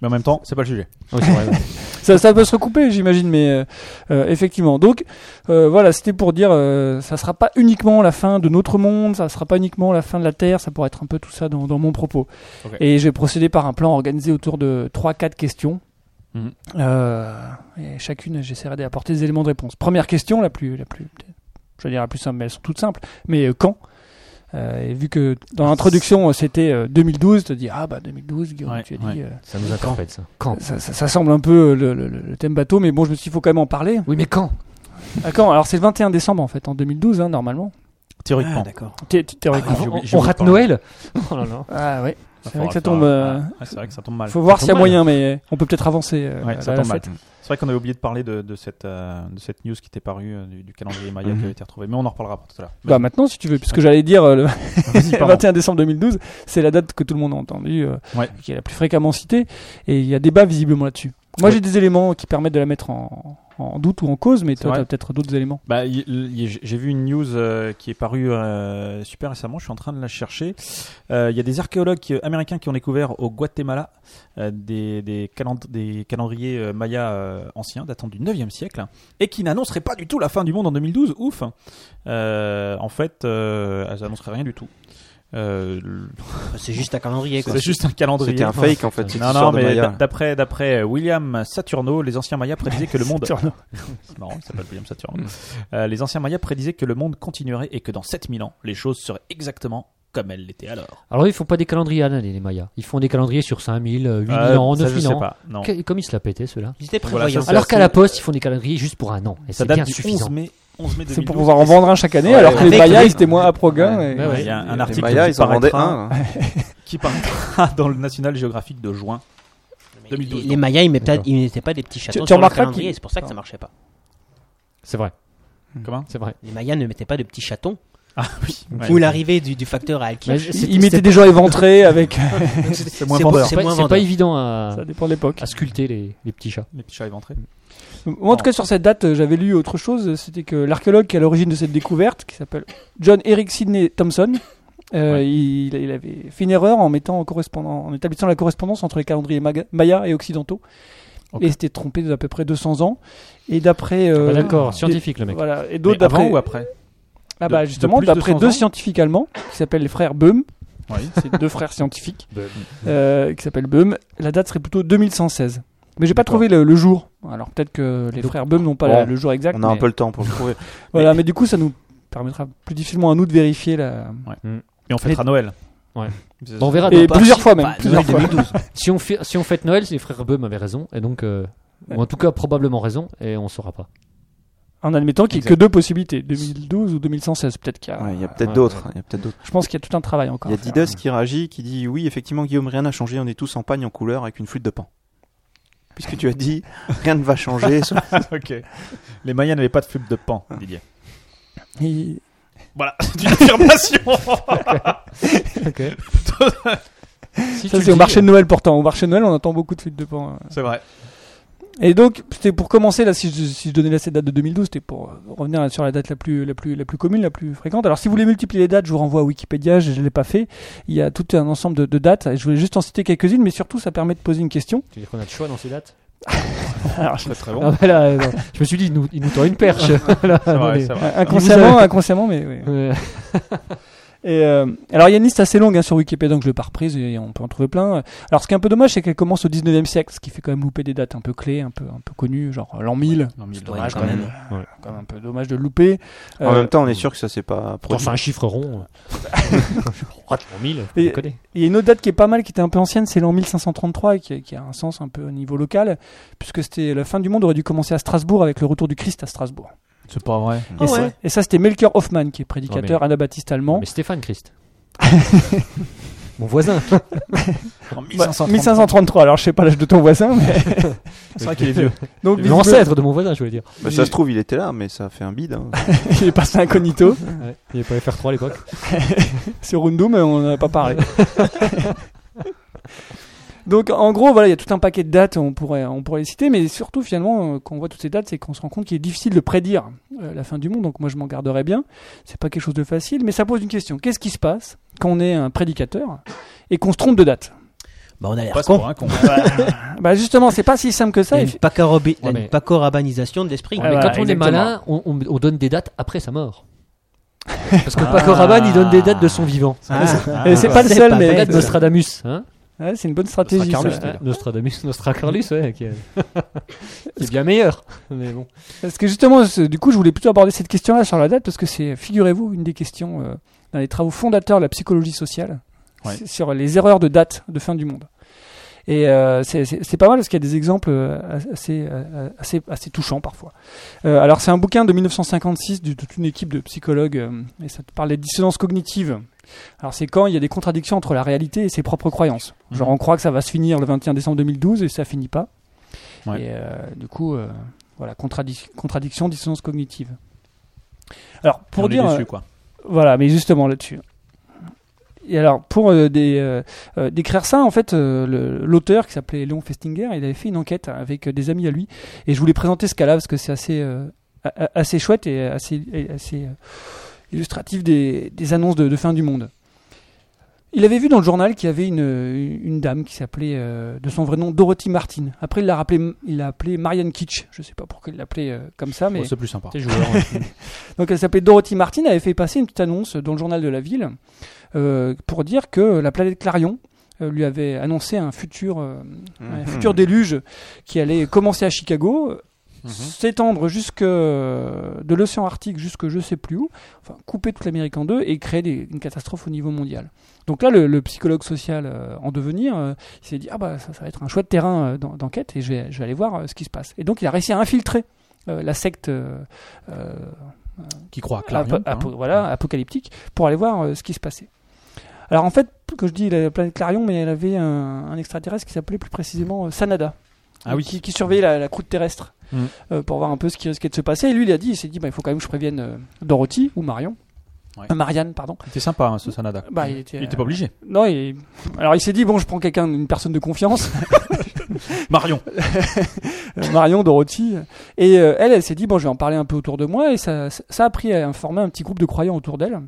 [SPEAKER 3] Mais en même temps, c'est pas le sujet.
[SPEAKER 7] ça, ça peut se recouper j'imagine mais euh, euh, effectivement donc euh, voilà c'était pour dire euh, ça sera pas uniquement la fin de notre monde ça sera pas uniquement la fin de la terre ça pourrait être un peu tout ça dans, dans mon propos
[SPEAKER 3] Ok.
[SPEAKER 7] et je vais procéder par un plan organisé autour de 3-4 questions
[SPEAKER 3] Mhm.
[SPEAKER 7] Euh, et chacune j'essaierai d'apporter des éléments de réponse première question la plus la plus je vais dire la plus simple mais elles sont toutes simples mais euh, quand Euh, et vu que dans l'introduction euh, c'était euh, 2012 te dis ah bah 2012 Guillaume
[SPEAKER 3] Ouais,
[SPEAKER 7] tu as
[SPEAKER 3] ouais.
[SPEAKER 7] dit euh,
[SPEAKER 5] Ça nous interpelle ça. Quand
[SPEAKER 7] ça, ça- ça semble un peu euh, le, le- le thème bateau, mais bon, je me suis dit, il faut quand même en parler.
[SPEAKER 5] Oui, mais quand
[SPEAKER 7] À quand Alors, c'est le 21 décembre, en fait, en 2012, hein, normalement.
[SPEAKER 3] <laughs>
[SPEAKER 7] Ah,
[SPEAKER 3] Théoriquement. Ah,
[SPEAKER 6] d'accord.
[SPEAKER 7] Thé- thé- Théoriquement.
[SPEAKER 3] j'ai
[SPEAKER 5] on,
[SPEAKER 3] oublié- j'ai
[SPEAKER 5] on
[SPEAKER 3] oublié de
[SPEAKER 5] rate
[SPEAKER 3] parler.
[SPEAKER 5] Noël <laughs> Oh là là.
[SPEAKER 7] Ah, ouais.
[SPEAKER 3] Il va
[SPEAKER 7] C'est vrai
[SPEAKER 3] falloir
[SPEAKER 7] que ça
[SPEAKER 3] faire,
[SPEAKER 7] tombe, euh,
[SPEAKER 3] ouais. Ouais, ah, c'est vrai que ça tombe mal.
[SPEAKER 7] Faut voir
[SPEAKER 5] tombe
[SPEAKER 7] s'il y a
[SPEAKER 5] mal.
[SPEAKER 7] moyen, mais on peut peut-être avancer. euh,
[SPEAKER 3] Ouais,
[SPEAKER 7] à
[SPEAKER 3] ça
[SPEAKER 7] la
[SPEAKER 3] tombe mal.
[SPEAKER 7] fête.
[SPEAKER 3] C'est vrai qu'on avait oublié de parler de, de cette, euh, de cette news qui était parue euh, du, du calendrier Maya qui
[SPEAKER 4] Mhm.
[SPEAKER 3] avait été retrouvé. Mais on en reparlera pour tout à l'heure.
[SPEAKER 7] Bah, maintenant, si tu veux, puisque j'allais dire euh, le
[SPEAKER 3] <laughs>
[SPEAKER 7] <laughs>
[SPEAKER 3] Vas-y, <laughs> pardon.
[SPEAKER 7] 21 décembre 2012, c'est la date que tout le monde a entendue, euh,
[SPEAKER 3] Ouais.
[SPEAKER 7] qui est la plus fréquemment citée, et il y a débat visiblement là-dessus. Moi,
[SPEAKER 3] Ouais.
[SPEAKER 7] j'ai des éléments qui permettent de la mettre en, en doute ou en cause, mais
[SPEAKER 3] C'est
[SPEAKER 7] toi,
[SPEAKER 3] vrai.
[SPEAKER 7] t'as peut-être d'autres éléments.
[SPEAKER 3] Bah, il- il- j'ai j'ai vu une news euh, qui est parue euh, super récemment. Je suis en train de la chercher. Euh, Il y a des archéologues qui- américains qui ont découvert au Guatemala euh, des, des, calend- des calendriers euh, mayas euh, anciens datant du 9e siècle et qui n'annonceraient pas du tout la fin du monde en 2012. Ouf Euh, En fait, euh, elles n'annonceraient rien du tout. Euh, le-
[SPEAKER 6] C'est juste un calendrier. quoi.
[SPEAKER 3] c'est juste un calendrier.
[SPEAKER 4] C'était un fake, en fait, cette
[SPEAKER 3] Non,
[SPEAKER 4] histoire
[SPEAKER 3] non,
[SPEAKER 4] de
[SPEAKER 3] mais d'a-
[SPEAKER 4] Maya.
[SPEAKER 3] d'après d'après euh, William Saturno, les anciens Mayas prédisaient que le monde
[SPEAKER 7] Saturno.
[SPEAKER 3] <laughs> c'est marrant, il s'appelle William Saturn. Euh, les anciens Mayas prédisaient que le monde continuerait et que dans 7000 ans, les choses seraient exactement comme elles l'étaient alors.
[SPEAKER 5] Alors, ils font pas des calendriers à l'année, les Mayas. Ils font des calendriers sur 5000, euh, 8000
[SPEAKER 3] Euh,
[SPEAKER 5] ans,
[SPEAKER 3] ça, je
[SPEAKER 5] 9000
[SPEAKER 3] sais
[SPEAKER 5] ans.
[SPEAKER 3] pas. Non.
[SPEAKER 5] Que- Comme ils se la pétaient, ceux-là.
[SPEAKER 6] Ils étaient
[SPEAKER 3] Voilà,
[SPEAKER 6] prévoyants.
[SPEAKER 3] ça,
[SPEAKER 5] Alors
[SPEAKER 3] assez-
[SPEAKER 5] qu'à la poste, ils font des calendriers juste pour un an. Et
[SPEAKER 3] Ça
[SPEAKER 5] c'est
[SPEAKER 3] date
[SPEAKER 5] bien
[SPEAKER 3] du 11
[SPEAKER 5] suffisant.
[SPEAKER 3] mai, 11 mai 2012.
[SPEAKER 7] C'est pour pouvoir en vendre un chaque année,
[SPEAKER 4] Ouais,
[SPEAKER 7] alors
[SPEAKER 4] ouais.
[SPEAKER 7] que les
[SPEAKER 6] Avec
[SPEAKER 7] Mayas,
[SPEAKER 6] le-
[SPEAKER 7] ils étaient moins à Progain.
[SPEAKER 5] Ouais,
[SPEAKER 7] et-
[SPEAKER 5] ouais.
[SPEAKER 3] Il y a un
[SPEAKER 4] Les
[SPEAKER 3] article
[SPEAKER 4] Mayas,
[SPEAKER 3] qui,
[SPEAKER 4] ils en vendaient
[SPEAKER 3] paraîtra,
[SPEAKER 4] un.
[SPEAKER 3] qui paraîtra <laughs> dans le National Geographic de juin.
[SPEAKER 6] Les,
[SPEAKER 3] 2012,
[SPEAKER 6] les Mayas, ils mettaient-
[SPEAKER 5] D'accord.
[SPEAKER 6] ils n'étaient pas des petits
[SPEAKER 7] Tu-
[SPEAKER 6] chatons
[SPEAKER 7] tu
[SPEAKER 6] sur leur
[SPEAKER 7] remarqueras
[SPEAKER 6] calendrier,
[SPEAKER 7] qu'ils-
[SPEAKER 6] c'est pour ça que ça marchait pas.
[SPEAKER 5] C'est vrai. <laughs>
[SPEAKER 3] Comment
[SPEAKER 5] C'est vrai.
[SPEAKER 6] Les Mayas ne mettaient pas de petits chatons.
[SPEAKER 3] Ah oui. ouais.
[SPEAKER 6] Ou l'arrivée du, du facteur à Alki.
[SPEAKER 5] Mais je-
[SPEAKER 7] Bah, Ils mettaient des gens éventrés
[SPEAKER 3] <laughs>
[SPEAKER 7] avec.
[SPEAKER 6] C'est
[SPEAKER 3] moins
[SPEAKER 6] c'est-
[SPEAKER 3] vendeur.
[SPEAKER 6] c'est
[SPEAKER 5] C'est pas-
[SPEAKER 6] moins
[SPEAKER 5] c'est pas
[SPEAKER 6] vendeur.
[SPEAKER 5] évident à,
[SPEAKER 7] Ça dépend de l'époque.
[SPEAKER 5] à sculpter les, les petits chats.
[SPEAKER 3] Les petits chats éventrés.
[SPEAKER 7] Moi, en tout cas, sur cette date, euh, j'avais lu autre chose. euh, C'était que l'archéologue qui est à l'origine de cette découverte, qui s'appelle John Eric Sidney Thompson, euh,
[SPEAKER 3] Ouais.
[SPEAKER 7] il, il avait fait une erreur en, mettant en, correspondant- en établissant la correspondance entre les calendriers maga- mayas et occidentaux.
[SPEAKER 3] Ok. Ah bah
[SPEAKER 7] Et il s'était trompé d'à peu près 200 ans. Et d'après. euh,
[SPEAKER 5] Pas D'accord,
[SPEAKER 7] des-
[SPEAKER 5] scientifique le mec.
[SPEAKER 7] Voilà. Et
[SPEAKER 3] Mais
[SPEAKER 7] d'autres
[SPEAKER 3] avant
[SPEAKER 7] d'après.
[SPEAKER 3] ou après
[SPEAKER 7] Ah bah
[SPEAKER 3] de- de
[SPEAKER 7] justement,
[SPEAKER 3] plus de
[SPEAKER 7] d'après
[SPEAKER 3] 200
[SPEAKER 7] deux
[SPEAKER 3] ans
[SPEAKER 7] scientifiques allemands, qui s'appellent les frères Böhm,
[SPEAKER 3] Oui.
[SPEAKER 7] <laughs> c'est deux frères scientifiques, euh, qui s'appellent Böhm, la date serait plutôt 2116. Mais j'ai pas trouvé le, le jour. Alors peut-être que les
[SPEAKER 5] Donc,
[SPEAKER 7] frères Böhm n'ont pas
[SPEAKER 4] bon,
[SPEAKER 7] la- le jour exact.
[SPEAKER 4] On a un
[SPEAKER 7] mais-
[SPEAKER 4] peu le temps pour le trouver.
[SPEAKER 7] Voilà, mais... du coup, ça nous permettra plus difficilement à nous de vérifier la.
[SPEAKER 3] Et on fêtera Noël.
[SPEAKER 5] Ouais.
[SPEAKER 3] C'est-
[SPEAKER 5] Bon, on
[SPEAKER 4] Ah,
[SPEAKER 5] verra.
[SPEAKER 7] Et
[SPEAKER 5] donc.
[SPEAKER 7] plusieurs fois même.
[SPEAKER 6] Bah,
[SPEAKER 7] plusieurs
[SPEAKER 6] Noël
[SPEAKER 7] fois.
[SPEAKER 6] 2012.
[SPEAKER 5] Si on, fait, si on fête Noël, les frères Böhm avaient raison, et donc, euh, ou en tout cas probablement raison, et on saura pas.
[SPEAKER 7] En admettant qu'il n'y ait que deux possibilités, 2012 ou 2116. Peut-être qu'il y a.
[SPEAKER 4] Ouais, Il y a peut-être
[SPEAKER 5] ouais,
[SPEAKER 4] d'autres. Il y a peut-être d'autres.
[SPEAKER 7] Je pense qu'il y a tout un travail encore.
[SPEAKER 4] Il y a
[SPEAKER 7] à faire.
[SPEAKER 4] Didas qui réagit, qui dit Oui, effectivement, Guillaume, rien n'a changé. On est tous en pagne en couleur avec une flûte de pan. Puisque tu as dit Rien ne va changer. sauf-
[SPEAKER 3] <laughs> ok. Les Mayas n'avaient pas de flûte de pan, Didier.
[SPEAKER 7] Et-
[SPEAKER 5] <laughs>
[SPEAKER 3] Voilà, c'est une affirmation.
[SPEAKER 5] Ok. si tu
[SPEAKER 7] Ça, c'est
[SPEAKER 5] le
[SPEAKER 7] au
[SPEAKER 5] dis, hein.
[SPEAKER 7] marché de Noël pourtant. Au marché de Noël, on entend beaucoup de flûtes de pan.
[SPEAKER 5] Ah,
[SPEAKER 3] c'est vrai.
[SPEAKER 7] Et donc, c'était pour commencer, là, si je, si je donnais là cette date de 2012, c'était pour euh, revenir sur la date la plus, la, plus, la plus commune, la plus fréquente. Alors, si vous voulez multiplier les dates, je vous renvoie à Wikipédia, je ne l'ai pas fait. Il y a tout un ensemble de, de dates. Je voulais juste en citer quelques-unes, mais surtout, ça permet de poser une question.
[SPEAKER 5] Tu dis qu'on a le choix dans ces dates
[SPEAKER 3] Alors, très très
[SPEAKER 5] Ah, bah là, euh, non. Je me suis dit, il nous, il nous tend une perche. Là,
[SPEAKER 3] C'est
[SPEAKER 5] non,
[SPEAKER 7] Euh,
[SPEAKER 3] vrai,
[SPEAKER 5] mais-
[SPEAKER 3] c'est vrai.
[SPEAKER 7] Inconsciemment, inconsciemment, mais oui.
[SPEAKER 5] Euh,
[SPEAKER 7] <laughs> Et, euh, alors il y a une liste assez longue hein, sur Wikipédia, donc je l'ai pas reprise et on peut en trouver plein. Alors ce qui est un peu dommage, c'est qu'elle commence au 19e siècle, ce qui fait quand même louper des dates un peu clés, un peu, un peu connues, genre euh, l'an 1000. C'est dommage quand même.
[SPEAKER 5] Ouais.
[SPEAKER 7] Quand même un peu dommage de le louper.
[SPEAKER 4] En
[SPEAKER 7] Euh,
[SPEAKER 4] même temps, on est sûr que ça, c'est pas
[SPEAKER 5] Quand
[SPEAKER 4] produit.
[SPEAKER 5] c'est un chiffre
[SPEAKER 7] <laughs>
[SPEAKER 5] rond. Oh, tu prends 1000,
[SPEAKER 7] Et-
[SPEAKER 5] tu connais.
[SPEAKER 7] Il y a une autre date qui est pas mal, qui était un peu ancienne, c'est l'an 1533, et qui, qui a un sens un peu au niveau local, puisque c'était la fin du monde aurait dû commencer à Strasbourg avec le retour du Christ à Strasbourg.
[SPEAKER 10] C'est pas vrai.
[SPEAKER 7] et, ça, et ça, c'était Melchior Hoffmann, qui est prédicateur
[SPEAKER 5] Oh, mais-
[SPEAKER 7] anabaptiste allemand.
[SPEAKER 5] Mais Stéphane Christ.
[SPEAKER 7] <laughs>
[SPEAKER 5] Mon voisin.
[SPEAKER 10] En
[SPEAKER 7] Bah,
[SPEAKER 10] 1533.
[SPEAKER 7] 1533, alors je sais pas l'âge de ton voisin, mais
[SPEAKER 10] <laughs> C'est vrai qu'il est vieux.
[SPEAKER 7] <laughs> donc visiblement,
[SPEAKER 5] L'ancêtre de mon voisin, je voulais dire.
[SPEAKER 4] Bah, ça se trouve, il était là, mais ça a fait un bide. hein.
[SPEAKER 7] il est passé incognito
[SPEAKER 5] Il n'y avait pas FR3 à l'époque.
[SPEAKER 7] Ah sur Rundum, mais on n'en a
[SPEAKER 10] <laughs>
[SPEAKER 7] pas parlé. Donc en gros, voilà, il y a tout un paquet de dates, on pourrait, on pourrait les citer, mais surtout finalement, euh, quand on voit toutes ces dates, c'est qu'on se rend compte qu'il est difficile de prédire euh, la fin du monde, donc moi je m'en garderais bien. C'est pas quelque chose de facile, mais ça pose une question. Qu'est-ce qui se passe quand on est un prédicateur et qu'on se trompe de date
[SPEAKER 6] Bah, on a l'air
[SPEAKER 10] Passe
[SPEAKER 6] con.
[SPEAKER 10] pour un con.
[SPEAKER 7] Bah justement, c'est pas si simple que
[SPEAKER 6] Il y
[SPEAKER 7] ça.
[SPEAKER 6] a
[SPEAKER 7] et
[SPEAKER 6] une
[SPEAKER 7] fi-
[SPEAKER 6] pacorobi- il y a
[SPEAKER 5] Ouais, mais-
[SPEAKER 6] une pacorabanisation de l'esprit.
[SPEAKER 7] Ouais,
[SPEAKER 5] mais
[SPEAKER 7] voilà,
[SPEAKER 5] quand on
[SPEAKER 7] exactement.
[SPEAKER 5] est malin, on, on- on donne des dates après sa mort. Parce que Paco Rabanne, il donne des dates de son vivant.
[SPEAKER 10] Ah,
[SPEAKER 7] Ah. et c'est pas le
[SPEAKER 6] C'est
[SPEAKER 7] seul,
[SPEAKER 6] pas
[SPEAKER 7] mais
[SPEAKER 5] La date de Nostradamus. Hein
[SPEAKER 7] Ouais, c'est une bonne stratégie. ça.
[SPEAKER 5] Nostracarlus, d'ailleurs. Nostradamus, Nostracarlus, ouais, qui <laughs> est, qui est bien meilleur. Mais bon.
[SPEAKER 7] Parce que justement, ce- du coup, je voulais plutôt aborder cette question-là sur la date, parce que c'est, figurez-vous, une des questions euh, dans les travaux fondateurs de la psychologie sociale,
[SPEAKER 10] Ouais.
[SPEAKER 7] c'est sur les erreurs de date de fin du monde. Et euh, c'est, c'est- c'est pas mal parce qu'il y a des exemples euh, assez, euh, assez, assez touchants parfois. Euh, alors c'est un bouquin de 1956 de toute une équipe de psychologues euh, et ça te parle des dissonances cognitives. Alors c'est quand il y a des contradictions entre la réalité et ses propres croyances.
[SPEAKER 10] Mhm.
[SPEAKER 7] Genre on croit que ça va se finir le 21 décembre 2012 et ça finit pas.
[SPEAKER 10] Ouais.
[SPEAKER 7] Et euh, du coup, euh, voilà, contradic- contradiction, dissonance cognitive. Alors pour
[SPEAKER 10] On est
[SPEAKER 7] dire,
[SPEAKER 10] déçus, quoi.
[SPEAKER 7] voilà, mais justement là-dessus. Et alors, pour euh, des, euh, euh, décrire ça, en fait, euh, le- l'auteur qui s'appelait Léon Festinger, il avait fait une enquête avec euh, des amis à lui. Et je voulais présenter ce cas-là parce que c'est assez, euh, a- a- assez chouette et assez, et assez euh, illustratif des, des annonces de, de fin du monde. Il avait vu dans le journal qu'il y avait une, une dame qui s'appelait, euh, de son vrai nom, Dorothy Martin. Après, il l'a rappelé, il l'a appelée Marianne Kitsch. Je sais pas pourquoi il l'appelait euh, comme ça, mais
[SPEAKER 10] Oh, c'est plus sympa.
[SPEAKER 5] T'es joueur.
[SPEAKER 7] donc elle s'appelait Dorothy Martin, elle avait fait passer une petite annonce dans le journal de la ville euh, pour dire que la planète Clarion euh, lui avait annoncé un futur, euh, un
[SPEAKER 4] Mhm.
[SPEAKER 7] futur déluge qui allait commencer à Chicago, euh, s'étendre jusque euh, de l'océan Arctique jusque je sais plus où, enfin couper toute l'Amérique en deux et créer des- une catastrophe au niveau mondial. Donc là, le, le psychologue social euh, en devenir, euh, il s'est dit ah bah ça, ça va être un chouette terrain euh, d'en- d'enquête et je vais, je vais aller voir euh, ce qui se passe. Et donc il a réussi à infiltrer euh, la secte. euh, euh,
[SPEAKER 10] Qui croit à
[SPEAKER 7] Apo-
[SPEAKER 10] Clarion. hein.
[SPEAKER 7] apo- voilà, apocalyptique, pour aller voir euh, ce qui se passait. Alors en fait, que je dis la planète Clarion, mais elle avait un, un extraterrestre qui s'appelait plus précisément euh, Sanada,
[SPEAKER 10] Ah oui.
[SPEAKER 7] qui, qui surveillait la, la croûte terrestre
[SPEAKER 10] Mm.
[SPEAKER 7] euh, pour voir un peu ce qui risquait de se passer. Et lui, il a dit, il s'est dit, bah, il faut quand même que je prévienne euh, Dorothy ou Marion,
[SPEAKER 10] Ouais.
[SPEAKER 7] Euh, Marianne, pardon.
[SPEAKER 10] C'était sympa, hein, ce Sanada.
[SPEAKER 7] Bah, il était,
[SPEAKER 10] Il était pas obligé.
[SPEAKER 7] euh, non, il- alors il s'est dit bon, je prends quelqu'un, une personne de confiance,
[SPEAKER 10] Marion.
[SPEAKER 7] euh, Marion, Dorothy, et euh, elle, elle s'est dit bon, je vais en parler un peu autour de moi, et ça, ça a pris à former un petit groupe de croyants autour d'elle,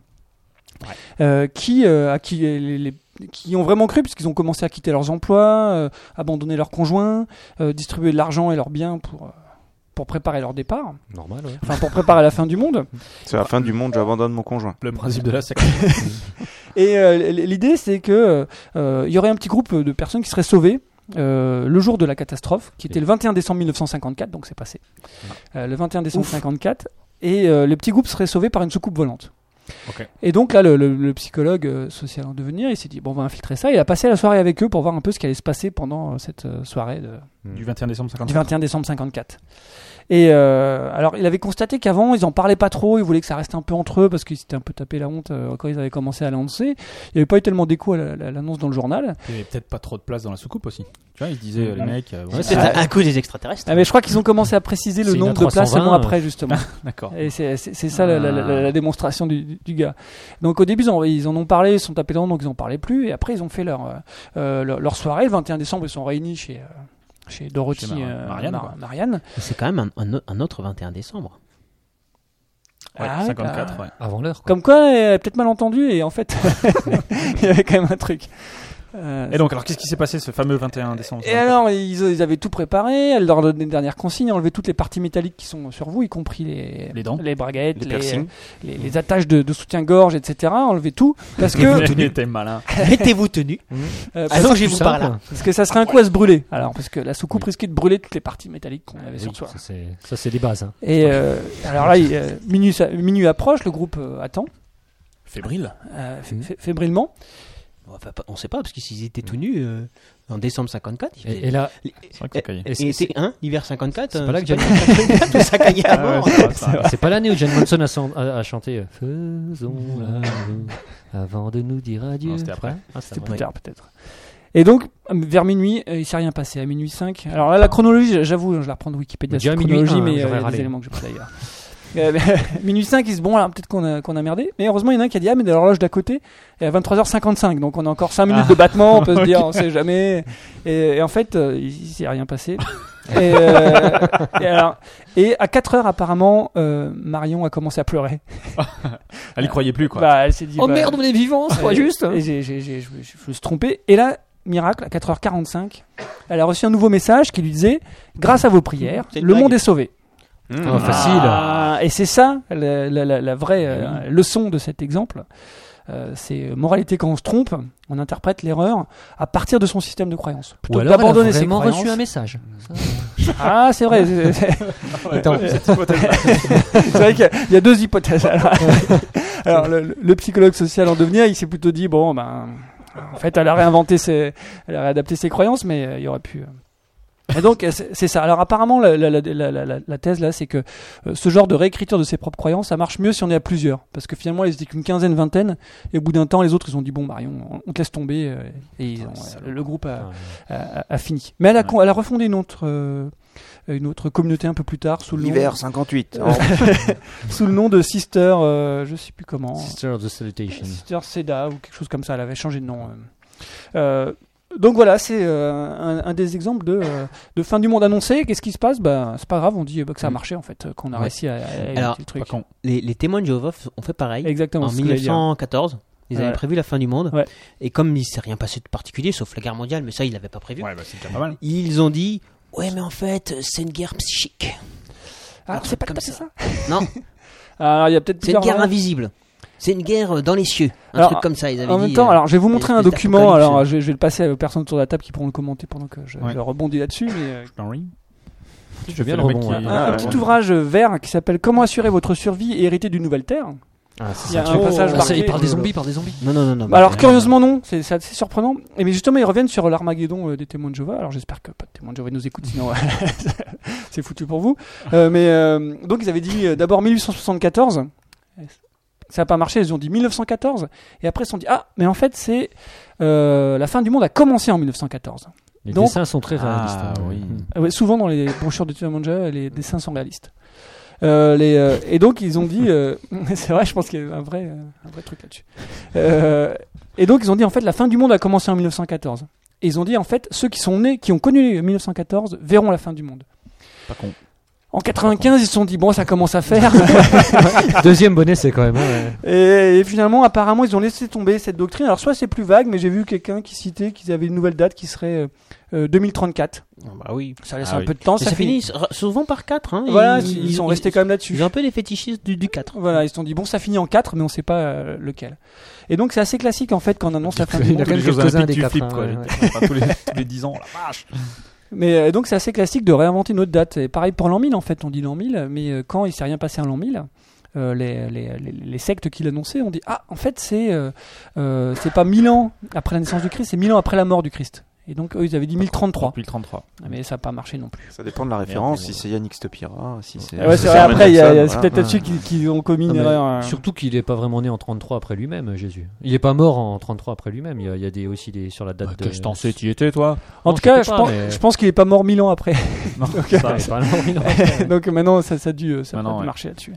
[SPEAKER 7] euh, qui, euh, à qui les, les- qui ont vraiment cru, puisqu'ils ont commencé à quitter leurs emplois, euh, abandonner leurs conjoints, euh, distribuer de l'argent et leurs biens pour euh, pour préparer leur départ,
[SPEAKER 5] <laughs> Normal, ouais.
[SPEAKER 7] enfin pour préparer la fin du monde.
[SPEAKER 4] C'est la fin du monde, j'abandonne mon conjoint.
[SPEAKER 10] Le principe de la secte.
[SPEAKER 7] Et euh, l- l'idée, c'est que euh, il y aurait un petit groupe de personnes qui seraient sauvées euh, le jour de la catastrophe, qui était le 21 décembre 1954, donc c'est passé. Euh, le 21 décembre 1954, et euh, le petit groupe serait sauvé par une soucoupe volante.
[SPEAKER 10] Ok.
[SPEAKER 7] Et donc là, le, le- le psychologue euh, social en devenir, il s'est dit bon, on va infiltrer ça. Il a passé la soirée avec eux pour voir un peu ce qui allait se passer pendant euh, cette euh, soirée de,
[SPEAKER 10] Du 21 décembre 50.
[SPEAKER 7] du 21 décembre 54. Et euh, alors, il avait constaté qu'avant, ils en parlaient pas trop, ils voulaient que ça reste un peu entre eux parce qu'ils s'étaient un peu tapé la honte euh, quand ils avaient commencé à l'annoncer. Il n'y avait pas eu tellement d'écho à la- la- l'annonce dans le journal.
[SPEAKER 10] Il y avait peut-être pas trop de place dans la soucoupe aussi. Tu vois, ils se disaient, euh, les mecs. euh, voilà.
[SPEAKER 6] Ouais, C'est un, un coup des extraterrestres.
[SPEAKER 7] Ah, mais je crois qu'ils ont commencé à préciser le
[SPEAKER 5] C'est une
[SPEAKER 7] nombre de places un
[SPEAKER 5] 320,
[SPEAKER 10] euh.
[SPEAKER 7] mois après, justement.
[SPEAKER 10] <laughs> D'accord.
[SPEAKER 7] Et c'est c'est- c'est ça la, la- la-
[SPEAKER 10] Ah.
[SPEAKER 7] la démonstration du, du- du gars. Donc au début, ils en, ils en ont parlé, ils se sont tapés dedans, donc ils en parlaient plus. Et après, ils ont fait leur, euh, euh, leur, leur soirée. Le 21 décembre, ils sont réunis chez, euh, chez Dorothy
[SPEAKER 10] Chez Mar-
[SPEAKER 7] euh,
[SPEAKER 10] Marianne,
[SPEAKER 7] Mar-
[SPEAKER 10] quoi.
[SPEAKER 7] Marianne.
[SPEAKER 6] C'est quand même un, un- un autre 21 décembre.
[SPEAKER 10] Ouais,
[SPEAKER 7] Ah,
[SPEAKER 10] 54, ouais.
[SPEAKER 5] <laughs> Avant l'heure. quoi.
[SPEAKER 7] <laughs> Comme quoi, elle a peut-être mal entendu et en fait, il y avait quand même un truc. Euh,
[SPEAKER 3] Et donc, alors, qu'est-ce qui s'est passé ce fameux 21 décembre
[SPEAKER 7] et alors, ils, ils avaient tout préparé, elle leur donnait une dernière consigne, enlever toutes les parties métalliques qui sont sur vous, y compris les,
[SPEAKER 3] Les dents.
[SPEAKER 7] braguettes,
[SPEAKER 4] Les
[SPEAKER 7] les,
[SPEAKER 4] piercings.
[SPEAKER 7] les- les attaches de, de soutien-gorge, etc. Enlever tout, parce
[SPEAKER 3] <laughs>
[SPEAKER 7] que,
[SPEAKER 3] Tu
[SPEAKER 10] <laughs>
[SPEAKER 3] étais malin.
[SPEAKER 6] Mettez-vous tenu.
[SPEAKER 7] euh, parce,
[SPEAKER 6] Allongez-vous par là.
[SPEAKER 7] parce que ça serait un coup à se brûler. Alors, parce que la soucoupe risquait de brûler toutes les parties métalliques qu'on avait sur
[SPEAKER 5] Ah, Oui,
[SPEAKER 7] soi.
[SPEAKER 5] ça, c'est- ça, c'est les bases. hein.
[SPEAKER 7] Et euh, alors là, il, euh, minuit, sa- minuit approche, le groupe euh, attend,
[SPEAKER 10] Fébrile.
[SPEAKER 7] euh, fé- fé- fébrilement.
[SPEAKER 6] Enfin, pas- on sait pas, parce que s'ils
[SPEAKER 7] Mm.
[SPEAKER 6] étaient tout nus euh, en décembre 54, ils
[SPEAKER 5] Et,
[SPEAKER 6] étaient-
[SPEAKER 5] et là,
[SPEAKER 3] C'est vrai que cocaïne.
[SPEAKER 5] et
[SPEAKER 6] ils
[SPEAKER 5] c'est
[SPEAKER 6] étaient, hein, l'hiver 54.
[SPEAKER 5] c'est
[SPEAKER 6] euh,
[SPEAKER 5] pas là que John-
[SPEAKER 6] <laughs> tout ça caillait à
[SPEAKER 3] Ah ouais,
[SPEAKER 6] mort.
[SPEAKER 3] c'est vrai, c'est vrai.
[SPEAKER 5] c'est pas l'année où John Monson a, son- a- a chanté euh, Faisons la avant de nous dire adieu.
[SPEAKER 3] Non, c'était après.
[SPEAKER 5] Ah, c'est
[SPEAKER 7] C'était
[SPEAKER 5] après.
[SPEAKER 7] plus tard peut-être. Et donc, vers minuit, euh, il s'est rien passé. À minuit 5. Alors là, la chronologie, j'avoue, je la reprends de Wikipédia.
[SPEAKER 5] Mais déjà à
[SPEAKER 7] cette
[SPEAKER 5] minuit
[SPEAKER 7] chronologie,
[SPEAKER 5] un,
[SPEAKER 7] mais euh,
[SPEAKER 5] j'aurais
[SPEAKER 7] il y a
[SPEAKER 5] râlé.
[SPEAKER 7] des éléments que j'ai pris d'ailleurs. <laughs> Euh, mais- minuit 5, ils se bon, là, peut-être qu'on a, qu'on a merdé. Mais heureusement, il y en a un qui a dit, ah, mais l'horloge d'à côté est à 23h55. Donc on a encore 5 minutes
[SPEAKER 5] Ah.
[SPEAKER 7] de battement, on
[SPEAKER 5] <laughs>
[SPEAKER 7] peut se dire, on sait jamais. Et, et en fait, euh, il, il s'est
[SPEAKER 5] <laughs>
[SPEAKER 7] rien passé. et, euh, et alors- et à 4 heures, apparemment, euh, Marion a commencé à pleurer.
[SPEAKER 3] Elle y croyait plus, quoi.
[SPEAKER 7] Bah, elle s'est dit,
[SPEAKER 5] Oh
[SPEAKER 7] bah,
[SPEAKER 5] merde, on est vivant,
[SPEAKER 7] Ouais.
[SPEAKER 5] sois juste.
[SPEAKER 7] Et j'ai- j'ai- j'ai- je me je me suis trompé. Et là, miracle, à 4h45, elle a reçu un nouveau message qui lui disait Grâce à vos prières,
[SPEAKER 6] C'est une
[SPEAKER 7] le
[SPEAKER 6] blague.
[SPEAKER 7] monde est sauvé.
[SPEAKER 10] Mm. oh,
[SPEAKER 5] Ah, facile. Ah
[SPEAKER 7] Ah, et c'est ça la, la- la- la vraie euh, leçon de cet exemple. Euh, c'est euh, moralité quand on se trompe, on interprète l'erreur à partir de son système de croyance.
[SPEAKER 5] Ou
[SPEAKER 7] Plutôt que
[SPEAKER 5] alors, elle a
[SPEAKER 7] d'abandonner ses
[SPEAKER 5] vraiment
[SPEAKER 7] croyances.
[SPEAKER 5] reçu un message.
[SPEAKER 7] Ah, c'est vrai. c'est- c'est-
[SPEAKER 5] Attends,
[SPEAKER 7] C'est vrai qu'il y a- il y, a deux hypothèses. Alors, Alors, le, le- le psychologue social en devenir, il s'est plutôt dit bon, ben, en fait, elle a réinventé ses, elle a réadapté ses croyances, mais euh, il y aurait pu. euh. Et donc, euh, c'est c'est ça. Alors, apparemment, la, la- la- la- la- la- la thèse là, c'est que euh, ce genre de réécriture de ses propres croyances, ça marche mieux si on est à plusieurs, parce que finalement, ils étaient qu'une quinzaine, vingtaine, et au bout d'un temps, les autres, ils ont dit bon, Marion, on, on te laisse tomber, euh, et ils ont, euh, le groupe a, a- a- a fini. Mais elle a, con- elle a refondé une autre, euh, une autre communauté un peu plus tard sous le nom-
[SPEAKER 4] L'hiver 58.
[SPEAKER 6] <laughs>
[SPEAKER 7] euh, sous le nom de Sister, euh, je sais plus comment,
[SPEAKER 5] Sister of the Salutation.
[SPEAKER 7] Sister Seda ou quelque chose comme ça. Elle avait changé de nom. euh. Euh, donc voilà, c'est euh, un, un des exemples de, euh, de fin du monde annoncé. Qu'est-ce qui se passe bah, C'est pas grave, on dit euh, bah, que ça a marché en fait, euh, qu'on a
[SPEAKER 6] Mm. Ouais.
[SPEAKER 7] réussi à, à éviter
[SPEAKER 6] Alors,
[SPEAKER 7] le truc.
[SPEAKER 10] Pas con.
[SPEAKER 6] Les, les témoins de Jéhovah f- ont fait pareil.
[SPEAKER 7] Exactement.
[SPEAKER 6] en
[SPEAKER 7] c'est ce que j'allais dire.
[SPEAKER 6] 1914, ils avaient
[SPEAKER 7] Ouais.
[SPEAKER 6] prévu la fin du monde.
[SPEAKER 7] Ouais.
[SPEAKER 6] Et comme il s'est rien passé de particulier, sauf la guerre mondiale, mais ça, ils l'avaient pas prévu.
[SPEAKER 10] Ouais, bah c'est déjà pas mal.
[SPEAKER 6] Ils ont dit Ouais, mais en fait, euh, c'est une guerre psychique.
[SPEAKER 7] Ah, c'est pas
[SPEAKER 6] comme
[SPEAKER 7] comme ça.
[SPEAKER 6] Non.
[SPEAKER 7] <laughs> Alors il y a peut-être
[SPEAKER 6] C'est une
[SPEAKER 7] plusieurs.
[SPEAKER 6] guerre
[SPEAKER 7] variantes.
[SPEAKER 6] invisible. C'est une guerre euh, dans les cieux. Un
[SPEAKER 7] Alors,
[SPEAKER 6] truc comme ça, ils avaient
[SPEAKER 7] En
[SPEAKER 6] dit.
[SPEAKER 7] même temps,
[SPEAKER 6] euh,
[SPEAKER 7] alors je vais vous
[SPEAKER 6] une
[SPEAKER 7] montrer un
[SPEAKER 6] espèce
[SPEAKER 7] document.
[SPEAKER 6] d'apocalypse.
[SPEAKER 7] Alors je, je vais le passer aux personnes autour de la table qui pourront le commenter pendant que je,
[SPEAKER 10] Ouais.
[SPEAKER 7] je rebondis là-dessus. mais, euh,
[SPEAKER 5] Je veux bien
[SPEAKER 10] C'est
[SPEAKER 5] le
[SPEAKER 10] le mec
[SPEAKER 5] rebond.
[SPEAKER 10] qui- Ah,
[SPEAKER 5] ouais.
[SPEAKER 7] un, un
[SPEAKER 4] ouais.
[SPEAKER 7] petit ouvrage vert qui s'appelle Comment assurer votre survie et hériter d'une nouvelle terre.
[SPEAKER 5] Ah, c'est
[SPEAKER 7] Il y a
[SPEAKER 5] ça.
[SPEAKER 7] un
[SPEAKER 5] Ah,
[SPEAKER 7] passage
[SPEAKER 5] c'est-
[SPEAKER 7] marqué,
[SPEAKER 5] il parle des
[SPEAKER 7] euh,
[SPEAKER 5] zombies, il parle des zombies.
[SPEAKER 6] Non, non, non, non.
[SPEAKER 7] Bah alors curieusement non, c'est c'est assez surprenant. Et mais justement ils reviennent sur l'Armageddon euh, des témoins de Jéhovah. Alors j'espère que pas de témoins de Jéhovah nous écoutent, sinon <laughs> c'est foutu pour vous. Euh, mais euh, donc ils avaient dit euh, d'abord 1874. Ça n'a pas marché, ils ont dit 1914. Et après ils se sont dit ah mais en fait c'est euh, la fin du monde a commencé en 1914.
[SPEAKER 5] Les
[SPEAKER 7] Donc-
[SPEAKER 5] dessins sont très réalistes.
[SPEAKER 10] Ah
[SPEAKER 5] hein.
[SPEAKER 10] oui.
[SPEAKER 7] Ah ouais, souvent dans les brochures de témoins de Jéhovah les dessins sont réalistes. Euh, les, euh, et donc ils ont dit, euh, <laughs> c'est vrai, je pense qu'il y a un vrai, euh, un vrai truc là-dessus. Euh, et donc ils ont dit en fait la fin du monde a commencé en 1914. Et ils ont dit en fait ceux qui sont nés, qui ont connu 1914 verront la fin du monde.
[SPEAKER 10] Pas con.
[SPEAKER 7] En 95 ils se sont dit bon ça commence à faire.
[SPEAKER 5] <laughs> Deuxième bonnet, c'est quand même. hein, ouais.
[SPEAKER 7] et, et finalement apparemment ils ont laissé tomber cette doctrine. Alors soit c'est plus vague, mais j'ai vu quelqu'un qui citait qu'ils avaient une nouvelle date qui serait euh, 2034.
[SPEAKER 6] Ah, Bah oui.
[SPEAKER 7] Ça laisse
[SPEAKER 10] Ah
[SPEAKER 7] un
[SPEAKER 10] oui.
[SPEAKER 7] peu de temps.
[SPEAKER 6] Mais
[SPEAKER 7] ça
[SPEAKER 6] ça
[SPEAKER 7] finit.
[SPEAKER 6] finit r- souvent par 4. Hein,
[SPEAKER 7] Voilà, ils, ils sont restés quand même là-dessus.
[SPEAKER 6] Ils ont un peu les fétichistes du, du 4.
[SPEAKER 7] Voilà, ils se sont dit, bon, ça finit en 4, mais on sait pas euh, lequel. Et donc, c'est assez classique, en fait, quand on annonce la fin du
[SPEAKER 5] Il y en
[SPEAKER 7] monde.
[SPEAKER 5] a quand
[SPEAKER 10] les
[SPEAKER 5] même
[SPEAKER 10] Jeux
[SPEAKER 5] quelques-uns
[SPEAKER 10] Olympiques,
[SPEAKER 5] des
[SPEAKER 10] tu
[SPEAKER 5] quatre.
[SPEAKER 10] flippes,
[SPEAKER 5] hein,
[SPEAKER 10] quoi.
[SPEAKER 5] ouais,
[SPEAKER 10] les-
[SPEAKER 5] ouais.
[SPEAKER 10] enfin, tous, les, tous les 10 ans, la vache.
[SPEAKER 7] Mais euh, donc, c'est assez classique de réinventer une autre date. Et pareil pour l'an 1000, en fait, on dit l'an 1000, mais euh, quand il s'est rien passé à l'an 1000, euh, les, les, les, les sectes qui l'annonçaient ont dit, ah, en fait, c'est euh, euh, c'est pas 1000 ans après la naissance du Christ, c'est 1000 ans après la mort du Christ. Et donc, eux, ils avaient dit 1033.
[SPEAKER 10] Depuis le Bah, 33.
[SPEAKER 7] Mais ça n'a pas marché non plus.
[SPEAKER 4] Ça dépend de la
[SPEAKER 10] Merde,
[SPEAKER 4] référence, si
[SPEAKER 10] mais
[SPEAKER 4] c'est Yannick Stopira, si c'est.
[SPEAKER 7] Ouais, c'est vrai,
[SPEAKER 4] Samuel
[SPEAKER 7] après, il
[SPEAKER 4] Jackson,
[SPEAKER 7] y a- il y a-
[SPEAKER 4] voilà.
[SPEAKER 7] c'est peut-être
[SPEAKER 5] Ouais.
[SPEAKER 7] là-dessus qu'ils qu'ils ont commis
[SPEAKER 5] Non,
[SPEAKER 7] une
[SPEAKER 5] mais
[SPEAKER 7] erreur. hein.
[SPEAKER 5] Surtout qu'il n'est pas vraiment né en 33 après lui-même, Jésus. Il n'est pas mort en 33 après lui-même. Il y a, il y a des, aussi des sur la
[SPEAKER 3] Bah,
[SPEAKER 5] date de.
[SPEAKER 10] Qu'est-ce que t'en
[SPEAKER 5] <laughs>
[SPEAKER 10] sais Tu y étais, toi
[SPEAKER 7] En
[SPEAKER 5] Non,
[SPEAKER 7] tout cas,
[SPEAKER 5] je
[SPEAKER 7] je
[SPEAKER 5] sais pas,
[SPEAKER 7] pense,
[SPEAKER 5] mais-
[SPEAKER 7] je pense qu'il est pas mort mille ans après.
[SPEAKER 10] Non,
[SPEAKER 5] Ah,
[SPEAKER 10] ça,
[SPEAKER 5] il est
[SPEAKER 10] c'est-
[SPEAKER 5] pas mort, il est mort. <laughs>
[SPEAKER 7] Donc euh, maintenant, ça, ça a dû, ça a
[SPEAKER 10] Maintenant,
[SPEAKER 7] dû
[SPEAKER 10] ouais.
[SPEAKER 7] marcher là-dessus.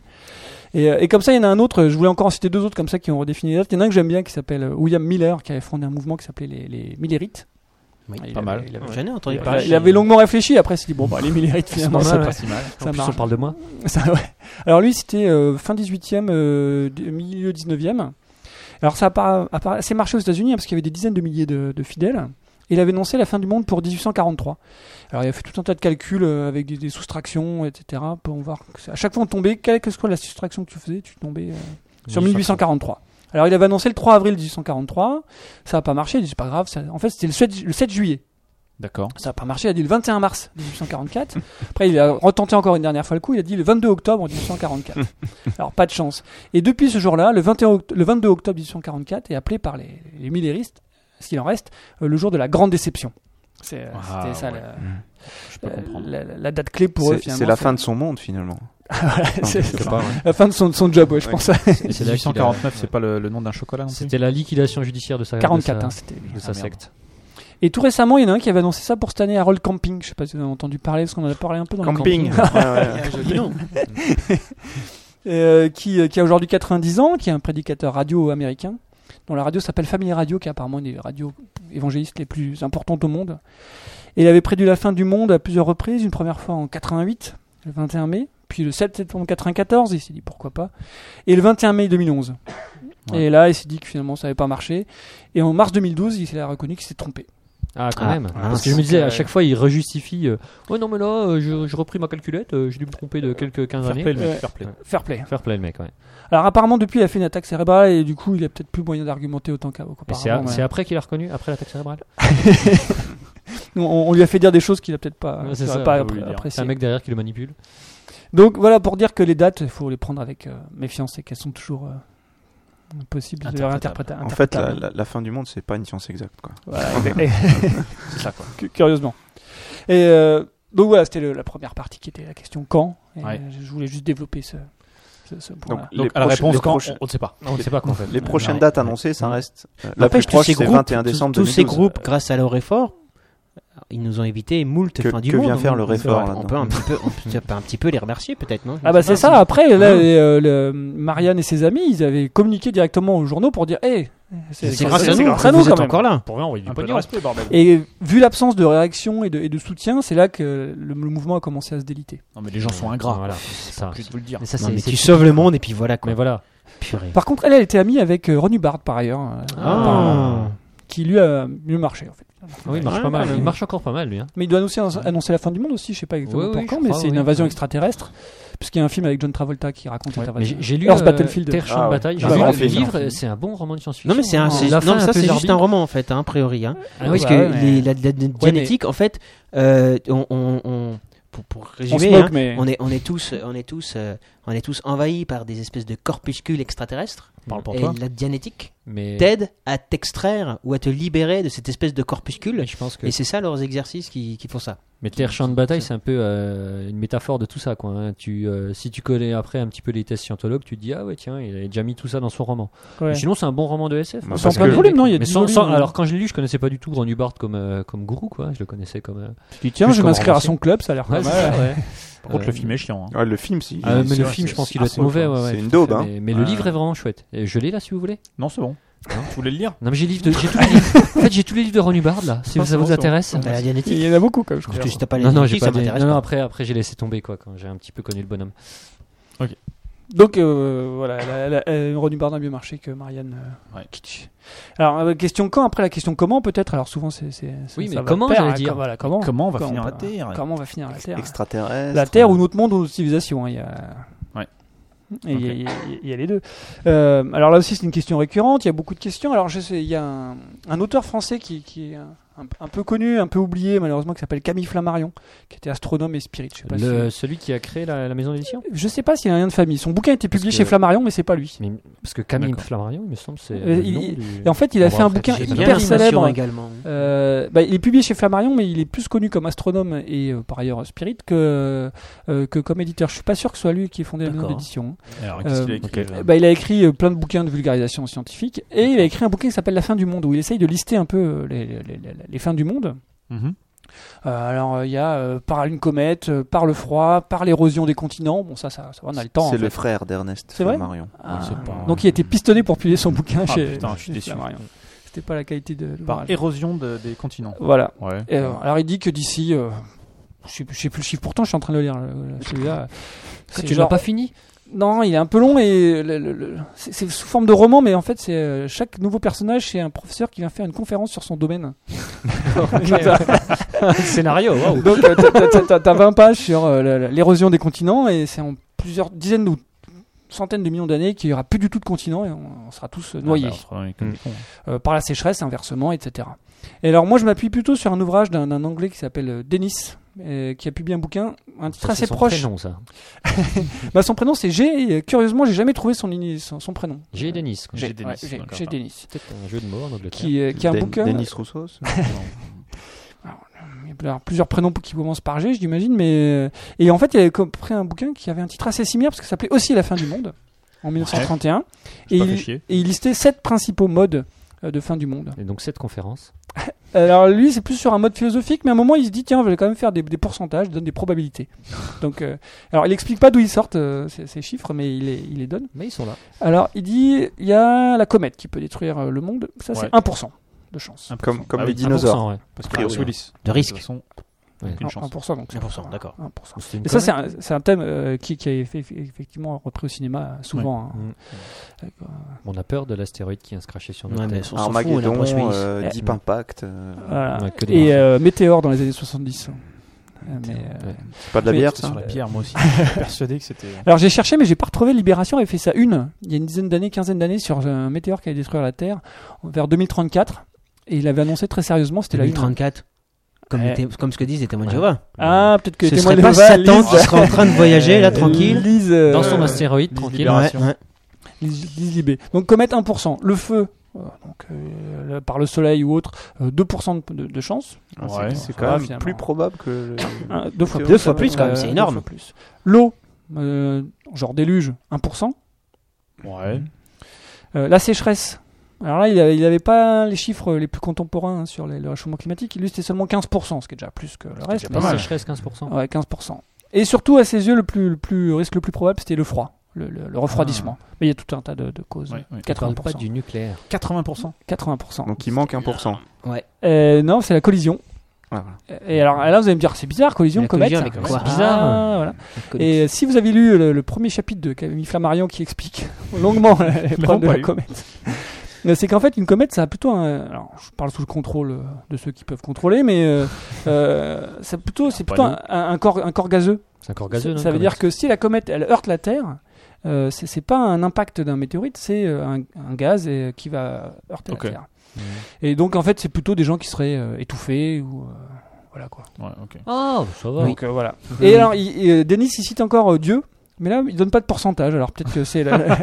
[SPEAKER 7] Et, euh, et comme ça, il y en a un autre, je voulais encore en citer deux autres comme ça qui ont redéfini les dates. Il y en a un que j'aime bien qui s'appelle euh, William Miller, qui avait fondé un mouvement qui s'appelait les, les Millerites. Ah,
[SPEAKER 6] Oui,
[SPEAKER 7] Il
[SPEAKER 10] pas
[SPEAKER 7] avait-
[SPEAKER 10] mal.
[SPEAKER 7] Il avait,
[SPEAKER 6] hein. J'en ai entendu
[SPEAKER 7] il
[SPEAKER 6] parler.
[SPEAKER 7] avait- il avait longuement réfléchi, après il s'est dit, bon, bah, les
[SPEAKER 5] <laughs>
[SPEAKER 7] Millerites
[SPEAKER 5] C'est
[SPEAKER 7] finalement,
[SPEAKER 5] pas
[SPEAKER 7] ça,
[SPEAKER 5] mal,
[SPEAKER 7] passe.
[SPEAKER 5] ouais.
[SPEAKER 7] ça
[SPEAKER 5] En plus, on
[SPEAKER 7] marche.
[SPEAKER 5] parle de moi.
[SPEAKER 7] <laughs> Ça, ouais. Alors lui, c'était euh, fin 18e, euh, d- milieu 19e. Alors ça a, pas- a pas assez marché aux États-Unis hein, parce qu'il y avait des dizaines de milliers de, de fidèles. Et il avait annoncé la fin du monde pour 1843. Alors il a fait tout un tas de calculs euh, avec des, des soustractions, etc. Pour voir que c'est- à chaque fois on tombait, quelle que soit la soustraction que tu faisais, tu tombais euh, sur 1843. Alors il avait annoncé le 3 avril 1843, ça n'a pas marché, il dit c'est pas grave, ça- en fait c'était le 7 ju- le 7 juillet.
[SPEAKER 3] D'accord.
[SPEAKER 7] Ça n'a pas marché, il a dit le 21 mars 1844. Après, il a retenté encore une dernière fois le coup, il a dit le 22 octobre 1844. Alors, pas de chance. Et depuis ce jour-là, le, 21 oct- le 22 octobre 1844 est appelé par les, les milléristes, s'il en reste, euh, le jour de la grande déception. C'est, euh,
[SPEAKER 3] Ah,
[SPEAKER 7] c'était ça
[SPEAKER 3] ouais.
[SPEAKER 7] la-
[SPEAKER 3] Je peux
[SPEAKER 7] euh,
[SPEAKER 3] comprendre.
[SPEAKER 7] la, la date clé pour eux,
[SPEAKER 4] C'est-
[SPEAKER 7] finalement.
[SPEAKER 4] C'est la fin de son monde finalement.
[SPEAKER 7] <laughs>
[SPEAKER 4] Non,
[SPEAKER 7] c'est- c'est
[SPEAKER 4] pas-
[SPEAKER 5] pas,
[SPEAKER 7] la fin de son, de son job, ouais, je
[SPEAKER 4] Ouais.
[SPEAKER 7] pense.
[SPEAKER 5] Et c'est là qu'il a-
[SPEAKER 3] 1849, c'est pas le, le nom d'un chocolat non plus
[SPEAKER 5] C'était la liquidation judiciaire de sa, de
[SPEAKER 7] 44,
[SPEAKER 5] sa-
[SPEAKER 7] hein, c'était.
[SPEAKER 5] de sa
[SPEAKER 3] Ah, merde.
[SPEAKER 5] secte.
[SPEAKER 7] Et tout récemment, il y en a un qui avait annoncé ça pour cette année, Harold Camping. Je sais pas si vous en avez entendu parler, parce qu'on en a parlé un peu dans le
[SPEAKER 4] Camping. Ouais, ouais.
[SPEAKER 10] <laughs>
[SPEAKER 7] euh, qui, euh, qui a aujourd'hui 90 ans, qui est un prédicateur radio américain, dont la radio s'appelle Family Radio, qui est apparemment une des radios évangélistes les plus importantes au monde. Et il avait prédit la fin du monde à plusieurs reprises, une première fois en 88, le 21 mai, puis le 7 septembre 94, il s'est dit pourquoi pas, et le 21 mai 2011.
[SPEAKER 3] Ouais.
[SPEAKER 7] Et là, il s'est dit que finalement ça n'avait pas marché. Et en mars 2012, il a reconnu qu'il s'est trompé.
[SPEAKER 5] Ah, quand
[SPEAKER 3] Ah,
[SPEAKER 5] même. Parce
[SPEAKER 3] mince.
[SPEAKER 5] que je me disais, à
[SPEAKER 7] Euh,
[SPEAKER 5] chaque fois, il rejustifie. euh, ouais, non, mais là, euh, je, je repris ma calculette, euh, j'ai dû me tromper de quelques 15
[SPEAKER 3] Fair play,
[SPEAKER 5] années.
[SPEAKER 3] le mec,
[SPEAKER 7] Ouais.
[SPEAKER 3] fair play.
[SPEAKER 7] Fair play.
[SPEAKER 5] Fair play, le mec, ouais.
[SPEAKER 7] Alors apparemment, depuis, il a fait une attaque cérébrale et du coup, il a peut-être plus moyen d'argumenter autant qu'avant.
[SPEAKER 5] Et c'est a- c'est après qu'il a reconnu, après l'attaque cérébrale.
[SPEAKER 7] On, on lui a fait dire des choses qu'il a peut-être pas,
[SPEAKER 5] Ouais, c'est
[SPEAKER 7] qu'il aurait
[SPEAKER 5] ça,
[SPEAKER 7] pas
[SPEAKER 5] on
[SPEAKER 3] voulait dire.
[SPEAKER 7] apprécié.
[SPEAKER 5] C'est un mec derrière qui le manipule.
[SPEAKER 7] Donc voilà pour dire que les dates, il faut les prendre avec euh, méfiance et qu'elles sont toujours euh, possibles de leur interpréter.
[SPEAKER 4] En fait, la, la- la fin du monde, c'est pas une science exacte. Quoi. <laughs>
[SPEAKER 7] c'est ça quoi. Curieusement. Et euh, donc voilà, c'était le- la première partie qui était la question quand. Et,
[SPEAKER 3] Ouais.
[SPEAKER 7] euh, Je voulais juste développer ce, ce, ce
[SPEAKER 4] Donc,
[SPEAKER 7] point-là.
[SPEAKER 4] les
[SPEAKER 3] Donc, à la
[SPEAKER 4] proches-
[SPEAKER 3] réponse,
[SPEAKER 4] les
[SPEAKER 3] quand
[SPEAKER 4] proches-
[SPEAKER 3] on- on ne sait pas.
[SPEAKER 5] On ne sait pas quoi en fait.
[SPEAKER 4] Les prochaines
[SPEAKER 3] non.
[SPEAKER 4] dates annoncées, ça reste. euh, la
[SPEAKER 6] N'empêche,
[SPEAKER 4] plus proche, c'est 21
[SPEAKER 6] tous-
[SPEAKER 4] décembre
[SPEAKER 6] tous, ces
[SPEAKER 4] 2012.
[SPEAKER 6] groupes, grâce à leur effort, ils nous ont évité moult
[SPEAKER 4] Que-
[SPEAKER 6] fins du
[SPEAKER 4] que
[SPEAKER 6] monde. hein.
[SPEAKER 4] vient faire le
[SPEAKER 6] On peut-
[SPEAKER 4] effort,
[SPEAKER 6] On
[SPEAKER 4] là-dedans
[SPEAKER 6] peut un petit peu, on peut- on peut un petit peu les remercier peut-être, non
[SPEAKER 7] Ah bah c'est ça. Après, là, les, euh, le- Marianne et ses amis, ils avaient communiqué directement aux journaux pour dire, hé,
[SPEAKER 6] C'est grâce à
[SPEAKER 7] c'est
[SPEAKER 6] nous,
[SPEAKER 7] grâce à nous
[SPEAKER 6] vous
[SPEAKER 7] quand
[SPEAKER 6] êtes
[SPEAKER 7] même.
[SPEAKER 6] encore là.
[SPEAKER 3] Pour rien, on du
[SPEAKER 7] Un peu de
[SPEAKER 3] pognon. respect, bordel.
[SPEAKER 7] Et vu l'absence de réaction et de, et de soutien, c'est là que le, le mouvement a commencé à se déliter.
[SPEAKER 3] Non, mais les gens sont ingrats.
[SPEAKER 5] Voilà, c'est ça.
[SPEAKER 3] Je vais te le dire.
[SPEAKER 5] Mais ça,
[SPEAKER 6] Non,
[SPEAKER 5] c'est.
[SPEAKER 6] mais
[SPEAKER 5] c'est-
[SPEAKER 6] tu sauves le monde et puis voilà
[SPEAKER 5] Mais
[SPEAKER 6] quoi.
[SPEAKER 5] voilà.
[SPEAKER 6] Purée.
[SPEAKER 7] Par contre, elle, elle était amie avec euh, Ron Hubbard par ailleurs, euh, apparemment,
[SPEAKER 5] Ah,
[SPEAKER 7] qui lui a mieux marché en fait.
[SPEAKER 5] oui, il marche
[SPEAKER 6] Ouais,
[SPEAKER 5] pas mal.
[SPEAKER 6] ouais.
[SPEAKER 5] Il marche encore pas mal, lui. hein.
[SPEAKER 7] Mais il doit annoncer, annoncer la fin du monde aussi, je sais pas exactement
[SPEAKER 5] Oui,
[SPEAKER 7] pour
[SPEAKER 5] oui,
[SPEAKER 7] quand,
[SPEAKER 5] je
[SPEAKER 7] mais
[SPEAKER 5] crois,
[SPEAKER 7] c'est une
[SPEAKER 5] oui.
[SPEAKER 7] invasion extraterrestre, puisqu'il y a un film avec John Travolta qui raconte cette
[SPEAKER 5] Mais
[SPEAKER 7] invasion.
[SPEAKER 5] J'ai j'ai lu
[SPEAKER 7] Earth
[SPEAKER 5] euh,
[SPEAKER 7] Battlefield.
[SPEAKER 5] Terre Champ
[SPEAKER 4] Ah
[SPEAKER 5] de
[SPEAKER 4] ouais.
[SPEAKER 5] Bataille. J'ai
[SPEAKER 4] Ah,
[SPEAKER 5] lu
[SPEAKER 4] grand
[SPEAKER 5] le
[SPEAKER 4] film,
[SPEAKER 5] livre.
[SPEAKER 4] grand
[SPEAKER 5] euh, C'est un bon roman de science-fiction.
[SPEAKER 6] Non mais c'est un,
[SPEAKER 5] hein.
[SPEAKER 6] c'est-
[SPEAKER 5] La
[SPEAKER 6] non,
[SPEAKER 5] fin
[SPEAKER 6] mais
[SPEAKER 5] un
[SPEAKER 6] ça
[SPEAKER 5] peu
[SPEAKER 6] c'est juste
[SPEAKER 5] zarbi.
[SPEAKER 6] un roman en fait, hein, a priori. Hein.
[SPEAKER 5] Ah oui,
[SPEAKER 6] Parce
[SPEAKER 5] bah
[SPEAKER 6] que
[SPEAKER 5] ouais, mais-
[SPEAKER 6] les- la, la- la génétique en fait, euh, on, on- on- pour, pour
[SPEAKER 7] On se
[SPEAKER 6] résumer,
[SPEAKER 7] moque,
[SPEAKER 6] hein,
[SPEAKER 7] mais
[SPEAKER 6] on est on est tous on est tous euh, on est tous envahis par des espèces de corpuscules extraterrestres
[SPEAKER 3] Parle pour
[SPEAKER 6] et
[SPEAKER 3] toi.
[SPEAKER 6] la génétique
[SPEAKER 5] Mais
[SPEAKER 6] t'aide à t'extraire ou à te libérer de cette espèce de corpuscule.
[SPEAKER 5] mais je pense que.
[SPEAKER 6] Et c'est ça leurs exercices qui, qui font ça.
[SPEAKER 5] Mais Terre Champ de Bataille, c'est un peu euh, une métaphore de tout ça, quoi. hein. Tu, euh, si tu connais après un petit peu les tests scientologues, tu te dis ah ouais tiens, il a déjà mis tout ça dans son roman.
[SPEAKER 7] Ouais.
[SPEAKER 5] Mais sinon, c'est un bon roman de SF.
[SPEAKER 4] Bah,
[SPEAKER 5] hein.
[SPEAKER 7] sans
[SPEAKER 4] parce
[SPEAKER 7] plein de
[SPEAKER 4] que-
[SPEAKER 7] volumes, non Il y a
[SPEAKER 5] Mais
[SPEAKER 7] dix
[SPEAKER 5] sans-
[SPEAKER 7] volumes,
[SPEAKER 5] sans-
[SPEAKER 7] hein.
[SPEAKER 5] alors quand je l'ai lu, je connaissais pas du tout Grand Hubbard comme euh, comme gourou, quoi. Je le connaissais comme. euh,
[SPEAKER 7] Tu dis, tiens,
[SPEAKER 5] plus
[SPEAKER 7] je vais
[SPEAKER 5] comme
[SPEAKER 7] m'inscrire à
[SPEAKER 5] romancier.
[SPEAKER 7] son club, ça a l'air pas
[SPEAKER 5] ouais, c'est
[SPEAKER 7] mal.
[SPEAKER 5] ça, ouais.
[SPEAKER 3] Par contre, le
[SPEAKER 5] Euh,
[SPEAKER 3] film est chiant. hein.
[SPEAKER 4] Ouais, le film, si.
[SPEAKER 5] Ah, mais
[SPEAKER 4] c'est
[SPEAKER 5] le
[SPEAKER 4] vrai,
[SPEAKER 5] film,
[SPEAKER 4] c'est-
[SPEAKER 5] je pense qu'il
[SPEAKER 4] ah,
[SPEAKER 5] doit être mauvais. ouais, ouais,
[SPEAKER 4] C'est une
[SPEAKER 5] tout à
[SPEAKER 4] daube,
[SPEAKER 5] fait.
[SPEAKER 4] hein.
[SPEAKER 5] Mais, mais le
[SPEAKER 3] Ouais.
[SPEAKER 5] livre est vraiment chouette. Et Je l'ai là, si vous voulez.
[SPEAKER 3] Non, c'est bon. Hein, Tu voulais le lire
[SPEAKER 5] Non, mais j'ai livre de- j'ai tous les livres. En fait, j'ai tous les livres de Ron Hubbard là. Si
[SPEAKER 3] Non, c'est
[SPEAKER 5] Ah, ça
[SPEAKER 3] bon,
[SPEAKER 5] vous
[SPEAKER 3] c'est bon.
[SPEAKER 5] intéresse.
[SPEAKER 6] T'as la
[SPEAKER 7] Il
[SPEAKER 6] génétique.
[SPEAKER 7] y en a beaucoup, quand même, je crois.
[SPEAKER 6] Parce que si t'as pas la
[SPEAKER 5] Non, non, j'ai
[SPEAKER 6] génétique,
[SPEAKER 5] pas.
[SPEAKER 6] ça
[SPEAKER 5] dit-
[SPEAKER 6] m'intéresse
[SPEAKER 5] Non, non,
[SPEAKER 6] pas.
[SPEAKER 5] après, après, j'ai laissé tomber quoi. Quand j'ai un petit peu connu le bonhomme.
[SPEAKER 7] Donc euh, voilà, la, la, euh, Ron Hubbard a mieux marché que Marianne euh,
[SPEAKER 3] Ouais.
[SPEAKER 7] Kitsch. Alors euh, question quand après la question comment peut-être. Alors souvent c'est c'est
[SPEAKER 5] Oui,
[SPEAKER 7] ça
[SPEAKER 5] mais
[SPEAKER 7] va de
[SPEAKER 5] comment,
[SPEAKER 7] pair,
[SPEAKER 5] j'allais
[SPEAKER 7] hein,
[SPEAKER 5] dire.
[SPEAKER 7] com- voilà, comment
[SPEAKER 3] Comment on va
[SPEAKER 7] Quand
[SPEAKER 3] finir
[SPEAKER 7] on
[SPEAKER 3] la
[SPEAKER 7] va-
[SPEAKER 3] Terre
[SPEAKER 7] comment on va finir la Terre
[SPEAKER 4] Extraterrestre.
[SPEAKER 7] La
[SPEAKER 3] hein.
[SPEAKER 7] Terre ou notre monde ou notre civilisation, hein, il y a.
[SPEAKER 3] Ouais.
[SPEAKER 7] Et Il y a- il y, a- il y a les deux. Euh, alors là aussi, c'est une question récurrente. Il y a beaucoup de questions. Alors je sais, il y a un, un auteur français qui, qui est un, un peu connu, un peu oublié malheureusement, qui s'appelle Camille Flammarion, qui était astronome et spirit. Je sais pas
[SPEAKER 5] Le, celui qui a créé la, la maison d'édition.
[SPEAKER 7] si- je sais pas s'il a un lien de famille. Son bouquin a été
[SPEAKER 5] Parce
[SPEAKER 7] publié
[SPEAKER 5] que-
[SPEAKER 7] chez Flammarion, mais c'est pas lui.
[SPEAKER 5] Mais- parce que Camille
[SPEAKER 3] D'accord.
[SPEAKER 5] Flammarion, il me semble, c'est.
[SPEAKER 7] Euh,
[SPEAKER 5] le
[SPEAKER 7] il-
[SPEAKER 5] nom
[SPEAKER 7] il-
[SPEAKER 5] du-
[SPEAKER 7] Et en fait, il a
[SPEAKER 5] Bon,
[SPEAKER 7] fait un
[SPEAKER 5] après,
[SPEAKER 7] bouquin
[SPEAKER 5] j'ai bien
[SPEAKER 7] hyper
[SPEAKER 6] l'impression
[SPEAKER 7] célèbre.
[SPEAKER 6] également.
[SPEAKER 7] Euh, bah, il est publié chez Flammarion, mais il est plus connu comme astronome et euh, par ailleurs spirit que, euh, que comme éditeur. Je suis pas sûr que ce soit lui qui ait fondé la maison
[SPEAKER 6] D'accord.
[SPEAKER 7] d'édition.
[SPEAKER 3] Alors, qu'est-ce qu'il a
[SPEAKER 7] Euh,
[SPEAKER 3] écrit là
[SPEAKER 7] Bah, il a écrit euh, plein de bouquins de vulgarisation scientifique et il a écrit un bouquin qui s'appelle La fin du monde où il essaye de lister un peu euh, les, les- les- les fins du monde.
[SPEAKER 3] Mhm.
[SPEAKER 7] Euh, alors euh, il y a euh, par une comète, euh, par le froid, par l'érosion des continents. Bon ça, ça, ça va, on a le temps. en
[SPEAKER 4] C'est le
[SPEAKER 7] fait.
[SPEAKER 4] frère d'Ernest.
[SPEAKER 7] C'est vrai
[SPEAKER 4] Marion.
[SPEAKER 7] Ah,
[SPEAKER 3] c'est pas-
[SPEAKER 7] Donc il a été pistonné pour publier son bouquin
[SPEAKER 3] Ah,
[SPEAKER 7] chez.
[SPEAKER 3] putain, je suis
[SPEAKER 7] chez
[SPEAKER 3] déçu.
[SPEAKER 7] Flammarion. C'était pas la qualité de.
[SPEAKER 3] Par
[SPEAKER 7] l'ouvrage.
[SPEAKER 3] érosion de- des continents.
[SPEAKER 7] Voilà.
[SPEAKER 3] Ouais. <laughs>
[SPEAKER 7] Et, euh, alors il dit que d'ici, euh, je, sais, je sais plus le chiffre pourtant, je suis en train de le lire euh,
[SPEAKER 5] Quoi,
[SPEAKER 7] celui-là. C'est
[SPEAKER 5] tu l'as
[SPEAKER 7] genre-
[SPEAKER 5] pas fini
[SPEAKER 7] Non, il est un peu long et le- le- le- c'est c'est sous forme de roman, mais en fait, c'est euh, chaque nouveau personnage, c'est un professeur qui vient faire une conférence sur son
[SPEAKER 5] <laughs>
[SPEAKER 7] domaine.
[SPEAKER 5] Scénario, waouh.
[SPEAKER 7] Donc, euh, t'as- t'as- t'as- t'as 20 pages sur euh, la- la- l'érosion des continents et c'est en plusieurs dizaines ou centaines de millions d'années qu'il n'y aura plus du tout de continent et on, on sera tous euh, noyés.
[SPEAKER 10] Ah bah, on se retrouve
[SPEAKER 5] Mm.
[SPEAKER 10] comme des cons.
[SPEAKER 7] euh, par la sécheresse, inversement, etc. Et alors moi je m'appuie plutôt sur un ouvrage d'un d'un anglais qui s'appelle euh, Dennis, euh, qui a publié un bouquin, un titre
[SPEAKER 5] Ça,
[SPEAKER 7] assez
[SPEAKER 5] son
[SPEAKER 7] proche.
[SPEAKER 5] prénom, ça.
[SPEAKER 7] Bah, son prénom c'est G, et curieusement j'ai jamais trouvé son, ini- son, son prénom.
[SPEAKER 5] J'ai Denis. quoi.
[SPEAKER 7] G.
[SPEAKER 10] Dennis,
[SPEAKER 7] Ouais, G.
[SPEAKER 10] d'accord.
[SPEAKER 7] G. Dennis.
[SPEAKER 5] Peut-être un jeu de mots en Angleterre.
[SPEAKER 7] Qui, euh, qui a un
[SPEAKER 4] Den-
[SPEAKER 7] bouquin. euh,
[SPEAKER 4] Denis Rousseau ça
[SPEAKER 7] Il peut y avoir plusieurs prénoms qui commencent par G, j'imagine, mais. euh, Et en fait, il avait co- pris un bouquin qui avait un titre assez similaire, parce que ça s'appelait aussi La fin du monde, en 1931. Et
[SPEAKER 10] pas fait
[SPEAKER 7] il,
[SPEAKER 10] chier.
[SPEAKER 7] et il listait sept principaux modes euh, de fin du monde.
[SPEAKER 5] Et donc cette conférence.
[SPEAKER 7] Alors lui, c'est plus sur un mode philosophique, mais à un moment, il se dit tiens, je vais quand même faire des, des pourcentages, je donne des probabilités.
[SPEAKER 5] <laughs>
[SPEAKER 7] Donc, euh, alors, il explique pas d'où ils sortent euh, ces, ces chiffres, mais il les, il les donne.
[SPEAKER 5] Mais ils sont là.
[SPEAKER 7] Alors, il dit il y a la comète qui peut détruire euh, le monde, ça
[SPEAKER 10] Ouais.
[SPEAKER 7] c'est 1% de chance.
[SPEAKER 4] Comme, comme
[SPEAKER 10] Ah
[SPEAKER 4] les
[SPEAKER 10] oui,
[SPEAKER 4] dinosaures.
[SPEAKER 5] 1%, ouais.
[SPEAKER 10] Parce que Bruce
[SPEAKER 4] oui.
[SPEAKER 10] Willis,
[SPEAKER 6] De
[SPEAKER 10] de toute
[SPEAKER 6] risque.
[SPEAKER 10] façon,
[SPEAKER 5] Ouais.
[SPEAKER 10] aucune
[SPEAKER 7] Un-
[SPEAKER 10] chance.
[SPEAKER 7] 1%, donc c'est
[SPEAKER 10] 1%,
[SPEAKER 7] pas-
[SPEAKER 10] d'accord.
[SPEAKER 7] 1%.
[SPEAKER 5] C'était une
[SPEAKER 7] Et ça,
[SPEAKER 5] connerie.
[SPEAKER 7] c'est un, c'est un thème euh, qui, qui a fait- effectivement repris au cinéma euh, souvent. hein.
[SPEAKER 5] Mm.
[SPEAKER 7] Avec, euh,
[SPEAKER 5] On a peur de l'astéroïde qui vient se cracher sur notre
[SPEAKER 6] Ouais, mais
[SPEAKER 5] Terre.
[SPEAKER 6] on s'en fout, on a l'impression
[SPEAKER 4] Armageddon,
[SPEAKER 6] qu'ils-
[SPEAKER 4] euh,
[SPEAKER 7] Ouais.
[SPEAKER 4] Deep Impact. euh,
[SPEAKER 7] voilà.
[SPEAKER 5] Ouais, que des
[SPEAKER 7] Et
[SPEAKER 5] marques.
[SPEAKER 7] euh, Météore dans les années 70. Euh, mais, euh,
[SPEAKER 5] Ouais.
[SPEAKER 4] C'est pas de la
[SPEAKER 7] Mais
[SPEAKER 4] bière,
[SPEAKER 7] c'est
[SPEAKER 4] ça
[SPEAKER 10] Sur la pierre, moi aussi, je suis persuadé que c'était.
[SPEAKER 7] Alors j'ai cherché, mais j'ai pas retrouvé. Libération avait fait ça une, il y a une dizaine d'années, quinzaine d'années, sur un météore qui allait détruire la Terre vers 2034. Et il avait annoncé très sérieusement, c'était la une.
[SPEAKER 6] 2034. Comme,
[SPEAKER 7] Ouais.
[SPEAKER 6] les té- comme ce que disent les témoins de
[SPEAKER 5] Ouais.
[SPEAKER 6] Jéhovah.
[SPEAKER 7] Ah, peut-être que
[SPEAKER 6] Ce
[SPEAKER 7] témoin
[SPEAKER 6] serait
[SPEAKER 7] de
[SPEAKER 6] pas
[SPEAKER 7] Jéhovah,
[SPEAKER 6] Satan
[SPEAKER 7] lise-
[SPEAKER 6] qui serait en train de voyager
[SPEAKER 7] <laughs>
[SPEAKER 6] là
[SPEAKER 7] euh,
[SPEAKER 6] tranquille.
[SPEAKER 7] Lise, euh,
[SPEAKER 5] Dans son astéroïde, tranquille.
[SPEAKER 6] Ouais,
[SPEAKER 10] libération.
[SPEAKER 6] ouais.
[SPEAKER 7] lise- lise Libé. Donc comète 1%. Le feu, euh, donc, euh, le- par le soleil ou autre, euh, 2% de, de- de chance. Ah,
[SPEAKER 10] Ouais.
[SPEAKER 4] C'est
[SPEAKER 7] Ouais,
[SPEAKER 4] quand même
[SPEAKER 7] finalement.
[SPEAKER 4] plus probable que. le-
[SPEAKER 7] Un- deux fois
[SPEAKER 4] Deux
[SPEAKER 7] plus.
[SPEAKER 6] fois plus, quand même, c'est
[SPEAKER 7] deux
[SPEAKER 6] énorme.
[SPEAKER 7] fois plus. L'eau, euh, genre déluge, 1%.
[SPEAKER 10] Ouais.
[SPEAKER 7] Euh, la sécheresse. Alors là, il n'avait pas les chiffres les plus contemporains hein, sur les- le réchauffement climatique. Lui, c'était seulement 15%, ce qui est déjà plus que le reste.
[SPEAKER 10] déjà
[SPEAKER 7] mais-
[SPEAKER 10] pas mal.
[SPEAKER 5] Sécheresse 15%.
[SPEAKER 7] Ouais, 15%. Et surtout, à ses yeux, le, plus, le, plus, le risque le plus probable, c'était le froid, le, le- le refroidissement. Mais il y a tout un tas de, de causes.
[SPEAKER 10] Ouais, ouais.
[SPEAKER 5] On parle pas
[SPEAKER 7] 80%.
[SPEAKER 5] du nucléaire.
[SPEAKER 10] 80%.
[SPEAKER 7] 80%.
[SPEAKER 4] Donc il manque 1%.
[SPEAKER 7] Euh, non, c'est la collision.
[SPEAKER 4] Ah, voilà.
[SPEAKER 7] Et alors là, vous allez me dire, c'est bizarre, collision,
[SPEAKER 6] La
[SPEAKER 7] comète.
[SPEAKER 6] collision, mais quoi
[SPEAKER 7] C'est bizarre.
[SPEAKER 6] Ah.
[SPEAKER 7] voilà. Et euh, si vous avez lu le, le premier chapitre de Camille Flammarion qui explique <laughs> longuement les problèmes de
[SPEAKER 10] pas
[SPEAKER 7] la
[SPEAKER 10] lu.
[SPEAKER 7] comète, euh, c'est qu'en fait une comète ça a plutôt un... Alors je parle sous le contrôle euh, de ceux qui peuvent contrôler, mais euh, euh, ça a plutôt, c'est
[SPEAKER 10] Ah, Pas
[SPEAKER 7] plutôt un, un corps, un corps gazeux.
[SPEAKER 5] C'est encore gazeux.
[SPEAKER 7] ça
[SPEAKER 5] non,
[SPEAKER 7] ça veut
[SPEAKER 5] comme
[SPEAKER 7] dire que si la comète elle heurte la Terre, euh, c'est c'est pas un impact d'un météorite, c'est euh, un, un gaz et, qui va heurter
[SPEAKER 10] Ok. Mmh.
[SPEAKER 7] la Terre. Et donc en fait c'est plutôt des gens qui seraient euh, étouffés ou... euh, voilà quoi.
[SPEAKER 10] Ouais, ok.
[SPEAKER 5] Ah, ça va.
[SPEAKER 7] Donc euh, voilà.
[SPEAKER 5] Mmh.
[SPEAKER 7] Et alors, il, il- euh, Denis, il cite encore euh, Dieu, mais là, il donne pas de pourcentage. Alors peut-être que c'est la, <laughs> la-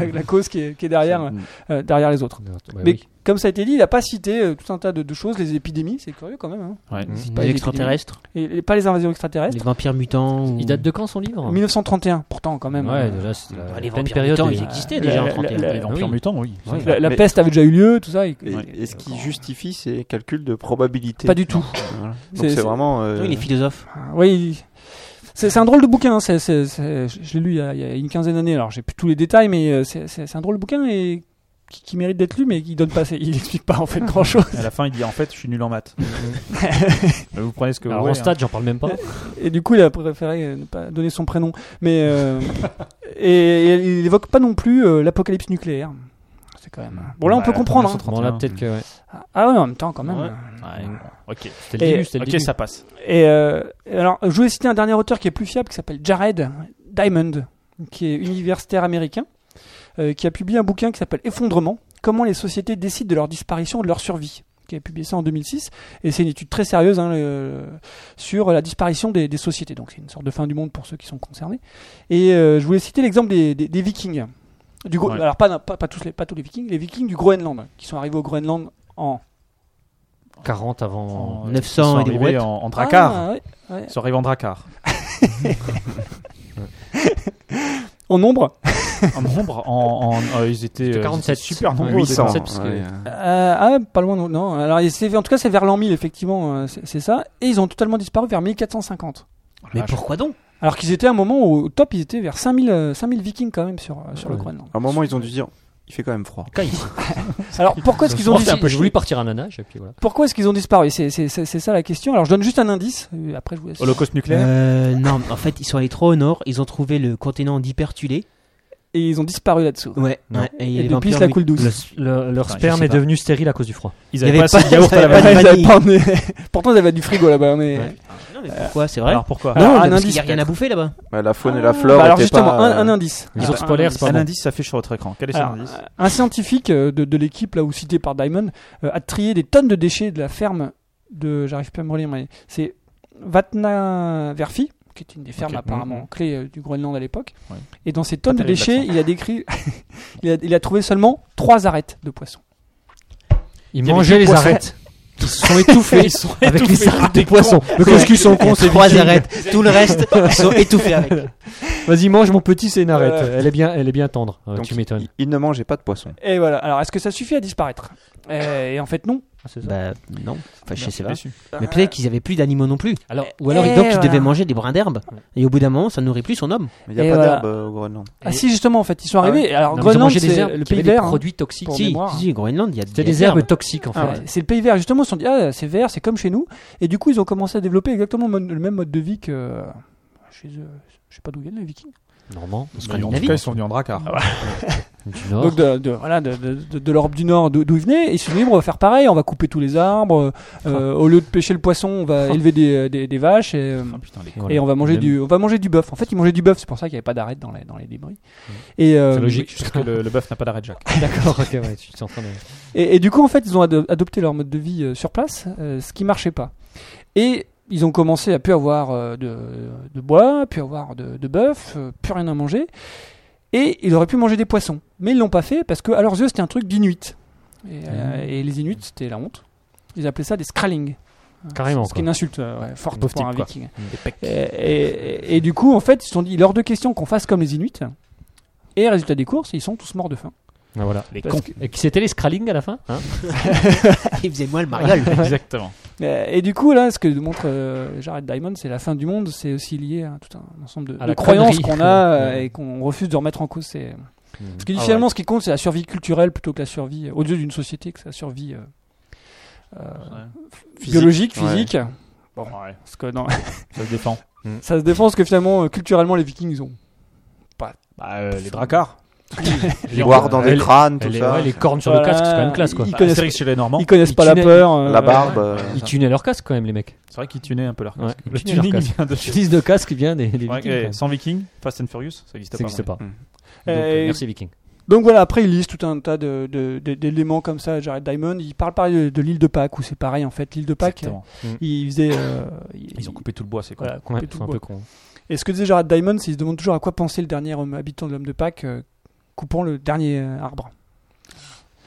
[SPEAKER 7] la- la cause qui est, qui est derrière, euh, derrière les autres.
[SPEAKER 5] Ouais,
[SPEAKER 7] Mais
[SPEAKER 5] oui.
[SPEAKER 7] comme ça a été dit, il a pas cité euh, tout un tas de, de choses, les épidémies, c'est curieux quand même, hein.
[SPEAKER 10] Ouais.
[SPEAKER 5] Mmh.
[SPEAKER 7] pas
[SPEAKER 6] les
[SPEAKER 7] les
[SPEAKER 6] extraterrestres,
[SPEAKER 7] et, et pas les invasions extraterrestres.
[SPEAKER 6] les vampires mutants. ou-
[SPEAKER 5] Il date de Ah, quand son livre
[SPEAKER 7] 1931, pourtant quand même.
[SPEAKER 5] Ouais,
[SPEAKER 7] Euh,
[SPEAKER 5] déjà, c'était la
[SPEAKER 6] Ouais, les
[SPEAKER 5] pleine
[SPEAKER 6] vampires
[SPEAKER 5] période.
[SPEAKER 6] mutants,
[SPEAKER 5] des-
[SPEAKER 6] ils existaient
[SPEAKER 7] la-
[SPEAKER 6] déjà en
[SPEAKER 7] la-
[SPEAKER 6] 31.
[SPEAKER 7] la-
[SPEAKER 10] Les
[SPEAKER 5] Ah,
[SPEAKER 10] vampires
[SPEAKER 5] oui.
[SPEAKER 10] mutants, oui.
[SPEAKER 5] Ouais.
[SPEAKER 7] la, la
[SPEAKER 4] Mais-
[SPEAKER 7] peste avait déjà eu lieu, tout ça. et-
[SPEAKER 4] Et,
[SPEAKER 7] et-
[SPEAKER 4] et ce qui justifie ces calculs de probabilité
[SPEAKER 7] Pas du tout.
[SPEAKER 4] Voilà. Donc
[SPEAKER 7] C'est- c'est-
[SPEAKER 4] c'est vraiment. euh,
[SPEAKER 6] Oui, les philosophes.
[SPEAKER 7] Ah, Oui, c'est c'est un drôle de bouquin. hein, c'est- c'est- c'est- je je l'ai lu il y, a, il y a une quinzaine d'années. Alors j'ai plus tous les détails, mais euh, c'est- c'est c'est un drôle de bouquin et qui, qui mérite d'être lu, mais qui donne pas, assez- <laughs> il explique pas
[SPEAKER 10] <laughs>
[SPEAKER 7] en fait grand chose.
[SPEAKER 10] À la fin, il dit en fait, je suis nul en maths. <laughs> Vous prenez ce que
[SPEAKER 5] Alors
[SPEAKER 10] vous
[SPEAKER 5] en
[SPEAKER 10] voulez. hein.
[SPEAKER 5] stade, j'en parle même pas.
[SPEAKER 7] Et du coup, il a préféré euh, ne pas donner son prénom. Mais euh, et, et il évoque pas non plus euh, l'apocalypse nucléaire. C'est quand même. euh, Bon là, on
[SPEAKER 10] Bah,
[SPEAKER 7] peut comprendre. hein.
[SPEAKER 5] Bon, là, peut-être que. ouais.
[SPEAKER 7] Ah ouais, en même temps, quand même. Euh,
[SPEAKER 10] Ouais. Ouais. Ok.
[SPEAKER 5] C'était le
[SPEAKER 7] Et-
[SPEAKER 5] début, c'était le
[SPEAKER 10] hein. Ok,
[SPEAKER 5] début.
[SPEAKER 10] ça passe.
[SPEAKER 7] Et euh, alors, je voulais citer un dernier auteur qui est plus fiable, qui s'appelle Jared Diamond, qui est universitaire américain, euh, qui a publié un bouquin qui s'appelle Effondrement Comment les sociétés décident de leur disparition et de leur survie qui a publié ça en 2006, et c'est une étude très sérieuse hein, le- sur la disparition des, des sociétés. Donc c'est une sorte de fin du monde pour ceux qui sont concernés. Et euh, je voulais citer l'exemple des, des- des Vikings. Du Gro-
[SPEAKER 10] Ouais.
[SPEAKER 7] Alors pas, pas, pas tous les, pas tous les Vikings, les Vikings du Groenland, qui sont arrivés au Groenland en...
[SPEAKER 5] 40 avant.
[SPEAKER 10] En-
[SPEAKER 6] 900
[SPEAKER 10] Euh, ils sont
[SPEAKER 6] et des
[SPEAKER 10] arrivés
[SPEAKER 6] brouettes.
[SPEAKER 10] en, en dracard.
[SPEAKER 7] Ah, ouais, ouais.
[SPEAKER 10] Ils sont arrivés en dracard.
[SPEAKER 7] En nombre
[SPEAKER 10] En nombre, en, en- euh, ils étaient. euh,
[SPEAKER 5] 47.
[SPEAKER 10] ils étaient super nombreux. au
[SPEAKER 4] 800.
[SPEAKER 10] départ.
[SPEAKER 5] parce que-
[SPEAKER 4] ouais, euh,
[SPEAKER 7] Euh, ah, pas loin, non, non. Alors, et c'est- en tout cas, c'est vers l'an 1000, effectivement, euh, c'est c'est ça. Et ils ont totalement disparu vers 1450.
[SPEAKER 6] Mais
[SPEAKER 10] vache.
[SPEAKER 6] pourquoi donc
[SPEAKER 7] Alors qu'ils étaient à un moment où, au top, ils étaient vers 5000, euh, 5000 vikings quand même sur, euh, sur le
[SPEAKER 5] Ouais.
[SPEAKER 7] Groenland.
[SPEAKER 4] À un moment, ils ont dû dire il fait quand même froid.
[SPEAKER 5] Quand il-
[SPEAKER 7] Alors pourquoi est-ce qu'ils ont
[SPEAKER 5] Je
[SPEAKER 7] dit
[SPEAKER 5] pensais un peu, je voulais partir à la nage, et puis voilà.
[SPEAKER 7] pourquoi est-ce qu'ils ont disparu C'est c'est- c'est- c'est ça la question. Alors je donne juste un indice. euh, Après je vous laisse.
[SPEAKER 3] Holocauste nucléaire
[SPEAKER 6] Euh, non, en fait, ils sont allés trop au nord, ils ont trouvé le continent d'hypertulé.
[SPEAKER 7] Et ils ont disparu là-dessous.
[SPEAKER 6] Ouais,
[SPEAKER 3] Non.
[SPEAKER 6] ouais, et,
[SPEAKER 7] Et
[SPEAKER 6] les
[SPEAKER 7] depuis,
[SPEAKER 6] vampires,
[SPEAKER 7] c'est la
[SPEAKER 6] oui.
[SPEAKER 7] coule douce.
[SPEAKER 5] leur
[SPEAKER 3] Putain, je
[SPEAKER 5] sperme
[SPEAKER 3] sais
[SPEAKER 5] est
[SPEAKER 3] pas.
[SPEAKER 5] devenu stérile à cause du froid.
[SPEAKER 3] Ils
[SPEAKER 6] Il y
[SPEAKER 3] avaient pas assez
[SPEAKER 6] avait pas-
[SPEAKER 3] de yaourt
[SPEAKER 6] il y
[SPEAKER 3] à la
[SPEAKER 6] avait
[SPEAKER 3] base.
[SPEAKER 7] <laughs>
[SPEAKER 6] de
[SPEAKER 7] Ouais, ils avaient
[SPEAKER 6] vanille.
[SPEAKER 7] pas emmené- Pourtant, ils avaient du frigo là-bas. Mais...
[SPEAKER 6] Ouais. Non, mais pourquoi C'est vrai
[SPEAKER 3] Alors pourquoi
[SPEAKER 7] Non,
[SPEAKER 6] Ah,
[SPEAKER 7] un
[SPEAKER 6] parce
[SPEAKER 7] indice,
[SPEAKER 6] qu'il y a rien à
[SPEAKER 7] peut-être.
[SPEAKER 6] bouffer là-bas.
[SPEAKER 4] Bah, la faune et la flore.
[SPEAKER 7] Bah, alors
[SPEAKER 4] étaient
[SPEAKER 7] justement,
[SPEAKER 4] pas,
[SPEAKER 7] un, un
[SPEAKER 4] euh,
[SPEAKER 7] indice.
[SPEAKER 5] Les
[SPEAKER 7] Ah,
[SPEAKER 5] ours
[SPEAKER 7] un
[SPEAKER 5] polaires,
[SPEAKER 7] indice.
[SPEAKER 5] c'est pas
[SPEAKER 3] Un
[SPEAKER 5] bon.
[SPEAKER 3] indice s'affiche sur votre écran. Quel est cet
[SPEAKER 7] Alors,
[SPEAKER 3] indice
[SPEAKER 7] un scientifique euh, de, de l'équipe là où cité par Diamond euh, a trié des tonnes de déchets de la ferme de j'arrive plus à me relire mais c'est Vatna Verfi qui est une des fermes
[SPEAKER 3] Ok.
[SPEAKER 7] apparemment
[SPEAKER 5] Mm-hmm.
[SPEAKER 3] Mhm.
[SPEAKER 7] clés euh, du Groenland à l'époque
[SPEAKER 3] Ouais.
[SPEAKER 7] et dans ces tonnes de
[SPEAKER 3] terrible,
[SPEAKER 7] déchets il a décrit <laughs> il, a, il a trouvé seulement trois arêtes de poissons
[SPEAKER 3] Il
[SPEAKER 5] Ils
[SPEAKER 3] y avait
[SPEAKER 5] mangeaient
[SPEAKER 3] des
[SPEAKER 5] les
[SPEAKER 3] poissons.
[SPEAKER 5] arêtes. Ils se sont étouffés
[SPEAKER 3] Ils sont
[SPEAKER 5] avec les
[SPEAKER 3] étouffés.
[SPEAKER 5] arêtes des poissons. Le couscous
[SPEAKER 6] <laughs>
[SPEAKER 5] sont cons, c'est
[SPEAKER 6] Trois
[SPEAKER 5] viking.
[SPEAKER 6] arêtes, tout le reste, <laughs> ils sont étouffés avec.
[SPEAKER 5] Vas-y, mange mon petit, c'est une arête.
[SPEAKER 7] Voilà.
[SPEAKER 5] Elle est bien, elle est bien tendre. Euh,
[SPEAKER 4] donc,
[SPEAKER 5] tu m'étonnes.
[SPEAKER 4] il- Il ne mangeait pas de poisson.
[SPEAKER 7] et voilà alors est-ce que ça suffit à disparaître Euh, et en fait non
[SPEAKER 6] Bah non, enfin je sais pas.
[SPEAKER 3] Déçu.
[SPEAKER 6] Mais peut-être qu'ils avaient plus d'animaux non plus.
[SPEAKER 5] Alors,
[SPEAKER 6] Ou alors,
[SPEAKER 7] Eh,
[SPEAKER 6] donc, ils
[SPEAKER 7] voilà.
[SPEAKER 6] devaient manger des brins d'herbe. Et au bout d'un moment, ça nourrit plus son homme.
[SPEAKER 4] Mais il n'y
[SPEAKER 7] Et
[SPEAKER 4] a pas
[SPEAKER 7] voilà.
[SPEAKER 4] d'herbe euh, au Groenland.
[SPEAKER 7] ah si justement en fait ils sont
[SPEAKER 4] Ah
[SPEAKER 7] arrivés
[SPEAKER 5] non,
[SPEAKER 7] alors
[SPEAKER 5] mais ils ont
[SPEAKER 7] Groenland
[SPEAKER 5] mangé des
[SPEAKER 7] c'est
[SPEAKER 5] herbes qui
[SPEAKER 7] le pays
[SPEAKER 5] avaient des
[SPEAKER 7] vert hein.
[SPEAKER 5] produits toxiques.
[SPEAKER 7] Pour
[SPEAKER 6] si,
[SPEAKER 7] mémoire.
[SPEAKER 6] si, Groenland, il y a
[SPEAKER 5] C'était des herbes toxiques en
[SPEAKER 7] Ah,
[SPEAKER 5] fait.
[SPEAKER 7] C'est le pays vert, justement, ils se sont dit, ah, c'est vert, c'est comme chez nous. Et du coup, ils ont commencé à développer exactement mon- le même mode de vie que euh, chez eux. Je sais pas d'où viennent les Vikings.
[SPEAKER 5] Normand,
[SPEAKER 10] Parce
[SPEAKER 6] Bah,
[SPEAKER 10] qu'en
[SPEAKER 6] la
[SPEAKER 10] tout
[SPEAKER 6] vie.
[SPEAKER 10] cas, ils sont venus en dracard.
[SPEAKER 5] du Nord.
[SPEAKER 7] Donc, de, de- voilà, de, de- de- de l'Europe du Nord, d'o- d'où ils venaient. Et ils se sont dit, bon, on va faire pareil, on va couper tous les arbres. euh,
[SPEAKER 5] Ah.
[SPEAKER 7] Au lieu de pêcher le poisson, on
[SPEAKER 5] <laughs>
[SPEAKER 7] va élever des, des- des vaches et, euh,
[SPEAKER 10] Ah, putain, les
[SPEAKER 5] Voilà.
[SPEAKER 7] et on va manger
[SPEAKER 10] Même-
[SPEAKER 7] du, on va manger du bœuf. En fait, ils mangeaient du bœuf, c'est pour ça qu'il n'y avait pas d'arête dans les, dans les débris. Et, euh,
[SPEAKER 5] C'est logique.
[SPEAKER 10] Parce que le, le bœuf n'a pas d'arrêt de Jacques.
[SPEAKER 5] <laughs> D'accord, ok, ouais, tu t'es en train de.
[SPEAKER 7] Et, et du coup, en fait, ils ont ado- adopté leur mode de vie euh, sur place, euh, ce qui marchait pas. Et ils ont commencé à plus avoir euh, de, de bois, plus avoir de, de bœuf, euh, plus rien à manger. Et ils auraient pu manger des poissons. Mais ils l'ont pas fait parce que, à leurs yeux, c'était un truc d'inuit. Et, euh,
[SPEAKER 5] Mmh.
[SPEAKER 7] et les inuits, c'était la honte. Ils appelaient ça des scralling.
[SPEAKER 5] Carrément,
[SPEAKER 7] Ce qui est une
[SPEAKER 5] quoi.
[SPEAKER 7] insulte euh, ouais, forte
[SPEAKER 5] Pauvre
[SPEAKER 7] pour
[SPEAKER 5] type,
[SPEAKER 7] un
[SPEAKER 5] quoi.
[SPEAKER 7] viking. Et, et- et- et du coup, en fait, ils se sont dit, il est hors de question qu'on fasse comme les inuits. Et résultat des courses, ils sont tous morts de faim.
[SPEAKER 5] Ah, voilà. Les
[SPEAKER 7] Parce
[SPEAKER 5] Et qui c'était les Skralling à la fin hein
[SPEAKER 6] Ils faisaient moins le mariole.
[SPEAKER 10] Exactement.
[SPEAKER 7] Euh, Et du coup, là, ce que montre euh, Jared Diamond, c'est la fin du monde, c'est aussi lié à tout un ensemble de,
[SPEAKER 5] À
[SPEAKER 7] de
[SPEAKER 5] la
[SPEAKER 7] croyances
[SPEAKER 5] connerie. <laughs>
[SPEAKER 7] qu'on a euh,
[SPEAKER 5] Ouais.
[SPEAKER 7] et qu'on refuse de remettre en cause. C'est... Parce que
[SPEAKER 5] Ah,
[SPEAKER 7] finalement, ce qui compte, c'est la survie culturelle plutôt que la survie, euh, au lieu d'une société, que c'est la survie euh, euh, biologique,
[SPEAKER 4] ouais.
[SPEAKER 7] physique. Bon,
[SPEAKER 10] Ouais.
[SPEAKER 7] parce que non,
[SPEAKER 5] Mhm.
[SPEAKER 10] Ça se défend.
[SPEAKER 7] <laughs> ça se défend parce que finalement, euh, culturellement, les Vikings, ils ont.
[SPEAKER 10] Bah, euh, les <laughs> dracards.
[SPEAKER 4] Boire dans des crânes, tout
[SPEAKER 5] les,
[SPEAKER 4] ça.
[SPEAKER 5] ouais, les cornes sur
[SPEAKER 7] Voilà.
[SPEAKER 5] le casque, c'est quand même classe, quoi.
[SPEAKER 7] Ils
[SPEAKER 10] Ah,
[SPEAKER 7] connaissent-
[SPEAKER 10] Astérix chez les Normands.
[SPEAKER 7] Ils connaissent
[SPEAKER 5] Ils
[SPEAKER 7] pas la
[SPEAKER 5] tunaient-
[SPEAKER 7] peur. euh,
[SPEAKER 4] La barbe. euh,
[SPEAKER 5] <laughs> Ils tunaient leur casque quand même, les mecs.
[SPEAKER 10] C'est vrai qu'ils tunaient un peu leur
[SPEAKER 5] Ouais,
[SPEAKER 10] casque.
[SPEAKER 5] ils
[SPEAKER 10] Le
[SPEAKER 5] tunaient
[SPEAKER 10] <laughs>
[SPEAKER 5] leur
[SPEAKER 10] tuning
[SPEAKER 5] <laughs> casque.
[SPEAKER 10] vient de chez
[SPEAKER 5] L'utilise de casque vient des, des
[SPEAKER 10] Ouais,
[SPEAKER 5] Vikings.
[SPEAKER 10] eh,
[SPEAKER 5] quand même.
[SPEAKER 10] sans Viking, Fast and Furious, ça n'existe
[SPEAKER 5] Ça
[SPEAKER 10] pas.
[SPEAKER 5] n'existe pas.
[SPEAKER 4] Mm.
[SPEAKER 5] Donc, euh,
[SPEAKER 7] Et-
[SPEAKER 5] merci, Viking.
[SPEAKER 7] Donc voilà, après ils lisent tout un tas de, de- de- d'éléments comme ça. Jared Diamond, il parle pareil de, de l'île de Pâques où c'est pareil en fait. L'île de Pâques,
[SPEAKER 10] Exactement. Mm.
[SPEAKER 7] ils faisaient. euh,
[SPEAKER 10] Ils ont coupé tout le bois, c'est quoi
[SPEAKER 7] Voilà,
[SPEAKER 5] Ouais,
[SPEAKER 7] couper
[SPEAKER 5] c'est
[SPEAKER 7] tout le
[SPEAKER 5] un
[SPEAKER 7] bois.
[SPEAKER 5] peu con.
[SPEAKER 7] Et ce que disait Jared Diamond, c'est qu'il se demande toujours à quoi pensait le dernier homme habitant de l'homme de Pâques, euh, coupant le dernier euh, arbre.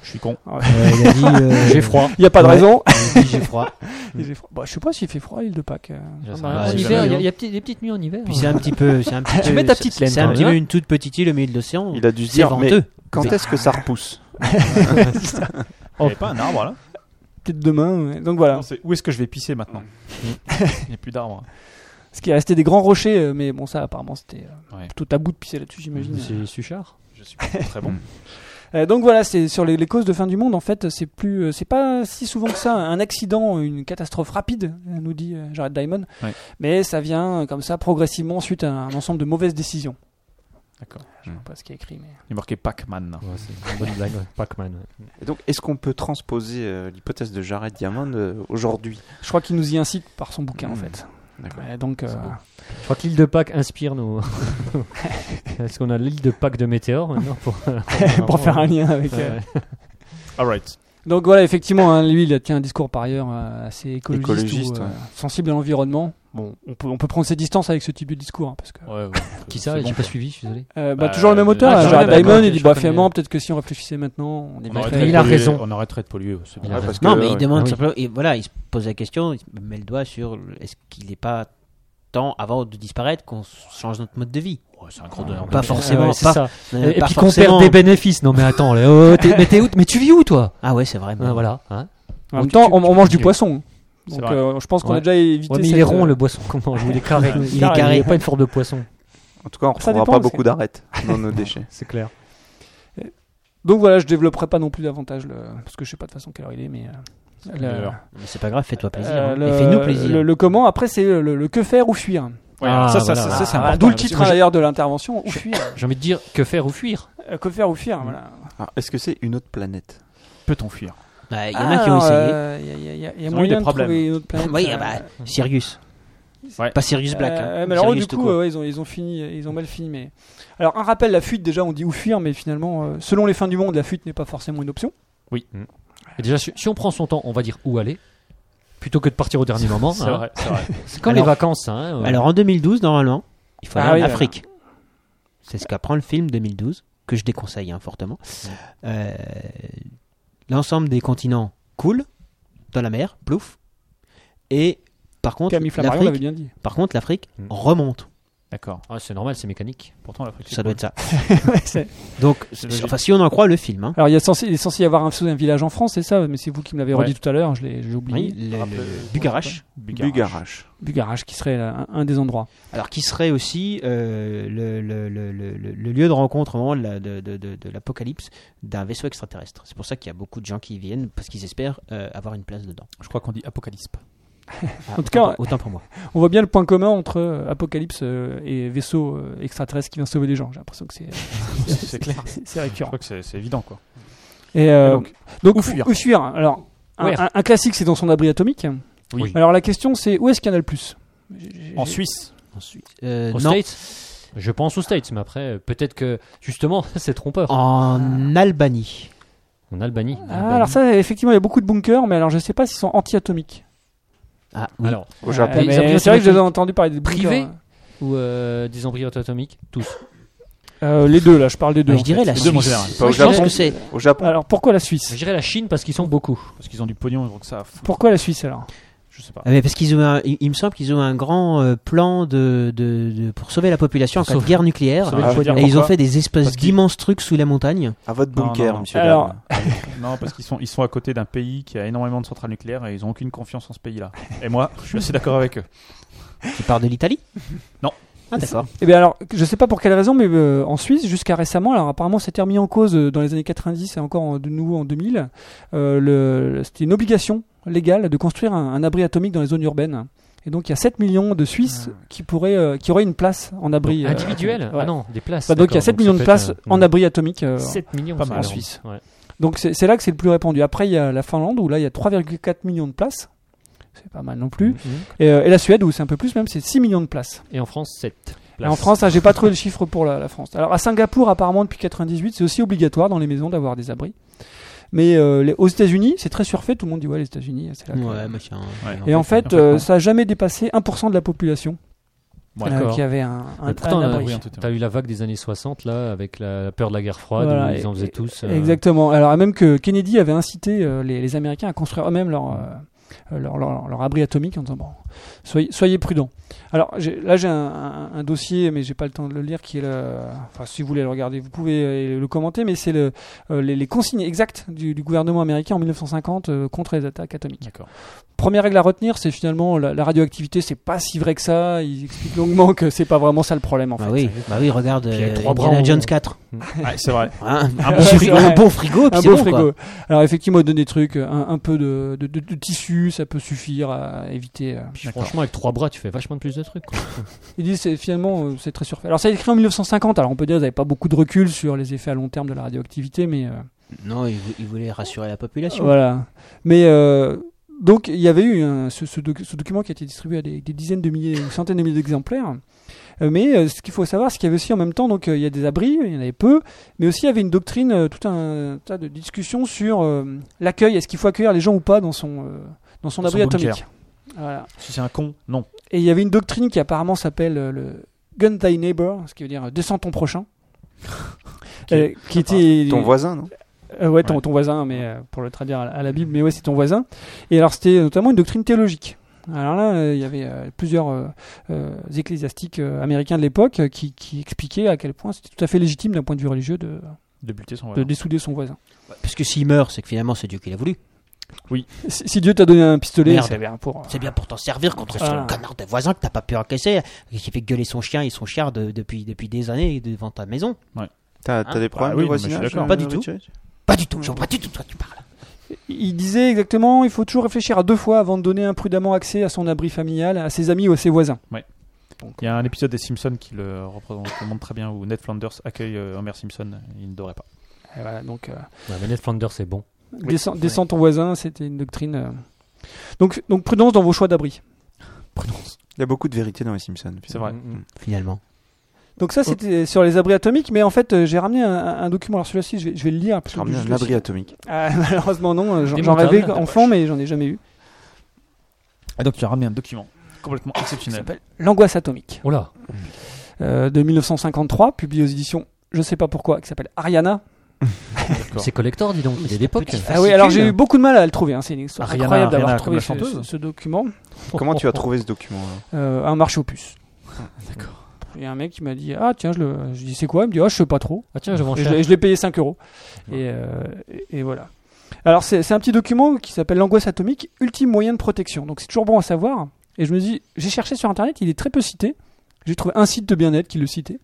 [SPEAKER 10] Je suis con.
[SPEAKER 5] Euh, il a dit,
[SPEAKER 7] <laughs>
[SPEAKER 5] euh,
[SPEAKER 10] J'ai froid.
[SPEAKER 7] Il n'y a pas de
[SPEAKER 5] Ouais.
[SPEAKER 7] raison.
[SPEAKER 5] il a dit, J'ai froid.
[SPEAKER 10] Mm.
[SPEAKER 7] Il fait froid. Bah, je sais pas s'il fait froid à l'île de Pâques. euh.
[SPEAKER 10] Je sais
[SPEAKER 5] Bah,
[SPEAKER 10] pas.
[SPEAKER 5] en
[SPEAKER 6] c'est
[SPEAKER 5] hiver,
[SPEAKER 6] vrai,
[SPEAKER 5] il y a-
[SPEAKER 6] hein.
[SPEAKER 5] il y a petite- des petites nuits en hiver. hein.
[SPEAKER 6] Puis c'est un petit peu. c'est Un petit
[SPEAKER 5] Tu
[SPEAKER 6] peu-
[SPEAKER 5] mets ta
[SPEAKER 6] c'est-
[SPEAKER 5] petite laine,
[SPEAKER 6] C'est un
[SPEAKER 5] quand
[SPEAKER 6] petit
[SPEAKER 5] même,
[SPEAKER 6] peu une toute petite île au milieu de l'océan.
[SPEAKER 4] Il a dû se
[SPEAKER 6] C'est
[SPEAKER 4] dire, mais
[SPEAKER 6] venteux.
[SPEAKER 4] quand est-ce que ça repousse
[SPEAKER 10] Il n'y avait pas un arbre là
[SPEAKER 7] Peut-être demain. ouais. Donc voilà.
[SPEAKER 10] Non, c'est Où est-ce que je vais pisser maintenant <laughs> Il n'y a plus d'arbre.
[SPEAKER 7] Ce qui restait des grands rochers, euh, mais bon, ça apparemment c'était euh,
[SPEAKER 10] Ouais. Mm.
[SPEAKER 7] plutôt tabou de pisser là-dessus, j'imagine.
[SPEAKER 5] C'est Suchard.
[SPEAKER 10] Je suis très bon.
[SPEAKER 7] Euh, donc voilà, c'est sur les, les causes de fin du monde. En fait, c'est plus, euh, c'est pas si souvent que ça un accident, une catastrophe rapide, euh, nous dit euh, Jared Diamond.
[SPEAKER 10] Ouais.
[SPEAKER 7] Mais ça vient euh, comme ça progressivement suite à un ensemble de mauvaises décisions.
[SPEAKER 10] D'accord.
[SPEAKER 7] Je sais pas ce qui est écrit, mais.
[SPEAKER 10] Il est marqué Pac-Man.
[SPEAKER 5] Ouais, c'est une <laughs> bonne blague, ouais. Pac-Man. ouais.
[SPEAKER 4] Et donc, est-ce qu'on peut transposer euh, l'hypothèse de Jared Diamond euh, aujourd'hui
[SPEAKER 7] Je crois qu'il nous y incite par son bouquin en
[SPEAKER 4] Mmh.
[SPEAKER 7] fait.
[SPEAKER 4] D'accord.
[SPEAKER 7] Ouais, donc, euh,
[SPEAKER 5] Je crois que l'île de Pâques inspire nos. <laughs> Est-ce qu'on a l'île de Pâques de Météore maintenant pour,
[SPEAKER 7] <laughs> pour faire un lien avec. euh,
[SPEAKER 5] Ouais.
[SPEAKER 10] Alright.
[SPEAKER 7] Donc voilà, effectivement, hein, lui, il a tient un discours par ailleurs euh, assez écologiste,
[SPEAKER 4] Écologiste,
[SPEAKER 7] ou, euh,
[SPEAKER 4] ouais.
[SPEAKER 7] sensible à l'environnement. Bon, on peut, on peut prendre ses distances avec ce type de discours, hein, parce que.
[SPEAKER 10] Ouais, ouais.
[SPEAKER 5] Qui ça
[SPEAKER 10] C'est
[SPEAKER 5] J'ai
[SPEAKER 10] bon.
[SPEAKER 5] pas suivi, je suis désolé.
[SPEAKER 7] Euh, bah,
[SPEAKER 10] Bah,
[SPEAKER 7] toujours le même
[SPEAKER 10] euh,
[SPEAKER 7] auteur,
[SPEAKER 5] ah,
[SPEAKER 7] hein,
[SPEAKER 5] toujours
[SPEAKER 7] Jared
[SPEAKER 5] le même,
[SPEAKER 7] Diamond,
[SPEAKER 5] ok,
[SPEAKER 7] il dit
[SPEAKER 5] je
[SPEAKER 7] bah,
[SPEAKER 5] connais.
[SPEAKER 7] finalement, peut-être que si on réfléchissait maintenant, on est
[SPEAKER 10] On
[SPEAKER 7] mal
[SPEAKER 10] arrêterait
[SPEAKER 7] fait.
[SPEAKER 10] de
[SPEAKER 5] il a
[SPEAKER 10] polluer-
[SPEAKER 5] raison.
[SPEAKER 10] On arrêterait de polluer. c'est bien.
[SPEAKER 5] Il a
[SPEAKER 4] Ouais,
[SPEAKER 5] raison.
[SPEAKER 4] parce que, euh,
[SPEAKER 6] Non, mais il
[SPEAKER 4] ouais.
[SPEAKER 6] demande
[SPEAKER 5] Ah oui.
[SPEAKER 6] simplement. Et voilà, il se pose la question, il met le doigt sur est-ce qu'il n'est pas temps, avant de disparaître, qu'on change notre mode de vie
[SPEAKER 10] Ouais, c'est un gros donneur. de
[SPEAKER 6] Pas
[SPEAKER 10] leçons.
[SPEAKER 6] forcément,
[SPEAKER 5] Ouais, c'est
[SPEAKER 6] pas-
[SPEAKER 5] ça.
[SPEAKER 6] Euh,
[SPEAKER 5] Et, et
[SPEAKER 6] pas
[SPEAKER 5] puis qu'on
[SPEAKER 6] forcément.
[SPEAKER 5] perd des bénéfices. Non mais attends, là, oh, t'es- mais t'es où Mais tu vis où toi
[SPEAKER 6] Ah ouais, c'est vrai. mais-
[SPEAKER 5] Ah, Voilà. hein.
[SPEAKER 7] En même
[SPEAKER 5] Tu-
[SPEAKER 7] temps,
[SPEAKER 5] tu-
[SPEAKER 7] on,
[SPEAKER 5] tu
[SPEAKER 7] on mange du
[SPEAKER 5] continues.
[SPEAKER 7] poisson. hein.
[SPEAKER 10] C'est
[SPEAKER 7] Donc
[SPEAKER 10] vrai.
[SPEAKER 7] euh, je pense qu'on a
[SPEAKER 5] Ouais.
[SPEAKER 7] déjà évité.
[SPEAKER 5] Ouais, mais il
[SPEAKER 7] cette,
[SPEAKER 5] est rond
[SPEAKER 7] euh,
[SPEAKER 5] le boisson qu'on mange. ou Il est carré.
[SPEAKER 6] <laughs> Il est carré.
[SPEAKER 5] Il a pas une forme de poisson.
[SPEAKER 4] En tout cas, on ne
[SPEAKER 7] Ça
[SPEAKER 4] retrouvera
[SPEAKER 7] dépend,
[SPEAKER 4] pas
[SPEAKER 7] parce
[SPEAKER 4] beaucoup d'arêtes dans nos déchets.
[SPEAKER 5] C'est clair.
[SPEAKER 7] Euh, Donc voilà, je développerai pas non plus davantage le. Parce que je sais pas de façon quelle heure il est, mais. euh, le-
[SPEAKER 10] alors,
[SPEAKER 6] Mais c'est pas grave, fais-toi plaisir.
[SPEAKER 7] euh,
[SPEAKER 6] hein.
[SPEAKER 7] le-
[SPEAKER 6] Et fais-nous plaisir.
[SPEAKER 7] Le, le comment, après, c'est le, le que faire ou fuir.
[SPEAKER 10] Ouais, alors ça,
[SPEAKER 5] Ah,
[SPEAKER 10] ça,
[SPEAKER 5] voilà.
[SPEAKER 10] ça, ça, c'est
[SPEAKER 7] Ah,
[SPEAKER 10] important.
[SPEAKER 7] D'où le
[SPEAKER 10] Parce que
[SPEAKER 7] titre
[SPEAKER 10] moi, j'ai-
[SPEAKER 7] d'ailleurs de l'intervention, ou fuir.
[SPEAKER 5] J'ai envie de dire que faire ou fuir.
[SPEAKER 7] Euh, que faire ou fuir, voilà.
[SPEAKER 4] Alors, Est-ce que c'est une autre planète
[SPEAKER 10] Peut-on fuir
[SPEAKER 6] Bah, Il y en a qui ont
[SPEAKER 7] Alors,
[SPEAKER 6] essayé.
[SPEAKER 7] euh, Il y a- il y a- il y a- il y
[SPEAKER 10] Ils ont eu
[SPEAKER 7] a
[SPEAKER 10] des
[SPEAKER 7] moyen de
[SPEAKER 10] problèmes.
[SPEAKER 7] trouver une autre planète.
[SPEAKER 6] Oui,
[SPEAKER 7] euh,
[SPEAKER 6] ah bah, Sirius.
[SPEAKER 10] Ouais.
[SPEAKER 6] Pas Sirius Black. hein.
[SPEAKER 7] Euh, mais alors, eux, du
[SPEAKER 6] Sirius tout
[SPEAKER 7] coup,
[SPEAKER 6] court.
[SPEAKER 7] euh, ouais, ils, ont, ils ont fini, ils ont mal fini. Mais alors, un rappel la fuite, déjà, on dit ou fuir, mais finalement, euh, selon les fins du monde, la fuite n'est pas forcément une option.
[SPEAKER 5] Mm. Et déjà, si, si on prend son temps, on va dire où aller, plutôt que de partir au dernier moment.
[SPEAKER 10] C'est
[SPEAKER 5] hein.
[SPEAKER 10] vrai, c'est vrai.
[SPEAKER 5] <laughs> C'est comme
[SPEAKER 6] Alors-
[SPEAKER 5] les vacances. ça, hein, ouais.
[SPEAKER 6] Alors en 2012, normalement, il faut
[SPEAKER 7] Ah
[SPEAKER 6] aller en
[SPEAKER 7] oui, voilà.
[SPEAKER 6] Afrique. C'est ce qu'apprend le film 2012, que je déconseille hein, fortement. Euh, L'ensemble des continents coule dans la mer, plouf. Et par contre,
[SPEAKER 7] Camille Flammarion l'avait
[SPEAKER 6] l'Afrique,
[SPEAKER 7] bien
[SPEAKER 6] <laughs>
[SPEAKER 7] dit.
[SPEAKER 6] par contre, l'Afrique
[SPEAKER 10] Mm.
[SPEAKER 6] remonte.
[SPEAKER 10] D'accord.
[SPEAKER 5] Ah, c'est normal, c'est mécanique.
[SPEAKER 10] Pourtant, l'Afrique. c'est
[SPEAKER 6] Ça doit
[SPEAKER 10] cool.
[SPEAKER 6] être ça.
[SPEAKER 7] Ouais, c'est-
[SPEAKER 6] Donc, enfin, si on en croit le film, hein.
[SPEAKER 7] alors, il, y a censé, il est censé y avoir un, un village en France, c'est ça, mais c'est vous qui me l'avez
[SPEAKER 10] Ouais.
[SPEAKER 7] redit tout à l'heure, je l'ai j'ai oublié.
[SPEAKER 6] Oui, le- le Bucarach.
[SPEAKER 4] Bugarach.
[SPEAKER 7] Bugarach qui serait là, un, un des endroits.
[SPEAKER 6] Alors, qui serait aussi euh, le, le- le- le- le- le lieu de rencontre au moment de la- de- de- de- de l'apocalypse d'un vaisseau extraterrestre. C'est pour ça qu'il y a beaucoup de gens qui y viennent parce qu'ils espèrent euh, avoir une place dedans.
[SPEAKER 10] Je crois qu'on dit apocalypse.
[SPEAKER 6] Ah,
[SPEAKER 7] tout cas,
[SPEAKER 6] autant, autant pour moi.
[SPEAKER 7] On voit bien le point commun entre euh, apocalypse euh, et vaisseau euh, extraterrestre qui vient sauver des gens. J'ai l'impression que c'est
[SPEAKER 10] c'est clair.
[SPEAKER 7] c'est- c'est
[SPEAKER 10] Je
[SPEAKER 7] récurrent.
[SPEAKER 10] crois que c'est c'est évident, quoi.
[SPEAKER 7] Et, euh,
[SPEAKER 10] Et
[SPEAKER 7] donc,
[SPEAKER 10] donc,
[SPEAKER 7] où
[SPEAKER 10] où
[SPEAKER 7] fuir
[SPEAKER 10] fuir
[SPEAKER 7] Alors, un,
[SPEAKER 5] Ouais.
[SPEAKER 7] un- un classique, c'est dans son abri atomique.
[SPEAKER 5] Oui.
[SPEAKER 7] Alors la question, c'est où est-ce qu'il y en a le plus J'ai- j'ai-
[SPEAKER 10] En Suisse.
[SPEAKER 6] Ensuite, euh,
[SPEAKER 5] Aux
[SPEAKER 6] non,
[SPEAKER 5] States Je pense aux States, mais après, euh, peut-être que justement, <laughs> c'est trompeur.
[SPEAKER 6] en Albanie.
[SPEAKER 5] En Albanie.
[SPEAKER 7] Ah, alors ça, effectivement, il y a beaucoup de bunkers, mais alors je sais pas s'ils sont anti-atomiques.
[SPEAKER 6] Ah, oui.
[SPEAKER 5] Alors,
[SPEAKER 4] Au
[SPEAKER 7] Euh,
[SPEAKER 4] Japon.
[SPEAKER 7] mais
[SPEAKER 5] Ils ont pris
[SPEAKER 7] c'est vrai que j'ai
[SPEAKER 5] atomique.
[SPEAKER 7] entendu parler des bunkers.
[SPEAKER 5] Privé ou euh, des embryotes atomiques Tous.
[SPEAKER 7] Euh, Les deux, là, je parle des deux.
[SPEAKER 6] Bah,
[SPEAKER 7] en
[SPEAKER 6] je dirais
[SPEAKER 7] fait.
[SPEAKER 6] la
[SPEAKER 10] Les
[SPEAKER 6] Suisse.
[SPEAKER 10] deux, en général.
[SPEAKER 4] Pas au
[SPEAKER 6] Je pense
[SPEAKER 4] Japon.
[SPEAKER 6] que c'est.
[SPEAKER 4] Au Japon.
[SPEAKER 7] Alors pourquoi la
[SPEAKER 5] Je
[SPEAKER 7] Suisse
[SPEAKER 5] dirais la Chine parce qu'ils sont beaucoup.
[SPEAKER 10] Parce qu'ils ont du pognon, donc ça. fout.
[SPEAKER 7] Pourquoi la Suisse alors
[SPEAKER 10] Je sais pas.
[SPEAKER 6] Ah, mais parce qu'ils ont, un- il, il me semble qu'ils ont un grand euh, plan de, de- de- pour sauver la population en cas de
[SPEAKER 10] Sauver-
[SPEAKER 6] guerre nucléaire.
[SPEAKER 10] Sauver
[SPEAKER 4] Ah,
[SPEAKER 10] le pognon.
[SPEAKER 6] Euh, Et ils ont
[SPEAKER 10] Pourquoi
[SPEAKER 6] fait des espèces
[SPEAKER 10] Parce qu'ils-
[SPEAKER 6] d'immenses trucs sous la montagne.
[SPEAKER 4] À votre
[SPEAKER 10] Non,
[SPEAKER 4] bunker,
[SPEAKER 10] non, non.
[SPEAKER 4] monsieur.
[SPEAKER 7] Alors-
[SPEAKER 4] Dame.
[SPEAKER 10] Non, parce qu'ils sont, ils sont à côté d'un pays qui a énormément de centrales nucléaires et ils ont aucune confiance en ce pays-là. Et moi, je suis assez d'accord avec eux.
[SPEAKER 6] Tu pars de l'Italie
[SPEAKER 10] Non.
[SPEAKER 6] Ah, d'accord.
[SPEAKER 7] Eh bien alors, je sais pas pour quelle raison, mais euh, en Suisse, jusqu'à récemment, alors apparemment c'était remis en cause euh, dans les années 90 et encore en- de nouveau en 2000, euh, le- le- c'était une obligation légale de construire un, un abri atomique dans les zones urbaines. Et donc il y a 7 millions de Suisses qui, pourraient, euh, qui auraient une place en abri. euh,
[SPEAKER 5] Individuels
[SPEAKER 7] ouais.
[SPEAKER 5] Ah non, des places.
[SPEAKER 7] Bah, donc il y a
[SPEAKER 5] d'accord,
[SPEAKER 7] 7 millions
[SPEAKER 5] ça
[SPEAKER 7] de
[SPEAKER 5] peut être,
[SPEAKER 7] places
[SPEAKER 5] euh,
[SPEAKER 7] en abri atomique. euh,
[SPEAKER 5] 7 millions,
[SPEAKER 10] Pas
[SPEAKER 5] c'est
[SPEAKER 10] mal.
[SPEAKER 5] énorme.
[SPEAKER 10] En Suisse.
[SPEAKER 5] Ouais.
[SPEAKER 7] donc c'est c'est là que c'est le plus répandu. Après il y a la Finlande où là il y a 3,4 millions de places. C'est pas mal non
[SPEAKER 5] Mmh.
[SPEAKER 7] plus. Et, euh, et la Suède où c'est un peu plus même, c'est 6 millions de places.
[SPEAKER 5] Et en France, 7.
[SPEAKER 7] Et en France, ah, j'ai pas trouvé le chiffre pour la, la France. Alors à Singapour, apparemment depuis 98, c'est aussi obligatoire dans les maisons d'avoir des abris. Mais euh, les- aux États-Unis, c'est très surfait. Tout le monde dit ouais, les États-Unis, c'est là. que-
[SPEAKER 6] Ouais, machin.
[SPEAKER 10] Ouais.
[SPEAKER 7] Et en fait,
[SPEAKER 10] fait,
[SPEAKER 7] euh,
[SPEAKER 10] non.
[SPEAKER 7] ça a jamais dépassé 1% de la population
[SPEAKER 10] Ouais.
[SPEAKER 7] euh,
[SPEAKER 5] D'accord.
[SPEAKER 7] qui avait un, un,
[SPEAKER 5] Mais pourtant,
[SPEAKER 7] un
[SPEAKER 5] euh,
[SPEAKER 7] abri.
[SPEAKER 10] oui, en tout cas.
[SPEAKER 5] T'as eu la vague des années 60 là, avec la, la peur de la guerre froide,
[SPEAKER 7] Voilà,
[SPEAKER 5] où ils en
[SPEAKER 7] et-
[SPEAKER 5] faisaient tous. euh,
[SPEAKER 7] Exactement. Alors même que Kennedy avait incité euh, les, les Américains à construire eux-mêmes leur, euh, leur, leur- leur abri atomique en disant bon, soyez, soyez prudents. Alors j'ai- là j'ai un, un- un dossier, mais j'ai pas le temps de le lire, qui est le, enfin si vous voulez le regarder, vous pouvez euh, le commenter, mais c'est le, euh, les, les consignes exactes du, du gouvernement américain en 1950 euh, contre les attaques atomiques.
[SPEAKER 10] D'accord.
[SPEAKER 7] Première règle à retenir, c'est finalement la, la radioactivité, c'est pas si vrai que ça. Ils expliquent longuement que c'est pas vraiment ça le problème en
[SPEAKER 6] Bah
[SPEAKER 7] fait.
[SPEAKER 6] oui, bah oui, regarde
[SPEAKER 5] il y a
[SPEAKER 6] euh,
[SPEAKER 5] trois
[SPEAKER 6] Indiana
[SPEAKER 5] bras en-
[SPEAKER 6] Jones 4.
[SPEAKER 10] <laughs> Ouais, c'est vrai.
[SPEAKER 6] Hein,
[SPEAKER 10] Un
[SPEAKER 7] bon frigo.
[SPEAKER 6] bon frigo, un bon frigo, puis
[SPEAKER 7] Ah, un
[SPEAKER 6] c'est
[SPEAKER 7] Ah, beau
[SPEAKER 6] bon, quoi.
[SPEAKER 7] frigo. Alors effectivement, donner des trucs, un, un peu de, de- de- de tissu, ça peut suffire à éviter. euh.
[SPEAKER 5] puis Franchement, avec trois bras, tu fais vachement plus de trucs. quoi.
[SPEAKER 7] Ils disent c'est- finalement euh, c'est très surfait. Alors ça a été écrit en 1950. Alors on peut dire qu'ils n'avaient pas beaucoup de recul sur les effets à long terme de la radioactivité, mais euh,
[SPEAKER 6] Non, il, vou- il voulait rassurer la population.
[SPEAKER 7] voilà. Mais euh, donc il y avait eu un- ce, ce doc- ce document qui a été distribué à des, des dizaines de milliers, ou centaines de milliers d'exemplaires. Euh, Mais euh, ce qu'il faut savoir, c'est qu'il y avait aussi en même temps, donc euh, il y a des abris, il y en avait peu, mais aussi il y avait une doctrine, euh, tout un tas de discussions sur euh, l'accueil. Est-ce qu'il faut accueillir les gens ou pas dans son, euh, dans son
[SPEAKER 10] Dans
[SPEAKER 7] abri
[SPEAKER 10] son bunker.
[SPEAKER 7] atomique Voilà.
[SPEAKER 10] Si c'est un con, non.
[SPEAKER 7] Et il y avait une doctrine qui apparemment s'appelle euh, le Gun Thy Neighbor, ce qui veut dire euh, descends ton prochain. Euh,
[SPEAKER 10] <laughs>
[SPEAKER 7] qui était
[SPEAKER 4] Ton voisin, non
[SPEAKER 7] euh, ouais, ton,
[SPEAKER 10] Ouais.
[SPEAKER 7] ton voisin, mais euh, pour le traduire à la, à la Bible, mais ouais, c'est ton voisin. Et alors, c'était notamment une doctrine théologique. Alors là, euh, il y avait euh, plusieurs euh, euh, ecclésiastiques euh, américains de l'époque euh, qui, qui expliquaient à quel point c'était tout à fait légitime d'un point de vue religieux de,
[SPEAKER 10] De buter son
[SPEAKER 7] de
[SPEAKER 10] voisin.
[SPEAKER 7] dessouder son voisin.
[SPEAKER 6] Parce que s'il meurt, c'est que finalement c'est Dieu qui l'a voulu.
[SPEAKER 7] Si, si Dieu t'a donné un pistolet,
[SPEAKER 6] Merde.
[SPEAKER 7] c'est bien pour. euh,
[SPEAKER 6] C'est bien pour t'en servir contre ce
[SPEAKER 7] Ah.
[SPEAKER 6] connard de voisin que t'as pas pu encaisser, qui fait gueuler son chien et son chien de- depuis, depuis des années devant ta maison.
[SPEAKER 4] T'as t'as des problèmes
[SPEAKER 10] oui,
[SPEAKER 4] de
[SPEAKER 10] non, mais je suis
[SPEAKER 4] voisinage
[SPEAKER 10] d'accord.
[SPEAKER 4] euh,
[SPEAKER 6] Pas du tout.
[SPEAKER 4] Richard
[SPEAKER 6] Pas du tout, Jean, pas du tout, toi tu parles.
[SPEAKER 7] Il disait exactement, il faut toujours réfléchir à deux fois avant de donner imprudemment accès à son abri familial, à ses amis ou à ses voisins.
[SPEAKER 10] Il y a un épisode des Simpsons qui le représente, qui le montre très bien où Ned Flanders accueille euh, Homer Simpson. Il ne devrait pas.
[SPEAKER 7] Et voilà, donc euh,
[SPEAKER 5] Ouais, mais Ned Flanders, c'est bon.
[SPEAKER 7] descends, descends ton voisin, c'était une doctrine. euh. Donc, donc prudence dans vos choix d'abri.
[SPEAKER 4] Il y a beaucoup de vérité dans les Simpsons.
[SPEAKER 10] C'est vrai.
[SPEAKER 6] mm. Finalement.
[SPEAKER 7] Donc ça c'était sur les abris atomiques, mais en fait euh, j'ai ramené un, un document. Alors celui-ci je vais, je vais le lire. parce
[SPEAKER 4] Je
[SPEAKER 7] que
[SPEAKER 4] ramène
[SPEAKER 7] je-
[SPEAKER 4] un abri atomique.
[SPEAKER 7] Ah, <laughs> malheureusement non, euh, j'en
[SPEAKER 5] Des
[SPEAKER 7] j'en
[SPEAKER 5] montagnes,
[SPEAKER 7] rêvais
[SPEAKER 5] la
[SPEAKER 7] enfant mais j'en ai jamais eu.
[SPEAKER 10] Ah, donc tu as ramené un document complètement exceptionnel.
[SPEAKER 7] L'angoisse atomique
[SPEAKER 5] Oh là
[SPEAKER 7] euh, de 1953, publié aux éditions je sais pas pourquoi, qui s'appelle Ariana.
[SPEAKER 10] Bon.
[SPEAKER 5] C'est collector, dis donc, il est d'époque.
[SPEAKER 7] Ah oui, alors j'ai eu beaucoup de mal à le trouver. hein. C'est une histoire
[SPEAKER 10] Ariana,
[SPEAKER 7] incroyable d'avoir
[SPEAKER 10] Ariana, comme
[SPEAKER 7] trouvé
[SPEAKER 10] la
[SPEAKER 7] ce,
[SPEAKER 10] chanteuse.
[SPEAKER 7] ce- ce document.
[SPEAKER 4] Comment tu as trouvé ce document alors
[SPEAKER 7] Euh, un marché aux puces. D'accord. Il y a un mec qui m'a dit Ah, tiens, je, le... je dis C'est quoi Il me dit Ah, je sais pas trop.
[SPEAKER 5] Ah tiens, je vends
[SPEAKER 7] Et je
[SPEAKER 5] cher.
[SPEAKER 7] l'ai- je l'ai payé 5 euros. Et, euh, et- et voilà. Alors, c'est c'est un petit document qui s'appelle L'angoisse atomique, ultime moyen de protection. Donc, c'est toujours bon à savoir. Et je me dis, j'ai cherché sur internet, il est très peu cité. J'ai trouvé un site de bien-être qui le citait.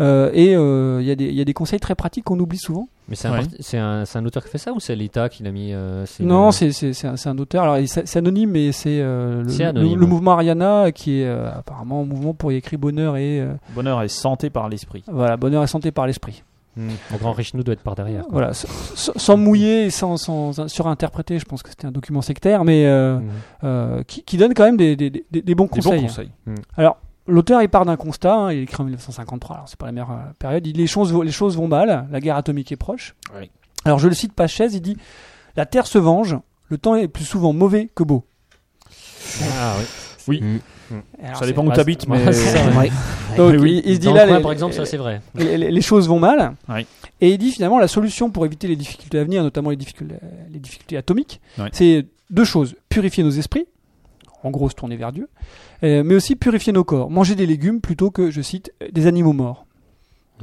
[SPEAKER 7] Euh, et euh, il y, a des- il y a des conseils très pratiques qu'on oublie souvent.
[SPEAKER 5] Mais c'est un,
[SPEAKER 10] Ouais.
[SPEAKER 5] parti- c'est un, c'est un auteur qui fait ça ou c'est l'État qui l'a mis euh, c'est
[SPEAKER 7] Non,
[SPEAKER 5] une-
[SPEAKER 7] c'est c'est- c'est un, c'est un auteur. Alors, il- c'est c'est anonyme, mais c'est euh, le,
[SPEAKER 5] C'est
[SPEAKER 7] le-
[SPEAKER 5] anonyme.
[SPEAKER 7] le mouvement Ariana qui est euh, apparemment un mouvement pour y écrire bonheur et euh,
[SPEAKER 10] Bonheur et santé par l'esprit.
[SPEAKER 7] voilà bonheur et santé par l'esprit.
[SPEAKER 5] Hmm, Le grand riche nous doit être par derrière. quoi.
[SPEAKER 7] Voilà, s- s- sans mouiller et sans, sans surinterpréter, je pense que c'était un document sectaire, mais euh,
[SPEAKER 5] Hmm.
[SPEAKER 7] euh, qui, qui donne quand même des, des- des- des bons
[SPEAKER 10] Des
[SPEAKER 7] conseils. hein.
[SPEAKER 10] bons conseils.
[SPEAKER 7] L'auteur, il part d'un constat, hein, il écrit en 1953, alors c'est pas la meilleure euh, période, il dit les choses, vont- les choses vont mal, la guerre atomique est proche.
[SPEAKER 10] Oui.
[SPEAKER 7] Alors je le cite pas chaise, il dit La Terre se venge, le temps est plus souvent mauvais que beau.
[SPEAKER 5] Ah oui.
[SPEAKER 7] Alors,
[SPEAKER 10] Ça
[SPEAKER 7] c'est-
[SPEAKER 10] dépend où
[SPEAKER 5] Ah,
[SPEAKER 10] t'habites,
[SPEAKER 5] c'est-
[SPEAKER 10] mais <laughs>
[SPEAKER 5] Ouais, <laughs> c'est ça, ouais.
[SPEAKER 7] Donc,
[SPEAKER 10] Mais oui.
[SPEAKER 7] il, il se dit
[SPEAKER 5] Dans le
[SPEAKER 7] là,
[SPEAKER 5] coin,
[SPEAKER 7] les-
[SPEAKER 5] par exemple, ça c'est vrai.
[SPEAKER 7] les, les- les choses vont mal.
[SPEAKER 10] Oui.
[SPEAKER 7] Et il dit finalement la solution pour éviter les difficultés à venir, notamment les difficultés, les difficultés atomiques,
[SPEAKER 10] Oui.
[SPEAKER 7] c'est deux choses purifier nos esprits, en gros se tourner vers Dieu, euh, mais aussi purifier nos corps, manger des légumes plutôt que, je cite, euh, des animaux morts.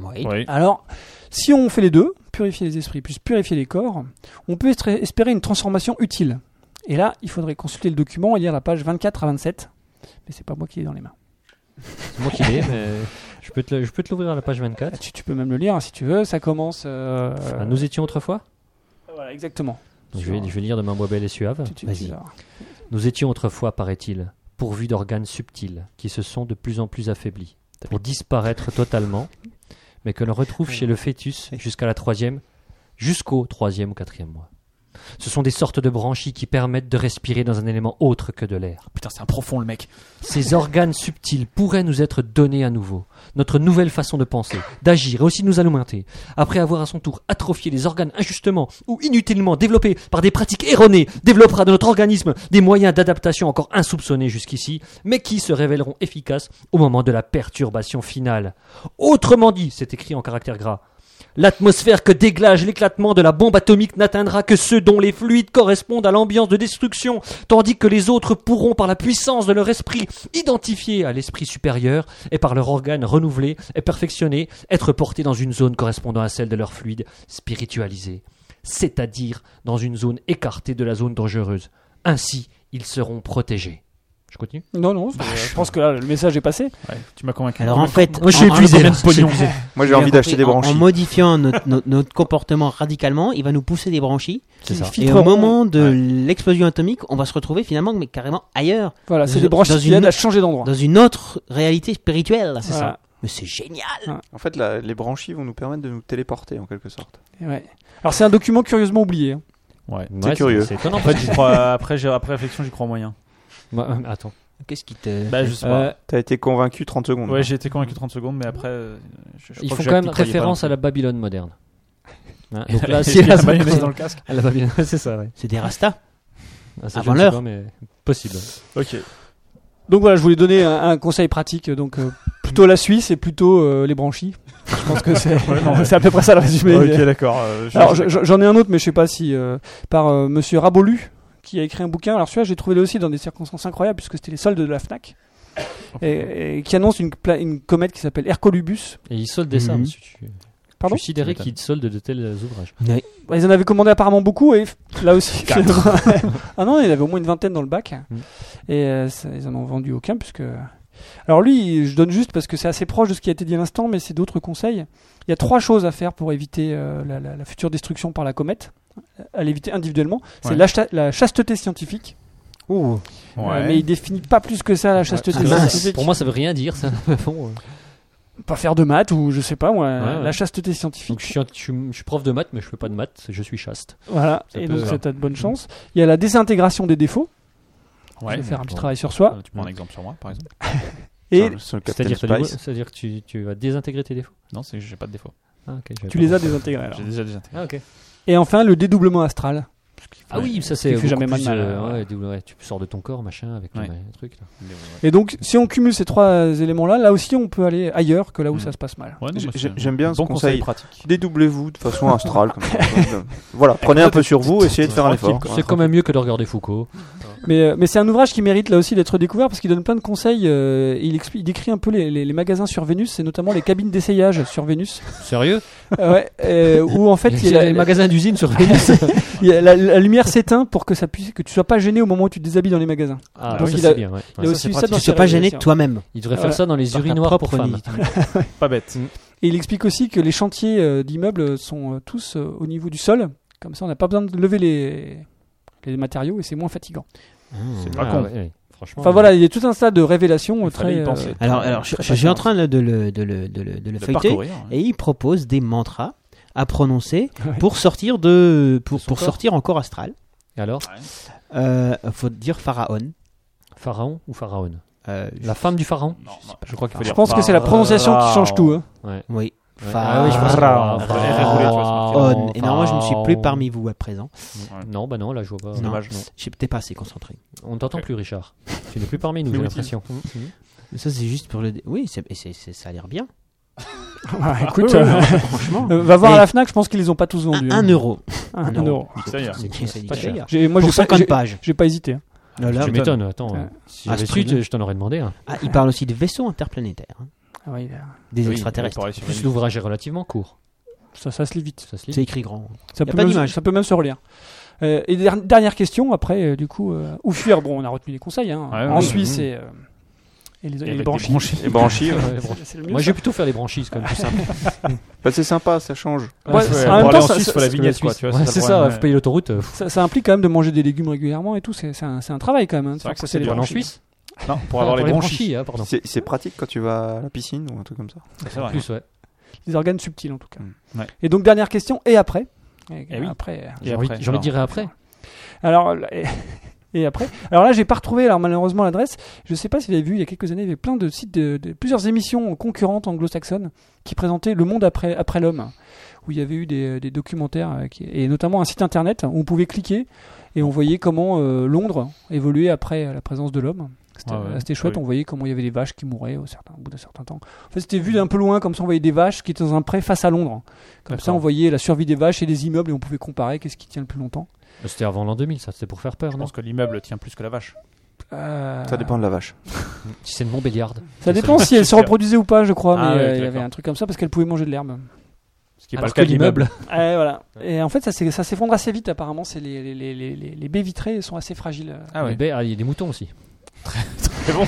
[SPEAKER 6] Oui.
[SPEAKER 10] Oui.
[SPEAKER 7] Alors, si on fait les deux, purifier les esprits plus purifier les corps, on peut estra- espérer une transformation utile. Et là, il faudrait consulter le document et lire la page 24 à 27. Mais c'est pas moi qui l'ai dans les mains.
[SPEAKER 5] C'est moi qui l'ai, mais je peux te le- je peux te l'ouvrir à la page 24.
[SPEAKER 7] Tu, tu peux même le lire hein, si tu veux. Ça commence. euh,
[SPEAKER 5] Ah, nous étions autrefois
[SPEAKER 7] Voilà, exactement.
[SPEAKER 5] Donc, je, vais, je vais lire de main bois belle et suave.
[SPEAKER 7] Tu- tu- tu
[SPEAKER 5] Vas-y.
[SPEAKER 7] verras.
[SPEAKER 5] Nous étions autrefois, paraît-il, pourvus d'organes subtils qui se sont de plus en plus affaiblis pour disparaître totalement, mais que l'on retrouve chez le fœtus jusqu'à la troisième, jusqu'au troisième ou quatrième mois. Ce sont des sortes de branchies qui permettent de respirer dans un élément autre que de l'air.
[SPEAKER 10] Putain, c'est un profond le mec.
[SPEAKER 5] Ces organes subtils pourraient nous être donnés à nouveau. Notre nouvelle façon de penser, d'agir et aussi de nous alimenter. Après avoir à son tour atrophié les organes injustement ou inutilement développés par des pratiques erronées, développera de notre organisme des moyens d'adaptation encore insoupçonnés jusqu'ici, mais qui se révéleront efficaces au moment de la perturbation finale. Autrement dit, c'est écrit en caractère gras, L'atmosphère que déglage l'éclatement de la bombe atomique n'atteindra que ceux dont les fluides correspondent à l'ambiance de destruction, tandis que les autres pourront, par la puissance de leur esprit, identifiés à l'esprit supérieur, et par leur organe renouvelé et perfectionné, être portés dans une zone correspondant à celle de leur fluide spiritualisé, c'est-à-dire dans une zone écartée de la zone dangereuse. Ainsi, ils seront protégés. Je continue
[SPEAKER 7] Non, non, c'est- je pense que là, le message est passé.
[SPEAKER 10] Ouais, tu m'as convaincu.
[SPEAKER 6] Alors en fait,
[SPEAKER 10] Moi, j'ai
[SPEAKER 6] en-
[SPEAKER 10] vu
[SPEAKER 6] en-
[SPEAKER 10] combien de
[SPEAKER 6] c'est-
[SPEAKER 10] pognon.
[SPEAKER 6] c'est-
[SPEAKER 4] Moi j'ai envie d'acheter des
[SPEAKER 6] en- En
[SPEAKER 4] branchies.
[SPEAKER 6] modifiant notre, notre- notre comportement radicalement, il va nous pousser des branchies.
[SPEAKER 5] C'est ça.
[SPEAKER 6] Et au moment de l'explosion atomique, on va se retrouver finalement, mais carrément ailleurs,
[SPEAKER 7] Voilà, c'est
[SPEAKER 6] Dans-
[SPEAKER 7] des branches
[SPEAKER 6] dans
[SPEAKER 7] qui
[SPEAKER 6] une-
[SPEAKER 7] aident à changer d'endroit.
[SPEAKER 6] dans une autre réalité spirituelle.
[SPEAKER 7] Voilà.
[SPEAKER 6] Mais c'est génial.
[SPEAKER 4] En fait, la- les branchies vont nous permettre de nous téléporter en quelque sorte.
[SPEAKER 7] Et ouais. Alors, c'est un document curieusement oublié. hein.
[SPEAKER 10] Ouais.
[SPEAKER 5] Ouais,
[SPEAKER 4] curieux.
[SPEAKER 5] C'est étonnant.
[SPEAKER 10] En fait, j'y crois, après, j'ai- après réflexion, j'y crois moyen.
[SPEAKER 5] Bah, euh, attends.
[SPEAKER 6] Qu'est-ce qui te.
[SPEAKER 10] Bah, je sais
[SPEAKER 5] Euh,
[SPEAKER 10] pas.
[SPEAKER 4] T'as été convaincu 30 secondes.
[SPEAKER 10] Ouais, j'ai été convaincu 30 secondes, mais après. euh, Je, je
[SPEAKER 5] Ils
[SPEAKER 10] crois
[SPEAKER 5] font
[SPEAKER 10] que
[SPEAKER 5] quand même
[SPEAKER 10] Jacques y croyait pas
[SPEAKER 5] référence
[SPEAKER 10] non
[SPEAKER 5] à la Babylone <laughs> moderne. Hein,
[SPEAKER 10] plus.
[SPEAKER 5] donc là,
[SPEAKER 10] Est-ce
[SPEAKER 5] si
[SPEAKER 10] qu'il y a
[SPEAKER 5] la
[SPEAKER 10] la mayonnaise dans
[SPEAKER 5] Babylone,
[SPEAKER 10] le casque.
[SPEAKER 5] à la Babylone, c'est ça, ouais.
[SPEAKER 6] C'est des rastas.
[SPEAKER 5] Ah, ça, je
[SPEAKER 6] Avant
[SPEAKER 5] ne sais
[SPEAKER 6] l'heure.
[SPEAKER 5] pas, mais Possible.
[SPEAKER 10] Ok.
[SPEAKER 7] Donc voilà, je voulais donner un, un conseil pratique. Donc, euh, plutôt la Suisse et plutôt euh, les branchies. Je pense que c'est <laughs> c'est à peu près ça le résumé.
[SPEAKER 10] Ok, d'accord. euh, je-
[SPEAKER 7] Alors, je- je- j'en ai un autre, mais je sais pas si euh, par euh, Monsieur Rabolu qui a écrit un bouquin. Alors celui-là, j'ai trouvé là aussi dans des circonstances incroyables puisque c'était les soldes de la Fnac et, et qui annonce une, pla- une comète qui s'appelle Hercolubus.
[SPEAKER 5] Et ils soldent ça,
[SPEAKER 4] Mhm.
[SPEAKER 5] monsieur. Tu,
[SPEAKER 7] Pardon
[SPEAKER 5] je suis sidéré qu'ils soldent de tels euh, ouvrages.
[SPEAKER 7] Bah, ils en avaient commandé apparemment beaucoup et f- là aussi. <laughs> finalement, ah non, il y en avait au moins une vingtaine dans le bac.
[SPEAKER 5] Mm.
[SPEAKER 7] Et euh, ça- ils en ont vendu aucun puisque Alors lui, je donne juste parce que c'est assez proche de ce qui a été dit à l'instant, mais c'est d'autres conseils. Il y a trois choses à faire pour éviter euh, la, la- la future destruction par la comète, à l'éviter individuellement. C'est
[SPEAKER 10] Ouais.
[SPEAKER 7] la, chasta- la chasteté scientifique, euh, mais il définit pas plus que ça la chasteté
[SPEAKER 5] Ah, mince.
[SPEAKER 7] scientifique.
[SPEAKER 5] Pour moi, ça veut rien dire,
[SPEAKER 7] <laughs>
[SPEAKER 5] ça. Bon, euh,
[SPEAKER 7] Pas faire de maths ou je sais pas moi,
[SPEAKER 5] Ouais,
[SPEAKER 7] la
[SPEAKER 5] ouais.
[SPEAKER 7] chasteté scientifique.
[SPEAKER 5] donc, je, suis, un- je suis- je suis prof de maths, mais je fais pas de maths, je suis chaste.
[SPEAKER 7] Voilà,
[SPEAKER 5] Ça
[SPEAKER 7] et
[SPEAKER 5] peut
[SPEAKER 7] donc
[SPEAKER 5] se
[SPEAKER 7] c'est t'as de bonnes chances. Il y a la désintégration des défauts,
[SPEAKER 10] Ouais.
[SPEAKER 7] de faire un petit
[SPEAKER 5] bon.
[SPEAKER 7] travail sur soi,
[SPEAKER 10] Tu prends un exemple sur moi, par exemple
[SPEAKER 4] Ah,
[SPEAKER 7] et
[SPEAKER 5] C'est-à-dire
[SPEAKER 4] Captain Spice.
[SPEAKER 5] c'est-à-dire que tu, tu vas désintégrer tes défauts.
[SPEAKER 10] Non, c'est que j'ai pas de défaut.
[SPEAKER 5] Ah, ok, j'avais
[SPEAKER 7] tu
[SPEAKER 5] pas
[SPEAKER 7] les as
[SPEAKER 5] compris.
[SPEAKER 7] désintégrés. alors.
[SPEAKER 10] J'ai déjà déjà.
[SPEAKER 5] Ah, ok.
[SPEAKER 7] Et enfin le dédoublement astral.
[SPEAKER 5] Ah oui, ça c'est.
[SPEAKER 7] fait
[SPEAKER 5] beaucoup
[SPEAKER 7] jamais mal,
[SPEAKER 5] plus,
[SPEAKER 7] mal,
[SPEAKER 5] euh,
[SPEAKER 7] ouais.
[SPEAKER 5] ouais, double- ouais, tu sors de ton corps, machin, avec
[SPEAKER 10] Ouais.
[SPEAKER 5] le le truc. là.
[SPEAKER 7] Et donc si on cumule ces trois euh, éléments-là, là aussi on peut aller ailleurs que là où
[SPEAKER 10] Mm.
[SPEAKER 7] ça se passe mal.
[SPEAKER 10] Ouais, non,
[SPEAKER 4] J'ai-
[SPEAKER 10] mais
[SPEAKER 4] j'ai-
[SPEAKER 10] c'est-
[SPEAKER 4] J'aime bien
[SPEAKER 10] bon
[SPEAKER 4] ce conseil.
[SPEAKER 10] pratique.
[SPEAKER 4] Dédoublez-vous de façon astrale. comme ça. voilà, prenez un peu sur vous, essayez de faire un effort.
[SPEAKER 5] C'est quand même mieux que de regarder Foucault.
[SPEAKER 7] Mais, euh, mais c'est un ouvrage qui mérite là aussi d'être découvert parce qu'il donne plein de conseils. euh, il, expli- il décrit un peu les, les- les magasins sur Vénus et notamment les cabines d'essayage sur Vénus.
[SPEAKER 5] Sérieux
[SPEAKER 7] Euh, ouais, euh, où en fait il y a
[SPEAKER 5] Il y
[SPEAKER 7] la-
[SPEAKER 5] a les magasins d'usine sur Vénus.
[SPEAKER 7] <laughs> il y a la, la lumière s'éteint pour que ça puisse que tu sois pas gêné au moment où tu te déshabilles dans les magasins.
[SPEAKER 5] Ah,
[SPEAKER 7] Donc,
[SPEAKER 5] ça
[SPEAKER 7] il
[SPEAKER 5] c'est
[SPEAKER 7] a-
[SPEAKER 5] bien. ouais.
[SPEAKER 7] il y a
[SPEAKER 5] Ouais.
[SPEAKER 7] aussi
[SPEAKER 10] c'est
[SPEAKER 7] Ah, ça dans
[SPEAKER 10] pratique.
[SPEAKER 6] Tu sois pas gêné de
[SPEAKER 7] toi
[SPEAKER 6] toi-même.
[SPEAKER 5] Il devrait
[SPEAKER 7] Voilà.
[SPEAKER 5] faire ça dans les
[SPEAKER 6] Par ta
[SPEAKER 5] urinoirs pour
[SPEAKER 6] propre
[SPEAKER 5] femmes.
[SPEAKER 6] nudité.
[SPEAKER 10] Pas bête.
[SPEAKER 7] Et il explique aussi que les chantiers euh, d'immeubles sont euh, tous euh, au niveau du sol. Comme ça, on n'a pas besoin de lever les, les matériaux et c'est moins fatigant.
[SPEAKER 6] Ah.
[SPEAKER 5] C'est
[SPEAKER 10] pas con.
[SPEAKER 5] Franchement.
[SPEAKER 7] Enfin
[SPEAKER 5] Ah, ouais.
[SPEAKER 7] voilà, il y a tout un tas de révélations euh,
[SPEAKER 10] fallait
[SPEAKER 7] très.
[SPEAKER 10] y
[SPEAKER 7] euh,
[SPEAKER 10] penser.
[SPEAKER 6] Alors, alors je, je suis en train là, de le, de le, de le, de le
[SPEAKER 10] De
[SPEAKER 6] feuilleter.
[SPEAKER 10] parcourir.
[SPEAKER 6] Et il propose des mantras à prononcer
[SPEAKER 7] Ouais.
[SPEAKER 6] pour sortir de pour,
[SPEAKER 5] son
[SPEAKER 6] pour
[SPEAKER 5] corps.
[SPEAKER 6] sortir encore astral.
[SPEAKER 5] Et alors
[SPEAKER 6] Euh, faut dire pharaon.
[SPEAKER 5] Pharaon ou pharaon
[SPEAKER 6] Euh,
[SPEAKER 5] La femme du pharaon
[SPEAKER 10] Non, non, je crois qu'il faut
[SPEAKER 7] je
[SPEAKER 10] dire.
[SPEAKER 7] pense que
[SPEAKER 6] Bah,
[SPEAKER 7] c'est la prononciation qui change tout.
[SPEAKER 6] <laughs>
[SPEAKER 7] hein.
[SPEAKER 6] Oui.
[SPEAKER 5] Ouais.
[SPEAKER 6] Pharaon.
[SPEAKER 5] Ah oui, je pense que-
[SPEAKER 10] Pharaon.
[SPEAKER 5] Ah,
[SPEAKER 6] Pharaon. Et normalement, je ne suis plus
[SPEAKER 5] Pharaon.
[SPEAKER 6] parmi vous à présent.
[SPEAKER 5] Non, bah non, là je vois pas.
[SPEAKER 6] Non.
[SPEAKER 5] Non.
[SPEAKER 6] Dommage. Je n'étais pas assez concentré.
[SPEAKER 5] On ne t'entend
[SPEAKER 10] Ok.
[SPEAKER 5] plus, Richard. Tu n'es plus parmi nous, j'ai l'impression.
[SPEAKER 6] Ça, c'est juste pour le. dé- Oui, c'est, et c'est- c'est- ça a l'air bien.
[SPEAKER 7] Bah, écoute, euh,
[SPEAKER 6] Franchement.
[SPEAKER 7] euh, <laughs> va voir
[SPEAKER 6] Et-
[SPEAKER 7] à la Fnac, je pense qu'ils les ont pas tous vendus.
[SPEAKER 6] Ah,
[SPEAKER 7] hein.
[SPEAKER 6] Un, un euro.
[SPEAKER 7] Un- un
[SPEAKER 6] Un
[SPEAKER 7] euro.
[SPEAKER 10] Ça y est.
[SPEAKER 6] C'est- c'est- c'est-
[SPEAKER 5] Pas
[SPEAKER 6] c'est-
[SPEAKER 5] cher.
[SPEAKER 7] J'ai- Moi, j'ai
[SPEAKER 6] Pour
[SPEAKER 7] pas,
[SPEAKER 6] 50
[SPEAKER 7] j'ai-
[SPEAKER 6] pages.
[SPEAKER 7] j'ai pas hésité. hein.
[SPEAKER 6] Là, là,
[SPEAKER 5] Je m'étonne, attends.
[SPEAKER 7] Ouais.
[SPEAKER 5] euh, Si
[SPEAKER 6] Ah,
[SPEAKER 5] j'avais
[SPEAKER 6] ce
[SPEAKER 5] su,
[SPEAKER 6] prix-là.
[SPEAKER 5] je t'en aurais demandé. hein.
[SPEAKER 6] Ah, il parle aussi de vaisseaux interplanétaires. hein.
[SPEAKER 7] Ah oui, euh,
[SPEAKER 6] Des
[SPEAKER 10] Oui,
[SPEAKER 6] extraterrestres.
[SPEAKER 10] pour aller sur
[SPEAKER 5] En plus,
[SPEAKER 10] une-
[SPEAKER 5] l'ouvrage est relativement court.
[SPEAKER 7] ça, ça se lit vite.
[SPEAKER 5] Ça se lit.
[SPEAKER 6] C'est écrit grand.
[SPEAKER 7] Ça
[SPEAKER 6] Y a
[SPEAKER 7] peut,
[SPEAKER 6] pas
[SPEAKER 7] même,
[SPEAKER 6] d'image.
[SPEAKER 7] ça peut même se relire. Euh, et der- dernière question, après, euh, du coup, euh, où fuir Bon, on a retenu les conseils. hein.
[SPEAKER 10] Ouais,
[SPEAKER 7] en
[SPEAKER 10] ouais.
[SPEAKER 7] Suisse et, euh, et les, et les
[SPEAKER 10] avec des
[SPEAKER 7] branchies.
[SPEAKER 10] branchies.
[SPEAKER 4] Et branchi, ouais.
[SPEAKER 5] Ouais, bon.
[SPEAKER 7] C'est le mieux,
[SPEAKER 5] Moi,
[SPEAKER 7] ça.
[SPEAKER 5] je vais plutôt faire les branchies, c'est quand même plus simple.
[SPEAKER 4] Bah, c'est sympa, ça change.
[SPEAKER 7] Ouais,
[SPEAKER 5] c'est
[SPEAKER 7] c'est-
[SPEAKER 5] ça.
[SPEAKER 7] en même
[SPEAKER 10] Pour aller
[SPEAKER 7] temps,
[SPEAKER 10] en
[SPEAKER 7] ça-
[SPEAKER 10] Suisse,
[SPEAKER 7] ça-
[SPEAKER 10] faut la vignette, quoi. tu vois,
[SPEAKER 5] Ouais,
[SPEAKER 10] ça
[SPEAKER 5] c'est
[SPEAKER 10] prend-
[SPEAKER 5] ça,
[SPEAKER 10] ouais.
[SPEAKER 5] faut payer l'autoroute. euh, pff,
[SPEAKER 7] Ça, ça implique quand même de manger des légumes régulièrement et tout. C'est c'est un, c'est un travail quand même. hein, de
[SPEAKER 10] C'est vrai que
[SPEAKER 7] faire
[SPEAKER 10] c'est
[SPEAKER 7] pousser les
[SPEAKER 10] dur en
[SPEAKER 7] branchies.
[SPEAKER 10] Suisse. Non, pour avoir les branchies.
[SPEAKER 5] ah, pardon.
[SPEAKER 4] C'est c'est pratique quand tu vas à la piscine ou un truc comme ça.
[SPEAKER 10] C'est vrai.
[SPEAKER 5] Plus, ouais.
[SPEAKER 7] Les organes subtils en tout cas.
[SPEAKER 10] Mm. Ouais.
[SPEAKER 7] Et donc dernière question et après. Et,
[SPEAKER 10] Eh oui.
[SPEAKER 7] après. euh,
[SPEAKER 10] Et
[SPEAKER 5] J'ai envie
[SPEAKER 10] après,
[SPEAKER 5] j'ai envie
[SPEAKER 10] alors.
[SPEAKER 5] de dire après.
[SPEAKER 7] Alors là, et, <laughs> et après. Alors là j'ai pas retrouvé alors malheureusement l'adresse. Je sais pas si vous avez vu il y a quelques années il y avait plein de sites de, de- plusieurs émissions concurrentes anglo-saxonnes qui présentaient le monde après après l'homme où il y avait eu des, des documentaires euh, qui- et notamment un site internet où on pouvait cliquer et on voyait comment euh, Londres évoluait après euh, la présence de l'homme. C'était
[SPEAKER 10] Ouais, ouais.
[SPEAKER 7] c'était chouette,
[SPEAKER 10] Ah oui.
[SPEAKER 7] on voyait comment il y avait des vaches qui mouraient au, certain, au bout d'un certain temps. En fait, c'était vu d'un peu loin, comme ça on voyait des vaches qui étaient dans un pré face à Londres. Comme ça on
[SPEAKER 5] D'accord.
[SPEAKER 7] voyait la survie des vaches et des immeubles et on pouvait comparer qu'est-ce qui tient le plus longtemps.
[SPEAKER 5] C'était avant l'an 2000, ça, c'était pour faire
[SPEAKER 10] Je
[SPEAKER 5] peur, non
[SPEAKER 10] pense que l'immeuble tient plus que la vache.
[SPEAKER 7] Euh,
[SPEAKER 4] Ça dépend de la vache.
[SPEAKER 5] Si c'est de Montbéliard.
[SPEAKER 7] Ça dépend si elle se reproduisait ou pas, je crois,
[SPEAKER 10] Ah
[SPEAKER 7] mais
[SPEAKER 10] ouais,
[SPEAKER 7] euh, il y
[SPEAKER 10] d'accord.
[SPEAKER 7] avait un truc comme ça parce qu'elle pouvait manger de l'herbe.
[SPEAKER 10] Ce qui est pas
[SPEAKER 5] Alors
[SPEAKER 10] le
[SPEAKER 5] que
[SPEAKER 10] cas de
[SPEAKER 5] l'immeuble,
[SPEAKER 7] Ouais, voilà. Et en fait, ça s'est- ça s'effondre assez vite, apparemment. C'est les, les, les, les, les- les baies vitrées sont assez fragiles.
[SPEAKER 10] Ah
[SPEAKER 5] les
[SPEAKER 10] ouais.
[SPEAKER 5] baies- ah, il y a des moutons aussi.
[SPEAKER 10] C'est bon.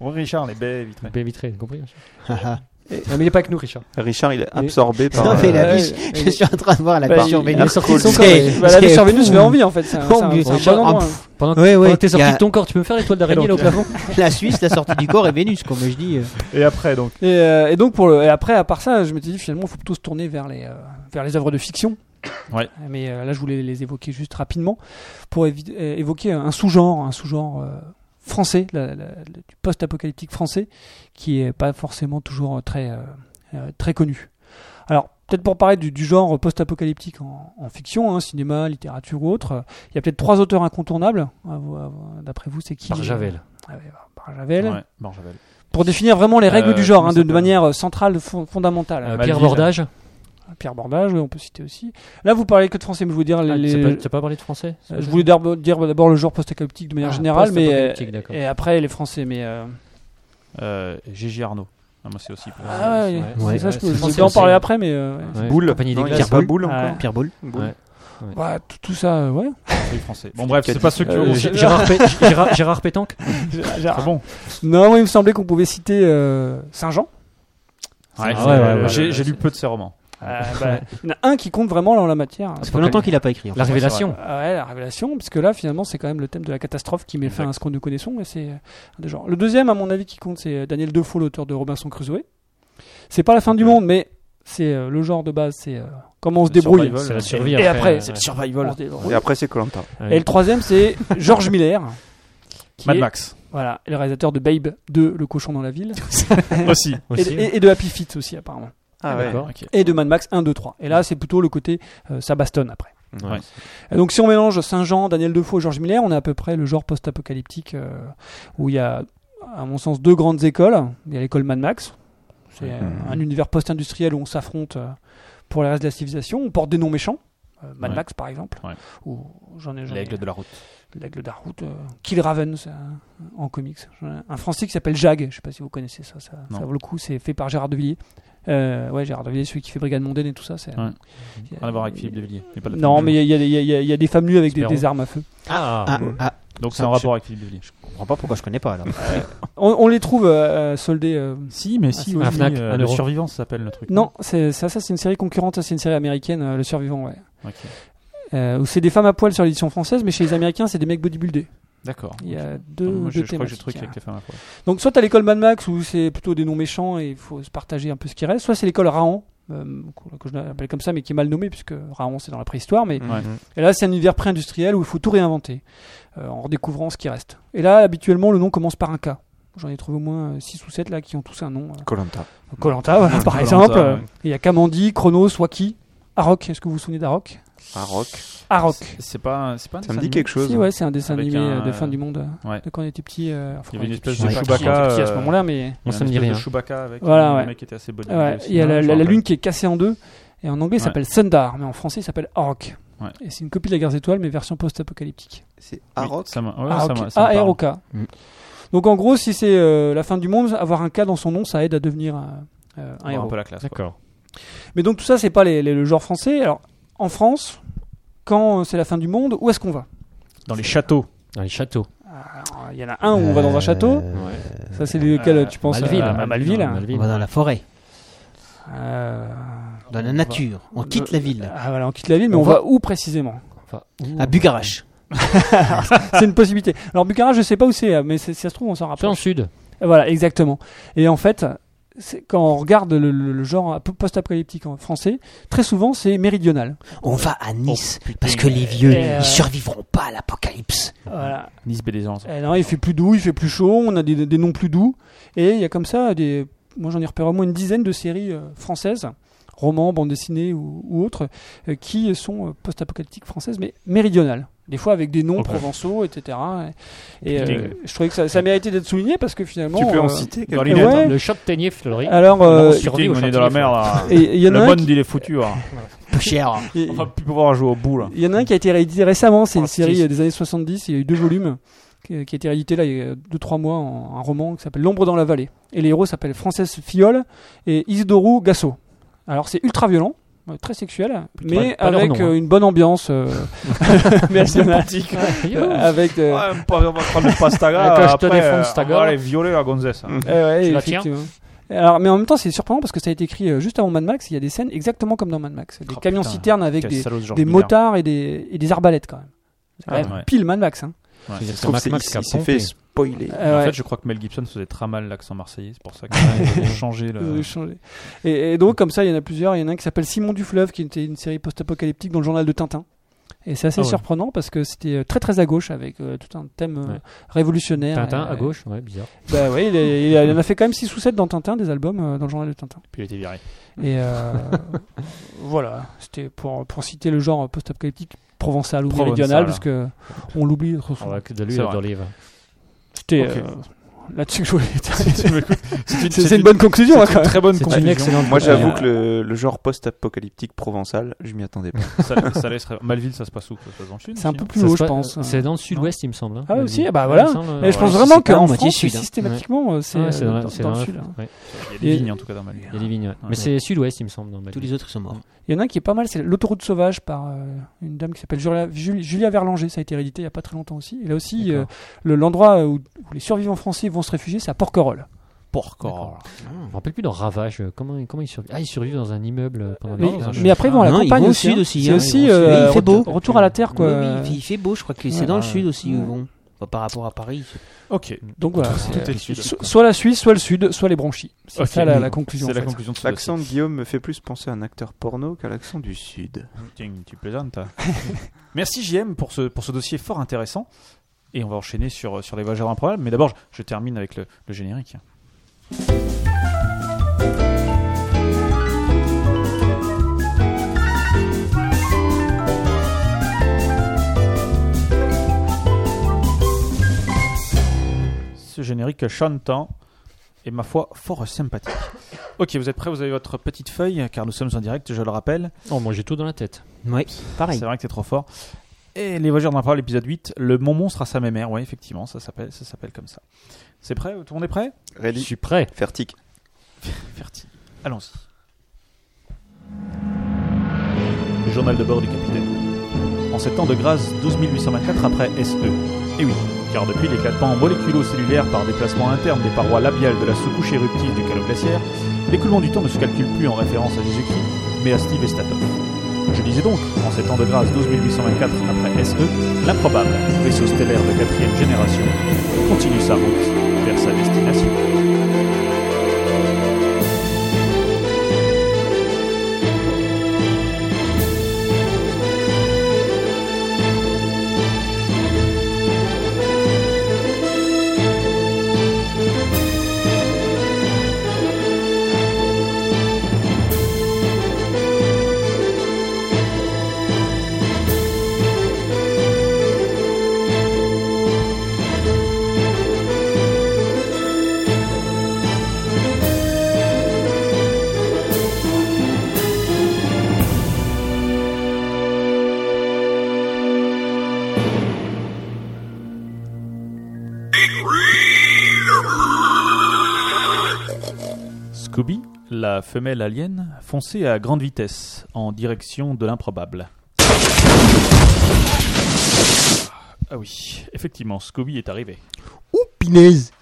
[SPEAKER 10] Oui, Richard, les baies vitrées.
[SPEAKER 5] Les baies vitrées, t'as compris
[SPEAKER 6] <laughs> Ah,
[SPEAKER 5] Non, mais il n'est pas avec nous, Richard.
[SPEAKER 4] Richard, il est
[SPEAKER 5] Mais-
[SPEAKER 4] absorbé
[SPEAKER 6] ah.
[SPEAKER 4] par.
[SPEAKER 6] non, mais
[SPEAKER 4] euh,
[SPEAKER 6] la
[SPEAKER 7] ouais,
[SPEAKER 6] biche,
[SPEAKER 7] ouais.
[SPEAKER 6] je suis en train de voir la
[SPEAKER 7] Bah,
[SPEAKER 6] biche
[SPEAKER 7] il-
[SPEAKER 6] sur
[SPEAKER 7] il est
[SPEAKER 6] Vénus.
[SPEAKER 5] sorti de son
[SPEAKER 6] C'est-
[SPEAKER 5] corps,
[SPEAKER 6] c'est-
[SPEAKER 5] et-
[SPEAKER 7] Bah, la vie
[SPEAKER 6] c'est-
[SPEAKER 7] sur
[SPEAKER 6] <laughs>
[SPEAKER 7] Vénus, je l'ai envie en fait. C'est un,
[SPEAKER 6] Oh,
[SPEAKER 7] c'est un-
[SPEAKER 6] mais-
[SPEAKER 7] c'est un
[SPEAKER 5] Richard,
[SPEAKER 7] bon endroit,
[SPEAKER 5] ah,
[SPEAKER 7] hein.
[SPEAKER 5] Pendant,
[SPEAKER 6] Ouais, ouais,
[SPEAKER 5] pendant que t'es
[SPEAKER 6] il y
[SPEAKER 5] sorti
[SPEAKER 6] a-
[SPEAKER 5] de ton corps, tu peux me faire l'étoile d'araignée là au plafond
[SPEAKER 6] La Suisse, la sortie du corps est Vénus, comme je dis. euh.
[SPEAKER 10] Et après, donc.
[SPEAKER 7] Et, euh, et donc pour le, et après, à part ça, je m'étais dit finalement, il faut plutôt se tourner vers les euh, vers les œuvres de fiction.
[SPEAKER 10] <coughs> Ouais.
[SPEAKER 7] Mais euh, là, je voulais les évoquer juste rapidement pour évi- euh, évoquer un sous-genre, un sous-genre euh, français, la- la- la- du post-apocalyptique français, qui est pas forcément toujours euh, très euh, euh, très connu. Alors. Peut-être pour parler du, du genre post-apocalyptique en, en fiction, hein, cinéma, littérature ou autre, euh, il y a peut-être trois auteurs incontournables. à vous- à vous- D'après vous, c'est qui
[SPEAKER 5] Par Javel.
[SPEAKER 7] Ah ouais, par Javel
[SPEAKER 10] Ouais, bon, j'avais.
[SPEAKER 7] pour définir vraiment les règles
[SPEAKER 10] Euh,
[SPEAKER 7] du genre,
[SPEAKER 10] comment
[SPEAKER 7] hein,
[SPEAKER 10] il
[SPEAKER 7] de, de
[SPEAKER 10] s'appelle
[SPEAKER 7] manière euh, centrale, fon- fondamentale. euh,
[SPEAKER 5] Euh,
[SPEAKER 10] Malville.
[SPEAKER 5] Pierre Bordage.
[SPEAKER 7] Pierre Bordage, oui, on peut citer aussi. Là, vous parlez que de français, mais je voulais dire les.
[SPEAKER 5] Ah,
[SPEAKER 7] les-
[SPEAKER 5] t'as pas- T'as pas parlé de français
[SPEAKER 7] euh, je voulais dire, dire d'abord le genre post-apocalyptique de manière
[SPEAKER 5] Ah,
[SPEAKER 7] générale, mais euh,
[SPEAKER 5] post-apocalyptique, d'accord.
[SPEAKER 7] et après les français, mais. euh,
[SPEAKER 10] Euh, Gigi Arnaud. Ah, moi, c'est aussi. pour-
[SPEAKER 7] Ah ouais,
[SPEAKER 5] ouais,
[SPEAKER 7] c'est
[SPEAKER 5] ouais,
[SPEAKER 7] ça, je
[SPEAKER 5] ouais,
[SPEAKER 7] peux-
[SPEAKER 5] c'est
[SPEAKER 7] je
[SPEAKER 5] français
[SPEAKER 7] vais en
[SPEAKER 5] aussi, hein.
[SPEAKER 7] parler
[SPEAKER 5] ouais.
[SPEAKER 7] après, mais. euh,
[SPEAKER 5] Ouais,
[SPEAKER 4] Boule.
[SPEAKER 5] Compagnie des
[SPEAKER 4] Non, il y a
[SPEAKER 5] Glaces.
[SPEAKER 4] pas boule
[SPEAKER 7] Ah.
[SPEAKER 4] encore.
[SPEAKER 6] Pierre Boulle.
[SPEAKER 4] Boule.
[SPEAKER 5] Ouais.
[SPEAKER 7] Bah, tout, tout ça,
[SPEAKER 5] <laughs>
[SPEAKER 7] euh, ouais.
[SPEAKER 10] Oui, français. Bon, bref, c'est pas ceux qui
[SPEAKER 7] Euh,
[SPEAKER 10] ont.
[SPEAKER 7] j'ai-
[SPEAKER 10] C'est
[SPEAKER 5] Gérard, Pé- Gérard- Gérard Pétanque
[SPEAKER 10] bon.
[SPEAKER 7] Non, moi, il me semblait qu'on pouvait citer euh, Saint-Jean.
[SPEAKER 10] Ouais,
[SPEAKER 5] ouais, ouais, ouais,
[SPEAKER 10] j'ai
[SPEAKER 5] ouais,
[SPEAKER 10] j'ai lu
[SPEAKER 5] c'est-
[SPEAKER 10] peu de ses romans.
[SPEAKER 5] Ah,
[SPEAKER 7] Euh,
[SPEAKER 5] bah.
[SPEAKER 7] bah, Il y en a un qui compte vraiment là, en la matière.
[SPEAKER 6] Ça fait longtemps qu'il n'a pas écrit. en fait.
[SPEAKER 5] La révélation.
[SPEAKER 7] Ah ouais, la révélation, parce que là, finalement, c'est quand même le thème de la catastrophe qui met fin à ce qu'on nous connaissons, et c'est euh, un des genres. Le deuxième, à mon avis, qui compte, c'est euh, Daniel Defoe, l'auteur de Robinson Crusoe. C'est pas la fin du monde, mais c'est euh, le genre de base, c'est euh, comment on se débrouille.
[SPEAKER 10] survival.
[SPEAKER 5] C'est la survie.
[SPEAKER 7] Et après, c'est
[SPEAKER 5] ouais.
[SPEAKER 7] le survival. On se débrouille.
[SPEAKER 4] Et après, c'est Colanta.
[SPEAKER 7] Et le troisième, c'est George Miller. qui
[SPEAKER 10] Mad
[SPEAKER 7] est,
[SPEAKER 10] Max.
[SPEAKER 7] Voilà, le réalisateur de Babe 2, Le cochon dans la ville,
[SPEAKER 10] Aussi.
[SPEAKER 7] et,
[SPEAKER 5] Aussi.
[SPEAKER 7] et- et de Happy Feet aussi, apparemment.
[SPEAKER 4] Ah ouais.
[SPEAKER 5] D'accord.
[SPEAKER 7] Et de Mad Max 1, 2, 3. Et là, c'est plutôt le côté euh, ça bastonne après.
[SPEAKER 5] Ouais.
[SPEAKER 7] Et donc si on mélange Saint-Jean, Daniel Defoe et Georges Miller, on a à peu près le genre post-apocalyptique euh, où il y a, à mon sens, deux grandes écoles. Il y a l'école Mad Max, c'est euh, un univers post-industriel où on s'affronte euh, pour les restes de la civilisation, on porte des noms méchants. euh, Mad
[SPEAKER 10] Ouais.
[SPEAKER 7] Max par exemple,
[SPEAKER 10] Ouais.
[SPEAKER 7] ou j'en ai, j'en ai-
[SPEAKER 5] L'aigle de la route.
[SPEAKER 7] l'aigle de la route, euh, Kill Raven c'est un- en comics, J'en ai un français qui s'appelle Jag, je sais pas si vous connaissez ça, ça,
[SPEAKER 10] Non.
[SPEAKER 7] ça vaut le coup, c'est fait par Gérard Devilliers, Euh, ouais Gérard Devilliers celui qui fait Brigade Mondaine et tout ça, c'est euh,
[SPEAKER 10] Ouais. Rien à voir avec Philippe Devilliers. Il y a pas de-
[SPEAKER 7] non, mais il y, a- il y a- il y a- il y a des femmes nues avec des,
[SPEAKER 5] Espérons.
[SPEAKER 7] des armes à feu.
[SPEAKER 5] Ah,
[SPEAKER 6] Ah, ah, Euh,
[SPEAKER 10] Donc c'est en rapport avec Philippe Devilliers.
[SPEAKER 6] je comprends pas pourquoi je connais pas alors.
[SPEAKER 7] On, on les trouve euh, euh, soldés. euh,
[SPEAKER 10] Si, mais
[SPEAKER 7] si,
[SPEAKER 10] si,
[SPEAKER 7] oui,
[SPEAKER 10] oui,
[SPEAKER 5] un Fnac, un
[SPEAKER 10] le
[SPEAKER 5] euro.
[SPEAKER 10] survivant ça s'appelle le truc.
[SPEAKER 7] Non, c'est ça, ça c'est une série concurrente, ça c'est une série américaine, euh, Le Survivant, ouais.
[SPEAKER 10] Ok.
[SPEAKER 7] Euh, où c'est des femmes à poil sur l'édition française, mais chez les Américains c'est des mecs bodybuildés.
[SPEAKER 10] D'accord.
[SPEAKER 7] Il y a deux,
[SPEAKER 10] Moi, je,
[SPEAKER 7] deux
[SPEAKER 10] je crois que j'ai le truc
[SPEAKER 7] thématiques. hein.
[SPEAKER 10] avec les femmes à poil.
[SPEAKER 7] Donc soit t'as l'école Mad Max où c'est plutôt des noms méchants et il faut se partager un peu ce qui reste, soit c'est l'école Raon. euh, que je l'appelle comme ça, mais qui est mal nommée, puisque Raon c'est dans la préhistoire. Mais
[SPEAKER 10] Ouais.
[SPEAKER 7] et là, c'est un univers pré-industriel où il faut tout réinventer euh, en redécouvrant ce qui reste. Et là, habituellement, le nom commence par un K. J'en ai trouvé au moins 6 ou 7 là qui ont tous un nom. euh,
[SPEAKER 4] Colanta.
[SPEAKER 7] Colanta, voilà, par
[SPEAKER 10] Koh-Lanta,
[SPEAKER 7] exemple.
[SPEAKER 10] ouais.
[SPEAKER 7] Euh, Il y a Kamandi, Chronos, Waki, Arok. Est-ce que vous vous souvenez d'Arok
[SPEAKER 4] Un rock.
[SPEAKER 7] Arok.
[SPEAKER 10] C'est pas, un- c'est pas un
[SPEAKER 4] Ça me
[SPEAKER 10] dessin
[SPEAKER 4] dit
[SPEAKER 10] animé.
[SPEAKER 4] quelque chose. hein.
[SPEAKER 7] Si, ouais, c'est un dessin
[SPEAKER 10] Avec
[SPEAKER 7] animé
[SPEAKER 10] un,
[SPEAKER 7] euh, de fin du monde euh,
[SPEAKER 10] ouais.
[SPEAKER 7] de quand on était petit. euh, enfin,
[SPEAKER 10] Il y avait
[SPEAKER 7] quand
[SPEAKER 10] une
[SPEAKER 7] on était
[SPEAKER 10] espèce
[SPEAKER 7] petit,
[SPEAKER 10] de
[SPEAKER 7] je sais pas qui
[SPEAKER 10] Chewbacca,
[SPEAKER 7] était petit à ce
[SPEAKER 10] euh,
[SPEAKER 7] moment-là, mais
[SPEAKER 10] Il y a
[SPEAKER 5] Moi, ça
[SPEAKER 10] une
[SPEAKER 5] me dit
[SPEAKER 10] espèce de
[SPEAKER 5] rien.
[SPEAKER 10] Chewbacca avec
[SPEAKER 7] Voilà,
[SPEAKER 10] un
[SPEAKER 7] ouais.
[SPEAKER 10] mec qui était assez body.
[SPEAKER 7] Ah Ouais, il y a la, la- la lune qui est cassée en deux. Et en anglais, il
[SPEAKER 10] Ouais.
[SPEAKER 7] s'appelle Sundar, mais en français, il s'appelle Arok.
[SPEAKER 10] Ouais.
[SPEAKER 7] Et c'est une copie de la guerre des étoiles, mais version post-apocalyptique.
[SPEAKER 4] C'est un rock.
[SPEAKER 10] Arok. Ça m'a- ouais, ça
[SPEAKER 7] Arok.
[SPEAKER 10] m'a- ça me parle.
[SPEAKER 7] A-R-O-K.
[SPEAKER 5] Mm.
[SPEAKER 7] Donc en gros, si c'est euh, la fin du monde, avoir un K dans son nom, ça aide à devenir un, euh, un
[SPEAKER 10] On voit
[SPEAKER 7] héros.
[SPEAKER 10] Un peu la classe. quoi.
[SPEAKER 5] D'accord.
[SPEAKER 7] Mais donc tout ça, c'est pas les- les- le genre français. Alors en France, quand euh, c'est la fin du monde, où est-ce qu'on va
[SPEAKER 10] Dans les châteaux.
[SPEAKER 5] Dans les châteaux.
[SPEAKER 7] Alors, Il y en a un où on va dans un château.
[SPEAKER 5] Ouais.
[SPEAKER 7] Ça, c'est lequel
[SPEAKER 10] euh, Ah,
[SPEAKER 7] tu penses
[SPEAKER 5] Malville. hein.
[SPEAKER 7] à, à Malville.
[SPEAKER 5] Non,
[SPEAKER 6] On va dans la forêt,
[SPEAKER 7] Euh,
[SPEAKER 6] dans la nature. On quitte la ville.
[SPEAKER 7] ah, voilà, on quitte la ville, mais on,
[SPEAKER 6] On
[SPEAKER 7] va,
[SPEAKER 6] va-
[SPEAKER 7] où précisément
[SPEAKER 5] Enfin, où-
[SPEAKER 6] À Bucarach.
[SPEAKER 7] C'est une possibilité. Alors Bucarest, je sais pas où c'est, euh, mais c'est- si ça se trouve, on
[SPEAKER 5] Soit
[SPEAKER 7] s'en
[SPEAKER 5] en
[SPEAKER 7] rapproche.
[SPEAKER 5] sud.
[SPEAKER 7] Voilà, exactement. Et en fait, c'est- quand on regarde le, le- le genre post-apocalyptique en français, très souvent, c'est méridional.
[SPEAKER 6] On va à Nice parce que les vieux,
[SPEAKER 7] Euh,
[SPEAKER 6] ils survivront pas à l'apocalypse.
[SPEAKER 7] Voilà.
[SPEAKER 10] Nice Bédézance.
[SPEAKER 7] Eh non, il fait plus doux, il fait plus chaud, on a des, des noms plus doux. Et il y a comme ça des. Moi, j'en ai repéré au moins une dizaine de séries euh, françaises, romans, bandes dessinées ou, ou autres, euh, qui sont euh, post-apocalyptiques françaises, mais méridionales. Des fois avec des noms
[SPEAKER 10] Ok.
[SPEAKER 7] provençaux, etc. Et euh,
[SPEAKER 10] Compliqué.
[SPEAKER 7] je trouvais que ça, ça méritait d'être souligné parce que finalement.
[SPEAKER 4] Tu peux en
[SPEAKER 7] euh,
[SPEAKER 10] Dans
[SPEAKER 4] citer quelques
[SPEAKER 10] l'île,
[SPEAKER 7] Ouais.
[SPEAKER 10] attends.
[SPEAKER 5] Le shot Ténier Fleury. <laughs>
[SPEAKER 7] Alors,
[SPEAKER 5] on
[SPEAKER 7] euh,
[SPEAKER 5] survit
[SPEAKER 10] Putain,
[SPEAKER 5] au
[SPEAKER 10] on est
[SPEAKER 5] shot
[SPEAKER 10] dans la
[SPEAKER 5] Ténier
[SPEAKER 10] mer là.
[SPEAKER 7] et il y en a
[SPEAKER 10] Le
[SPEAKER 7] un
[SPEAKER 10] bon
[SPEAKER 7] qui-
[SPEAKER 10] il est foutu. <laughs> là.
[SPEAKER 6] Peu cher.
[SPEAKER 7] et-
[SPEAKER 10] On va plus pouvoir jouer au bout là.
[SPEAKER 7] Il y en a un qui a été réédité récemment, c'est une
[SPEAKER 10] Oh,
[SPEAKER 7] série
[SPEAKER 10] triste.
[SPEAKER 7] euh, des années 70, il y a eu deux volumes qui qui a été réédité là il y a 2-3 mois, en, un roman qui s'appelle L'ombre dans la vallée. Et les héros s'appellent Frances Fiol et Isidoru Gasso. Alors c'est ultra violent, euh, très sexuel, mais
[SPEAKER 5] pas leur
[SPEAKER 7] avec
[SPEAKER 5] nom,
[SPEAKER 7] euh,
[SPEAKER 5] hein.
[SPEAKER 7] une bonne ambiance.
[SPEAKER 5] <laughs>
[SPEAKER 7] euh, <laughs> méridionale.
[SPEAKER 5] Ah, yo.
[SPEAKER 7] Euh, avec euh,
[SPEAKER 10] Ouais, on va prendre le pastaga.
[SPEAKER 5] Quand je te
[SPEAKER 10] après, euh,
[SPEAKER 5] défonce ta
[SPEAKER 10] on va
[SPEAKER 5] gueule.
[SPEAKER 10] aller violer la gonzesse. hein.
[SPEAKER 7] euh, ouais,
[SPEAKER 5] Tu la tiens
[SPEAKER 7] effectivement. Alors, mais en même temps, c'est surprenant parce que ça a été écrit euh, juste avant Mad Max. Il y a des scènes exactement comme dans Mad Max. Des
[SPEAKER 10] Oh,
[SPEAKER 7] camions
[SPEAKER 10] putain,
[SPEAKER 7] citernes avec
[SPEAKER 10] Quel
[SPEAKER 7] des,
[SPEAKER 10] salaud, ce George
[SPEAKER 7] des
[SPEAKER 10] Miller.
[SPEAKER 7] motards et des, et des arbalètes quand même. C'est quand
[SPEAKER 10] Ah,
[SPEAKER 7] même
[SPEAKER 10] ouais.
[SPEAKER 7] Pile Mad Max. Hein.
[SPEAKER 5] Je
[SPEAKER 4] Je trouve que c'est- il s'est- il s'est fait spoiler.
[SPEAKER 7] Euh,
[SPEAKER 10] En
[SPEAKER 7] ouais.
[SPEAKER 10] fait, je crois que Mel Gibson faisait très mal l'accent marseillais, c'est pour ça qu'il a <laughs> changé
[SPEAKER 7] Ils
[SPEAKER 10] le.
[SPEAKER 7] <laughs> ont changé. Euh, Et, et donc, comme ça, il y en a plusieurs. Il y en a un qui s'appelle Simon du Fleuve, qui était une série post-apocalyptique dans le journal de Tintin. Et c'est assez
[SPEAKER 5] Ah ouais.
[SPEAKER 7] surprenant parce que c'était euh, très très à gauche avec euh, tout un thème euh,
[SPEAKER 5] Ouais.
[SPEAKER 7] révolutionnaire.
[SPEAKER 5] Tintin
[SPEAKER 7] Et,
[SPEAKER 5] à gauche, ouais, bizarre.
[SPEAKER 7] Bah oui, il, est- il en a fait quand même 6 ou 7 dans Tintin, des albums euh, dans le journal de Tintin.
[SPEAKER 10] Puis il a été viré.
[SPEAKER 7] Et euh,
[SPEAKER 5] <laughs>
[SPEAKER 7] voilà, c'était pour, pour citer le genre post-apocalyptique provençal ou
[SPEAKER 10] Provençal.
[SPEAKER 7] méridional parce que on l'oublie trop
[SPEAKER 5] On
[SPEAKER 7] souvent.
[SPEAKER 5] va que de
[SPEAKER 10] C'est
[SPEAKER 5] lui euh,
[SPEAKER 10] vrai.
[SPEAKER 5] dans le livre.
[SPEAKER 7] C'était
[SPEAKER 10] Ok.
[SPEAKER 7] euh, Là-dessus que je voulais terminer.
[SPEAKER 3] C'est une,
[SPEAKER 7] C'est
[SPEAKER 3] c'est
[SPEAKER 7] c'est une bonne conclusion, hein, quand même.
[SPEAKER 3] très bonne
[SPEAKER 5] C'est une
[SPEAKER 3] conclusion.
[SPEAKER 5] excellente
[SPEAKER 4] Moi, j'avoue
[SPEAKER 5] conclusion.
[SPEAKER 4] que le, le genre post-apocalyptique provençal, je m'y attendais pas.
[SPEAKER 3] ça, ça laisserait... Malville, ça se passe où Ça se passe en Chine
[SPEAKER 7] C'est un
[SPEAKER 3] aussi,
[SPEAKER 7] peu
[SPEAKER 3] hein
[SPEAKER 7] plus
[SPEAKER 5] Ça se
[SPEAKER 7] haut, je
[SPEAKER 5] passe-
[SPEAKER 7] pense.
[SPEAKER 5] C'est
[SPEAKER 6] Euh,
[SPEAKER 5] dans le sud-ouest, il me semble. hein,
[SPEAKER 7] Ah,
[SPEAKER 5] la
[SPEAKER 7] aussi,
[SPEAKER 5] ville.
[SPEAKER 7] bah, voilà.
[SPEAKER 5] Il me semble,
[SPEAKER 7] Mais je
[SPEAKER 5] ouais.
[SPEAKER 7] pense
[SPEAKER 5] Ouais,
[SPEAKER 7] vraiment
[SPEAKER 5] c'est pas
[SPEAKER 7] qu'en
[SPEAKER 5] à moitié
[SPEAKER 7] France,
[SPEAKER 5] sud, hein.
[SPEAKER 7] systématiquement, euh, c'est
[SPEAKER 5] Ouais. Ouais,
[SPEAKER 7] euh,
[SPEAKER 5] c'est dans,
[SPEAKER 7] dans,
[SPEAKER 5] c'est
[SPEAKER 7] dans
[SPEAKER 5] dans
[SPEAKER 7] le
[SPEAKER 5] la-
[SPEAKER 7] sud. hein.
[SPEAKER 5] ouais,
[SPEAKER 3] Il y a
[SPEAKER 7] Et-
[SPEAKER 3] des vignes en tout cas dans Malville.
[SPEAKER 5] Il y a des vignes. Ah. ouais.
[SPEAKER 3] Ouais.
[SPEAKER 5] Mais c'est sud-ouest, il me semble. Dans Bali.
[SPEAKER 6] Tous les autres, ils sont morts.
[SPEAKER 7] Il y en a un qui est pas mal, c'est l'autoroute sauvage par euh, une dame qui s'appelle Julia, Jul- Julia Verlanger. Ça a été réédité il y a pas très longtemps aussi. Et là aussi, euh,
[SPEAKER 5] D'accord.
[SPEAKER 7] le- l'endroit où, où les survivants français vont se réfugier, c'est à Porquerolles.
[SPEAKER 3] Porcor.
[SPEAKER 5] Je me rappelle plus leur ravage. euh, Comment, comment ils survivent Ah, ils survivent dans un immeuble euh, pendant
[SPEAKER 7] Mais,
[SPEAKER 5] longtemps.
[SPEAKER 3] je-
[SPEAKER 7] mais après, ils vont à la
[SPEAKER 6] Ah Non, ils
[SPEAKER 7] campagne
[SPEAKER 6] vont au
[SPEAKER 7] aussi.
[SPEAKER 6] sud
[SPEAKER 7] hein.
[SPEAKER 6] aussi,
[SPEAKER 7] C'est
[SPEAKER 6] hein,
[SPEAKER 7] aussi
[SPEAKER 6] ils vont au sud.
[SPEAKER 7] euh,
[SPEAKER 6] Mais il fait beau.
[SPEAKER 7] retour- retour à la terre, quoi.
[SPEAKER 6] Oui, oui, il fait- il fait beau, je crois que c'est
[SPEAKER 7] Ouais.
[SPEAKER 6] dans le sud aussi où
[SPEAKER 7] Ouais.
[SPEAKER 6] ils vont. Enfin, par rapport à Paris.
[SPEAKER 3] Ok.
[SPEAKER 7] Donc voilà.
[SPEAKER 3] Tout est le sud.
[SPEAKER 7] So- soit la Suisse, soit le sud, soit les branchies. C'est
[SPEAKER 3] Ok.
[SPEAKER 7] ça la, la conclusion.
[SPEAKER 3] C'est
[SPEAKER 7] en
[SPEAKER 3] la
[SPEAKER 7] fait.
[SPEAKER 3] conclusion de ce
[SPEAKER 4] <laughs> L'accent de Guillaume me fait plus penser à un acteur porno qu'à l'accent du Sud.
[SPEAKER 3] Tiens, tu plaisantes. toi. <laughs> Merci JM pour ce, pour ce dossier fort intéressant. Et on va enchaîner sur, sur les voyageurs improbables. Mais d'abord, je, je termine avec le, le générique. Ce générique chantant est, ma foi, fort sympathique. Ok, vous êtes prêts Vous avez votre petite feuille, car nous sommes en direct, je le rappelle.
[SPEAKER 5] Oh, moi, j'ai tout dans la tête.
[SPEAKER 6] Ouais, pareil.
[SPEAKER 3] C'est vrai que t'es trop fort. Et Les Voyageurs d'Impérial, l'épisode 8, Le Mon Monstre à sa mémère. Ouais, effectivement, ça s'appelle, ça s'appelle comme ça. C'est prêt Tout le monde est prêt
[SPEAKER 5] Je
[SPEAKER 4] Réli,
[SPEAKER 5] suis prêt.
[SPEAKER 4] Fertic.
[SPEAKER 3] Fertig. Allons-y. Journal de bord du capitaine. En sept ans de grâce, 12 824 après SE. Et oui, car depuis l'éclatement moléculo-cellulaire par déplacement interne des parois labiales de la sous-couche éruptive du calot glaciaire, l'écoulement du temps ne se calcule plus en référence à Jésus-Christ, mais à Steve Estatov. Je disais donc, en sept ans de grâce, 12 824 après SE, l'improbable vaisseau stellaire de quatrième génération continue sa route vers sa destination. Scooby, la femelle alien, fonçait à grande vitesse en direction de l'improbable. Ah oui, effectivement, Scooby est arrivé.
[SPEAKER 6] Ouh, pinaise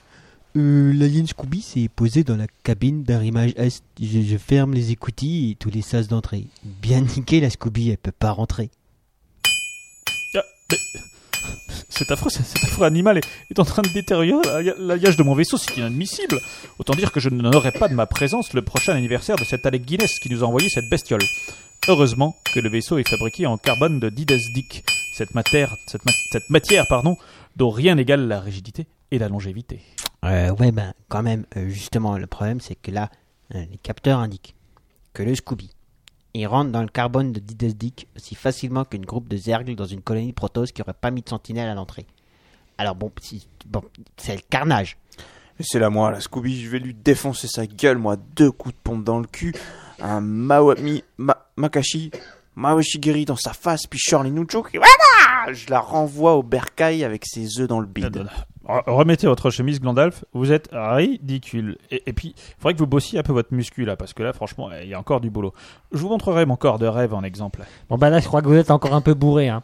[SPEAKER 6] Oh, euh, L'alien Scooby s'est posé dans la cabine d'arrimage est. Je, je ferme les écoutilles et tous les sas d'entrée. Bien niqué, la Scooby, elle peut pas rentrer.
[SPEAKER 3] Cet Ah, affreux, cet affreux animal est, est en train de détériorer l'alliage de mon vaisseau, c'est inadmissible. Autant dire que je n'honorerai pas de ma présence le prochain anniversaire de cet Alec Guinness qui nous a envoyé cette bestiole. Heureusement que le vaisseau est fabriqué en carbone de didasdique, cette matière, cette, ma- cette matière pardon, dont rien n'égale la rigidité et la longévité.
[SPEAKER 6] Euh, ouais, ben, quand même, euh, justement, le problème, c'est que là, euh, les capteurs indiquent que le Scooby, il rentre dans le carbone de Didesdick aussi facilement qu'une groupe de zergles dans une colonie de Protoss qui aurait pas mis de sentinelle à l'entrée. Alors bon, si- bon c'est le carnage.
[SPEAKER 4] C'est la moi, la Scooby, je vais lui défoncer sa gueule, moi, deux coups de pompe dans le cul, un Mawami, Ma- Makashi, Mawashigiri dans sa face, puis Shirley Nucho qui... Voilà Je la renvoie au bercail avec ses œufs dans le bide.
[SPEAKER 3] Re- Remettez votre chemise, Glandalf. Vous êtes ridicule. Et, et puis, il faudrait que vous bossiez un peu votre muscu là, parce que là, franchement, il y a encore du boulot. Je vous montrerai mon corps de rêve en exemple.
[SPEAKER 5] Bon, bah là, je crois que vous êtes encore un peu bourré. Hein.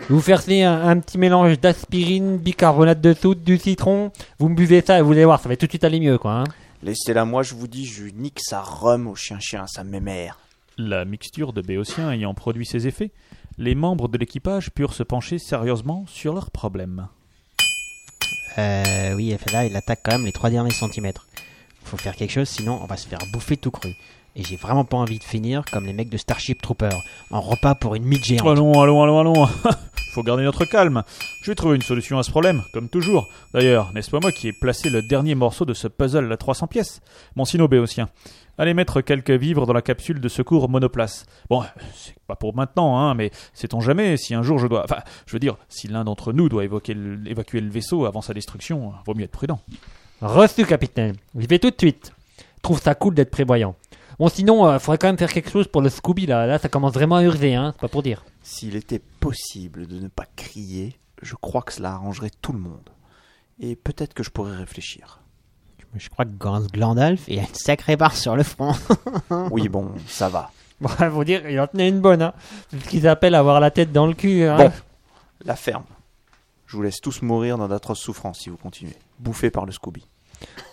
[SPEAKER 5] Je vais Vous faire un, un petit mélange d'aspirine, bicarbonate de soude, du citron. Vous me buvez ça et vous allez voir, ça va tout de suite aller mieux, quoi. hein.
[SPEAKER 4] Laissez-la moi, je vous dis, je lui nique sa rhum au chien-chien, à sa mémère.
[SPEAKER 3] La mixture de Béotien ayant produit ses effets, les membres de l'équipage purent se pencher sérieusement sur leurs problèmes.
[SPEAKER 6] Euh, oui, et là, il attaque quand même les trois derniers centimètres. Faut faire quelque chose, sinon on va se faire bouffer tout cru. Et j'ai vraiment pas envie de finir comme les mecs de Starship Trooper, en repas pour une mythe géante.
[SPEAKER 3] Allons, allons, allons, allons. <laughs> Faut garder notre calme. Je vais trouver une solution à ce problème, comme toujours. D'ailleurs, n'est-ce pas moi qui ai placé le dernier morceau de ce puzzle à 300 pièces Mon sino béotien. Allez mettre quelques vivres dans la capsule de secours monoplace. Bon, euh, c'est pas pour maintenant, hein, mais sait-on jamais si un jour je dois. Enfin, je veux dire, si l'un d'entre nous doit évoquer le- évacuer le vaisseau avant sa destruction, euh, vaut mieux être prudent.
[SPEAKER 5] Reçu, capitaine. J'y vais tout de suite. Trouve ça cool d'être prévoyant. Bon, sinon, euh, faudrait quand même faire quelque chose pour le Scooby, là. Là, ça commence vraiment à hurler, hein. C'est pas pour dire. <laughs>
[SPEAKER 4] S'il était possible de ne pas crier, je crois que cela arrangerait tout le monde. Et peut-être que je pourrais réfléchir.
[SPEAKER 6] Je crois que Gans Glandalf, il a une sacrée barre sur le front.
[SPEAKER 4] Oui, bon, ça va.
[SPEAKER 5] Bon, faut dire, il en tenait une bonne, hein. C'est ce qu'ils appellent avoir la tête dans le cul, hein.
[SPEAKER 4] Bon, la ferme. Je vous laisse tous mourir dans d'atroces souffrances si vous continuez. Bouffés par le Scooby.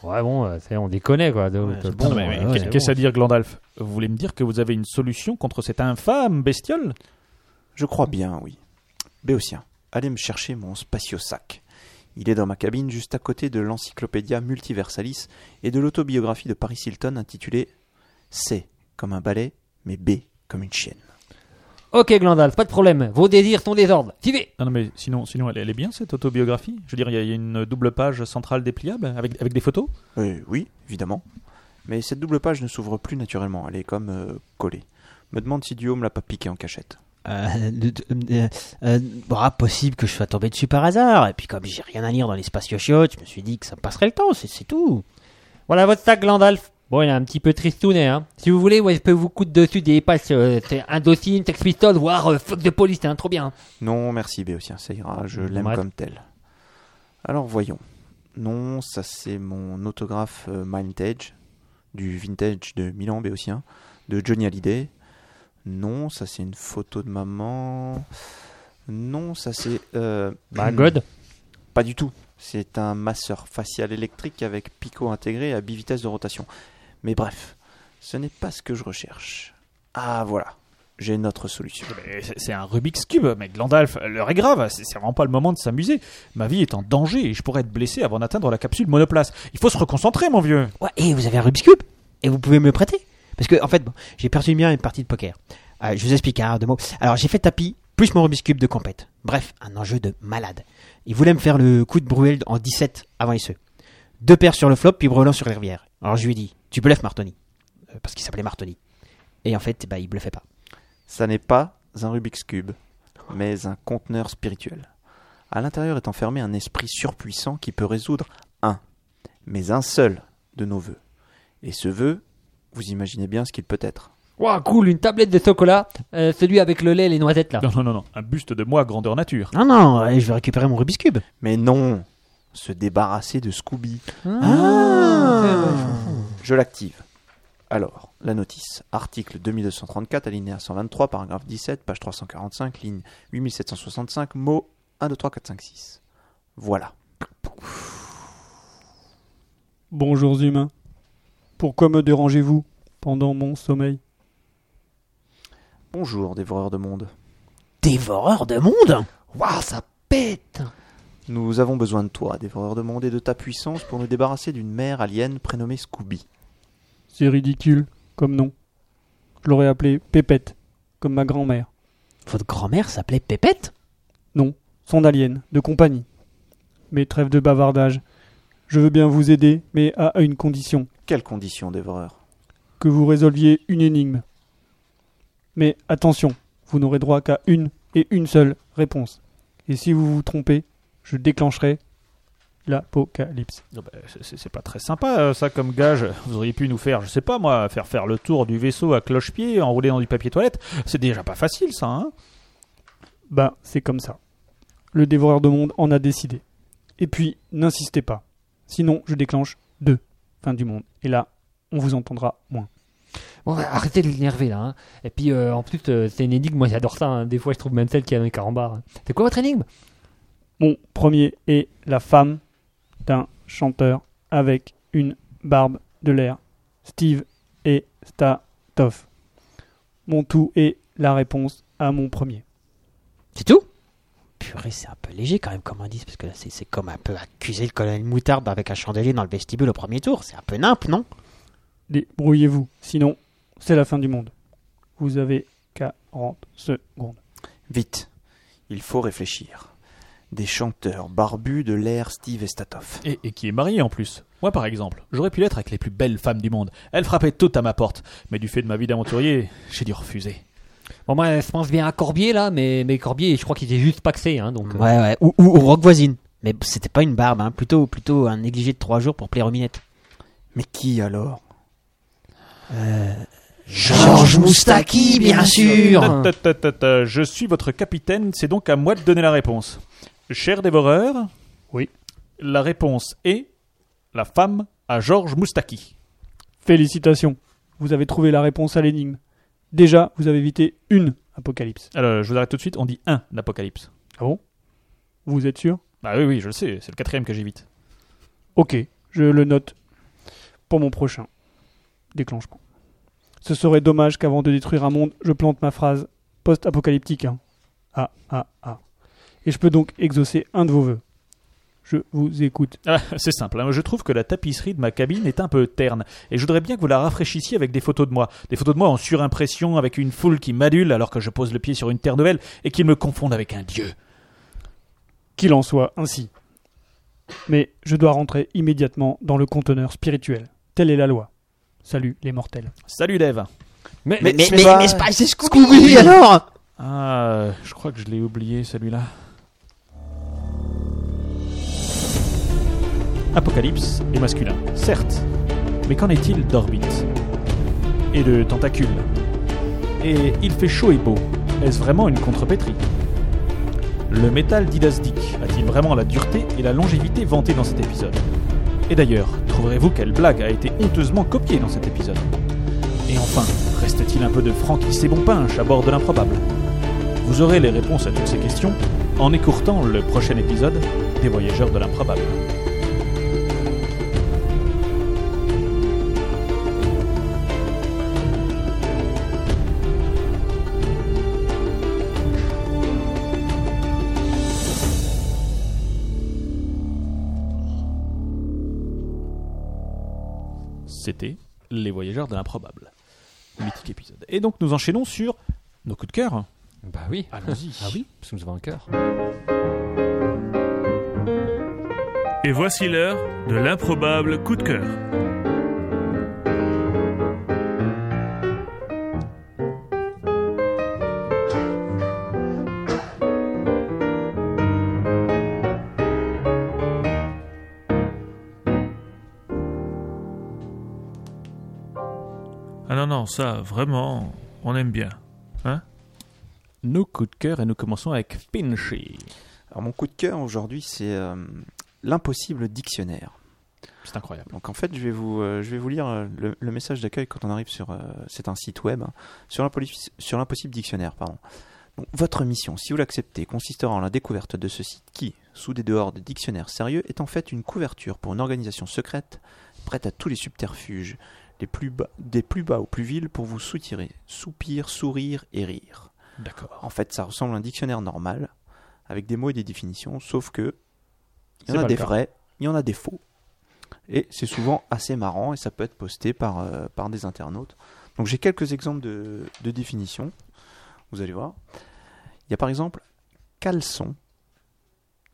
[SPEAKER 5] Ouais, bon, euh, c'est- on déconne, quoi. Donc, euh, bon,
[SPEAKER 3] mais,
[SPEAKER 5] ouais,
[SPEAKER 3] qu'est-
[SPEAKER 5] ouais,
[SPEAKER 3] qu'est-ce
[SPEAKER 5] bon.
[SPEAKER 3] à dire, Glandalf Vous voulez me dire que vous avez une solution contre cette infâme bestiole
[SPEAKER 4] Je crois bien, oui. Béotien, allez me chercher mon spatiosac. Il est dans ma cabine juste à côté de l'encyclopédia Multiversalis et de l'autobiographie de Paris Hilton intitulée C comme un balai, mais B comme une chienne.
[SPEAKER 5] Ok, Glandalf, pas de problème. Vos désirs sont des ordres. J'y vais.
[SPEAKER 3] Non, non, mais sinon, sinon elle, elle est bien cette autobiographie Je veux dire, il y a- il y, a une double page centrale dépliable avec, avec des photos
[SPEAKER 4] Euh, oui, évidemment. Mais cette double page ne s'ouvre plus naturellement, elle est comme euh, collée. Me demande si Duo me l'a pas piqué en cachette.
[SPEAKER 6] Euh, de- de- euh, euh, bah, possible que je sois tombé dessus par hasard. Et puis, comme j'ai rien à lire dans l'espace yoshiote, je me suis dit que ça me passerait le temps, c'est c'est tout.
[SPEAKER 5] Voilà votre sac, Glandalf. Bon, il est un petit peu tristounet, hein. Si vous voulez, ouais, je peux vous coudre dessus des passes, euh, c'est un dossier, une sex pistol, voire euh, fuck de police, hein, trop bien.
[SPEAKER 4] Non, merci Béotien, ça
[SPEAKER 5] Ah,
[SPEAKER 4] ira, je l'aime
[SPEAKER 5] Ouais.
[SPEAKER 4] comme tel. Alors voyons. Non, ça c'est mon autographe euh, Vintage, du Vintage de Milan Béotien, de Johnny Hallyday. Non, ça c'est une photo de maman. Non, ça c'est... euh, Hmm.
[SPEAKER 5] Bah, God.
[SPEAKER 4] Pas du tout. C'est un masseur facial électrique avec picot intégré à vitesses de rotation. Mais bref, ce n'est pas ce que je recherche. Ah voilà, j'ai notre solution.
[SPEAKER 3] Mais c'est- C'est un Rubik's Cube, mais Glandalf, l'heure est grave, c'est c'est vraiment pas le moment de s'amuser. Ma vie est en danger et je pourrais être blessé avant d'atteindre la capsule monoplace. Il faut se reconcentrer, mon vieux
[SPEAKER 6] Ouais, et vous avez un Rubik's Cube Et vous pouvez me le prêter Parce que, en fait, bon, j'ai perdu le mien à une partie de poker. Euh, je vous explique, hein, deux mots. Alors, j'ai fait tapis, plus mon Rubik's Cube de compète. Bref, un enjeu de malade. Il voulait me faire le coup de Bruel en 17 avant les ceux. Deux paires sur le flop, puis Brelan sur les rivières. Alors, je lui ai dit, tu bluffes Martoni. Euh, Parce qu'il s'appelait Martoni. Et en fait, bah, il bluffait pas.
[SPEAKER 4] Ça n'est pas un Rubik's Cube, mais un conteneur spirituel. À l'intérieur est enfermé un esprit surpuissant qui peut résoudre un, mais un seul de nos vœux. Et ce vœu, vous imaginez bien ce qu'il peut être.
[SPEAKER 5] Ouah, cool, une tablette de chocolat, euh, celui avec le lait et les noisettes, là.
[SPEAKER 3] Non, non, non, non, un buste de moi grandeur nature.
[SPEAKER 6] Non, non, allez, je vais récupérer mon Rubik's Cube.
[SPEAKER 4] Mais non Se débarrasser de Scooby. Ah Je l'active. Alors, la notice. Article 2234, alinéa 123, paragraphe 17, page 345, ligne 8765, mot 1, 2, 3, 4, 5, 6. Voilà.
[SPEAKER 7] Bonjour humains. Pourquoi me dérangez-vous pendant mon sommeil
[SPEAKER 4] Bonjour, dévoreur de monde.
[SPEAKER 6] Dévoreur de monde
[SPEAKER 5] Waouh, ça pète
[SPEAKER 4] Nous avons besoin de toi, dévoreur de monde, et de ta puissance pour nous débarrasser d'une mère alien prénommée Scooby.
[SPEAKER 7] C'est ridicule comme nom. Je l'aurais appelé Pépette, comme ma grand-mère.
[SPEAKER 6] Votre grand-mère s'appelait Pépette
[SPEAKER 7] Son alien, de compagnie. Mais trêve de bavardage. Je veux bien vous aider, mais à une condition.
[SPEAKER 4] Quelle condition, dévoreur
[SPEAKER 7] que vous résolviez une énigme. Mais attention, vous n'aurez droit qu'à une et une seule réponse. Et si vous vous trompez, je déclencherai l'apocalypse.
[SPEAKER 3] Non, bah, c'est- c'est c'est pas très sympa euh, ça comme gage. Vous auriez pu nous faire, je sais pas moi, faire faire le tour du vaisseau à cloche-pied, enroulé dans du papier toilette. C'est déjà pas facile ça, hein
[SPEAKER 7] Ben, c'est comme ça. Le dévoreur de monde en a décidé. Et puis, n'insistez pas. Sinon, je déclenche deux. Fin du monde. Et là, on vous entendra moins.
[SPEAKER 5] Bon, bah, arrêtez de l'énerver là. hein. Et puis euh, en plus, euh, c'est une énigme, moi j'adore ça. hein. Des fois, je trouve même celle qui a dans les carambars. hein. C'est quoi votre énigme
[SPEAKER 7] Mon premier est la femme d'un chanteur avec une barbe de l'air. Steve et Statoff. Mon tout est la réponse à mon premier.
[SPEAKER 6] C'est tout Purée, c'est un peu léger quand même comme indice, parce que là, c'est c'est comme un peu accuser le colonel Moutarde avec un chandelier dans le vestibule au premier tour. C'est un peu nimp, non
[SPEAKER 7] Débrouillez-vous, sinon c'est la fin du monde. Vous avez 40 secondes.
[SPEAKER 4] Vite, il faut réfléchir. Des chanteurs barbus de l'ère Steve Estatoff.
[SPEAKER 3] et, et qui est marié en plus. Moi par exemple, j'aurais pu l'être avec les plus belles femmes du monde. Elles frappaient toutes à ma porte, mais du fait de ma vie d'aventurier, <laughs> j'ai dû refuser.
[SPEAKER 5] Bon, moi je pense bien à Corbier là, mais, mais Corbier, je crois qu'il était juste paxé. Hein, donc, euh,
[SPEAKER 6] ouais. Ou, ou, ou rock voisine. Mais c'était pas une barbe, hein, plutôt, plutôt un négligé de 3 jours pour plaire aux minettes.
[SPEAKER 4] Mais qui alors
[SPEAKER 6] Euh, Georges Moustaki, bien sûr
[SPEAKER 3] Ta, ta, ta, ta, ta. Je suis votre capitaine, c'est donc à moi de donner la réponse. Cher dévoreur
[SPEAKER 7] Oui.
[SPEAKER 3] La réponse est la femme à Georges Moustaki.
[SPEAKER 7] Félicitations, vous avez trouvé la réponse à l'énigme. Déjà, vous avez évité une apocalypse.
[SPEAKER 3] Alors, je vous arrête tout de suite, on dit un l'apocalypse.
[SPEAKER 7] Vous êtes sûr
[SPEAKER 3] Bah oui, oui, je le sais, c'est le quatrième que j'évite.
[SPEAKER 7] Ok, je le note pour mon prochain déclenchement. Ce serait dommage qu'avant de détruire un monde, je plante ma phrase post-apocalyptique. hein. Ah, ah, ah. Et je peux donc exaucer un de vos vœux. Je vous écoute.
[SPEAKER 3] Ah, c'est simple, hein. je trouve que la tapisserie de ma cabine est un peu terne, et je voudrais bien que vous la rafraîchissiez avec des photos de moi. Des photos de moi en surimpression, avec une foule qui m'adule alors que je pose le pied sur une terre nouvelle, et qui me confondent avec un dieu.
[SPEAKER 7] Qu'il en soit ainsi. Mais je dois rentrer immédiatement dans le conteneur spirituel. Telle est la loi. Salut les mortels.
[SPEAKER 3] Salut Dave
[SPEAKER 5] Mais,
[SPEAKER 6] Mais, mais, mais,
[SPEAKER 4] pas-
[SPEAKER 6] mais c'est pas- c'est Scooby, alors
[SPEAKER 3] Ah, euh, je crois que je l'ai oublié celui-là. Apocalypse est masculin, certes, mais qu'en est-il d'orbite Et de tentacule Et il fait chaud et beau, est-ce vraiment une contrepétrie Le métal didasdique a-t-il vraiment la dureté et la longévité vantées dans cet épisode Et d'ailleurs, trouverez-vous quelle blague a été honteusement copiée dans cet épisode Et enfin, reste-t-il un peu de franquise et bon punch à bord de l'improbable vous aurez les réponses à toutes ces questions en écourtant le prochain épisode des Voyageurs de l'improbable. C'était Les Voyageurs de l'improbable. Mythique épisode. Et donc nous enchaînons sur nos coups de cœur.
[SPEAKER 5] Bah oui.
[SPEAKER 3] Allons-y.
[SPEAKER 5] Ah oui, parce que nous avons un cœur.
[SPEAKER 9] Et voici l'heure de l'improbable coup de cœur. Ah non, non, ça, vraiment, on aime bien.
[SPEAKER 3] Nos coups de cœur et nous commençons avec Pinchy.
[SPEAKER 4] Alors mon coup de cœur aujourd'hui, c'est euh, l'impossible dictionnaire.
[SPEAKER 3] C'est incroyable.
[SPEAKER 4] Donc en fait, je vais vous, euh, je vais vous lire euh, le, le message d'accueil quand on arrive sur, euh, c'est un site web, hein, sur l'impoli- sur l'impossible dictionnaire, pardon. Donc, votre mission, si vous l'acceptez, consistera en la découverte de ce site qui, sous des dehors de dictionnaires sérieux, est en fait une couverture pour une organisation secrète prête à tous les subterfuges, les plus bas, des plus bas aux plus vils, pour vous soutirer, soupir, sourire et rire.
[SPEAKER 3] D'accord.
[SPEAKER 4] En fait, ça ressemble à un dictionnaire normal, avec des mots et des définitions, sauf que il
[SPEAKER 3] C'est
[SPEAKER 4] y en
[SPEAKER 3] pas
[SPEAKER 4] a
[SPEAKER 3] le
[SPEAKER 4] des
[SPEAKER 3] cas.
[SPEAKER 4] vrais, il y en a des faux. Et c'est souvent assez marrant et ça peut être posté par, euh, par des internautes. Donc j'ai quelques exemples de, de définitions, vous allez voir. Il y a par exemple caleçon,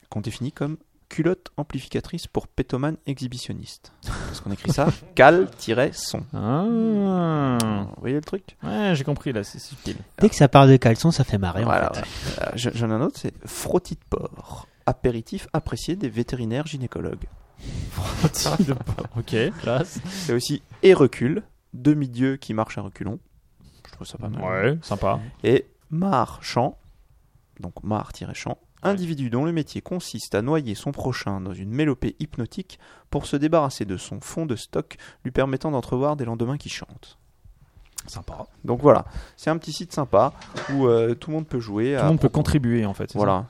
[SPEAKER 4] qu'on définit comme culotte amplificatrice pour pétomane exhibitionniste. Parce qu'on
[SPEAKER 3] <laughs>
[SPEAKER 4] écrit ça cal-son.
[SPEAKER 3] Ah,
[SPEAKER 4] Vous voyez le truc
[SPEAKER 3] ouais, j'ai compris là, c'est subtil.
[SPEAKER 6] Dès que ça parle de caleçon, ça fait marrer.
[SPEAKER 4] Voilà,
[SPEAKER 6] en fait.
[SPEAKER 4] ouais. Euh, je- J'en ai un autre, c'est frottis de porc, apéritif apprécié des vétérinaires gynécologues.
[SPEAKER 3] <laughs> ok, classe.
[SPEAKER 4] Il y a aussi et recul, demi-dieu qui marche à reculons. Je trouve ça pas mal.
[SPEAKER 3] Ouais, sympa.
[SPEAKER 4] Et marchand, donc mar-champ, individu dont le métier consiste à noyer son prochain dans une mélopée hypnotique pour se débarrasser de son fond de stock lui permettant d'entrevoir des lendemains qui chantent.
[SPEAKER 3] Sympa.
[SPEAKER 4] Donc voilà, c'est un petit site sympa où euh, tout le monde peut jouer.
[SPEAKER 3] Tout
[SPEAKER 4] à-
[SPEAKER 3] le monde peut contribuer en fait. c'est
[SPEAKER 4] Voilà.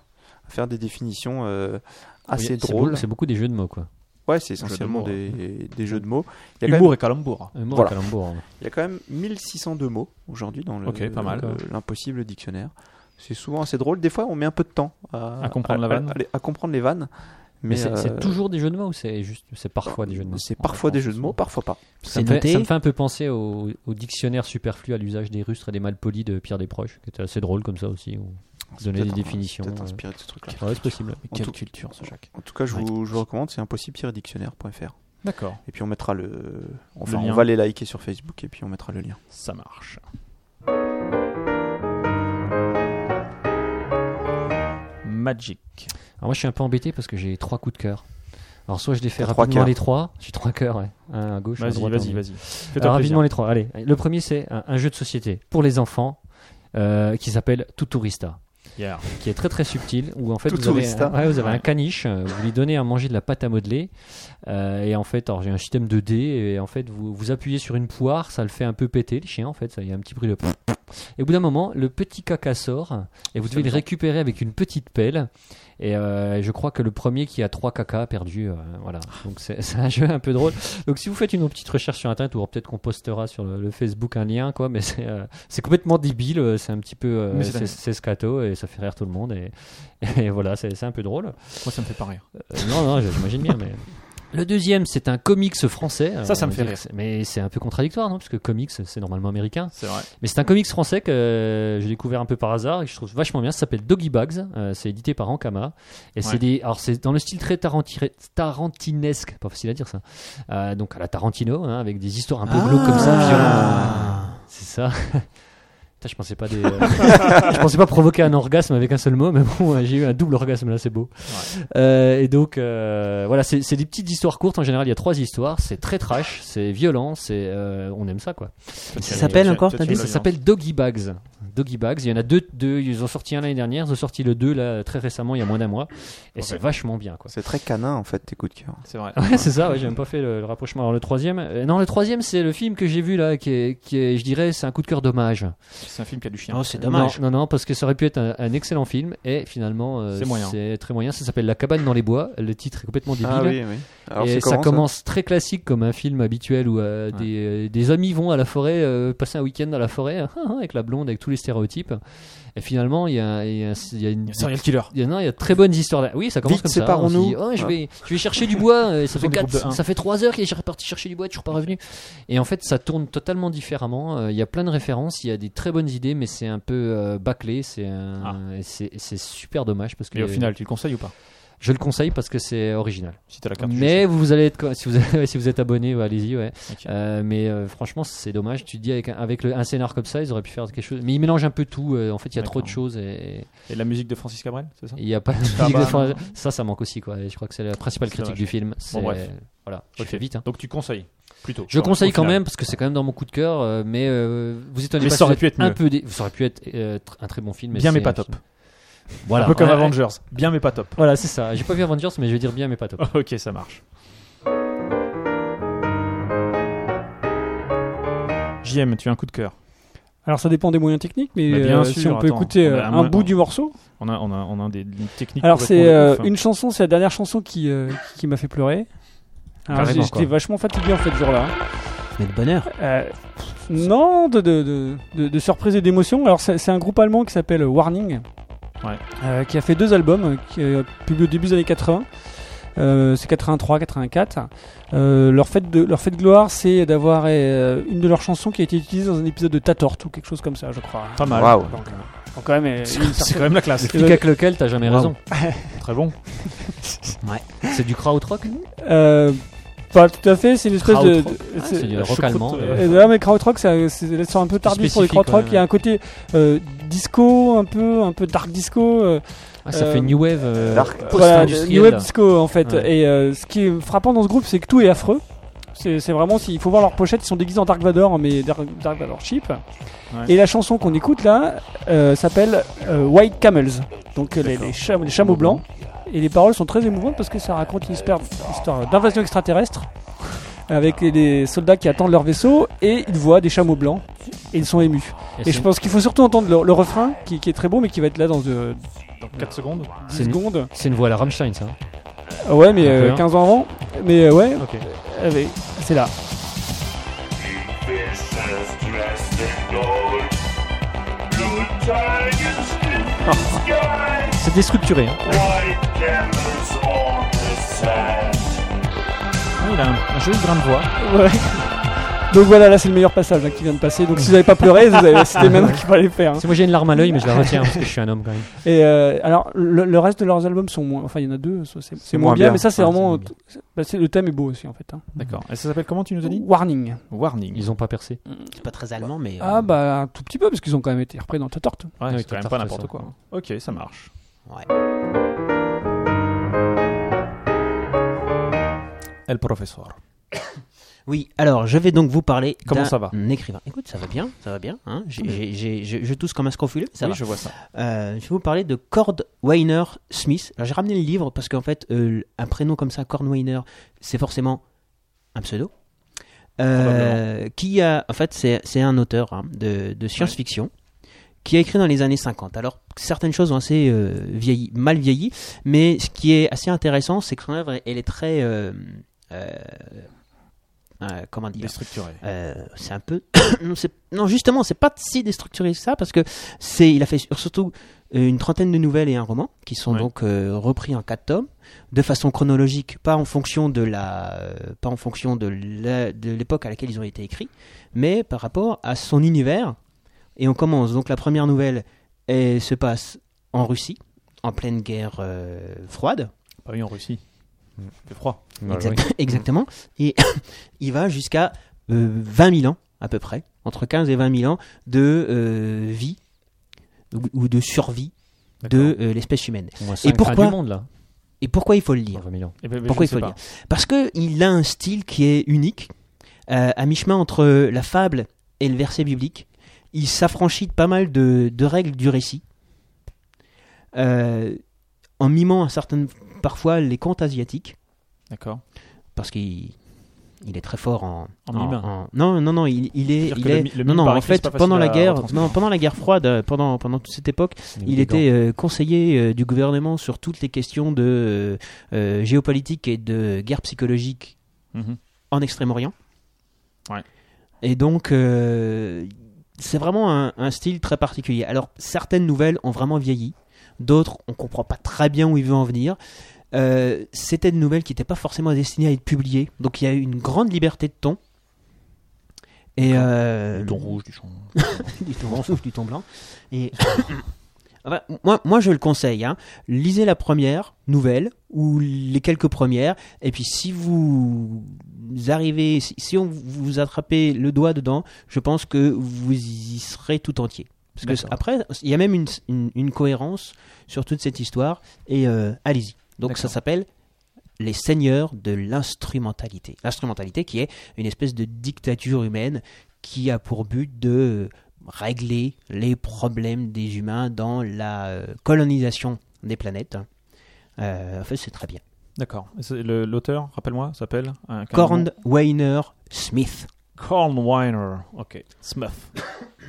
[SPEAKER 4] À faire des définitions euh, assez
[SPEAKER 5] Oui, c'est
[SPEAKER 4] drôles.
[SPEAKER 5] beaucoup- C'est beaucoup des jeux de mots, quoi.
[SPEAKER 4] Ouais, c'est
[SPEAKER 3] Jeux de
[SPEAKER 4] essentiellement
[SPEAKER 3] mots,
[SPEAKER 4] des, des jeux de mots.
[SPEAKER 3] ça
[SPEAKER 4] Il y, a quand même,
[SPEAKER 3] Humour et calembour.
[SPEAKER 5] Un mot
[SPEAKER 4] Voilà.
[SPEAKER 5] à calembour, hein.
[SPEAKER 4] il y a quand même 1602 mots aujourd'hui dans le-
[SPEAKER 3] Ok, pas mal.
[SPEAKER 4] le- l'impossible dictionnaire. C'est souvent assez drôle. Des fois, on met un peu de temps à,
[SPEAKER 3] À comprendre la vanne.
[SPEAKER 4] à- à comprendre les vannes.
[SPEAKER 5] Mais
[SPEAKER 4] Mais,
[SPEAKER 5] c'est c'est
[SPEAKER 4] euh,
[SPEAKER 5] toujours des jeux de mots ou c'est juste c'est parfois des jeux de mots
[SPEAKER 4] C'est parfois des jeux de mots, parfois pas.
[SPEAKER 5] Ça
[SPEAKER 6] C'est
[SPEAKER 5] me, fait,
[SPEAKER 6] noté.
[SPEAKER 5] ça me fait un peu penser au, au dictionnaire superflu à l'usage des rustres et des malpolis de Pierre Desproges, qui était assez drôle comme ça aussi. où
[SPEAKER 4] Ah, C'est
[SPEAKER 5] Donner des
[SPEAKER 4] peut-être un-
[SPEAKER 5] définitions,
[SPEAKER 4] peut-être
[SPEAKER 5] euh,
[SPEAKER 4] inspiré de ce truc-là.
[SPEAKER 5] Ouais, c'est possible.
[SPEAKER 3] Mais
[SPEAKER 4] En
[SPEAKER 3] Quelle
[SPEAKER 4] tout-
[SPEAKER 3] culture ce Jacques.
[SPEAKER 4] En tout cas, je vous, je vous recommande, c'est impossible-dictionnaire.fr.
[SPEAKER 3] D'accord,
[SPEAKER 4] Et puis on mettra le. Enfin,
[SPEAKER 3] lien.
[SPEAKER 4] on va les liker sur Facebook et puis on mettra le lien.
[SPEAKER 3] ça marche. Magic.
[SPEAKER 5] Alors moi, je suis un peu embêté parce que j'ai trois coups de cœur. Alors soit je les fais
[SPEAKER 4] T'as trois
[SPEAKER 5] rapidement
[SPEAKER 4] cœurs.
[SPEAKER 5] les trois, j'ai trois cœurs, ouais. un à gauche, un à
[SPEAKER 3] Vas-y,
[SPEAKER 5] droite. un au
[SPEAKER 3] vas-y,
[SPEAKER 5] milieu.
[SPEAKER 3] vas-y.
[SPEAKER 5] Alors,
[SPEAKER 3] Fais-toi
[SPEAKER 5] rapidement
[SPEAKER 3] plaisir.
[SPEAKER 5] les trois. Allez, le premier c'est un, un jeu de société pour les enfants euh, qui s'appelle Tuturista,
[SPEAKER 3] Yeah.
[SPEAKER 5] qui est très très subtil où en fait vous avez,
[SPEAKER 4] Tuturista.
[SPEAKER 5] un, ouais, vous avez un
[SPEAKER 3] Ouais.
[SPEAKER 5] caniche, euh, vous lui donnez à manger de la pâte à modeler euh, et en fait alors j'ai un système de dés et en fait vous vous appuyez sur une poire, ça le fait un peu péter le chien en fait, ça il y a un petit bruit de et au bout d'un moment le petit caca sort et vous devez le récupérer avec une petite pelle. Et euh, je crois que le premier qui a trois caca a perdu. euh, voilà. Donc c'est <laughs> c'est un jeu un peu drôle. Donc si vous faites une petite recherche sur internet, ou alors peut-être qu'on postera sur le, le Facebook un lien, quoi. Mais c'est euh, c'est complètement débile. euh, C'est un petit peu euh,
[SPEAKER 3] Mais c'est
[SPEAKER 5] c'est
[SPEAKER 3] dingue.
[SPEAKER 5] c'est scato et ça fait rire tout le monde. Et, <laughs> et voilà, c'est c'est un peu drôle.
[SPEAKER 3] Moi, ça me fait pas rire.
[SPEAKER 5] Euh, non, non, j'imagine bien, mais. Le deuxième, c'est un comics français.
[SPEAKER 3] Ça, ça
[SPEAKER 5] Euh,
[SPEAKER 3] me fait
[SPEAKER 5] on va dire
[SPEAKER 3] rire.
[SPEAKER 5] que c'est- Mais c'est un peu contradictoire, non Parce que comics, c'est normalement américain.
[SPEAKER 3] C'est vrai.
[SPEAKER 5] Mais c'est un comics français que euh, j'ai découvert un peu par hasard et que je trouve vachement bien. Ça s'appelle Doggy Bags. Euh, c'est édité par Ankama. Et
[SPEAKER 3] Ouais.
[SPEAKER 5] c'est des, alors c'est dans le style très tarantire- tarantinesque, pas facile à dire ça. Euh, donc à la Tarantino, hein, avec des histoires un peu glauques comme ça,
[SPEAKER 3] Ah.
[SPEAKER 5] violentes. C'est ça. Putain, je pensais pas des, euh, <laughs> je pensais pas provoquer un orgasme avec un seul mot, mais bon, euh, j'ai eu un double orgasme là, c'est beau. Euh, et donc euh, voilà, c'est c'est des petites histoires courtes en général. Il y a trois histoires. C'est très trash, c'est violent, c'est euh, on aime ça quoi.
[SPEAKER 6] Ça s'appelle encore, t'as
[SPEAKER 5] Et
[SPEAKER 6] dit
[SPEAKER 5] ça s'appelle Doggy Bags. Doggy Bags, il y en a deux, deux, ils ont sorti un l'année dernière, ils ont sorti le 2 là très récemment, il y a moins d'un mois, et c'est vachement bien quoi.
[SPEAKER 4] C'est très canin en fait tes coups de cœur.
[SPEAKER 3] C'est vrai.
[SPEAKER 5] <laughs> Ouais, c'est ça, ouais, j'ai même pas fait le, le rapprochement. Alors le troisième, euh, non, le troisième c'est le film que j'ai vu là, qui est, qui est, je dirais, c'est un coup de cœur dommage.
[SPEAKER 3] C'est un film qui a du chien.
[SPEAKER 6] Oh, c'est dommage.
[SPEAKER 5] Non, non, non, parce que ça aurait pu être un, un excellent film, et finalement, euh,
[SPEAKER 3] C'est moyen.
[SPEAKER 5] c'est très moyen. Ça s'appelle La cabane dans les bois, le titre est complètement débile.
[SPEAKER 4] Ah oui, oui. Alors,
[SPEAKER 5] et
[SPEAKER 4] c'est
[SPEAKER 5] ça
[SPEAKER 4] comment,
[SPEAKER 5] commence très classique comme un film habituel où euh,
[SPEAKER 3] Ouais.
[SPEAKER 5] des, euh, des amis vont à la forêt, euh, passer un week-end à la forêt hein, hein, avec la blonde, avec tous les stéréotypes. Et finalement, il y a, il y a- il y a une.
[SPEAKER 3] Serial killer.
[SPEAKER 5] il y a- non, il y a de très bonnes histoires là. Oui, ça commence
[SPEAKER 4] Vite,
[SPEAKER 5] comme ça.
[SPEAKER 4] séparons-nous.
[SPEAKER 5] on se dit, oh, je, vais, je vais chercher du bois. euh, ça,
[SPEAKER 3] sont
[SPEAKER 5] fait
[SPEAKER 3] des
[SPEAKER 5] quatre-
[SPEAKER 3] groupes de un.
[SPEAKER 5] ça fait 3 heures qu'il est parti chercher du bois, toujours pas revenu. Et en fait, ça tourne totalement différemment. Euh, Il y a plein de références, il y a des très bonnes idées, mais c'est un peu euh, bâclé. C'est un-
[SPEAKER 3] Ah.
[SPEAKER 5] et c'est c'est super dommage parce que
[SPEAKER 3] Et au final, tu le conseilles ou pas
[SPEAKER 5] je le conseille parce que c'est original.
[SPEAKER 3] Si t'as la carte.
[SPEAKER 5] Mais vous, vous allez être co- si vous <laughs> avez- si vous êtes abonné, ouais, allez-y. Ouais.
[SPEAKER 3] du chien. Ok.
[SPEAKER 5] Euh, mais euh, franchement, c'est dommage. Tu te dis avec un, avec le- un scénar comme ça, ils auraient pu faire quelque chose. Mais ils mélangent un peu tout. euh, en fait, il y a trop de
[SPEAKER 3] D'accord.
[SPEAKER 5] choses et
[SPEAKER 3] Et la musique de Francis Cabrel, c'est ça
[SPEAKER 5] et <laughs> il y a pas.
[SPEAKER 3] Ah bah,
[SPEAKER 5] Enfin,
[SPEAKER 3] non.
[SPEAKER 5] ça, ça manque aussi quoi. Et je crois que c'est la principale
[SPEAKER 3] C'est
[SPEAKER 5] critique
[SPEAKER 3] dommage.
[SPEAKER 5] du film. C'est-
[SPEAKER 3] bref.
[SPEAKER 5] Voilà. Je
[SPEAKER 3] Ok.
[SPEAKER 5] fais vite. hein.
[SPEAKER 3] Donc tu conseilles plutôt.
[SPEAKER 5] Je
[SPEAKER 3] Au
[SPEAKER 5] conseille quand
[SPEAKER 3] final.
[SPEAKER 5] même parce que c'est quand même dans mon coup de cœur. euh, mais euh, vous étonnez
[SPEAKER 3] Mais
[SPEAKER 5] pas.
[SPEAKER 3] ça aurait
[SPEAKER 5] si
[SPEAKER 3] pu
[SPEAKER 5] vous êtes
[SPEAKER 3] être
[SPEAKER 5] un
[SPEAKER 3] mieux.
[SPEAKER 5] peu. dé- Ça aurait pu être euh, tr- un très bon film.
[SPEAKER 3] Bien, mais
[SPEAKER 5] c'est
[SPEAKER 3] pas
[SPEAKER 5] un
[SPEAKER 3] top.
[SPEAKER 5] film. Voilà.
[SPEAKER 3] Un peu comme
[SPEAKER 5] Ouais,
[SPEAKER 3] Avengers. Bien mais pas top. <laughs>
[SPEAKER 5] Voilà, c'est ça. J'ai pas vu Avengers, mais je vais dire bien, mais pas top.
[SPEAKER 3] Ok, ça marche. JM, tu as un coup de cœur.
[SPEAKER 7] Alors ça dépend des moyens techniques, mais
[SPEAKER 3] Bah, bien
[SPEAKER 7] euh,
[SPEAKER 3] sûr,
[SPEAKER 7] si on
[SPEAKER 3] attends,
[SPEAKER 7] peut
[SPEAKER 3] bah,
[SPEAKER 7] écouter
[SPEAKER 3] on a
[SPEAKER 7] euh,
[SPEAKER 3] un
[SPEAKER 7] un,
[SPEAKER 3] moyen-
[SPEAKER 7] bout du morceau.
[SPEAKER 3] On a, on a, on a des une technique.
[SPEAKER 7] Alors
[SPEAKER 3] complètement
[SPEAKER 7] c'est
[SPEAKER 3] de
[SPEAKER 7] euh,
[SPEAKER 3] ouf, hein.
[SPEAKER 7] une chanson, c'est la dernière chanson qui, euh, qui m'a fait pleurer. Alors,
[SPEAKER 5] Carrément,
[SPEAKER 7] j'ai-
[SPEAKER 5] quoi.
[SPEAKER 7] J'étais vachement fatigué en fait ce jour-là.
[SPEAKER 6] Mais de bonheur.
[SPEAKER 7] Euh, pff, non, de, de, de, de- de surprise et d'émotion. Alors, c'est c'est un groupe allemand qui s'appelle Warning,
[SPEAKER 3] Ouais.
[SPEAKER 7] euh, qui a fait deux albums, euh, qui euh, publié au début des années 80. Euh, c'est 83, 84. Euh, leur fête de leur fête de gloire, c'est d'avoir euh, une de leurs chansons qui a été utilisée dans un épisode de Tatort ou quelque chose comme ça, je crois.
[SPEAKER 3] Pas mal.
[SPEAKER 4] Waouh.
[SPEAKER 7] Donc, euh, donc quand même, euh, une
[SPEAKER 3] C'est
[SPEAKER 7] certaine-
[SPEAKER 3] quand même la classe.
[SPEAKER 5] Clique avec lequel, t'as jamais raison.
[SPEAKER 3] Très bon.
[SPEAKER 5] C'est du krautrock.
[SPEAKER 7] euh, pas tout à fait. C'est une espèce de,
[SPEAKER 5] Krautrock.
[SPEAKER 7] de-
[SPEAKER 5] Ah, C'est du rock
[SPEAKER 3] Choucroute,
[SPEAKER 5] allemand.
[SPEAKER 3] euh,
[SPEAKER 5] mais-
[SPEAKER 7] Euh, là, mais krautrock, ça- c'est là, c'est un peu tardif pour les
[SPEAKER 5] spécifique,
[SPEAKER 7] krautrock.
[SPEAKER 5] ouais.
[SPEAKER 7] Il y a un côté euh, disco, un peu, un peu dark disco. euh,
[SPEAKER 5] Ah, ça
[SPEAKER 7] Euh,
[SPEAKER 5] fait New Wave. euh,
[SPEAKER 4] Dark.
[SPEAKER 7] voilà,
[SPEAKER 5] post-industriel.
[SPEAKER 7] New Wave Disco en fait.
[SPEAKER 5] Ouais.
[SPEAKER 7] Et euh, ce qui est frappant dans ce groupe, c'est que tout est affreux. C'est c'est vraiment, si- il faut voir leurs pochettes, ils sont déguisés en Dark Vador, mais Dark, Dark Vador cheap. Et la chanson qu'on écoute là euh, s'appelle euh, White Camels, donc euh, les, les, cham- les chameaux blancs. Et les paroles sont très émouvantes parce que ça raconte une histoire, histoire d'invasion extraterrestre avec les- des soldats qui attendent leur vaisseau et ils voient des chameaux blancs et ils sont émus. Et,
[SPEAKER 5] c'est-
[SPEAKER 7] je pense qu'il faut surtout entendre le, le refrain qui, qui est très beau mais qui va être là dans euh,
[SPEAKER 3] Dans 4 secondes.
[SPEAKER 7] 10 secondes.
[SPEAKER 5] C'est une voix à la Rammstein,
[SPEAKER 6] Hein
[SPEAKER 5] ça.
[SPEAKER 7] Ah Ouais, mais
[SPEAKER 5] Un peu,
[SPEAKER 7] euh,
[SPEAKER 5] hein.
[SPEAKER 7] 15 ans avant. Mais euh, ouais,
[SPEAKER 5] Ok.
[SPEAKER 7] euh, mais c'est là.
[SPEAKER 5] C'est déstructuré. hein.
[SPEAKER 3] Ah, il a un, joli grain de voix.
[SPEAKER 7] Ouais. Donc voilà, là c'est le meilleur passage hein, qui vient de passer. Donc si vous n'avez pas pleuré, vous avez- c'était maintenant qu'il fallait le faire. hein.
[SPEAKER 5] Si moi j'ai une larme à l'œil, mais je la retiens parce que je suis un homme quand même.
[SPEAKER 7] Et euh, alors, le, le reste de leurs albums sont moins. Enfin, il y en a deux, soit c'est c'est moins,
[SPEAKER 4] moins
[SPEAKER 7] bien,
[SPEAKER 4] bien.
[SPEAKER 7] mais ça c'est
[SPEAKER 5] Ah,
[SPEAKER 7] vraiment.
[SPEAKER 5] c'est moins
[SPEAKER 7] c'est- bah, c'est- le thème est beau aussi en fait. hein.
[SPEAKER 3] D'accord. Et ça s'appelle comment tu nous as dit
[SPEAKER 7] Warning.
[SPEAKER 3] Warning.
[SPEAKER 5] Ils ont pas percé.
[SPEAKER 6] C'est pas très allemand, mais. euh,
[SPEAKER 7] bah, Ah bah, un tout petit peu, parce qu'ils ont quand même été repris dans ta torte.
[SPEAKER 3] Ouais,
[SPEAKER 5] Ouais,
[SPEAKER 3] c'est quand même
[SPEAKER 5] t'as
[SPEAKER 3] pas
[SPEAKER 5] fait
[SPEAKER 3] n'importe
[SPEAKER 5] ça.
[SPEAKER 3] quoi. Ok, ça marche. El professeur.
[SPEAKER 6] Oui, alors je vais donc vous parler
[SPEAKER 3] Comment
[SPEAKER 6] d'un
[SPEAKER 3] ça va Ah ben.
[SPEAKER 6] écrivain. Écoute, ça va bien, ça va bien. hein. J'ai- j'ai- j'ai- je, je tousse comme un scrofuleux, ça
[SPEAKER 3] oui,
[SPEAKER 6] va.
[SPEAKER 3] je vois ça.
[SPEAKER 6] Euh, je vais vous parler de Cord Weiner Smith. Alors j'ai ramené le livre parce qu'en fait, euh, un prénom comme ça, Cord Weiner, c'est forcément un pseudo. Euh, qui a, en fait, c'est c'est un auteur hein, de, de science-fiction qui a écrit dans les années 50. Alors certaines choses ont assez euh, vieilli, mal vieilli, mais ce qui est assez intéressant, c'est que son œuvre, elle est très, euh, euh, euh, comment dire,
[SPEAKER 3] Déstructuré.
[SPEAKER 6] euh, c'est un peu <coughs> non, c'est- non justement c'est pas si déstructuré que ça parce que c'est il a fait sur- surtout une trentaine de nouvelles et un roman qui sont
[SPEAKER 3] Ouais.
[SPEAKER 6] donc euh, repris en quatre tomes de façon chronologique pas en fonction de la euh, pas en fonction de la- de l'époque à laquelle ils ont été écrits mais par rapport à son univers et on commence donc la première nouvelle elle se passe en Russie en pleine guerre euh, froide
[SPEAKER 3] Pas eu en Russie.
[SPEAKER 6] Mm.
[SPEAKER 3] C'est froid.
[SPEAKER 6] Exact- Exactement. Et <coughs> il va jusqu'à euh, 20 000 ans, à peu près, entre 15 et 20 000 ans de euh, vie ou, ou de survie de euh, l'espèce humaine.
[SPEAKER 5] Et
[SPEAKER 6] pourquoi-
[SPEAKER 5] pourquoi du monde là
[SPEAKER 6] Et pourquoi il faut le lire
[SPEAKER 5] dans 20 000 ans.
[SPEAKER 3] Eh ben,
[SPEAKER 6] Pourquoi il faut le lire Parce qu'il a un style qui est unique, euh, à mi-chemin entre la fable et le verset biblique. Il s'affranchit de pas mal de, de règles du récit, euh, en mimant à certaines, parfois les contes asiatiques
[SPEAKER 3] D'accord.
[SPEAKER 6] parce qu'il il est très fort en,
[SPEAKER 3] En mime.
[SPEAKER 6] non non non il, il est,
[SPEAKER 3] C'est-à-dire
[SPEAKER 6] il
[SPEAKER 3] que le
[SPEAKER 6] est-
[SPEAKER 3] mi- le
[SPEAKER 6] non
[SPEAKER 3] mime
[SPEAKER 6] non
[SPEAKER 3] par
[SPEAKER 6] en
[SPEAKER 3] écrit, c'est
[SPEAKER 6] fait
[SPEAKER 3] pas facile
[SPEAKER 6] pendant la
[SPEAKER 3] à
[SPEAKER 6] guerre
[SPEAKER 3] retranscrire.
[SPEAKER 6] non, pendant la guerre froide euh, pendant pendant toute cette époque il était euh, conseiller euh, du gouvernement sur toutes les questions de euh, euh, géopolitique et de guerre psychologique
[SPEAKER 3] Mhm.
[SPEAKER 6] en Extrême-Orient
[SPEAKER 3] Ouais.
[SPEAKER 6] et donc euh, c'est vraiment un, un style très particulier alors certaines nouvelles ont vraiment vieilli d'autres on comprend pas très bien où il veut en venir euh, c'était des nouvelles qui n'étaient pas forcément destinées à être publiées. Donc il y a eu une grande liberté de ton. Et euh,
[SPEAKER 3] Du ton rouge, du champ.
[SPEAKER 6] <laughs> du ton blanc, sauf du ton blanc. Et Ah bah, moi, moi, je le conseille. hein. Lisez la première nouvelle ou les quelques premières. Et puis si vous arrivez, si, si on vous attrapez le doigt dedans, je pense que vous y serez tout entier. Parce que
[SPEAKER 3] D'accord.
[SPEAKER 6] après, il y a même une, une- une cohérence sur toute cette histoire. Et euh, allez-y. Donc ça
[SPEAKER 3] D'accord.
[SPEAKER 6] s'appelle les seigneurs de l'instrumentalité. L'instrumentalité qui est une espèce de dictature humaine qui a pour but de régler les problèmes des humains dans la euh, colonisation des planètes. Euh, en fait, c'est très bien.
[SPEAKER 3] D'accord. Et c'est le- L'auteur, rappelle-moi, s'appelle euh, un-
[SPEAKER 6] Corn Weiner Smith.
[SPEAKER 3] Cornwiner. Ok. Smith.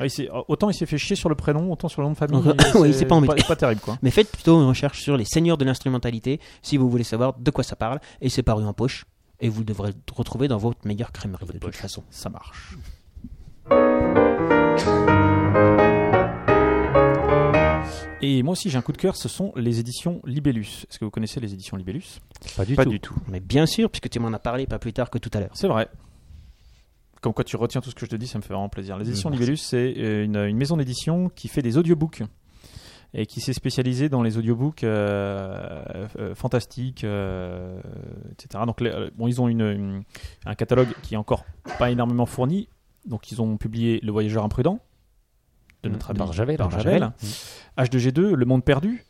[SPEAKER 3] Ah, il s'est- autant il s'est fait chier sur le prénom, autant sur le nom de famille.
[SPEAKER 6] <laughs> Oui, il s'est pas embêté.
[SPEAKER 3] Pas, terrible, quoi.
[SPEAKER 6] Mais faites plutôt une recherche sur les seigneurs de l'instrumentalité si vous voulez savoir de quoi ça parle. Et c'est paru en poche. Et vous le devrez le retrouver dans votre meilleure crèmerie de toute façon.
[SPEAKER 3] Ça marche. Et moi aussi, j'ai un coup de cœur, ce sont les éditions Libellus. Est-ce que vous connaissez les éditions Libellus
[SPEAKER 5] Pas du
[SPEAKER 4] Pas
[SPEAKER 5] tout.
[SPEAKER 4] du tout.
[SPEAKER 6] Mais bien sûr, puisque tu m'en as parlé pas plus tard que tout à l'heure.
[SPEAKER 3] C'est vrai. Comme quoi tu retiens tout ce que je te dis, ça me fait vraiment plaisir. Les éditions
[SPEAKER 6] Mmh,
[SPEAKER 3] Libellus, c'est euh, une, une maison d'édition qui fait des audiobooks et qui s'est spécialisée dans les audiobooks euh, euh, fantastiques, euh, etc. Donc, les- euh, bon, ils ont une- une- un catalogue qui est encore pas énormément fourni. Donc, ils ont publié Le Voyageur imprudent de notre
[SPEAKER 5] Mmh,
[SPEAKER 3] ami
[SPEAKER 5] Barjavel,
[SPEAKER 3] Barjavel.
[SPEAKER 5] Barjavel.
[SPEAKER 3] Mmh. H2G2, Le Monde Perdu,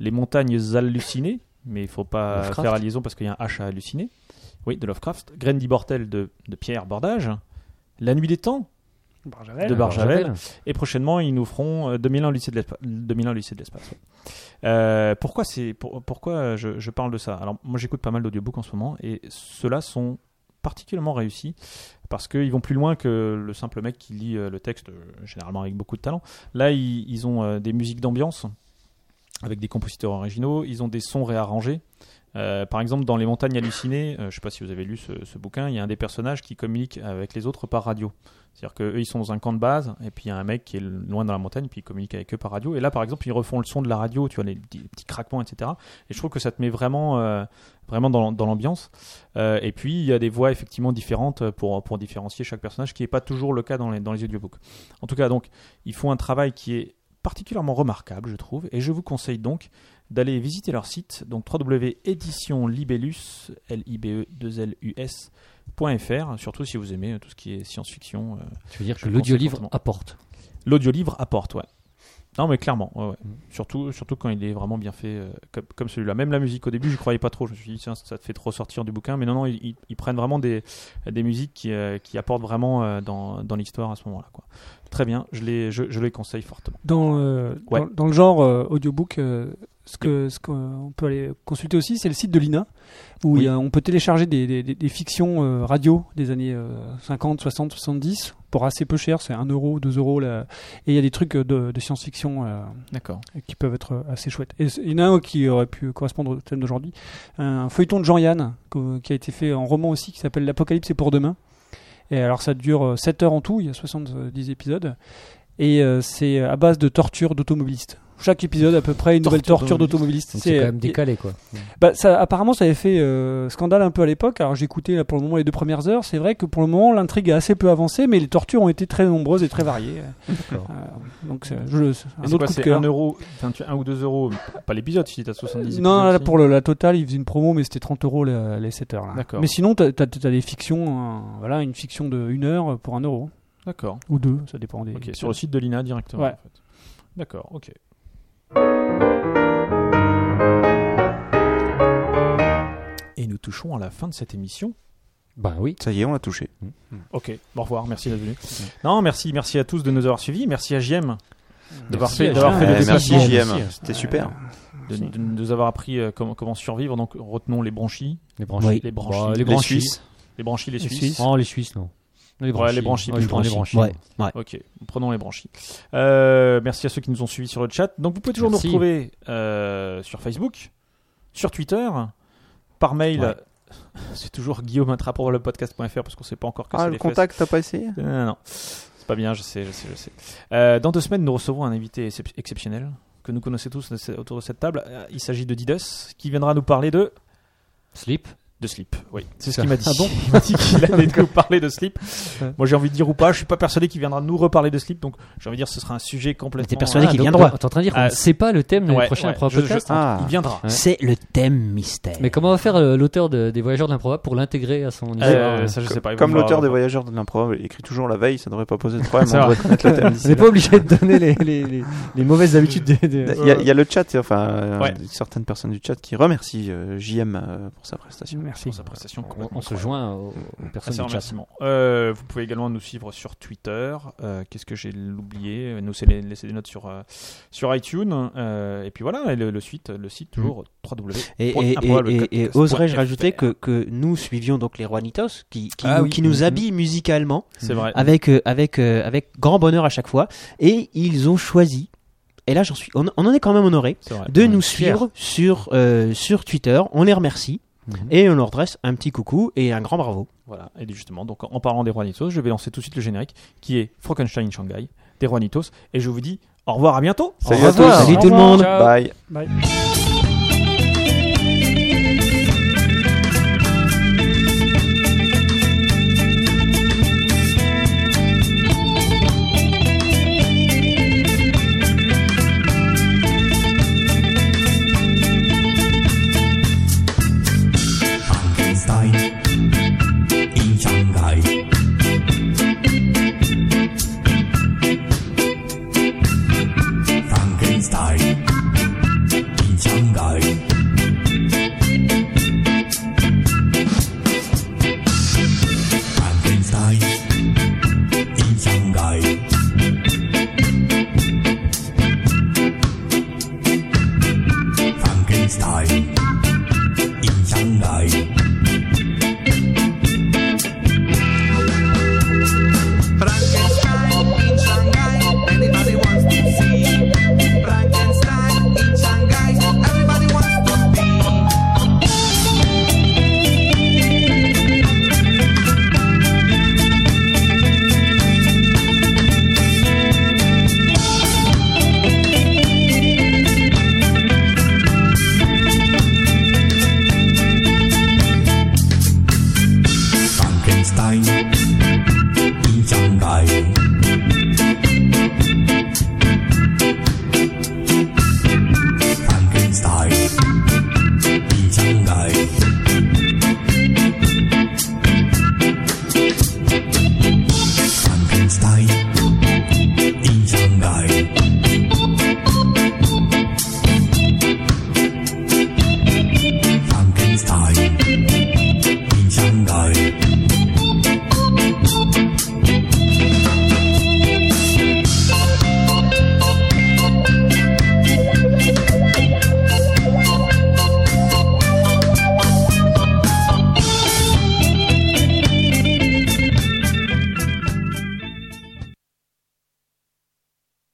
[SPEAKER 3] Les Montagnes Hallucinées, mais il faut pas
[SPEAKER 5] Lovecraft.
[SPEAKER 3] faire la liaison parce qu'il y a un H à halluciner. Oui, de Lovecraft. Grendy Bortel de, de Pierre Bordage. La Nuit des Temps
[SPEAKER 5] Ah, bah,
[SPEAKER 3] de Barjavel. Et prochainement, ils nous feront euh, 2001 au lycée de l'espace. 2001 au lycée de l'espace. ouais. Euh, pourquoi c'est pour- pourquoi je, je parle de ça Alors moi, j'écoute pas mal d'audiobooks en ce moment et ceux-là sont particulièrement réussis parce qu'ils vont plus loin que le simple mec qui lit euh, le texte, euh, généralement avec beaucoup de talent. Là, ils, ils ont euh, des musiques d'ambiance avec des compositeurs originaux. Ils ont des sons réarrangés. Euh, par exemple, dans Les Montagnes Hallucinées, euh, je ne sais pas si vous avez lu ce, ce bouquin, il y a un des personnages qui communique avec les autres par radio. C'est-à-dire qu'eux, ils sont dans un camp de base, et puis il y a un mec qui est loin dans la montagne, puis il communique avec eux par radio. Et là, par exemple, ils refont le son de la radio, tu vois, les petits, petits craquements, etc. Et je trouve que ça te met vraiment, euh, vraiment dans, l'am- dans l'ambiance. Euh, et puis, il y a des voix effectivement différentes pour, pour différencier chaque personnage, ce qui n'est pas toujours le cas dans les, dans les audiobooks. En tout cas, donc, ils font un travail qui est particulièrement remarquable, je trouve, et je vous conseille donc d'aller visiter leur site, donc www.editionlibellus, l i b e 2 l u s .fr, surtout si vous aimez euh, tout ce qui est science-fiction, euh,
[SPEAKER 5] Tu veux dire
[SPEAKER 3] Je
[SPEAKER 5] que
[SPEAKER 3] le
[SPEAKER 5] l'audiolivre
[SPEAKER 3] conseille fortement.
[SPEAKER 5] apporte.
[SPEAKER 3] L'audiolivre apporte, ouais. Non, mais clairement, ouais,
[SPEAKER 7] Mm.
[SPEAKER 3] ouais. Surtout, surtout quand il est vraiment bien fait, euh, comme, comme celui-là. Même la musique, au début, je croyais pas trop. Je me suis dit, tiens, ça te fait trop sortir du bouquin. Mais non, non, ils, ils- ils prennent vraiment des, des musiques qui, euh, qui apportent vraiment euh, dans, dans l'histoire à ce moment-là. quoi. Très bien, je les, je, je les conseille fortement.
[SPEAKER 7] Dans, euh,
[SPEAKER 3] Ouais.
[SPEAKER 7] dans, dans le genre euh, audiobook, euh, ce que ce qu'on peut aller consulter aussi, c'est le site de l'INA, où il y a- on peut télécharger des, des- des- des fictions euh, radio des années euh, 50, 60, 70, pour assez peu cher, c'est 1 euro, 2 euros. Là. Et il y a des trucs euh, de, de science-fiction euh,
[SPEAKER 3] D'accord.
[SPEAKER 7] qui peuvent être euh, assez chouettes. Et c- il y en a un qui aurait pu correspondre au thème d'aujourd'hui, un feuilleton de Jean-Yann, que- qui a été fait en roman aussi, qui s'appelle L'Apocalypse est pour demain. Et alors ça dure 7 heures en tout, il y a 70 épisodes. Et euh, c'est à base de torture d'automobilistes. Chaque épisode, à peu près, une nouvelle torture d'automobiliste.
[SPEAKER 5] Donc c'est quand
[SPEAKER 3] euh,
[SPEAKER 5] même décalé quoi.
[SPEAKER 7] Bah, ça, apparemment, ça avait fait euh, scandale un peu à l'époque. Alors, j'ai écouté là, pour le moment les deux premières heures. C'est vrai que pour le moment, l'intrigue est assez peu avancée, mais les tortures ont été très nombreuses et très variées.
[SPEAKER 5] D'accord.
[SPEAKER 7] Euh, donc, c'est- je, c'est
[SPEAKER 3] Et
[SPEAKER 7] un
[SPEAKER 3] c'est
[SPEAKER 7] autre
[SPEAKER 3] quoi,
[SPEAKER 7] coup de
[SPEAKER 3] c'est
[SPEAKER 7] cœur.
[SPEAKER 3] 1 euro, enfin, tu- un ou 2 euros, pas l'épisode si t'as 70
[SPEAKER 7] Non,
[SPEAKER 3] épisodes,
[SPEAKER 7] là,
[SPEAKER 3] si.
[SPEAKER 7] pour le- la totale, ils faisaient une promo, mais c'était 30 euros la- les 7 heures. Là.
[SPEAKER 3] D'accord.
[SPEAKER 7] Mais sinon, t'as as, des fictions, hein, voilà, une fiction de 1 heure pour 1 euro
[SPEAKER 3] D'accord.
[SPEAKER 7] ou 2, ça dépend des.
[SPEAKER 3] Ok, sur le site de l'INA directement. en
[SPEAKER 7] Ouais.
[SPEAKER 3] fait. D'accord, ok. Et nous touchons à la fin de cette émission.
[SPEAKER 5] Bah oui.
[SPEAKER 4] Ça y est, on l'a touché.
[SPEAKER 3] Ok, au revoir, merci d'être venu. Non, merci, merci à tous de nous avoir suivis. Merci à JM d'avoir
[SPEAKER 5] Merci
[SPEAKER 3] fait,
[SPEAKER 5] à
[SPEAKER 3] d'avoir
[SPEAKER 5] JM.
[SPEAKER 3] fait le
[SPEAKER 5] Eh,
[SPEAKER 4] merci
[SPEAKER 3] déplacement,
[SPEAKER 4] JM, c'était super.
[SPEAKER 3] de, de- de nous avoir appris euh, comment, comment survivre. Donc retenons les branchies,
[SPEAKER 5] Les branchis.
[SPEAKER 3] les branchies,
[SPEAKER 5] Bah,
[SPEAKER 3] les,
[SPEAKER 5] les
[SPEAKER 4] Les
[SPEAKER 5] branchis.
[SPEAKER 4] Suisses,
[SPEAKER 3] branchies, les,
[SPEAKER 5] Les
[SPEAKER 3] Suisses.
[SPEAKER 5] Suisses. Oh les Suisses non. Les
[SPEAKER 3] Ouais, les branchis,
[SPEAKER 5] Ouais, je
[SPEAKER 3] plus
[SPEAKER 5] prends les
[SPEAKER 3] branchis.
[SPEAKER 5] branchis.
[SPEAKER 6] Ouais, ouais.
[SPEAKER 3] Ok, prenons les branchies. Euh, merci à ceux qui nous ont suivis sur le chat. Donc vous pouvez toujours
[SPEAKER 5] Merci.
[SPEAKER 3] nous retrouver euh, sur Facebook, sur Twitter, par mail.
[SPEAKER 5] Ouais.
[SPEAKER 3] <laughs> C'est toujours Guillaume pour le podcast.fr parce qu'on sait pas encore que
[SPEAKER 4] Ah,
[SPEAKER 3] c'est
[SPEAKER 4] le
[SPEAKER 3] les
[SPEAKER 4] contact, t'as pas essayé
[SPEAKER 3] fesses. Non, non, non. c'est pas bien. Je sais, je sais, je sais. Euh, dans deux semaines, nous recevons un invité excep- exceptionnel que nous connaissez tous de ce- autour de cette table. Euh, Il s'agit de Didas qui viendra nous parler de
[SPEAKER 5] Slip.
[SPEAKER 3] de slip, oui. C'est ce
[SPEAKER 5] Ça.
[SPEAKER 3] qu'il m'a dit.
[SPEAKER 5] Ah bon
[SPEAKER 3] <laughs> Il m'a dit qu'il
[SPEAKER 5] <laughs>
[SPEAKER 3] allait nous parler de slip. Moi, j'ai envie de dire ou pas, je suis pas persuadé qu'il viendra nous reparler de slip, donc j'ai envie de dire ce sera un sujet complètement.
[SPEAKER 6] T'es persuadé
[SPEAKER 3] Ah,
[SPEAKER 6] qu'il
[SPEAKER 5] donc,
[SPEAKER 6] viendra.
[SPEAKER 5] donc, T'es en train de dire
[SPEAKER 3] Ah,
[SPEAKER 5] qu'on sait pas le thème
[SPEAKER 3] ouais,
[SPEAKER 5] du prochain
[SPEAKER 3] ouais,
[SPEAKER 5] prochain
[SPEAKER 3] je- je-
[SPEAKER 5] podcast. hein.
[SPEAKER 4] Ah,
[SPEAKER 3] Il viendra.
[SPEAKER 5] Ouais.
[SPEAKER 6] C'est le thème mystère.
[SPEAKER 5] Mais comment va faire euh, l'auteur de- des Voyageurs de l'improbable pour l'intégrer à son
[SPEAKER 3] Euh,
[SPEAKER 5] histoire euh,
[SPEAKER 3] ça, je sais pas. il
[SPEAKER 4] Comme
[SPEAKER 3] va-
[SPEAKER 4] l'auteur des Voyageurs de l'impro il écrit toujours la veille, ça devrait pas poser de problème.
[SPEAKER 3] <laughs> C'est
[SPEAKER 4] Hein. on
[SPEAKER 3] vrai.
[SPEAKER 4] devrait
[SPEAKER 7] <laughs>
[SPEAKER 4] connaître le thème d'ici
[SPEAKER 5] On n'est pas obligé de donner les, les, les, les mauvaises habitudes des.
[SPEAKER 4] là.
[SPEAKER 5] des-
[SPEAKER 4] Il y, a, il y a le chat, enfin euh,
[SPEAKER 3] Ouais.
[SPEAKER 4] certaines personnes du chat qui remercient euh, JM euh, pour sa prestation.
[SPEAKER 7] Merci.
[SPEAKER 3] pour sa prestation
[SPEAKER 5] On,
[SPEAKER 3] complètement
[SPEAKER 5] on se joint aux, aux
[SPEAKER 3] Ah, c'est un
[SPEAKER 5] personnes du chat.
[SPEAKER 3] remerciement. Euh, vous pouvez également nous suivre sur Twitter. Euh, Qu'est-ce que j'ai oublié Nous c'est les- laisser des notes sur euh, sur iTunes. Euh, et puis voilà, et le, le site, le site toujours www.
[SPEAKER 6] Mm. Et,
[SPEAKER 3] Pour-
[SPEAKER 6] et- et-
[SPEAKER 3] improbable
[SPEAKER 6] et- et
[SPEAKER 3] podcast.fr.
[SPEAKER 6] oserais-je rajouter que, que nous suivions donc les Juanitos qui, qui,
[SPEAKER 3] Ah
[SPEAKER 6] nous-
[SPEAKER 3] oui.
[SPEAKER 6] qui nous
[SPEAKER 3] Mhm.
[SPEAKER 6] habillent musicalement
[SPEAKER 3] C'est vrai.
[SPEAKER 6] avec, euh, avec, euh, avec grand bonheur à chaque fois et ils ont choisi, et là j'en suis, on, on en est quand même honoré,
[SPEAKER 3] C'est vrai.
[SPEAKER 6] de nous
[SPEAKER 5] Fier.
[SPEAKER 6] suivre sur, euh, sur Twitter. On les remercie
[SPEAKER 5] Mhm.
[SPEAKER 6] et on leur dresse un petit coucou et un grand bravo.
[SPEAKER 3] Voilà, et justement, donc en parlant des Juanitos, je vais lancer tout de suite le générique qui est Frankenstein Shanghai des Juanitos. Et je vous dis au revoir, à bientôt.
[SPEAKER 4] Salut
[SPEAKER 6] Au
[SPEAKER 4] à
[SPEAKER 6] revoir.
[SPEAKER 4] tous.
[SPEAKER 6] Salut tout le monde.
[SPEAKER 4] Bye.
[SPEAKER 11] Frankenstein in Shanghai. Frankenstein in Shanghai. Frankenstein.